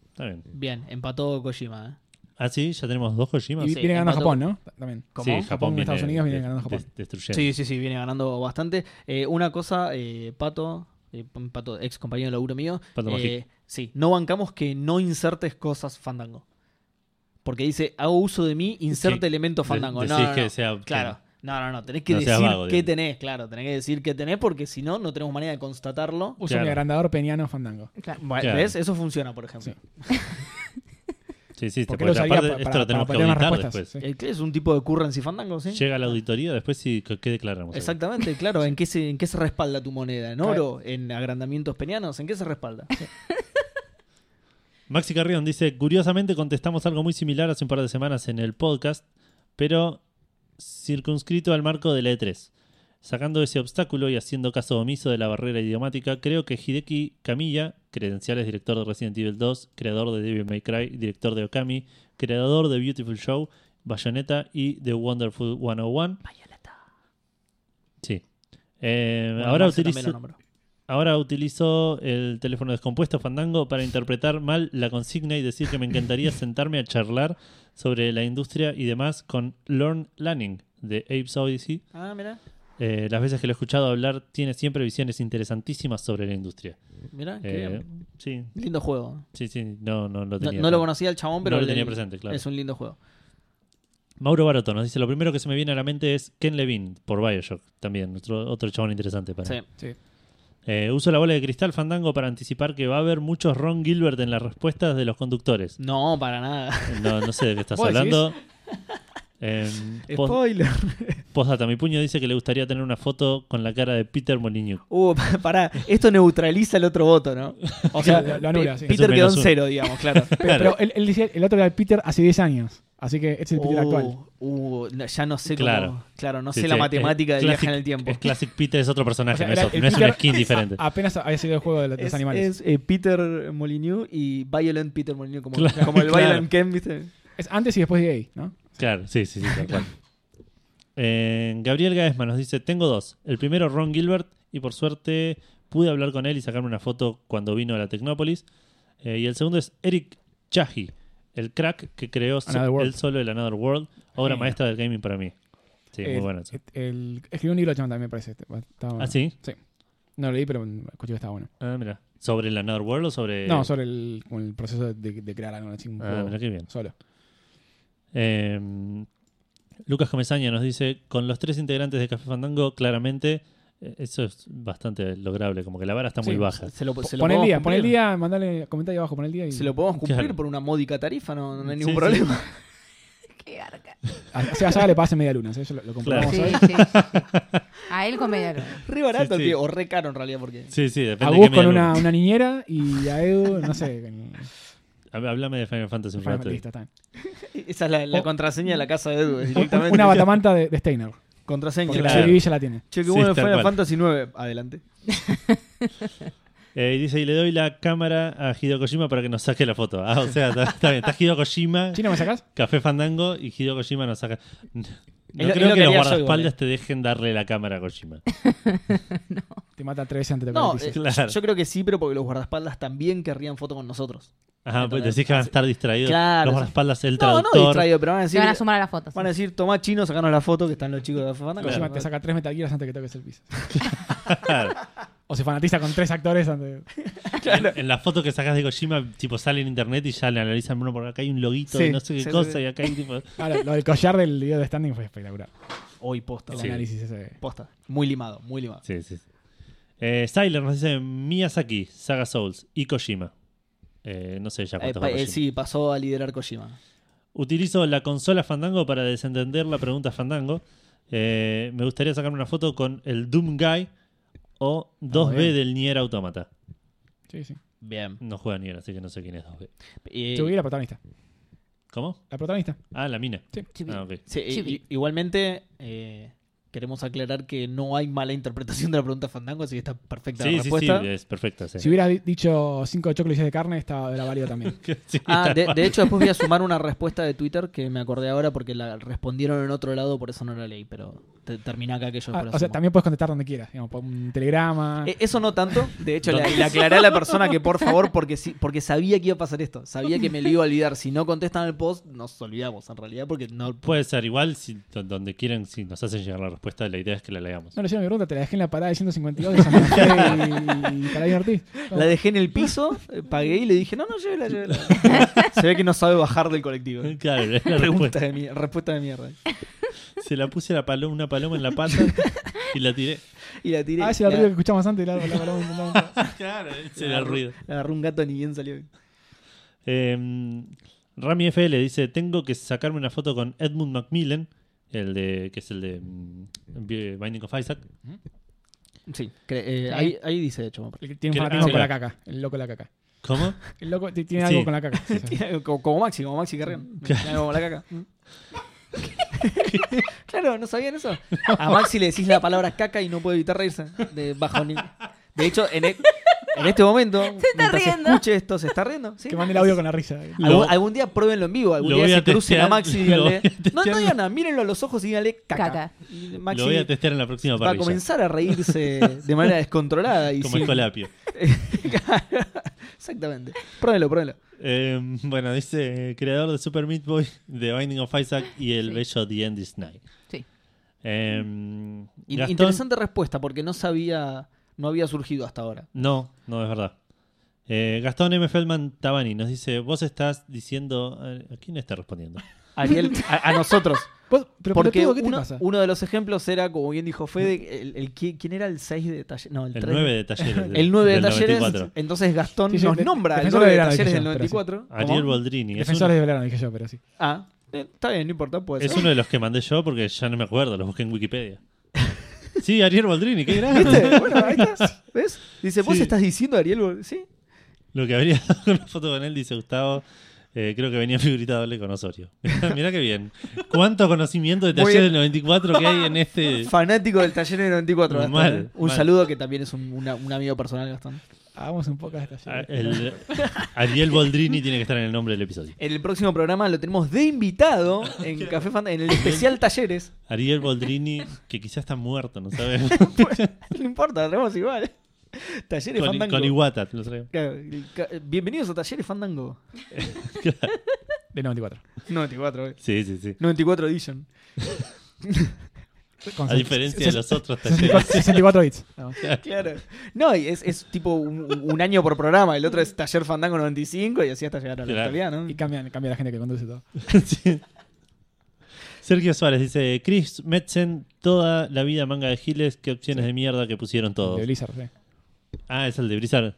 Está bien. Bien, empató Kojima. ¿eh? Ah, sí, ya tenemos dos Kojimas. Y Sí, viene ganando empató. Japón, ¿no? También. Sí, ¿Cómo? Japón, Japón y viene Estados Unidos vienen de- ganando Japón. de- destruyendo. Sí, sí, sí, viene ganando bastante. Eh, una cosa, eh, Pato, eh, Pato, ex compañero de laburo mío. Pato eh, Magic. sí, no bancamos que no insertes cosas fandango. Porque dice, hago uso de mí, inserte Sí. elemento De- fandango. decís no, no, no. que sea- Claro. No, no, no. Tenés que No seas decir vago, qué digamos. tenés, claro. Tenés que decir qué tenés porque si no, no tenemos manera de constatarlo. Uso Claro. mi agrandador peniano fandango. Claro. Bueno, Claro. ¿Ves? Eso funciona, por ejemplo. Sí, sí, ¿Por porque qué lo usaría aparte pa- esto lo para- tenemos para que poner unas auditar respuestas? después. Sí. El que Eh, es un tipo de currency fandango, ¿sí? Llega a la auditoría después y co- qué declaramos. Exactamente, claro. ¿En qué, se, ¿En qué se respalda tu moneda? ¿En Claro. oro? ¿En agrandamientos penianos? ¿En qué se respalda? Maxi Carrión dice, curiosamente contestamos algo muy similar hace un par de semanas en el podcast, pero circunscrito al marco de la E3. Sacando ese obstáculo y haciendo caso omiso de la barrera idiomática, creo que Hideki Kamiya, credenciales director de Resident Evil 2, creador de Devil May Cry, director de Okami, creador de Beautiful Show, Bayonetta y The Wonderful 101. Bayonetta. Sí. Eh, Bueno, ahora Marce también utiliza, lo nombró. Ahora utilizo el teléfono descompuesto Fandango para interpretar mal la consigna y decir que me encantaría sentarme a charlar sobre la industria y demás con Lorne Lanning de Apes Odyssey. Ah, mira. Eh, las veces que lo he escuchado hablar, tiene siempre visiones interesantísimas sobre la industria. Mira, Eh, sí, lindo juego. sí, sí, no, no lo Ah, No, tenía. no lo conocía el chabón, pero No lo el- tenía presente, claro. es un lindo juego. Mauro Baroto nos dice: Lo primero que se me viene a la mente es Ken Levine por Bioshock, también, otro, otro chabón interesante para Sí. Sí. Eh, uso la bola de cristal fandango para anticipar que va a haber muchos Ron Gilbert en las respuestas de los conductores. No, para nada. No, no sé de qué estás ¿Vos decís? hablando. Em, pos- Spoiler. postdata, mi puño dice que le gustaría tener una foto con la cara de Peter Molyneux. Uh, pa- pará. Esto neutraliza el otro voto, ¿no? O sea, lo, lo anula, Pe- sí. Es Peter un quedó en menos uno. cero, digamos, claro. Pe- Pero él, él decía- el otro era el Peter hace 10 años. Así que este es el Oh. Peter actual. Uh, uh, no, ya no sé Claro. cómo. Claro, no Sí, sé la sí, matemática es del viaje classic- en el tiempo. Es Classic Peter, es otro personaje, O sea, no, es, era otro- el no es un Peter- skin diferente. Apenas había salido el juego de, los Es- animales. es, eh, Peter Molyneux y Violent Peter Molyneux, como, Claro, como el claro. Violent Ken, ¿viste? Es antes y después de gay, ¿no? Claro, sí, sí, sí, tal cual. Eh, Gabriel Gaesma nos dice, tengo dos. El primero, Ron Gilbert, y por suerte pude hablar con él y sacarme una foto cuando vino a la Tecnópolis. Eh, y el segundo es Eric Chahi, el crack que creó so- Another World. él solo el Another World, obra Genio. maestra del gaming para mí. Sí, El- muy bueno. eso. el- el- escribió un libro chabón, también, me parece. Este, estaba bueno. Ah, sí. No lo leí, pero mm, escuché que estaba bueno. Ah, mira. ¿Sobre el Another World o sobre...? No, sobre el, como el proceso de, de crear algo así. un Eh, Ah, juego mira qué bien. Solo. Eh, Lucas Comesaña nos dice: Con los tres integrantes de Café Fandango, claramente eh, eso es bastante lograble. Como que la vara está muy Sí, baja. Se lo, Pues se lo Pon el podemos día, pon el cumplir. día, mandale comentario abajo, pon el día y Se lo podemos cumplir Claro. por una módica tarifa, no, no hay ningún Sí, sí. problema. Qué garca. A- O sea, a Saga le pase media luna, ¿sí? Yo lo, lo compramos Sí, hoy. sí, sí. A él comedia. Re barato, Sí, sí. tío. O re caro en realidad, porque. Sí, sí, A depende de Gus qué media con una, luna. una niñera y a Edu, no sé, con Hab- Háblame de Final Fantasy un Final rato. Fantasy, está bien. Esa es la, la O- contraseña de la casa de Edu, Un- directamente. Una batamanta de, de Steiner. Contraseña. Porque Claro. la CBB ya la tiene. Che, qué Sí, bueno tal Final cual. Fantasy 9. Adelante. Eh, y dice: Y le doy la cámara a Hideo Kojima para que nos saque la foto. Ah, o sea, está, está bien. Está Hideo Kojima, ¿Chino me sacás? Café Fandango y Hideo Kojima nos saca. No lo- es creo lo que los que haría yo igual, guardaespaldas eh. te dejen darle la cámara a Kojima. Te mata tres veces antes de No, que eh, Claro. yo creo que sí, pero porque los guardaespaldas también querrían foto con nosotros. Ajá, pues decís que van a estar distraídos. Claro. los guardaespaldas, el No, traductor. no distraído, pero van a Se decir. van a sumar a las fotos. van a decir, tomá chino, sacanos la foto que están los chicos de Café Fandango. Kojima claro. te saca tres Metal Gears antes que toques el piso. Claro. O se fanatiza con tres actores antes. En las fotos que sacas de Kojima, tipo, sale en internet y ya le analizan, bueno, por acá hay un loguito Sí, de no sé qué sí, cosa sí. y acá hay tipo... Ahora, Ah, lo del collar del video de Standing fue espectacular. Hoy posta. El Sí. análisis ese. Posta. Muy limado, muy limado. Sí, sí. sí. Eh, Styler nos dice Miyazaki, Saga Souls y Kojima. Eh, no sé ya Eh, cuántos pa- va eh, Kojima. sí, pasó a liderar Kojima. Utilizo la consola Fandango para desentender la pregunta Fandango. Eh, me gustaría sacar una foto con el Doom Guy o 2B bien. del Nier Automata. Sí, sí. Bien. No juega Nier, así que no sé quién es 2B. Eh, Chibuki, la protagonista. ¿Cómo? La protagonista. Ah, la mina. Chibi. Ah, ok. sí, eh, Chibi. i- igualmente, eh, queremos aclarar que no hay mala interpretación de la pregunta Fandango, así que está perfecta la Sí, sí, sí, respuesta. es perfecta. sí. Si hubieras di- dicho cinco chocolates de carne, estaba, era válido también. Sí, Ah, tal de, cual. de hecho después voy a sumar una respuesta de Twitter que me acordé ahora porque la respondieron en otro lado, por eso no la leí, pero te, termina acá que yo Ah, después la o sea, sumo. también puedes contestar donde quieras. Digamos, por un telegrama. Eh, Eso no tanto, de hecho le, le aclaré a la persona que por favor, porque sí, porque sabía que iba a pasar esto, sabía que me lo iba a olvidar, si no contestan el post nos olvidamos en realidad porque no... Puede ser igual, si, do- donde quieran, si nos hacen llegar la respuesta, la idea es que la leamos. No le hicieron mi pregunta, te la dejé en la parada de 152 de San José y, y Paladín Ortiz. No, La dejé en el piso, eh, pagué y le dije, no, no, llévela, llévela. Se ve que no sabe bajar del colectivo. Claro, es la respuesta. Pregunta de mi- respuesta de mierda. Se la puse a la paloma, una paloma en la pata y la tiré. Y la tiré. Ah, ese era el la- ruido que escuchamos antes. La, la, la, la- la- Claro, ese era el ruido. la agarró un gato ni bien salió. Eh, Rami FL dice: Tengo que sacarme una foto con Edmund Macmillan, el de, que es el de mm, Binding of Isaac. Sí, cre- eh, Ahí, ahí dice, de hecho. me parece. el que tiene Que- un ah, fanatismo sí. con la caca. El loco de la caca. ¿Cómo? El loco t- tiene Sí. algo con la caca. sí, sí. Tiene- Como, como Maxi, como Maxi Carrión. Tiene Como la caca. claro, ¿no sabían eso? A Maxi le decís la palabra caca y no puede evitar reírse. De, bajo ni- de hecho, en, e- En este momento, mientras riendo. escuche esto, se está riendo. ¿sí? Que mande el audio con la risa. Lo- Algún, algún día pruébenlo en vivo, algún lo día voy se a testear, crucen a Maxi y lo voy díganle. a testear. No, no digan nada, mírenlo a los ojos y díganle caca. Caca. Y Lo voy a Maxi testear en la próxima va a parrilla. comenzar a reírse de manera descontrolada. Y Como sí. el colapio. Exactamente. Pruébenlo, pruébenlo. Eh, bueno, dice eh, creador de Super Meat Boy, The Binding of Isaac y el Sí. bello The End is Night. Sí. Eh, In- Gastón- Interesante respuesta, porque no sabía, no había surgido hasta ahora. No, no es verdad. Eh, Gastón M. Feldman Tabani nos dice: Vos estás diciendo. eh, ¿A quién está respondiendo? Ariel, a, a nosotros. Vos- pero Porque pelotudo, ¿qué te uno, pasa? uno de los ejemplos era, como bien dijo Fede, el, el qui- ¿quién era el 6 de talleres? No, el, El 3. 9 de talleres. el 9 de del talleres. 94. Entonces Gastón Sí, sí, nos de- nombra el defensor 9 de de Belgrano, talleres dije del yo, pero sí. 94. Ariel ¿Cómo? Boldrini. Es, Defensores uno- de Belgrano, dije yo, pero sí. Ah, eh, está bien, no importa, puede es ser. uno de los que mandé yo porque ya no me acuerdo, los busqué en Wikipedia. Sí, Ariel Boldrini, qué grande. ¿Viste? Bueno, ahí está. ¿Ves? Dice, vos Sí. estás diciendo, Ariel, Bol- ¿sí? Lo que habría dado una foto con él, dice Gustavo. eh, creo que venía figurita doble con Osorio. Mirá qué bien. ¿Cuánto conocimiento de Muy talleres bien. del 94 que hay en este? Fanático del taller de 94. Gastón, Mal, ¿eh? Un mal. saludo que también es un, una- un amigo personal, Gastón. Hagamos un poco de A- talleres. Ah, el- Ariel Boldrini tiene que estar en el nombre del episodio. En el próximo programa lo tenemos de invitado en Café Fanta, en el especial Talleres. Ariel Boldrini, que quizás está muerto, no sabemos. No importa, lo tenemos igual. Talleres con, Fandango. con Iwata, lo sabemos. Claro, el ca- Bienvenidos a Talleres Fandango. De 94. 94, eh. Sí, sí, sí. 94 Edition. Con A ses- diferencia de ses- los otros talleres. 64, 64 bits. No. Claro. No, y es, es tipo un, un año por programa. El otro es Taller Fandango 95 y así hasta llegar a la Claro. actualidad, ¿no? Y cambian, cambia la gente que conduce todo. Sí. Sergio Suárez dice: Chris Metzen, toda la vida manga de Giles, qué opciones de mierda que pusieron todos. De Blizzard, sí. Ah, es el de Brizar.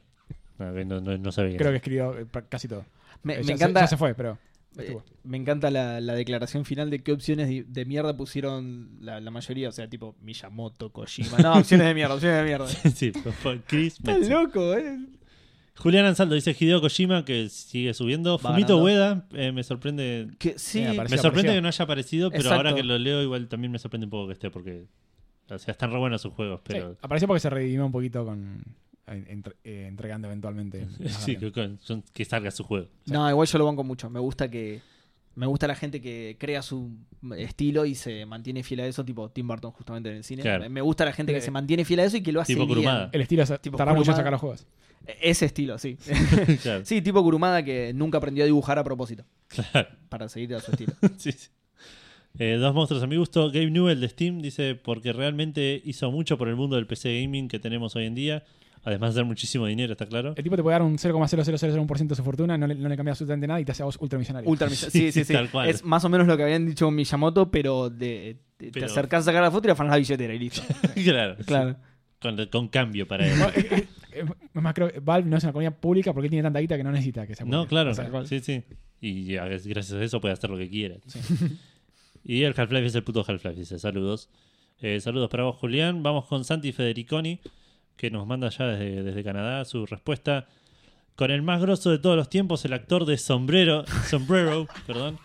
No, no, no- no sabía. Creo que escribió eh, pa- casi todo. Me, Eh, me ya se- encanta, ya se fue, pero. estuvo. eh, me encanta la, la declaración final de qué opciones de, de mierda pusieron la, la mayoría. O sea, tipo Miyamoto, Kojima. No, opciones de mierda, opciones de mierda. sí, por favor, Chris Estás Metzen. loco, ¿eh? Julián Ansaldo dice Hideo Kojima, que sigue subiendo. Va Fumito ganando. Ueda, eh, me sorprende. Que sí, Mira, Me Apareció, sorprende apareció. que no haya aparecido, pero Exacto. ahora que lo leo, igual también me sorprende un poco que esté, porque. O sea, están re buenos sus juegos, pero. Sí, apareció porque se redimió un poquito con. en- entre- eh, entregando eventualmente. Sí, más que, Guardian. con- que salga su juego. No, igual yo lo banco mucho. Me gusta que. Me gusta la gente que crea su estilo y se mantiene fiel a eso, tipo Tim Burton justamente en el cine. Claro. Me gusta la gente que Eh, se mantiene fiel a eso y que lo hace tipo bien. Kurumada. El estilo es- Tipo, tarda mucho Kurumada. en sacar los juegos. E- Ese estilo, sí. Claro. sí, tipo Kurumada que nunca aprendió a dibujar a propósito. Para seguir a su estilo. Sí, sí. Eh, dos monstruos a mi gusto. Gabe Newell de Steam dice, porque realmente hizo mucho por el mundo del PC gaming que tenemos hoy en día. Además de dar muchísimo dinero, está claro. El tipo te puede dar un 0,0001% de su fortuna, no le, no le cambia absolutamente nada y te hace a vos ultramillonario. Ultra Miyamoto. Sí, sí, sí. Tal cual. Es más o menos lo que habían dicho con Miyamoto, pero de, te- te Pero- acercás a sacar la foto y le afanás la billetera y listo. claro. Claro. Con, con cambio para él. No, eh, eh, eh, es más, creo que Valve no es una compañía pública porque tiene tanta guita que no necesita que sea No, pública. claro. O sí, sea, sí. Y a- gracias a eso puede hacer lo que quiera. y el Half-Life es el puto Half-Life, dice. Saludos. Eh, saludos para vos, Julián. Vamos con Santi Federiconi, que nos manda ya desde, desde Canadá su respuesta. Con el más grosso de todos los tiempos, el actor de Sombrero, Sombrero, perdón,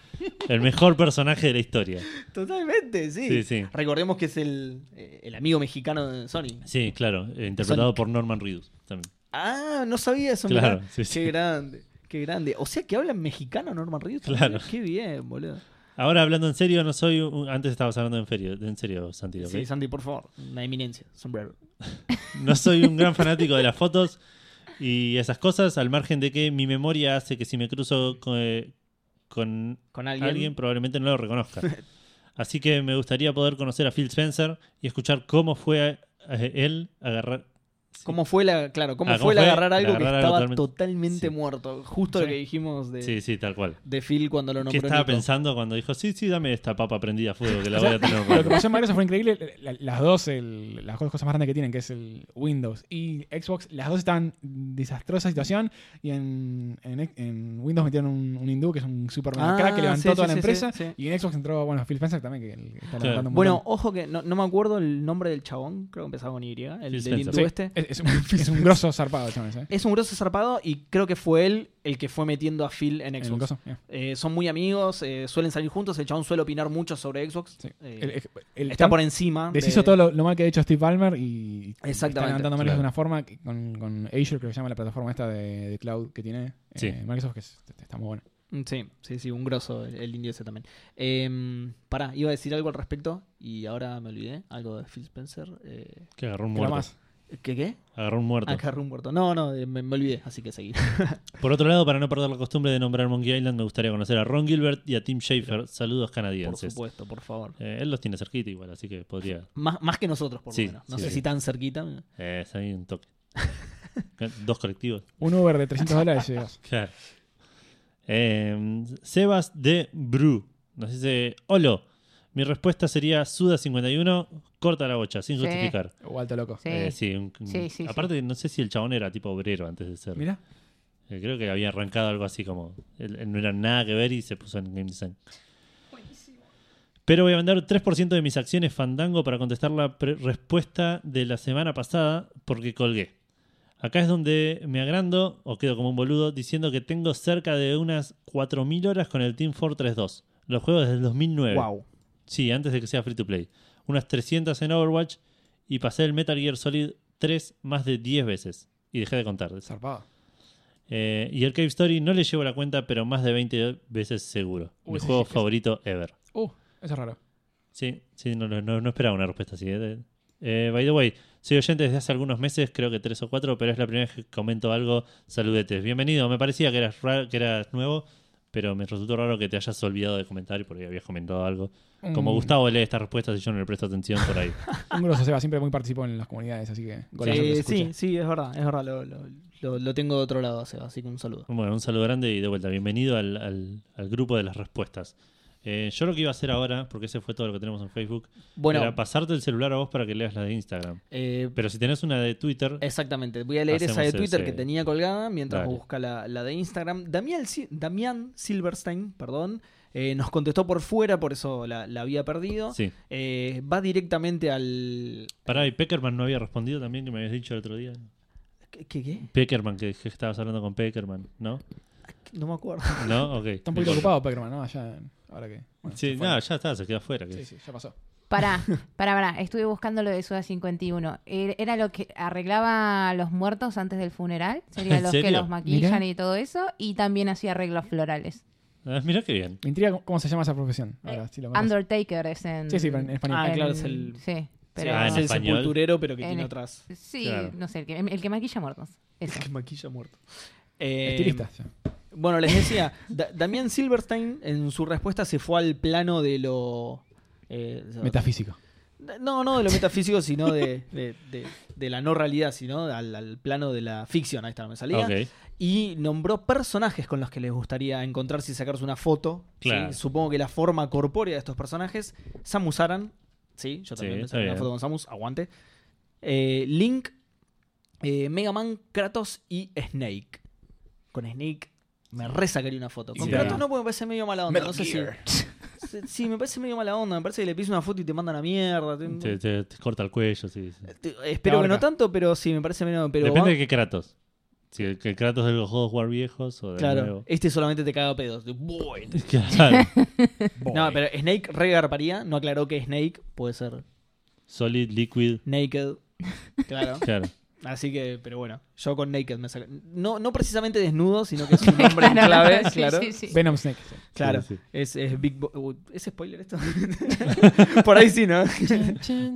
el mejor personaje de la historia. Totalmente, sí. Sí, sí. Recordemos que es el, eh, el amigo mexicano de Sony. Sí, claro, eh, interpretado Sonic. por Norman Reedus también. Ah, no sabía eso. Claro, mirá. sí, sí. Qué grande, qué grande. O sea que hablan mexicano Norman Reedus. Claro. Qué bien, boludo. Ahora hablando en serio, no soy un- antes estabas hablando en serio, en serio, Santi, ¿ok? Sí, Sandy, por favor. Una eminencia, sombrero. No soy un gran fanático de las fotos y esas cosas, al margen de que mi memoria hace que si me cruzo co- eh, con, Con alguien? alguien. probablemente no lo reconozca. Así que me gustaría poder conocer a Phil Spencer y escuchar cómo fue a- a- él agarrar. sí, ¿Cómo fue la, claro, cómo Ah, ¿cómo fue el fue? agarrar algo El agarrar que algo estaba totalmente- totalmente, sí. muerto? Justo Sí. lo que dijimos de, Sí, sí, tal cual. de Phil cuando lo nombró. ¿Qué estaba Nico. pensando cuando dijo, sí, sí, dame esta papa prendida a fuego que la O voy sea, a tener? Lo que guardada"? pasó en Microsoft fue increíble. La- Las dos, el- las dos cosas más grandes que tienen, que es el Windows y Xbox, las dos estaban en desastrosa situación. Y en, en- en Windows metieron un, un hindú que es un super mega Ah, crack que levantó sí, toda sí, la sí, empresa. sí, sí. Y en Xbox entró, bueno, Phil Spencer también, que el- está Claro. levantando un Bueno, montón. ojo que no, no me acuerdo el nombre del chabón, creo que empezaba con Y, el Phil del Spencer. hindú tú Sí, este. ese Es, es un, es un grosso zarpado, chavales, ¿eh? Es un grosso zarpado y creo que fue él el que fue metiendo a Phil en El Xbox. grosso, yeah. Eh, son muy amigos, eh, suelen salir juntos. El chabón suele opinar mucho sobre Xbox. Sí. Eh, El- el- el está chabón por encima. de- Deshizo todo lo, lo mal que ha hecho Steve Ballmer y y está Exactamente. levantando manos Claro. de una forma que- con, con Azure, creo que se llama la plataforma esta de, de cloud que tiene eh, Sí. Microsoft, que es- está muy buena. Mm, Sí, sí, sí, un grosso el, el indio ese también. Em, pará, iba a decir algo al respecto y ahora me olvidé. Algo de Phil Spencer. eh, Que agarró un Pero muerto. más. ¿Qué qué? Agarró un muerto. Ah, Carrú muerto. No, no, eh, me, me olvidé, así que seguí. Por otro lado, para no perder la costumbre de nombrar Monkey Island, me gustaría conocer a Ron Gilbert y a Tim Schafer. Saludos por canadienses. supuesto, por favor. Eh, él los tiene cerquita igual, así que podría. Más, más que nosotros, por Sí, lo menos. No sí, sé sí. si tan cerquita. Eh, es ahí un toque. Dos colectivos. Un Uber de 300 dólares llegas. Claro. Eh, Sebas de Bru nos dice: Holo, mi respuesta sería Suda51, corta la bocha, sin Sí. justificar. O alto loco. Sí. Eh, un- Sí, sí, Aparte, no sé si el chabón era tipo obrero antes de ser. Mira, Eh, creo que había arrancado algo así como. él- él no era nada que ver y se puso en Game Design. Pero voy a vender 3% de mis acciones Fandango para contestar la pre- respuesta de la semana pasada porque colgué. Acá es donde me agrando o quedo como un boludo diciendo que tengo cerca de unas 4.000 horas con el Team Fortress 2. Los juegos desde el 2009. Wow. Sí, antes de que sea free to play. Unas 300 en Overwatch y pasé el Metal Gear Solid 3 más de 10 veces. Y dejé de contar. zarpado. Eh, y el Cave Story no le llevo la cuenta, pero más de 20 veces seguro. Uy, Mi ese juego sí que es- favorito ever. Uh, eso es raro. Sí, sí, no, no- no esperaba una respuesta así. eh, de- eh, by the way, soy oyente desde hace algunos meses, creo que tres o cuatro, pero es la primera vez que comento algo. Saludetes. Bienvenido, me parecía que eras, ra- que eras nuevo, pero me resultó raro que te hayas olvidado de comentar porque habías comentado algo. Como Un- Gustavo lee estas respuestas y yo no le presto atención por ahí. Un grosso Seba, siempre muy participo en las comunidades, así que golazo que se Sí, escucha. sí, sí, es verdad, es verdad. Lo, lo- lo- lo tengo de otro lado, Seba, así que un saludo. Bueno, un saludo grande y de vuelta. Bienvenido al, al- al grupo de las respuestas. Eh, yo lo que iba a hacer ahora, porque ese fue todo lo que tenemos en Facebook, era Bueno, pasarte el celular a vos para que leas la de Instagram. eh, Pero si tenés una de Twitter, Exactamente, voy a leer esa de Hacemos Twitter ese- que tenía colgada mientras Dale. busca la, la de Instagram. Damián, Si- Damián Silverstein, perdón, eh, nos contestó por fuera, por eso la, la había perdido. sí. Eh, va directamente al... Pará, y Peckerman no había respondido también, que me habías dicho el otro día. ¿Qué? qué? Peckerman, que, que estabas hablando con Peckerman, ¿no? No me acuerdo. ¿No? Ok. Está un poquito ocupado, Peckerman, ¿no? Allá, ahora que. bueno, Sí, se fue. no, ya está, se queda afuera. sí, sí, ya pasó. Pará, pará, pará. Estuve buscando lo de Suda 51. Er- Era lo que arreglaba a los muertos antes del funeral. ¿En Serían los que serio? los maquillan Mirá. y todo eso. Y también hacía arreglos florales. mira Ah, qué bien. Me intriga cómo se llama esa profesión. Ahora, Eh, sí, lo conozco. Undertaker es en. Sí, sí, pero en español. Ah, en- claro, es el- Sí, pero. Ah, en es el español. sepulturero, pero que En tiene es- atrás. Sí, Claro. no sé, el que, el que maquilla muertos. Eso. Que maquilla muerto. Eh, Estilista. sí. Bueno, les decía, Da- Damián Silverstein en su respuesta se fue al plano de lo... eh, Metafísico. No, no de lo metafísico, sino de, de- de- de la no realidad, sino al, al plano de la ficción. Ahí está, no me salía. Ok. Y nombró personajes con los que les gustaría encontrarse y sacarse una foto. ¿sí? Claro. Supongo que la forma corpórea de estos personajes. Samus Aran, sí, yo también Sí, me está saqué una bien. foto con Samus, aguante. Eh, Link, eh, Mega Man, Kratos y Snake. Con Snake me re sacaría una foto. Con Sí. Kratos no, porque me parece medio mala onda. Metal no sé si- Gear. Sí, sí, me parece medio mala onda. Me parece que le pides una foto y te mandan a mierda. Mm. Te- Te, te- te corta el cuello, sí. sí. te- Espero que horca. no tanto, pero sí, me parece menos. Pero Depende va- de qué Kratos. Si el, que el Kratos de los juegos War viejos o de claro, nuevo. este solamente te caga a pedos. de, "Boy". Claro. No, pero Snake re garparía. No aclaró que Snake puede ser Solid, Liquid. Naked. Claro. Claro. Así que, pero bueno, yo con Naked me saco. No, no precisamente desnudo, sino que es un nombre en clave, Sí, claro. sí, sí. Venom Snake. sí. Claro, Sí, sí. Es, es Big Bo- uh, ¿Es spoiler esto? Por ahí sí, ¿no?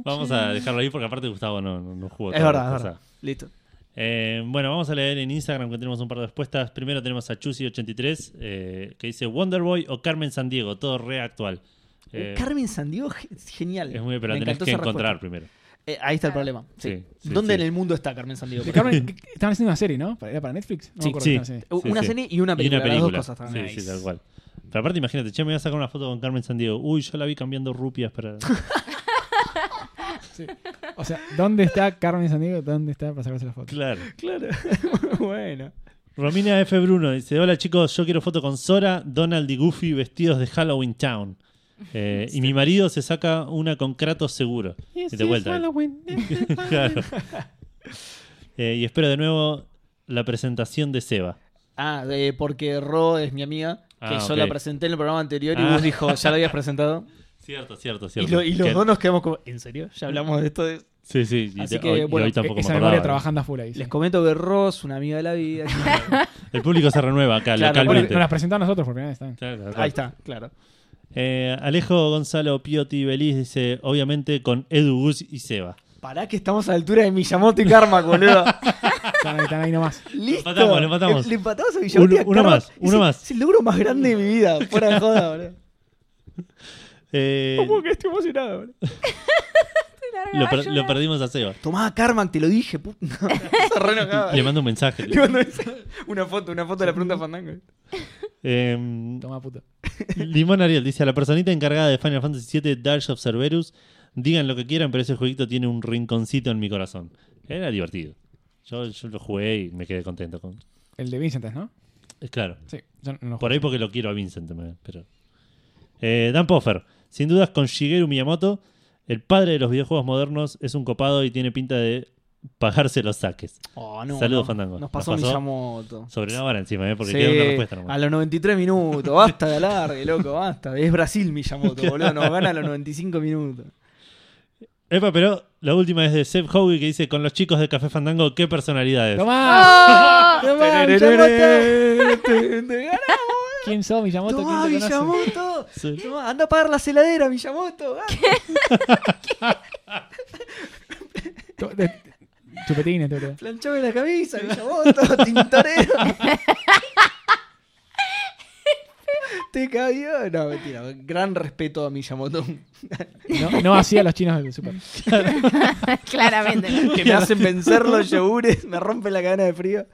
Vamos a dejarlo ahí porque aparte Gustavo no, no, no jugó. Es toda la verdad, es cosa. verdad. Listo. Eh, bueno, vamos a leer en Instagram que tenemos un par de respuestas. Primero tenemos a Chusi83 eh, que dice Wonderboy o Carmen San Diego, todo re actual. Eh, Uh, Carmen Sandiego, ge- es genial. es muy, pero Me la tenés encantó que esa respuesta. encontrar primero. Eh, ahí Ah. está el problema. Sí. Sí, sí, ¿Dónde sí. en el mundo está Carmen Sandiego? De Carmen, que- estaban haciendo una serie, ¿no? Para- ¿Era para Netflix? No me Sí, acuerdo sí. que estaban haciendo. U- Sí, una sí. serie y una Y película. una película. Las dos cosas sí, también. sí, tal cual. Pero aparte, imagínate, che, me voy a sacar una foto con Carmen San Diego. Uy, yo la vi cambiando rupias para. Sí. O sea, ¿dónde está Carmen Sandiego? ¿Dónde está para sacarse la foto? claro. Claro. bueno. Romina F. Bruno dice: Hola chicos, yo quiero foto con Sora, Donald y Goofy vestidos de Halloween Town. Eh, Y mi marido se eh. saca una con Kratos seguro. Y de vuelta. Claro. Eh, y espero de nuevo la presentación de Seba. Ah, eh, porque Ro es mi amiga, que Ah, yo ok. la presenté en el programa anterior y Ah. vos dijo, ya la habías presentado. Cierto, cierto, y, cierto. lo- y los Que- dos nos quedamos como, ¿en serio? Ya hablamos de esto. de- Sí, sí. y Así te- que, hoy, y bueno, hoy tampoco Esa me memoria acordaba. trabajando a full ahí. sí. Les comento que Ro es una amiga de la vida. El público se renueva acá, Claro, Bueno, localmente. nos las presentó a nosotros por primera vez. está bien. Claro, claro. Ahí está, claro. Eh, Alejo Gonzalo Piotti Beliz dice, obviamente con Edu Gus y Seba. Pará que estamos a la altura de Miyamoto y Karma, boludo. Están ahí, están ahí nomás. Listo. empatamos, lo empatamos. Le, le empatamos a Miyamoto y a Uno- uno Karma. más, uno Es el- más. Es el logro más grande de mi vida, fuera de joda, boludo. Eh, Como que estoy emocionado, boludo. lo, per- lo perdimos a Seba. Tomá, Karma, te lo dije, puta. Se re enojaba. Le mando un mensaje. Le mando esa- una foto, una foto de la pregunta Fandango. Eh, Toma puta. Limón Ariel dice: A la personita encargada de Final Fantasy VII Dash of Cerberus, digan lo que quieran, pero ese jueguito tiene un rinconcito en mi corazón. Era divertido. Yo, yo lo jugué y me quedé contento con. El de Vincent, ¿no? Es claro. Sí. Yo no lo Por ahí porque lo quiero a Vincent, me- pero. Eh, Dan Poffer, sin dudas con Shigeru Miyamoto, el padre de los videojuegos modernos, es un copado y tiene pinta de pagarse los saques. Oh, no, Saludos, no. Fandango. Nos pasó, Nos pasó. Miyamoto. Sobre la hora encima, ¿eh? porque Sí, queda una respuesta nomás. a los 93 minutos, basta de alargue, loco, basta. Es Brasil Miyamoto, boludo, nos gana a los 95 minutos. Epa, pero la última es de Seb Howie que dice: Con los chicos de Café Fandango, ¿qué personalidades? ¡Tomá! ¡Oh! ¡Tomá, Miyamoto! ¿Quién sos, Miyamoto? ¿Quién Tomá, te conoce? Miyamoto. Sí. Tomá, anda a pagar la heladera, Miyamoto. Ah, To- de- Chupetines, te boludo. Planchame la camisa, Miyamoto, tintorero. Te cabió. No, mentira. Gran respeto a Miyamoto. No, no hacía los chinos del super. Claramente. Que me hacen vencer los yogures, me rompen la cadena de frío.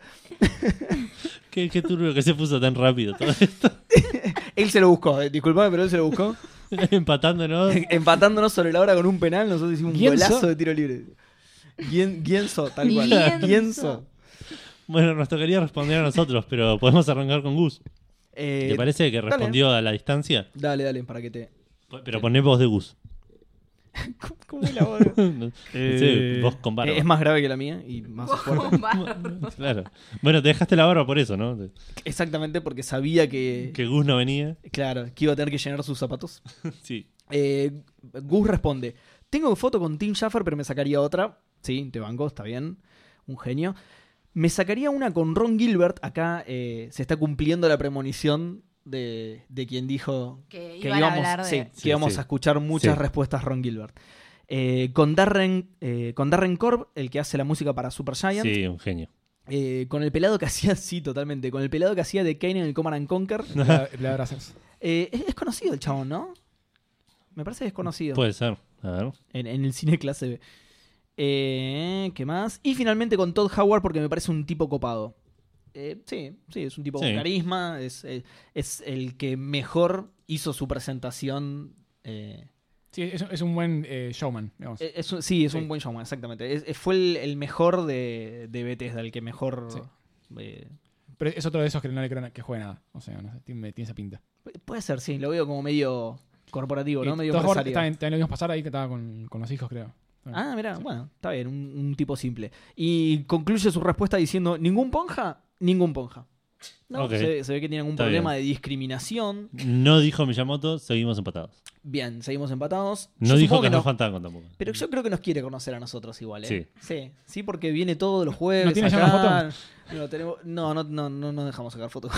Qué, qué turbio que se puso tan rápido todo esto. Él se lo buscó, eh, disculpame, pero él se lo buscó. Empatándonos. Empatándonos sobre la hora con un penal, nosotros hicimos un ¿Quién golazo so? de tiro libre. Guien- Guienzo, tal cual. Guienzo. Guienzo. Bueno, nos tocaría responder a nosotros, pero podemos arrancar con Gus. Eh, ¿Te parece que dale. respondió a la distancia? Dale, dale, para que te. Pero poné voz de Gus. ¿Cómo, cómo es la voz? Eh, En serio, voz con barba. es más grave que la mía y más fuerte. Claro. Bueno, te dejaste la barba por eso, ¿no? Exactamente porque sabía que, Que Gus no venía. Claro, que iba a tener que llenar sus zapatos. Sí. Eh, Gus responde: Tengo foto con Tim Schaffer, pero me sacaría otra. Sí, te banco, está bien. Un genio. Me sacaría una con Ron Gilbert. Acá eh, se está cumpliendo la premonición de, de quien dijo Que que iban a íbamos, hablar de... sí, que Sí, íbamos sí. a escuchar muchas Sí. respuestas Ron Gilbert. Eh, con, Darren, eh, con Darren Korb, el que hace la música para Super Giant. Sí, un genio. Eh, con el pelado que hacía, sí, totalmente. Con el pelado que hacía de Kane en el Command and Conquer. La, la abrazas. Eh, es, es conocido el chabón, ¿no? Me parece desconocido. Puede ser. A ver. En, en el cine clase B. Eh, ¿Qué más? Y finalmente con Todd Howard porque me parece un tipo copado. Eh, sí, sí, es un tipo Sí. con carisma. Es, eh, es el que mejor hizo su presentación. eh, Sí, es, es un buen eh, showman, digamos. eh, es un- sí, es Sí. un buen showman, exactamente. Es- es- fue el, el mejor de, de Bethesda, el que mejor... Sí. eh, Pero es otro de esos que no le creo na- que juegue nada. O sea, no sé, tiene, tiene esa pinta. puede ser, sí, lo veo como medio corporativo, ¿no? Eh, Medio Todd Howard empresario. también, también lo vimos pasar ahí que estaba con, con los hijos, creo. Ah, mira, Sí. bueno, está bien, un, un tipo simple. Y concluye su respuesta diciendo, ¿ningún ponja? Ningún ponja. No, Ok. se, se ve que tiene algún Está problema de discriminación. No dijo Miyamoto, seguimos empatados. Bien, seguimos empatados. No Yo dijo supongo que no nos- fantasma tampoco. Pero yo creo que nos quiere conocer a nosotros igual, ¿eh? Sí. Sí, porque viene todos los jueves. ¿No tiene ya acá. una No, tenemos- no, no, no, no nos dejamos sacar fotos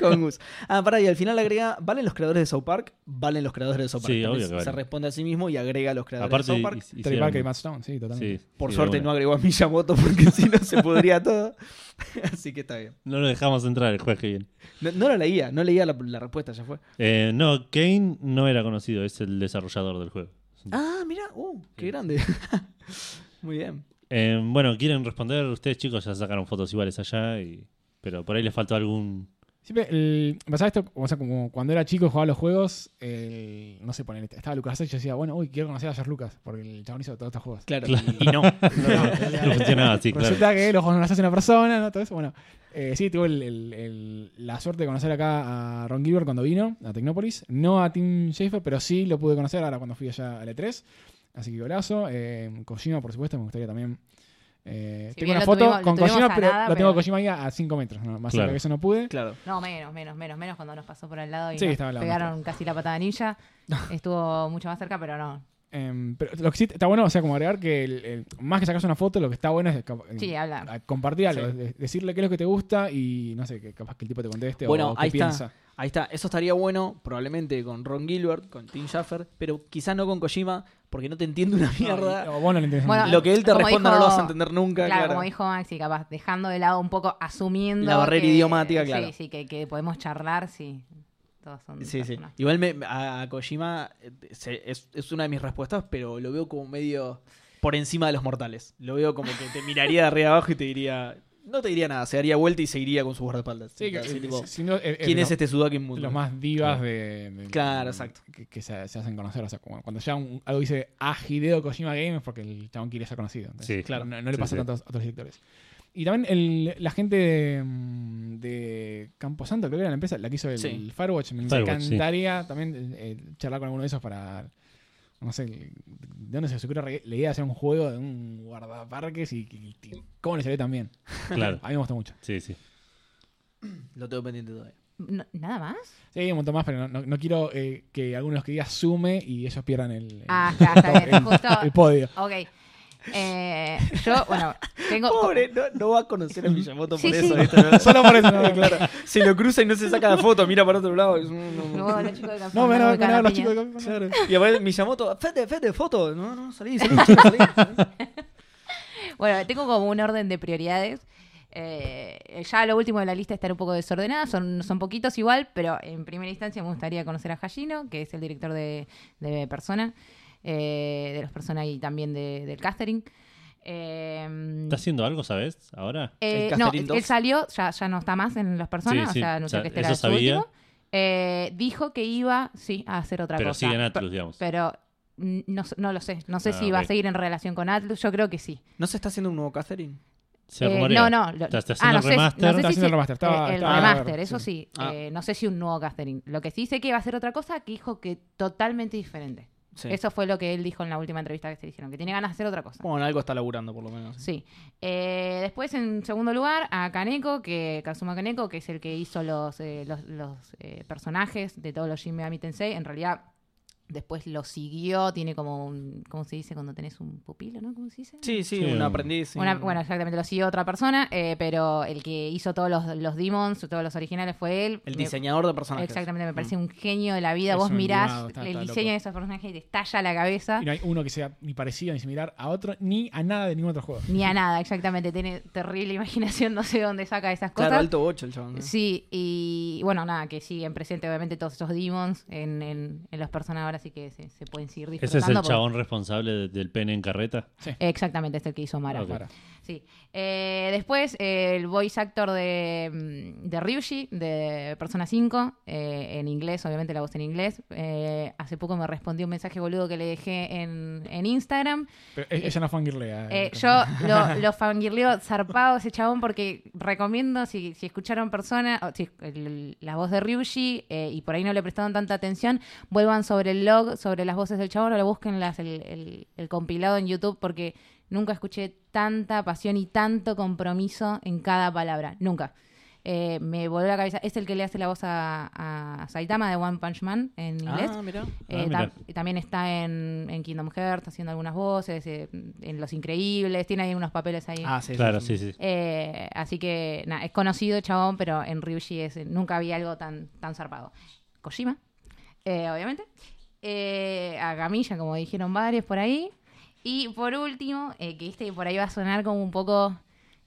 con Gus. Ah, pará, y al final agrega, ¿valen los creadores de South Park? Valen los creadores de South Park. Sí, Entonces, obvio que Se valen. responde a sí mismo y agrega a los creadores Aparte, de South Park. hi- Terry hicieron- Parker y Matt Stone, sí, Sí, totalmente. Por sí, de suerte una. no agregó a Miyamoto porque si no se podría todo. Así que está bien. No lo dejamos entrar el juez que viene. No, no la leía, no leía la, la respuesta, ya fue. Eh, no, Kane no era conocido, es el desarrollador del juego. Ah, mira, uh, qué grande. Muy bien. Eh, bueno, quieren responder ustedes, chicos, ya sacaron fotos iguales allá, y... pero por ahí les faltó algún. Siempre, el, pasaba esto, o sea, como cuando era chico jugaba a los juegos, el- no sé, poner, estaba Lucas y yo decía, bueno, uy, quiero conocer a George Lucas, porque el chabón hizo todos estos juegos. Claro. Claro. Y, y no. No funcionaba así, claro. Resulta que los juegos no los hace una persona, ¿no? Todo eso, bueno. eh, sí, tuve el- el- el- la suerte de conocer acá a Ron Gilbert cuando vino a Tecnópolis. No a Tim Schafer, pero sí lo pude E conocer ahora cuando fui allá al E3. Así que golazo. Eh, Kojima, por supuesto, me gustaría también Eh, Si tengo bien una lo foto tuvimos- lo con tuvimos Kojima, a pero nada, la tengo pero- con Kojima ahí a 5 metros, no, más cerca Claro. que eso no pude. Claro. No, menos, menos, menos, menos cuando nos pasó por el lado y Sí, nos estaba al lado pegaron casi la patanilla. Estuvo mucho más cerca, pero no. Em, pero lo que sí está bueno, o sea, como agregar que el- el- más que sacarse una foto, lo que está bueno es cap- em, Sí, habla. a- compartir algo, Sí. de- decirle qué es lo que te gusta y no sé, que capaz que el tipo te conteste Bueno, o qué ahí está. piensa. Ahí está, eso estaría bueno, probablemente con Ron Gilbert, con Tim Schafer, pero quizás no con Kojima, porque no te entiende una mierda. No, y- o vos no lo entendés Bueno, nunca. lo que él te Como responda dijo- no lo vas a entender nunca. Claro, Claro, como dijo Maxi, capaz, dejando de lado un poco, asumiendo. La barrera que- idiomática, sí, claro. Sí, que, que podemos charlar, sí. Todos son. Sí, sí. personas. Igual me, a a Kojima eh, se- es, es una de mis respuestas, pero lo veo como medio por encima de los mortales. Lo veo como que te miraría de arriba abajo y te diría. No te diría nada, se daría vuelta y seguiría con sus guardaespaldas. Sí, que- Así, tipo, sin duda, es- ¿Quién de es los- este Sudaki de inmundo? Los más divas de, de- Claro, exacto. Que, que se, se hacen conocer. O sea, como cuando ya un- algo dice a Hideo Kojima Games porque el chabón quiere ser conocido. Entonces, Sí. Claro. No, no le Sí, sí. pasa tanto a otros directores. Y también el- la gente de, mm, de Camposanto, creo que era la empresa, la que hizo el, Sí. Firewatch. Me Firewatch, sí. encantaría también eh, charlar con alguno de esos para. No sé, ¿de dónde se os ocurre re- la idea de hacer un juego de un guardaparques y, y- y cómo le salió también? Claro. A mí me gusta mucho. Sí, sí. Lo tengo pendiente todavía. No- ¿Nada más? Sí, hay un montón más, pero no, no- no quiero eh, que alguno de los que diga sume y ellos pierdan el, Eh, el- Ah, está, está bien, justo. el podio. Ok. Eh, yo, bueno, tengo. Pobre, no, no va a conocer a Miyamoto Sí, por sí. eso. ¿viste? No, Solo por eso, no, claro. Se lo cruza y no se saca la foto, mira para otro lado. Es un- No, los chicos de Capcom No, me van a me ver tocan la los piña. chicos de Capcom. Y aparte Miyamoto, fete, fete, foto. No, no, salí, salí, chico, salí. Bueno, tengo como un orden de prioridades. Eh, ya lo último de la lista está un poco desordenada, son, son poquitos igual, pero en primera instancia me gustaría conocer a Hashino, que es el director de, de Persona, eh, de los Persona y también de- del casting. Eh, ¿Está haciendo algo, sabes? Ahora. eh, El no, Catherine él dos. él salió, ya, ya no está más en las personas, Sí, sí, o sea, o no sea, sé que este era eso su sabía. último. Eh, dijo que iba, sí, a hacer otra Pero cosa. sigue en Atlus, digamos. Pero mm, no, no lo sé, no sé Ah, si va a ok. seguir en relación con Atlus, yo creo que sí. ¿No se está haciendo un nuevo Catherine? Se Eh, rumorea. no, no. lo- Está, está ah, haciendo no sé- remaster. no sé Está si haciendo el se- remaster, estaba- eh, el estaba- remaster, eso sí. Ah. Eh, no sé si un nuevo Catherine. Lo que sí sé que va a ser otra cosa que dijo que totalmente diferente. Sí. Eso fue lo que él dijo en la última entrevista que se hicieron, que tiene ganas de hacer otra cosa. Bueno, algo está laburando por lo menos. Sí. Eh, después, en segundo lugar, a Kaneko, que Kazuma Kaneko, que es el que hizo los, eh, los, los, eh, personajes de todos los Shin Megami Tensei. En realidad, después lo siguió, tiene como un... ¿Cómo se dice cuando tenés un pupilo, no? ¿Cómo se dice? Sí, sí, Sí, un un- aprendiz. sí. Una- bueno, exactamente, lo siguió otra persona, eh, pero el que hizo todos los, los demons, todos los originales fue él. El Me- diseñador de personajes. Mm. Exactamente, me parece un genio de la vida. Es Vos un mirás animado, está- el está diseño loco. de esos personajes y te estalla la cabeza. Y no hay uno que sea ni parecido ni similar a otro, ni a nada de ningún otro juego. Ni a nada, exactamente. Tiene terrible imaginación, no sé dónde saca esas cosas. Claro, alto bocho el chabón. ¿eh? Sí, y bueno, nada, que siguen presentes obviamente todos esos demons en, en, en los personajes ahora, así que se, se pueden seguir Ese disfrutando. es el porque- chabón responsable de- del pene en carreta. Exactamente, este es el que hizo Mara. Ok. Para. Sí. Eh, después, eh, el voice actor de, mm, de Ryushi, de Persona 5, eh, en inglés, obviamente la voz en inglés. Eh, hace poco me respondió un mensaje boludo que le dejé en, en Instagram. Pero e- ella no fangirlea. Eh, eh, yo lo, lo fangirleo zarpado ese chabón porque recomiendo, si, si escucharon Persona, o si- el- la voz de Ryushi eh, y por ahí no le prestaron tanta atención, vuelvan sobre el log, sobre las voces del chabón o lo busquen las, el, el- el compilado en YouTube porque nunca escuché tanta pasión y tanto compromiso en cada palabra. Nunca. Eh, me voló la cabeza. Es el que le hace la voz a, a Saitama de One Punch Man en inglés. Ah, mirá. Eh, Ah, mirá. tam- y también está en, en Kingdom Hearts haciendo algunas voces, eh, en Los Increíbles, tiene ahí unos papeles ahí. Ah, sí. Claro, sí, sí. Eh, así que, nada, es conocido chabón, pero en Ryushi es, nunca había algo tan, tan zarpado. Kojima, eh, obviamente. Eh, a Gamilla, como dijeron varios por ahí. Y por último, eh, que este por ahí va a sonar como un poco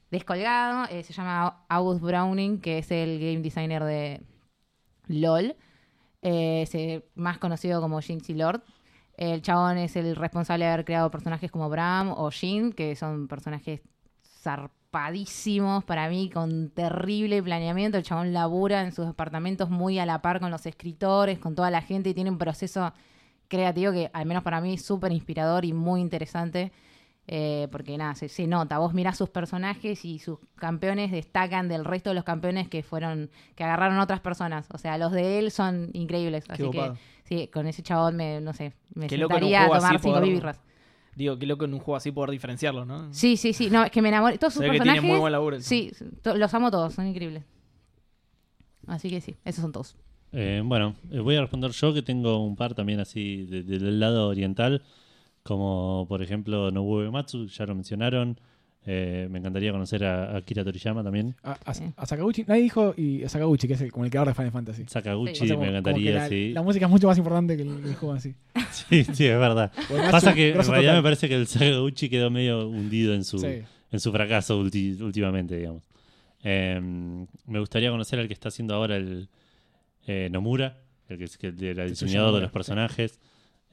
descolgado, eh, se llama August Browning, que es el game designer de LOL, eh, es, eh, más conocido como Jinx y Lord. El chabón es el responsable de haber creado personajes como Bram o Jin, que son personajes zarpadísimos para mí, con terrible planeamiento. El chabón labura en sus departamentos muy a la par con los escritores, con toda la gente y tiene un proceso creativo que al menos para mí es súper inspirador y muy interesante. eh, porque nada, se, se nota, vos mirás sus personajes y sus campeones destacan del resto de los campeones que fueron, que agarraron otras personas. O sea, los de él son increíbles. Así que copado. sí, con ese chabón me, no sé, me Qué loco en un sentaría a juego así tomar cinco poder- birras. Digo, qué loco en un juego así poder diferenciarlos, ¿no? Sí, sí, sí. No, es que me enamoré. Todos sus Se ve que tiene personajes. muy buen laburo. sí, to- los amo todos, son increíbles. Así que sí, esos son todos. Eh, bueno, eh, voy a responder yo que tengo un par también así de- de- del lado oriental, como por ejemplo Nobuo Uematsu, ya lo mencionaron. Eh, me encantaría conocer a Akira Toriyama también. A, a- Sí. a Sakaguchi, nadie dijo, y a Sakaguchi, que es el, como el creador de Final Fantasy. Sakaguchi Sí. O sea, como- me como encantaría, que la, sí. la música es mucho más importante que el, el juego en sí. Sí, sí, es verdad. Bueno, Pasa Matsu, que en grosso realidad me total. parece que el Sakaguchi quedó medio hundido en su, Sí. en su fracaso ulti- últimamente, digamos. Eh, me gustaría conocer al que está haciendo ahora el eh, Nomura, el que es que era el Tetsuya diseñador de Nomura, los sí. personajes.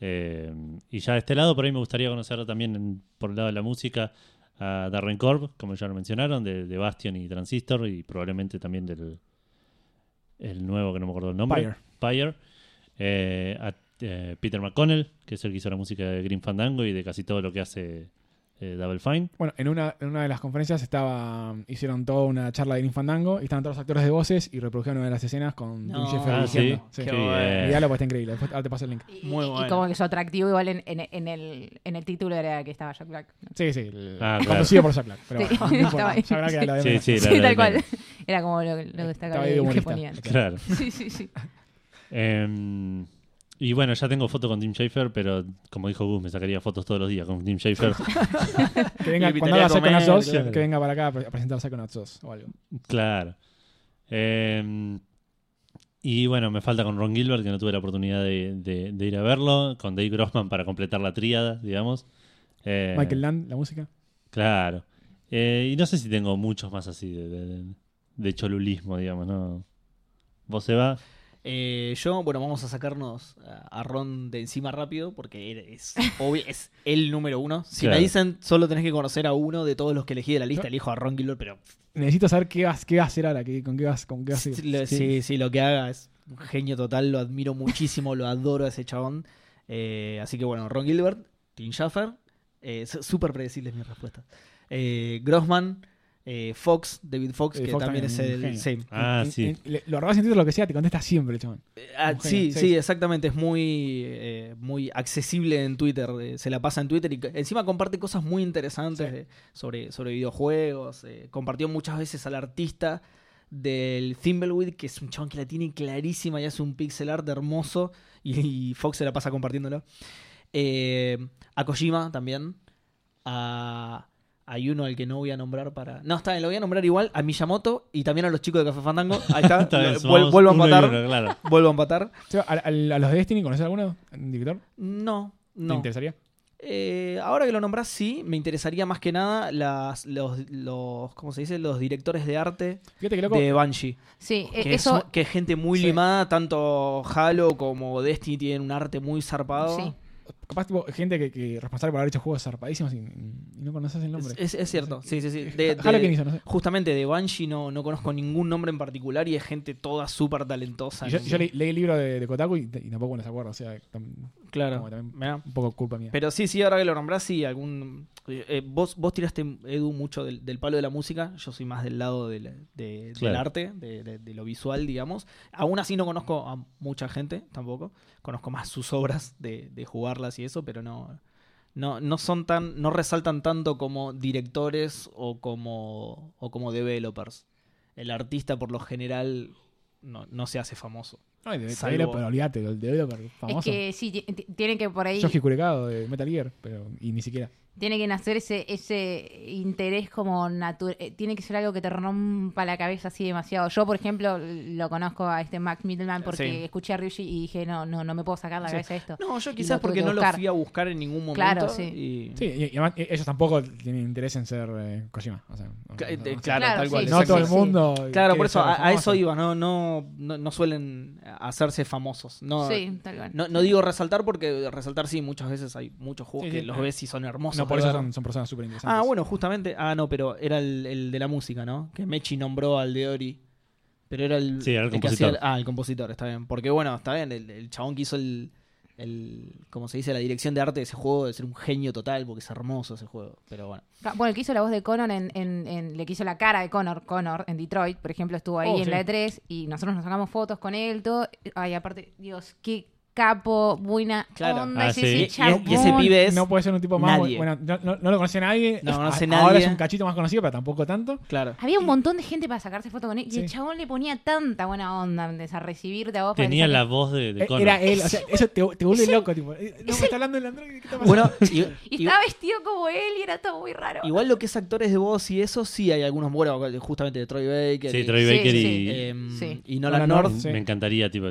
Eh, y ya de este lado, por ahí me gustaría conocer también, en- por el lado de la música, a Darren Korb, como ya lo mencionaron, de, de Bastion y Transistor, y probablemente también del el nuevo, que no me acuerdo el nombre. Pyre. Pyre. Eh, a eh, Peter McConnell, que es el que hizo la música de Green Fandango y de casi todo lo que hace eh, Double Fine. Bueno, en una, en una de las conferencias estaba mm, hicieron toda una charla de Green Fandango y estaban todos los actores de voces y reprodujeron una de las escenas con No. Tim Sheffer Ah, sí. diciendo. Sí. Qué Sí, bueno. eh, Miralo, pues está increíble. Después, ahora te paso el link. Y, Muy y- y bueno. como que su atractivo igual en, en- en el, en el título era que estaba Jack Black. Sí, sí. el- Ah, claro. Conducido por Jack Black. Pero Sí, bueno, no estaba importa. ahí. Jack Black era la de Sí, menos. sí, la- Sí, la- tal la- cual. Era como lo, lo Estaba destacable ahí de que humorista. ponían. Claro. Sí, sí, sí. Em, y bueno, ya tengo foto con Tim Schafer, pero como dijo Gus, me sacaría fotos todos los días con Tim Schafer. Que venga, Invitaría cuando haga a comer, Psychonauts 2, claro. que venga para acá a pre- a presentar Psychonauts 2 o algo. claro. Em, y bueno, me falta con Ron Gilbert, que no tuve la oportunidad de, de- de ir a verlo. Con Dave Grossman para completar la tríada, digamos. Eh, Michael Land, la música. Claro. Eh, y no sé si tengo muchos más así de, de- de cholulismo, digamos, ¿no? ¿Vos se va? Eh, yo, bueno, vamos a sacarnos a- a Ron de encima rápido porque él es, obvio, es el número uno. Si Claro. me dicen solo tenés que conocer a uno de todos los que elegí de la lista, Yo- elijo a Ron Gilbert, pero Necesito saber qué vas, qué vas a hacer ahora, qué, con qué vas, con qué vas a sí, ir. lo, Sí. sí, sí, lo que haga es un genio total, lo admiro muchísimo, lo adoro a ese chabón. Eh, así que bueno, Ron Gilbert, Tim Schaffer, eh, su- súper predecibles mis respuestas. Eh, Grossman, eh, Fox, David Fox, Eh, que Fox también es también, un el... genio. sí. Ah, En- sí. en- le- lo robás en Twitter, lo que sea, te contesta siempre, chaval. Ah, Un genio, sí, sí. sí, exactamente. Es muy, eh, muy accesible en Twitter. eh, se la pasa en Twitter y c- encima comparte cosas muy interesantes Sí. de- sobre, sobre videojuegos. eh, compartió muchas veces al artista del Thimbleweed, que es un chabón que la tiene clarísima y hace un pixel art hermoso. Y, y Fox se la pasa compartiéndolo. Eh, a Kojima también. A, hay uno al que no voy a nombrar para. No, está bien, lo voy a nombrar igual. A Miyamoto y también a los chicos de Café Fandango. Ahí está. Está bien, Ah, lo- sumamos vuel- vuelvo a uno y empatar. uno, claro. Vuelvo a empatar. Seba, ¿A, al- a los de Destiny conoces alguno? ¿Un director? No, ¿Te no. interesaría? Eh, ahora que lo nombrás, sí, me interesaría más que nada las, los, los, ¿cómo se dice? Los directores de arte Fíjate que loco. de Banshee. Sí, eh, Que, eso. son- que es gente muy Sí. limada, tanto Halo como Destiny tienen un arte muy zarpado. Sí. Capaz tipo, gente que, que responsable por haber hecho juegos zarpadísimos y, y no conoces el nombre. Es, es cierto, sí, sí, sí. De- Ja- Jalo de- quién hizo, no sé. justamente de Banshee no, no conozco ningún nombre en particular y es gente toda súper talentosa. Y Yo, ¿no? yo leí, leí el libro de, de Kotaku y, y tampoco me los acuerdo, o sea, tam- Claro. como que también- Mirá. un poco culpa mía. Pero sí, sí, ahora que lo nombrás, sí, algún... eh, vos, vos tiraste, Edu, mucho del, del palo de la música, yo soy más del lado del, de- Claro. del arte, de, de- de lo visual, digamos. Aún así no conozco a mucha gente tampoco, conozco más sus obras de, de jugarlas y eso, pero no, no, no son tan, no resaltan tanto como directores o como, o como developers. El artista por lo general no, no se hace famoso. No, el de salvo- Developer, olvídate, el developer Es famoso. que sí, ti- ti- tienen que por ahí. Yoshi Kurekado de Metal Gear, pero y ni siquiera. Tiene que nacer ese, ese interés como natural. Tiene que ser algo que te rompa la cabeza así demasiado. Yo, por ejemplo, lo conozco a este Max Middleman porque Sí. escuché a Ryushi y dije, no, no, no me puedo sacar la Sí. cabeza de esto. No, yo Lo quizás tuve porque que no lo buscar. fui a buscar en ningún momento. Claro, sí. y- Sí, y, y además eh, ellos tampoco tienen interés en ser eh, Kojima. o sea, no- Cla- no- eh, Claro, no- Claro, tal sí, cual. sí, no exacto. todo el sí. mundo. eh, Claro, por quiere eso ser a, a famoso. eso iba, no, no, no, no suelen hacerse famosos. No, sí, tal cual. no, no digo resaltar porque resaltar sí, muchas veces hay muchos juegos Sí, que sí, los eh. ves y son hermosos. No, por de eso ver. son, son personas súper interesantes. Ah, bueno, justamente. Ah, no, pero era el, el de la música, ¿no? Que Mechi nombró al de Ori. Pero era el. Sí, era el que compositor. hacía ah, el compositor, está bien. Porque bueno, está bien, el, el chabón que hizo el. El, como se dice, la dirección de arte de ese juego debe ser un genio total porque es hermoso ese juego. Pero bueno, Ca- Bueno, el que hizo la voz de Connor, en, en- en- le que hizo la cara de Connor, Connor, en Detroit, por ejemplo, estuvo ahí Oh, en E sí. la E3 y nosotros nos sacamos fotos con él, todo. Ay, aparte, Dios, qué capo, buena Claro. onda. Ah, y yo sí. decía, Y- y- y ese "Chabón". pibe es- No puede ser un tipo más. nadie. Bueno, no, no- no lo conoce nadie. No lo A- conoce Ahora nadie. es un cachito más conocido, pero tampoco tanto. Claro. Había un montón de gente para sacarse foto con él y el Sí. chabón le ponía tanta buena onda ¿entendés? a recibirte a vos. para Tenía que la saques- voz de, de Eh, Connor. Era él, o sea, eso te, te vuelve es el- loco, tipo. eh, No, es me está hablando el androide, ¿qué está pasando? Bueno, y- Y y- estaba vestido como él y era todo muy raro. igual lo que es actores de voz y eso, sí hay algunos. Bueno, justamente de Troy Baker. Sí, y, Troy Sí, Baker sí. y. em, Sí. y Nolan Nolan North. North. Sí. Me encantaría, tipo.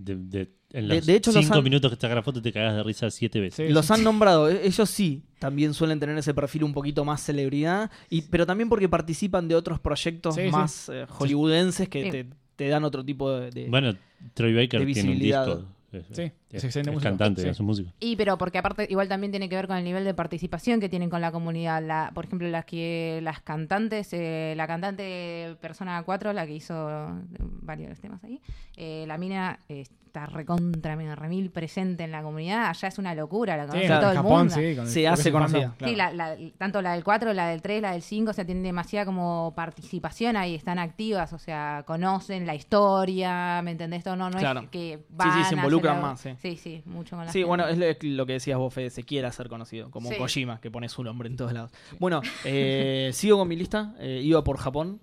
De, de- en De- los de hecho, los cinco han- minutos que te la foto te cagás de risa siete veces. Sí, Los sí. han nombrado, e- ellos sí, también suelen tener ese perfil un poquito más celebridad, y, pero también porque participan de otros proyectos Sí, sí. más eh, hollywoodenses que Sí. te, te dan otro tipo de... de- Bueno, Troy Baker de tiene un visibilidad. disco. Es- es- Sí, es es excelente músico. cantante, Sí. es un músico. Y pero porque aparte igual también tiene que ver con el nivel de participación que tienen con la comunidad. La, por ejemplo, las que las cantantes, eh, la cantante Persona 4, la que hizo eh, varios de los temas ahí, eh, la mina eh, está recontra, mega remil presente en la comunidad. Allá es una locura, la Sí, conoce claro, todo en el Japón, mundo. sí. con el- Se hace con ese conocida. fandom, claro. Sí, la- la- tanto la del 4, la del 3, la del 5, o sea, tienen demasiada como participación ahí, están activas, o sea, conocen la historia, ¿me entendés? Todo no, no Claro. es que sí, van se a involucran hacerlo- más, sí. Sí, sí, mucho con la Sí, gente. bueno, es lo- lo que decías vos, Fede, se quiere hacer conocido, como Sí. Kojima, que pone su nombre en todos lados. Bueno, eh, sigo con mi lista, eh, iba por Japón.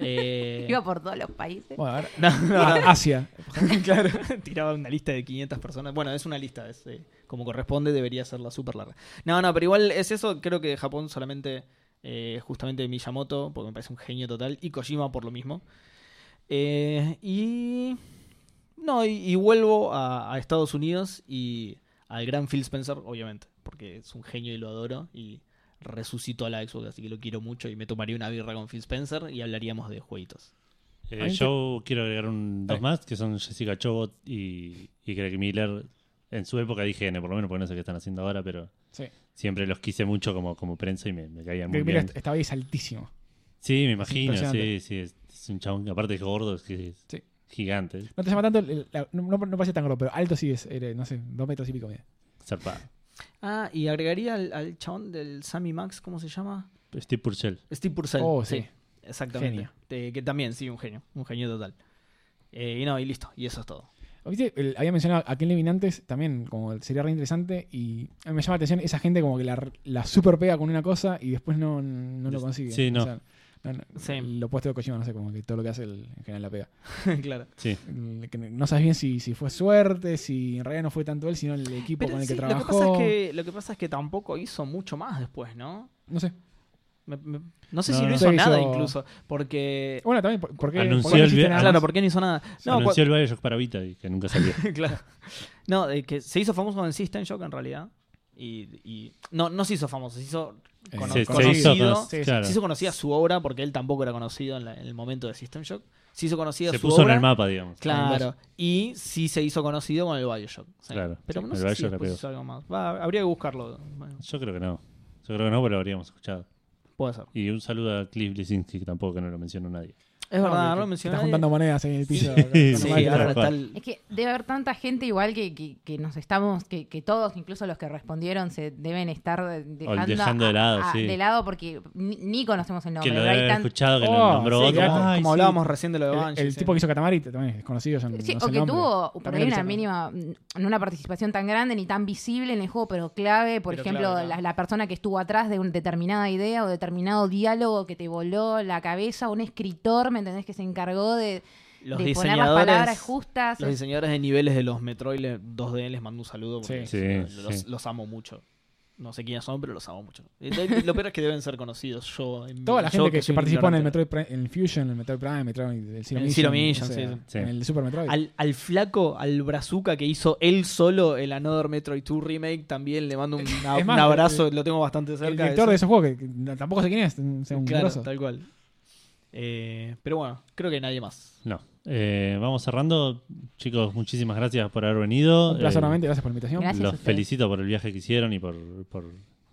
eh, Iba por todos los países. Bueno, a ver, no, no, Asia. claro, tiraba una lista de 500 personas. Bueno, es una lista, es, eh, como corresponde, debería serla súper larga. No, no, pero igual es eso. Creo que Japón solamente, eh, justamente Miyamoto, porque me parece un genio total, y Kojima por lo mismo. Eh, y. No, y, y vuelvo a, a Estados Unidos y al gran Phil Spencer, obviamente, porque es un genio y lo adoro. Y resucitó a la Xbox, así que lo quiero mucho. Y me tomaría una birra con Phil Spencer y hablaríamos de jueguitos. Eh, A mí yo quiero agregar un, dos Dale. más, que son Jessica Chobot y, y Greg Miller. En su época dije, por lo menos, porque no sé qué están haciendo ahora, pero Sí. siempre los quise mucho como, como prensa y me, me caían muy Greg Miller bien. est- estaba ahí saltísimo. Sí, me imagino, sí, impresionante. sí. Es, es un chabón, que aparte es gordo, es, que es Sí. gigante, No te llama tanto, el- el- la- no, no, no parece tan gordo, pero alto sí es, era, no sé, dos metros y pico. mide. zarpado. Ah, y agregaría al, al chabón del Sammy Max, ¿cómo se llama? Steve Purcell. Steve Purcell. Oh, sí. exactamente. Genio. Eh, que también, sí, un genio. Un genio total. Eh, y no, y listo. Y eso es todo. ¿Viste? El- había mencionado a Ken Levin antes, también como sería re interesante y a mí me llama la atención esa gente como que la, la super pega con una cosa y después no, no lo consigue. Sí, no. O sea, no, no, Sí. Lo opuesto de Kojima, no sé, como que todo lo que hace el, en general la pega. claro. Sí. El- que no sabes bien si, si fue suerte, si en realidad no fue tanto él, sino el equipo Pero con el sí, que lo, que trabajó. pasa es que, lo que pasa es que tampoco hizo mucho más después, ¿no? No sé. Me- me- no sé No, si no, no. hizo Se hizo- Oh, nada incluso. Porque. Bueno, también, ¿por por qué? Anunció por qué el no hiciste viernes. nada Claro, más? ¿por qué no hizo nada? No, Anunció el Bioshock para Vita y que nunca salió. cua- claro. No, de que se hizo famoso con el System Shock en realidad. Y, y- No, no se hizo famoso, se hizo Eh, cono- se, se conocido. hizo, cono- Sí, sí. claro. Se hizo conocida su obra porque él tampoco era conocido en, la- en el momento de System Shock. Se hizo conocida se su puso en obra. el mapa, digamos. Claro. Y sí se hizo conocido con el Bioshock. sí. Claro, Pero sí, no el sé si Bioshock la después pegó. hizo algo más. Va, habría que buscarlo. Bueno, Yo creo que no. Yo creo que no, pero lo habríamos escuchado. puede ser. Y un saludo a Cliff Lisinski, que tampoco que no lo mencionó nadie. Es No, verdad, que- no lo que mencioné. Está juntando monedas en el piso. Sí, Sí, Mal, ahora tal está cual. el- Es que debe haber tanta gente igual que, que, que nos estamos, que, que todos, incluso los que respondieron, se deben estar de- dejando, dejando de lado, sí. de lado porque ni, ni conocemos el nombre. Que lo pero debe hay haber tan- escuchado, que Oh, lo nombró sí, otro. claro, Ay, como sí. hablábamos recién de lo de El, Banshee. el sí. tipo que hizo Katamari también es conocido. ya no- Sí, no sé o el que nombre. tuvo por También ahí lo una hizo- mínima, una participación tan grande ni tan visible en el juego, pero clave, por Pero ejemplo, clave, claro. La, la persona que estuvo atrás de una determinada idea o determinado diálogo que te voló la cabeza, un escritor, ¿me entendés? Que se encargó de, los de poner las diseñadores, palabras justas. Los diseñadores de niveles de los Metroid le- 2D les mando un saludo porque Sí. eh, Sí, los, sí. los amo mucho. No sé quiénes son, pero los amo mucho. Eh, de- Lo peor es que deben ser conocidos. Yo, en mi- Toda la yo gente que, que soy un participó en el ignorante. Metroid Prime- en el Fusion, en el Metroid Prime, en el Metroid, el Zero En el Zero Mission, Mission, o sea, sí, sí. En el Super Metroid. Al, al flaco, al brazuca que hizo él solo el Another Metroid 2 Remake, también le mando un, a- Es más, un abrazo, el- lo tengo bastante cerca. el director de eso. esos juegos, que, que no- tampoco sé quién es, un- sea un Claro, grosso. tal cual. Eh, pero bueno, creo que nadie más. No. Eh, vamos cerrando. Chicos, muchísimas gracias por haber venido. Un placer Eh, nuevamente, gracias por la invitación. Gracias a los ustedes. felicito por el viaje que hicieron y por, por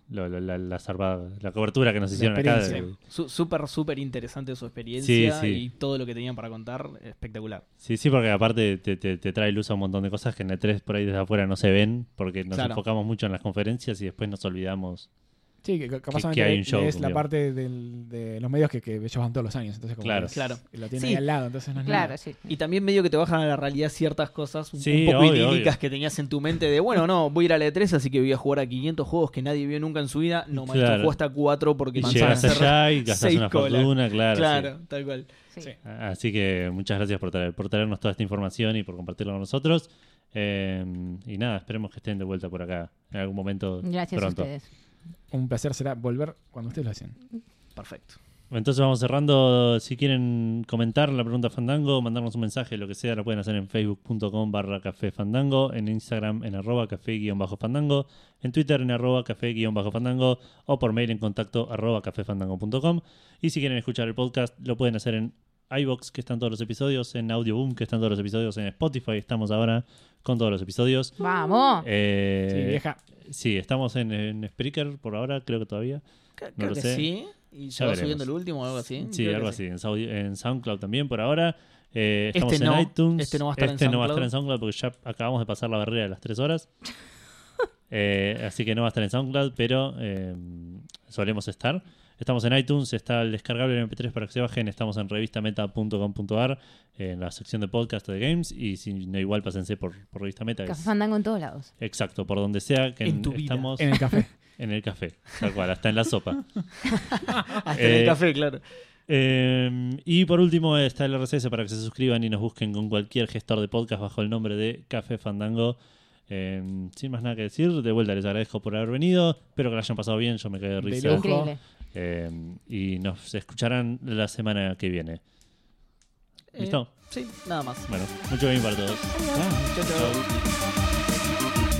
lo- lo- la, la zarpada- la cobertura que nos La hicieron acá. experiencia. De- Su- Súper, súper interesante su experiencia Sí, sí. y todo lo que tenían para contar, espectacular. Sí, sí, porque aparte te, te- te trae luz a un montón de cosas E que en E3 por ahí desde afuera no se ven, porque nos Claro. enfocamos mucho en las conferencias y después nos olvidamos Sí, que ca- capaz Que- solamente que hay un es show, la digamos. parte del- de los medios que, que ellos van todos los años. Entonces, como Claro. que Claro. Lo tienen Sí. ahí al lado, entonces no es Claro, nada. sí. Y también medio que te bajan a la realidad ciertas cosas un, Sí, un poco obvio, idílicas obvio. que tenías en tu mente de, bueno, no, voy a ir a la E3, así que voy a jugar a 500 juegos que nadie vio nunca en su vida. No, maestro, Claro. jugó hasta 4 porque Y manzana llegas cerrada. allá y gastas seis una colas. fortuna, claro. Claro, sí. tal cual. sí. Sí. Así que muchas gracias por, traer- por traernos toda esta información y por compartirla con nosotros. Eh, y nada, esperemos que estén de vuelta por acá en algún momento Gracias pronto. a ustedes. Un placer será volver cuando ustedes lo hacen. Perfecto. Entonces vamos cerrando. Si quieren comentar la pregunta Fandango, mandarnos un mensaje, lo que sea, lo pueden hacer en facebook.com barra café Fandango, en Instagram en arroba café guión bajo Fandango, en Twitter en arroba café guión bajo Fandango o por mail en contacto arroba cafefandango.com. Y si quieren escuchar el podcast, lo pueden hacer en iBox, que están todos los episodios, en Audioboom, que están todos los episodios, en Spotify estamos ahora con todos los episodios. Vamos. Eh, Ah. Sí, vieja. sí, estamos en, en Spreaker por ahora, creo que todavía. Creo No lo que sé. sí. Y se Ya va veremos. subiendo el último o algo así. Sí, Creo que algo así. En, Saudi- en SoundCloud también por ahora. Eh, Este estamos no, en iTunes. este no va a estar en no va a SoundCloud. estar en SoundCloud porque ya acabamos de pasar la barrera de las tres horas. Eh, así que no va a estar en SoundCloud, pero eh, solemos estar. Estamos en iTunes, está el descargable en MP3 para que se bajen. Estamos en revistameta.com.ar en la sección de podcast de games. Y si no, igual pásense por, por Revista Meta. que Café es- Fandango en todos lados. exacto, por donde sea que En tu vida. estamos En el café. en el café, tal cual, hasta en la sopa. Hasta en el Eh, café, claro. Eh, y por último está el RSS para que se suscriban y nos busquen con cualquier gestor de podcast bajo el nombre de Café Fandango. Eh, sin más nada que decir, de vuelta les agradezco por haber venido. Espero que lo hayan pasado bien, yo me quedé de De risa. lujo. Increíble. Eh, y nos escucharán la semana que viene. Eh, ¿Listo? Sí, nada más. Bueno, mucho bien para todos. Ah. Chau, chau. Chau.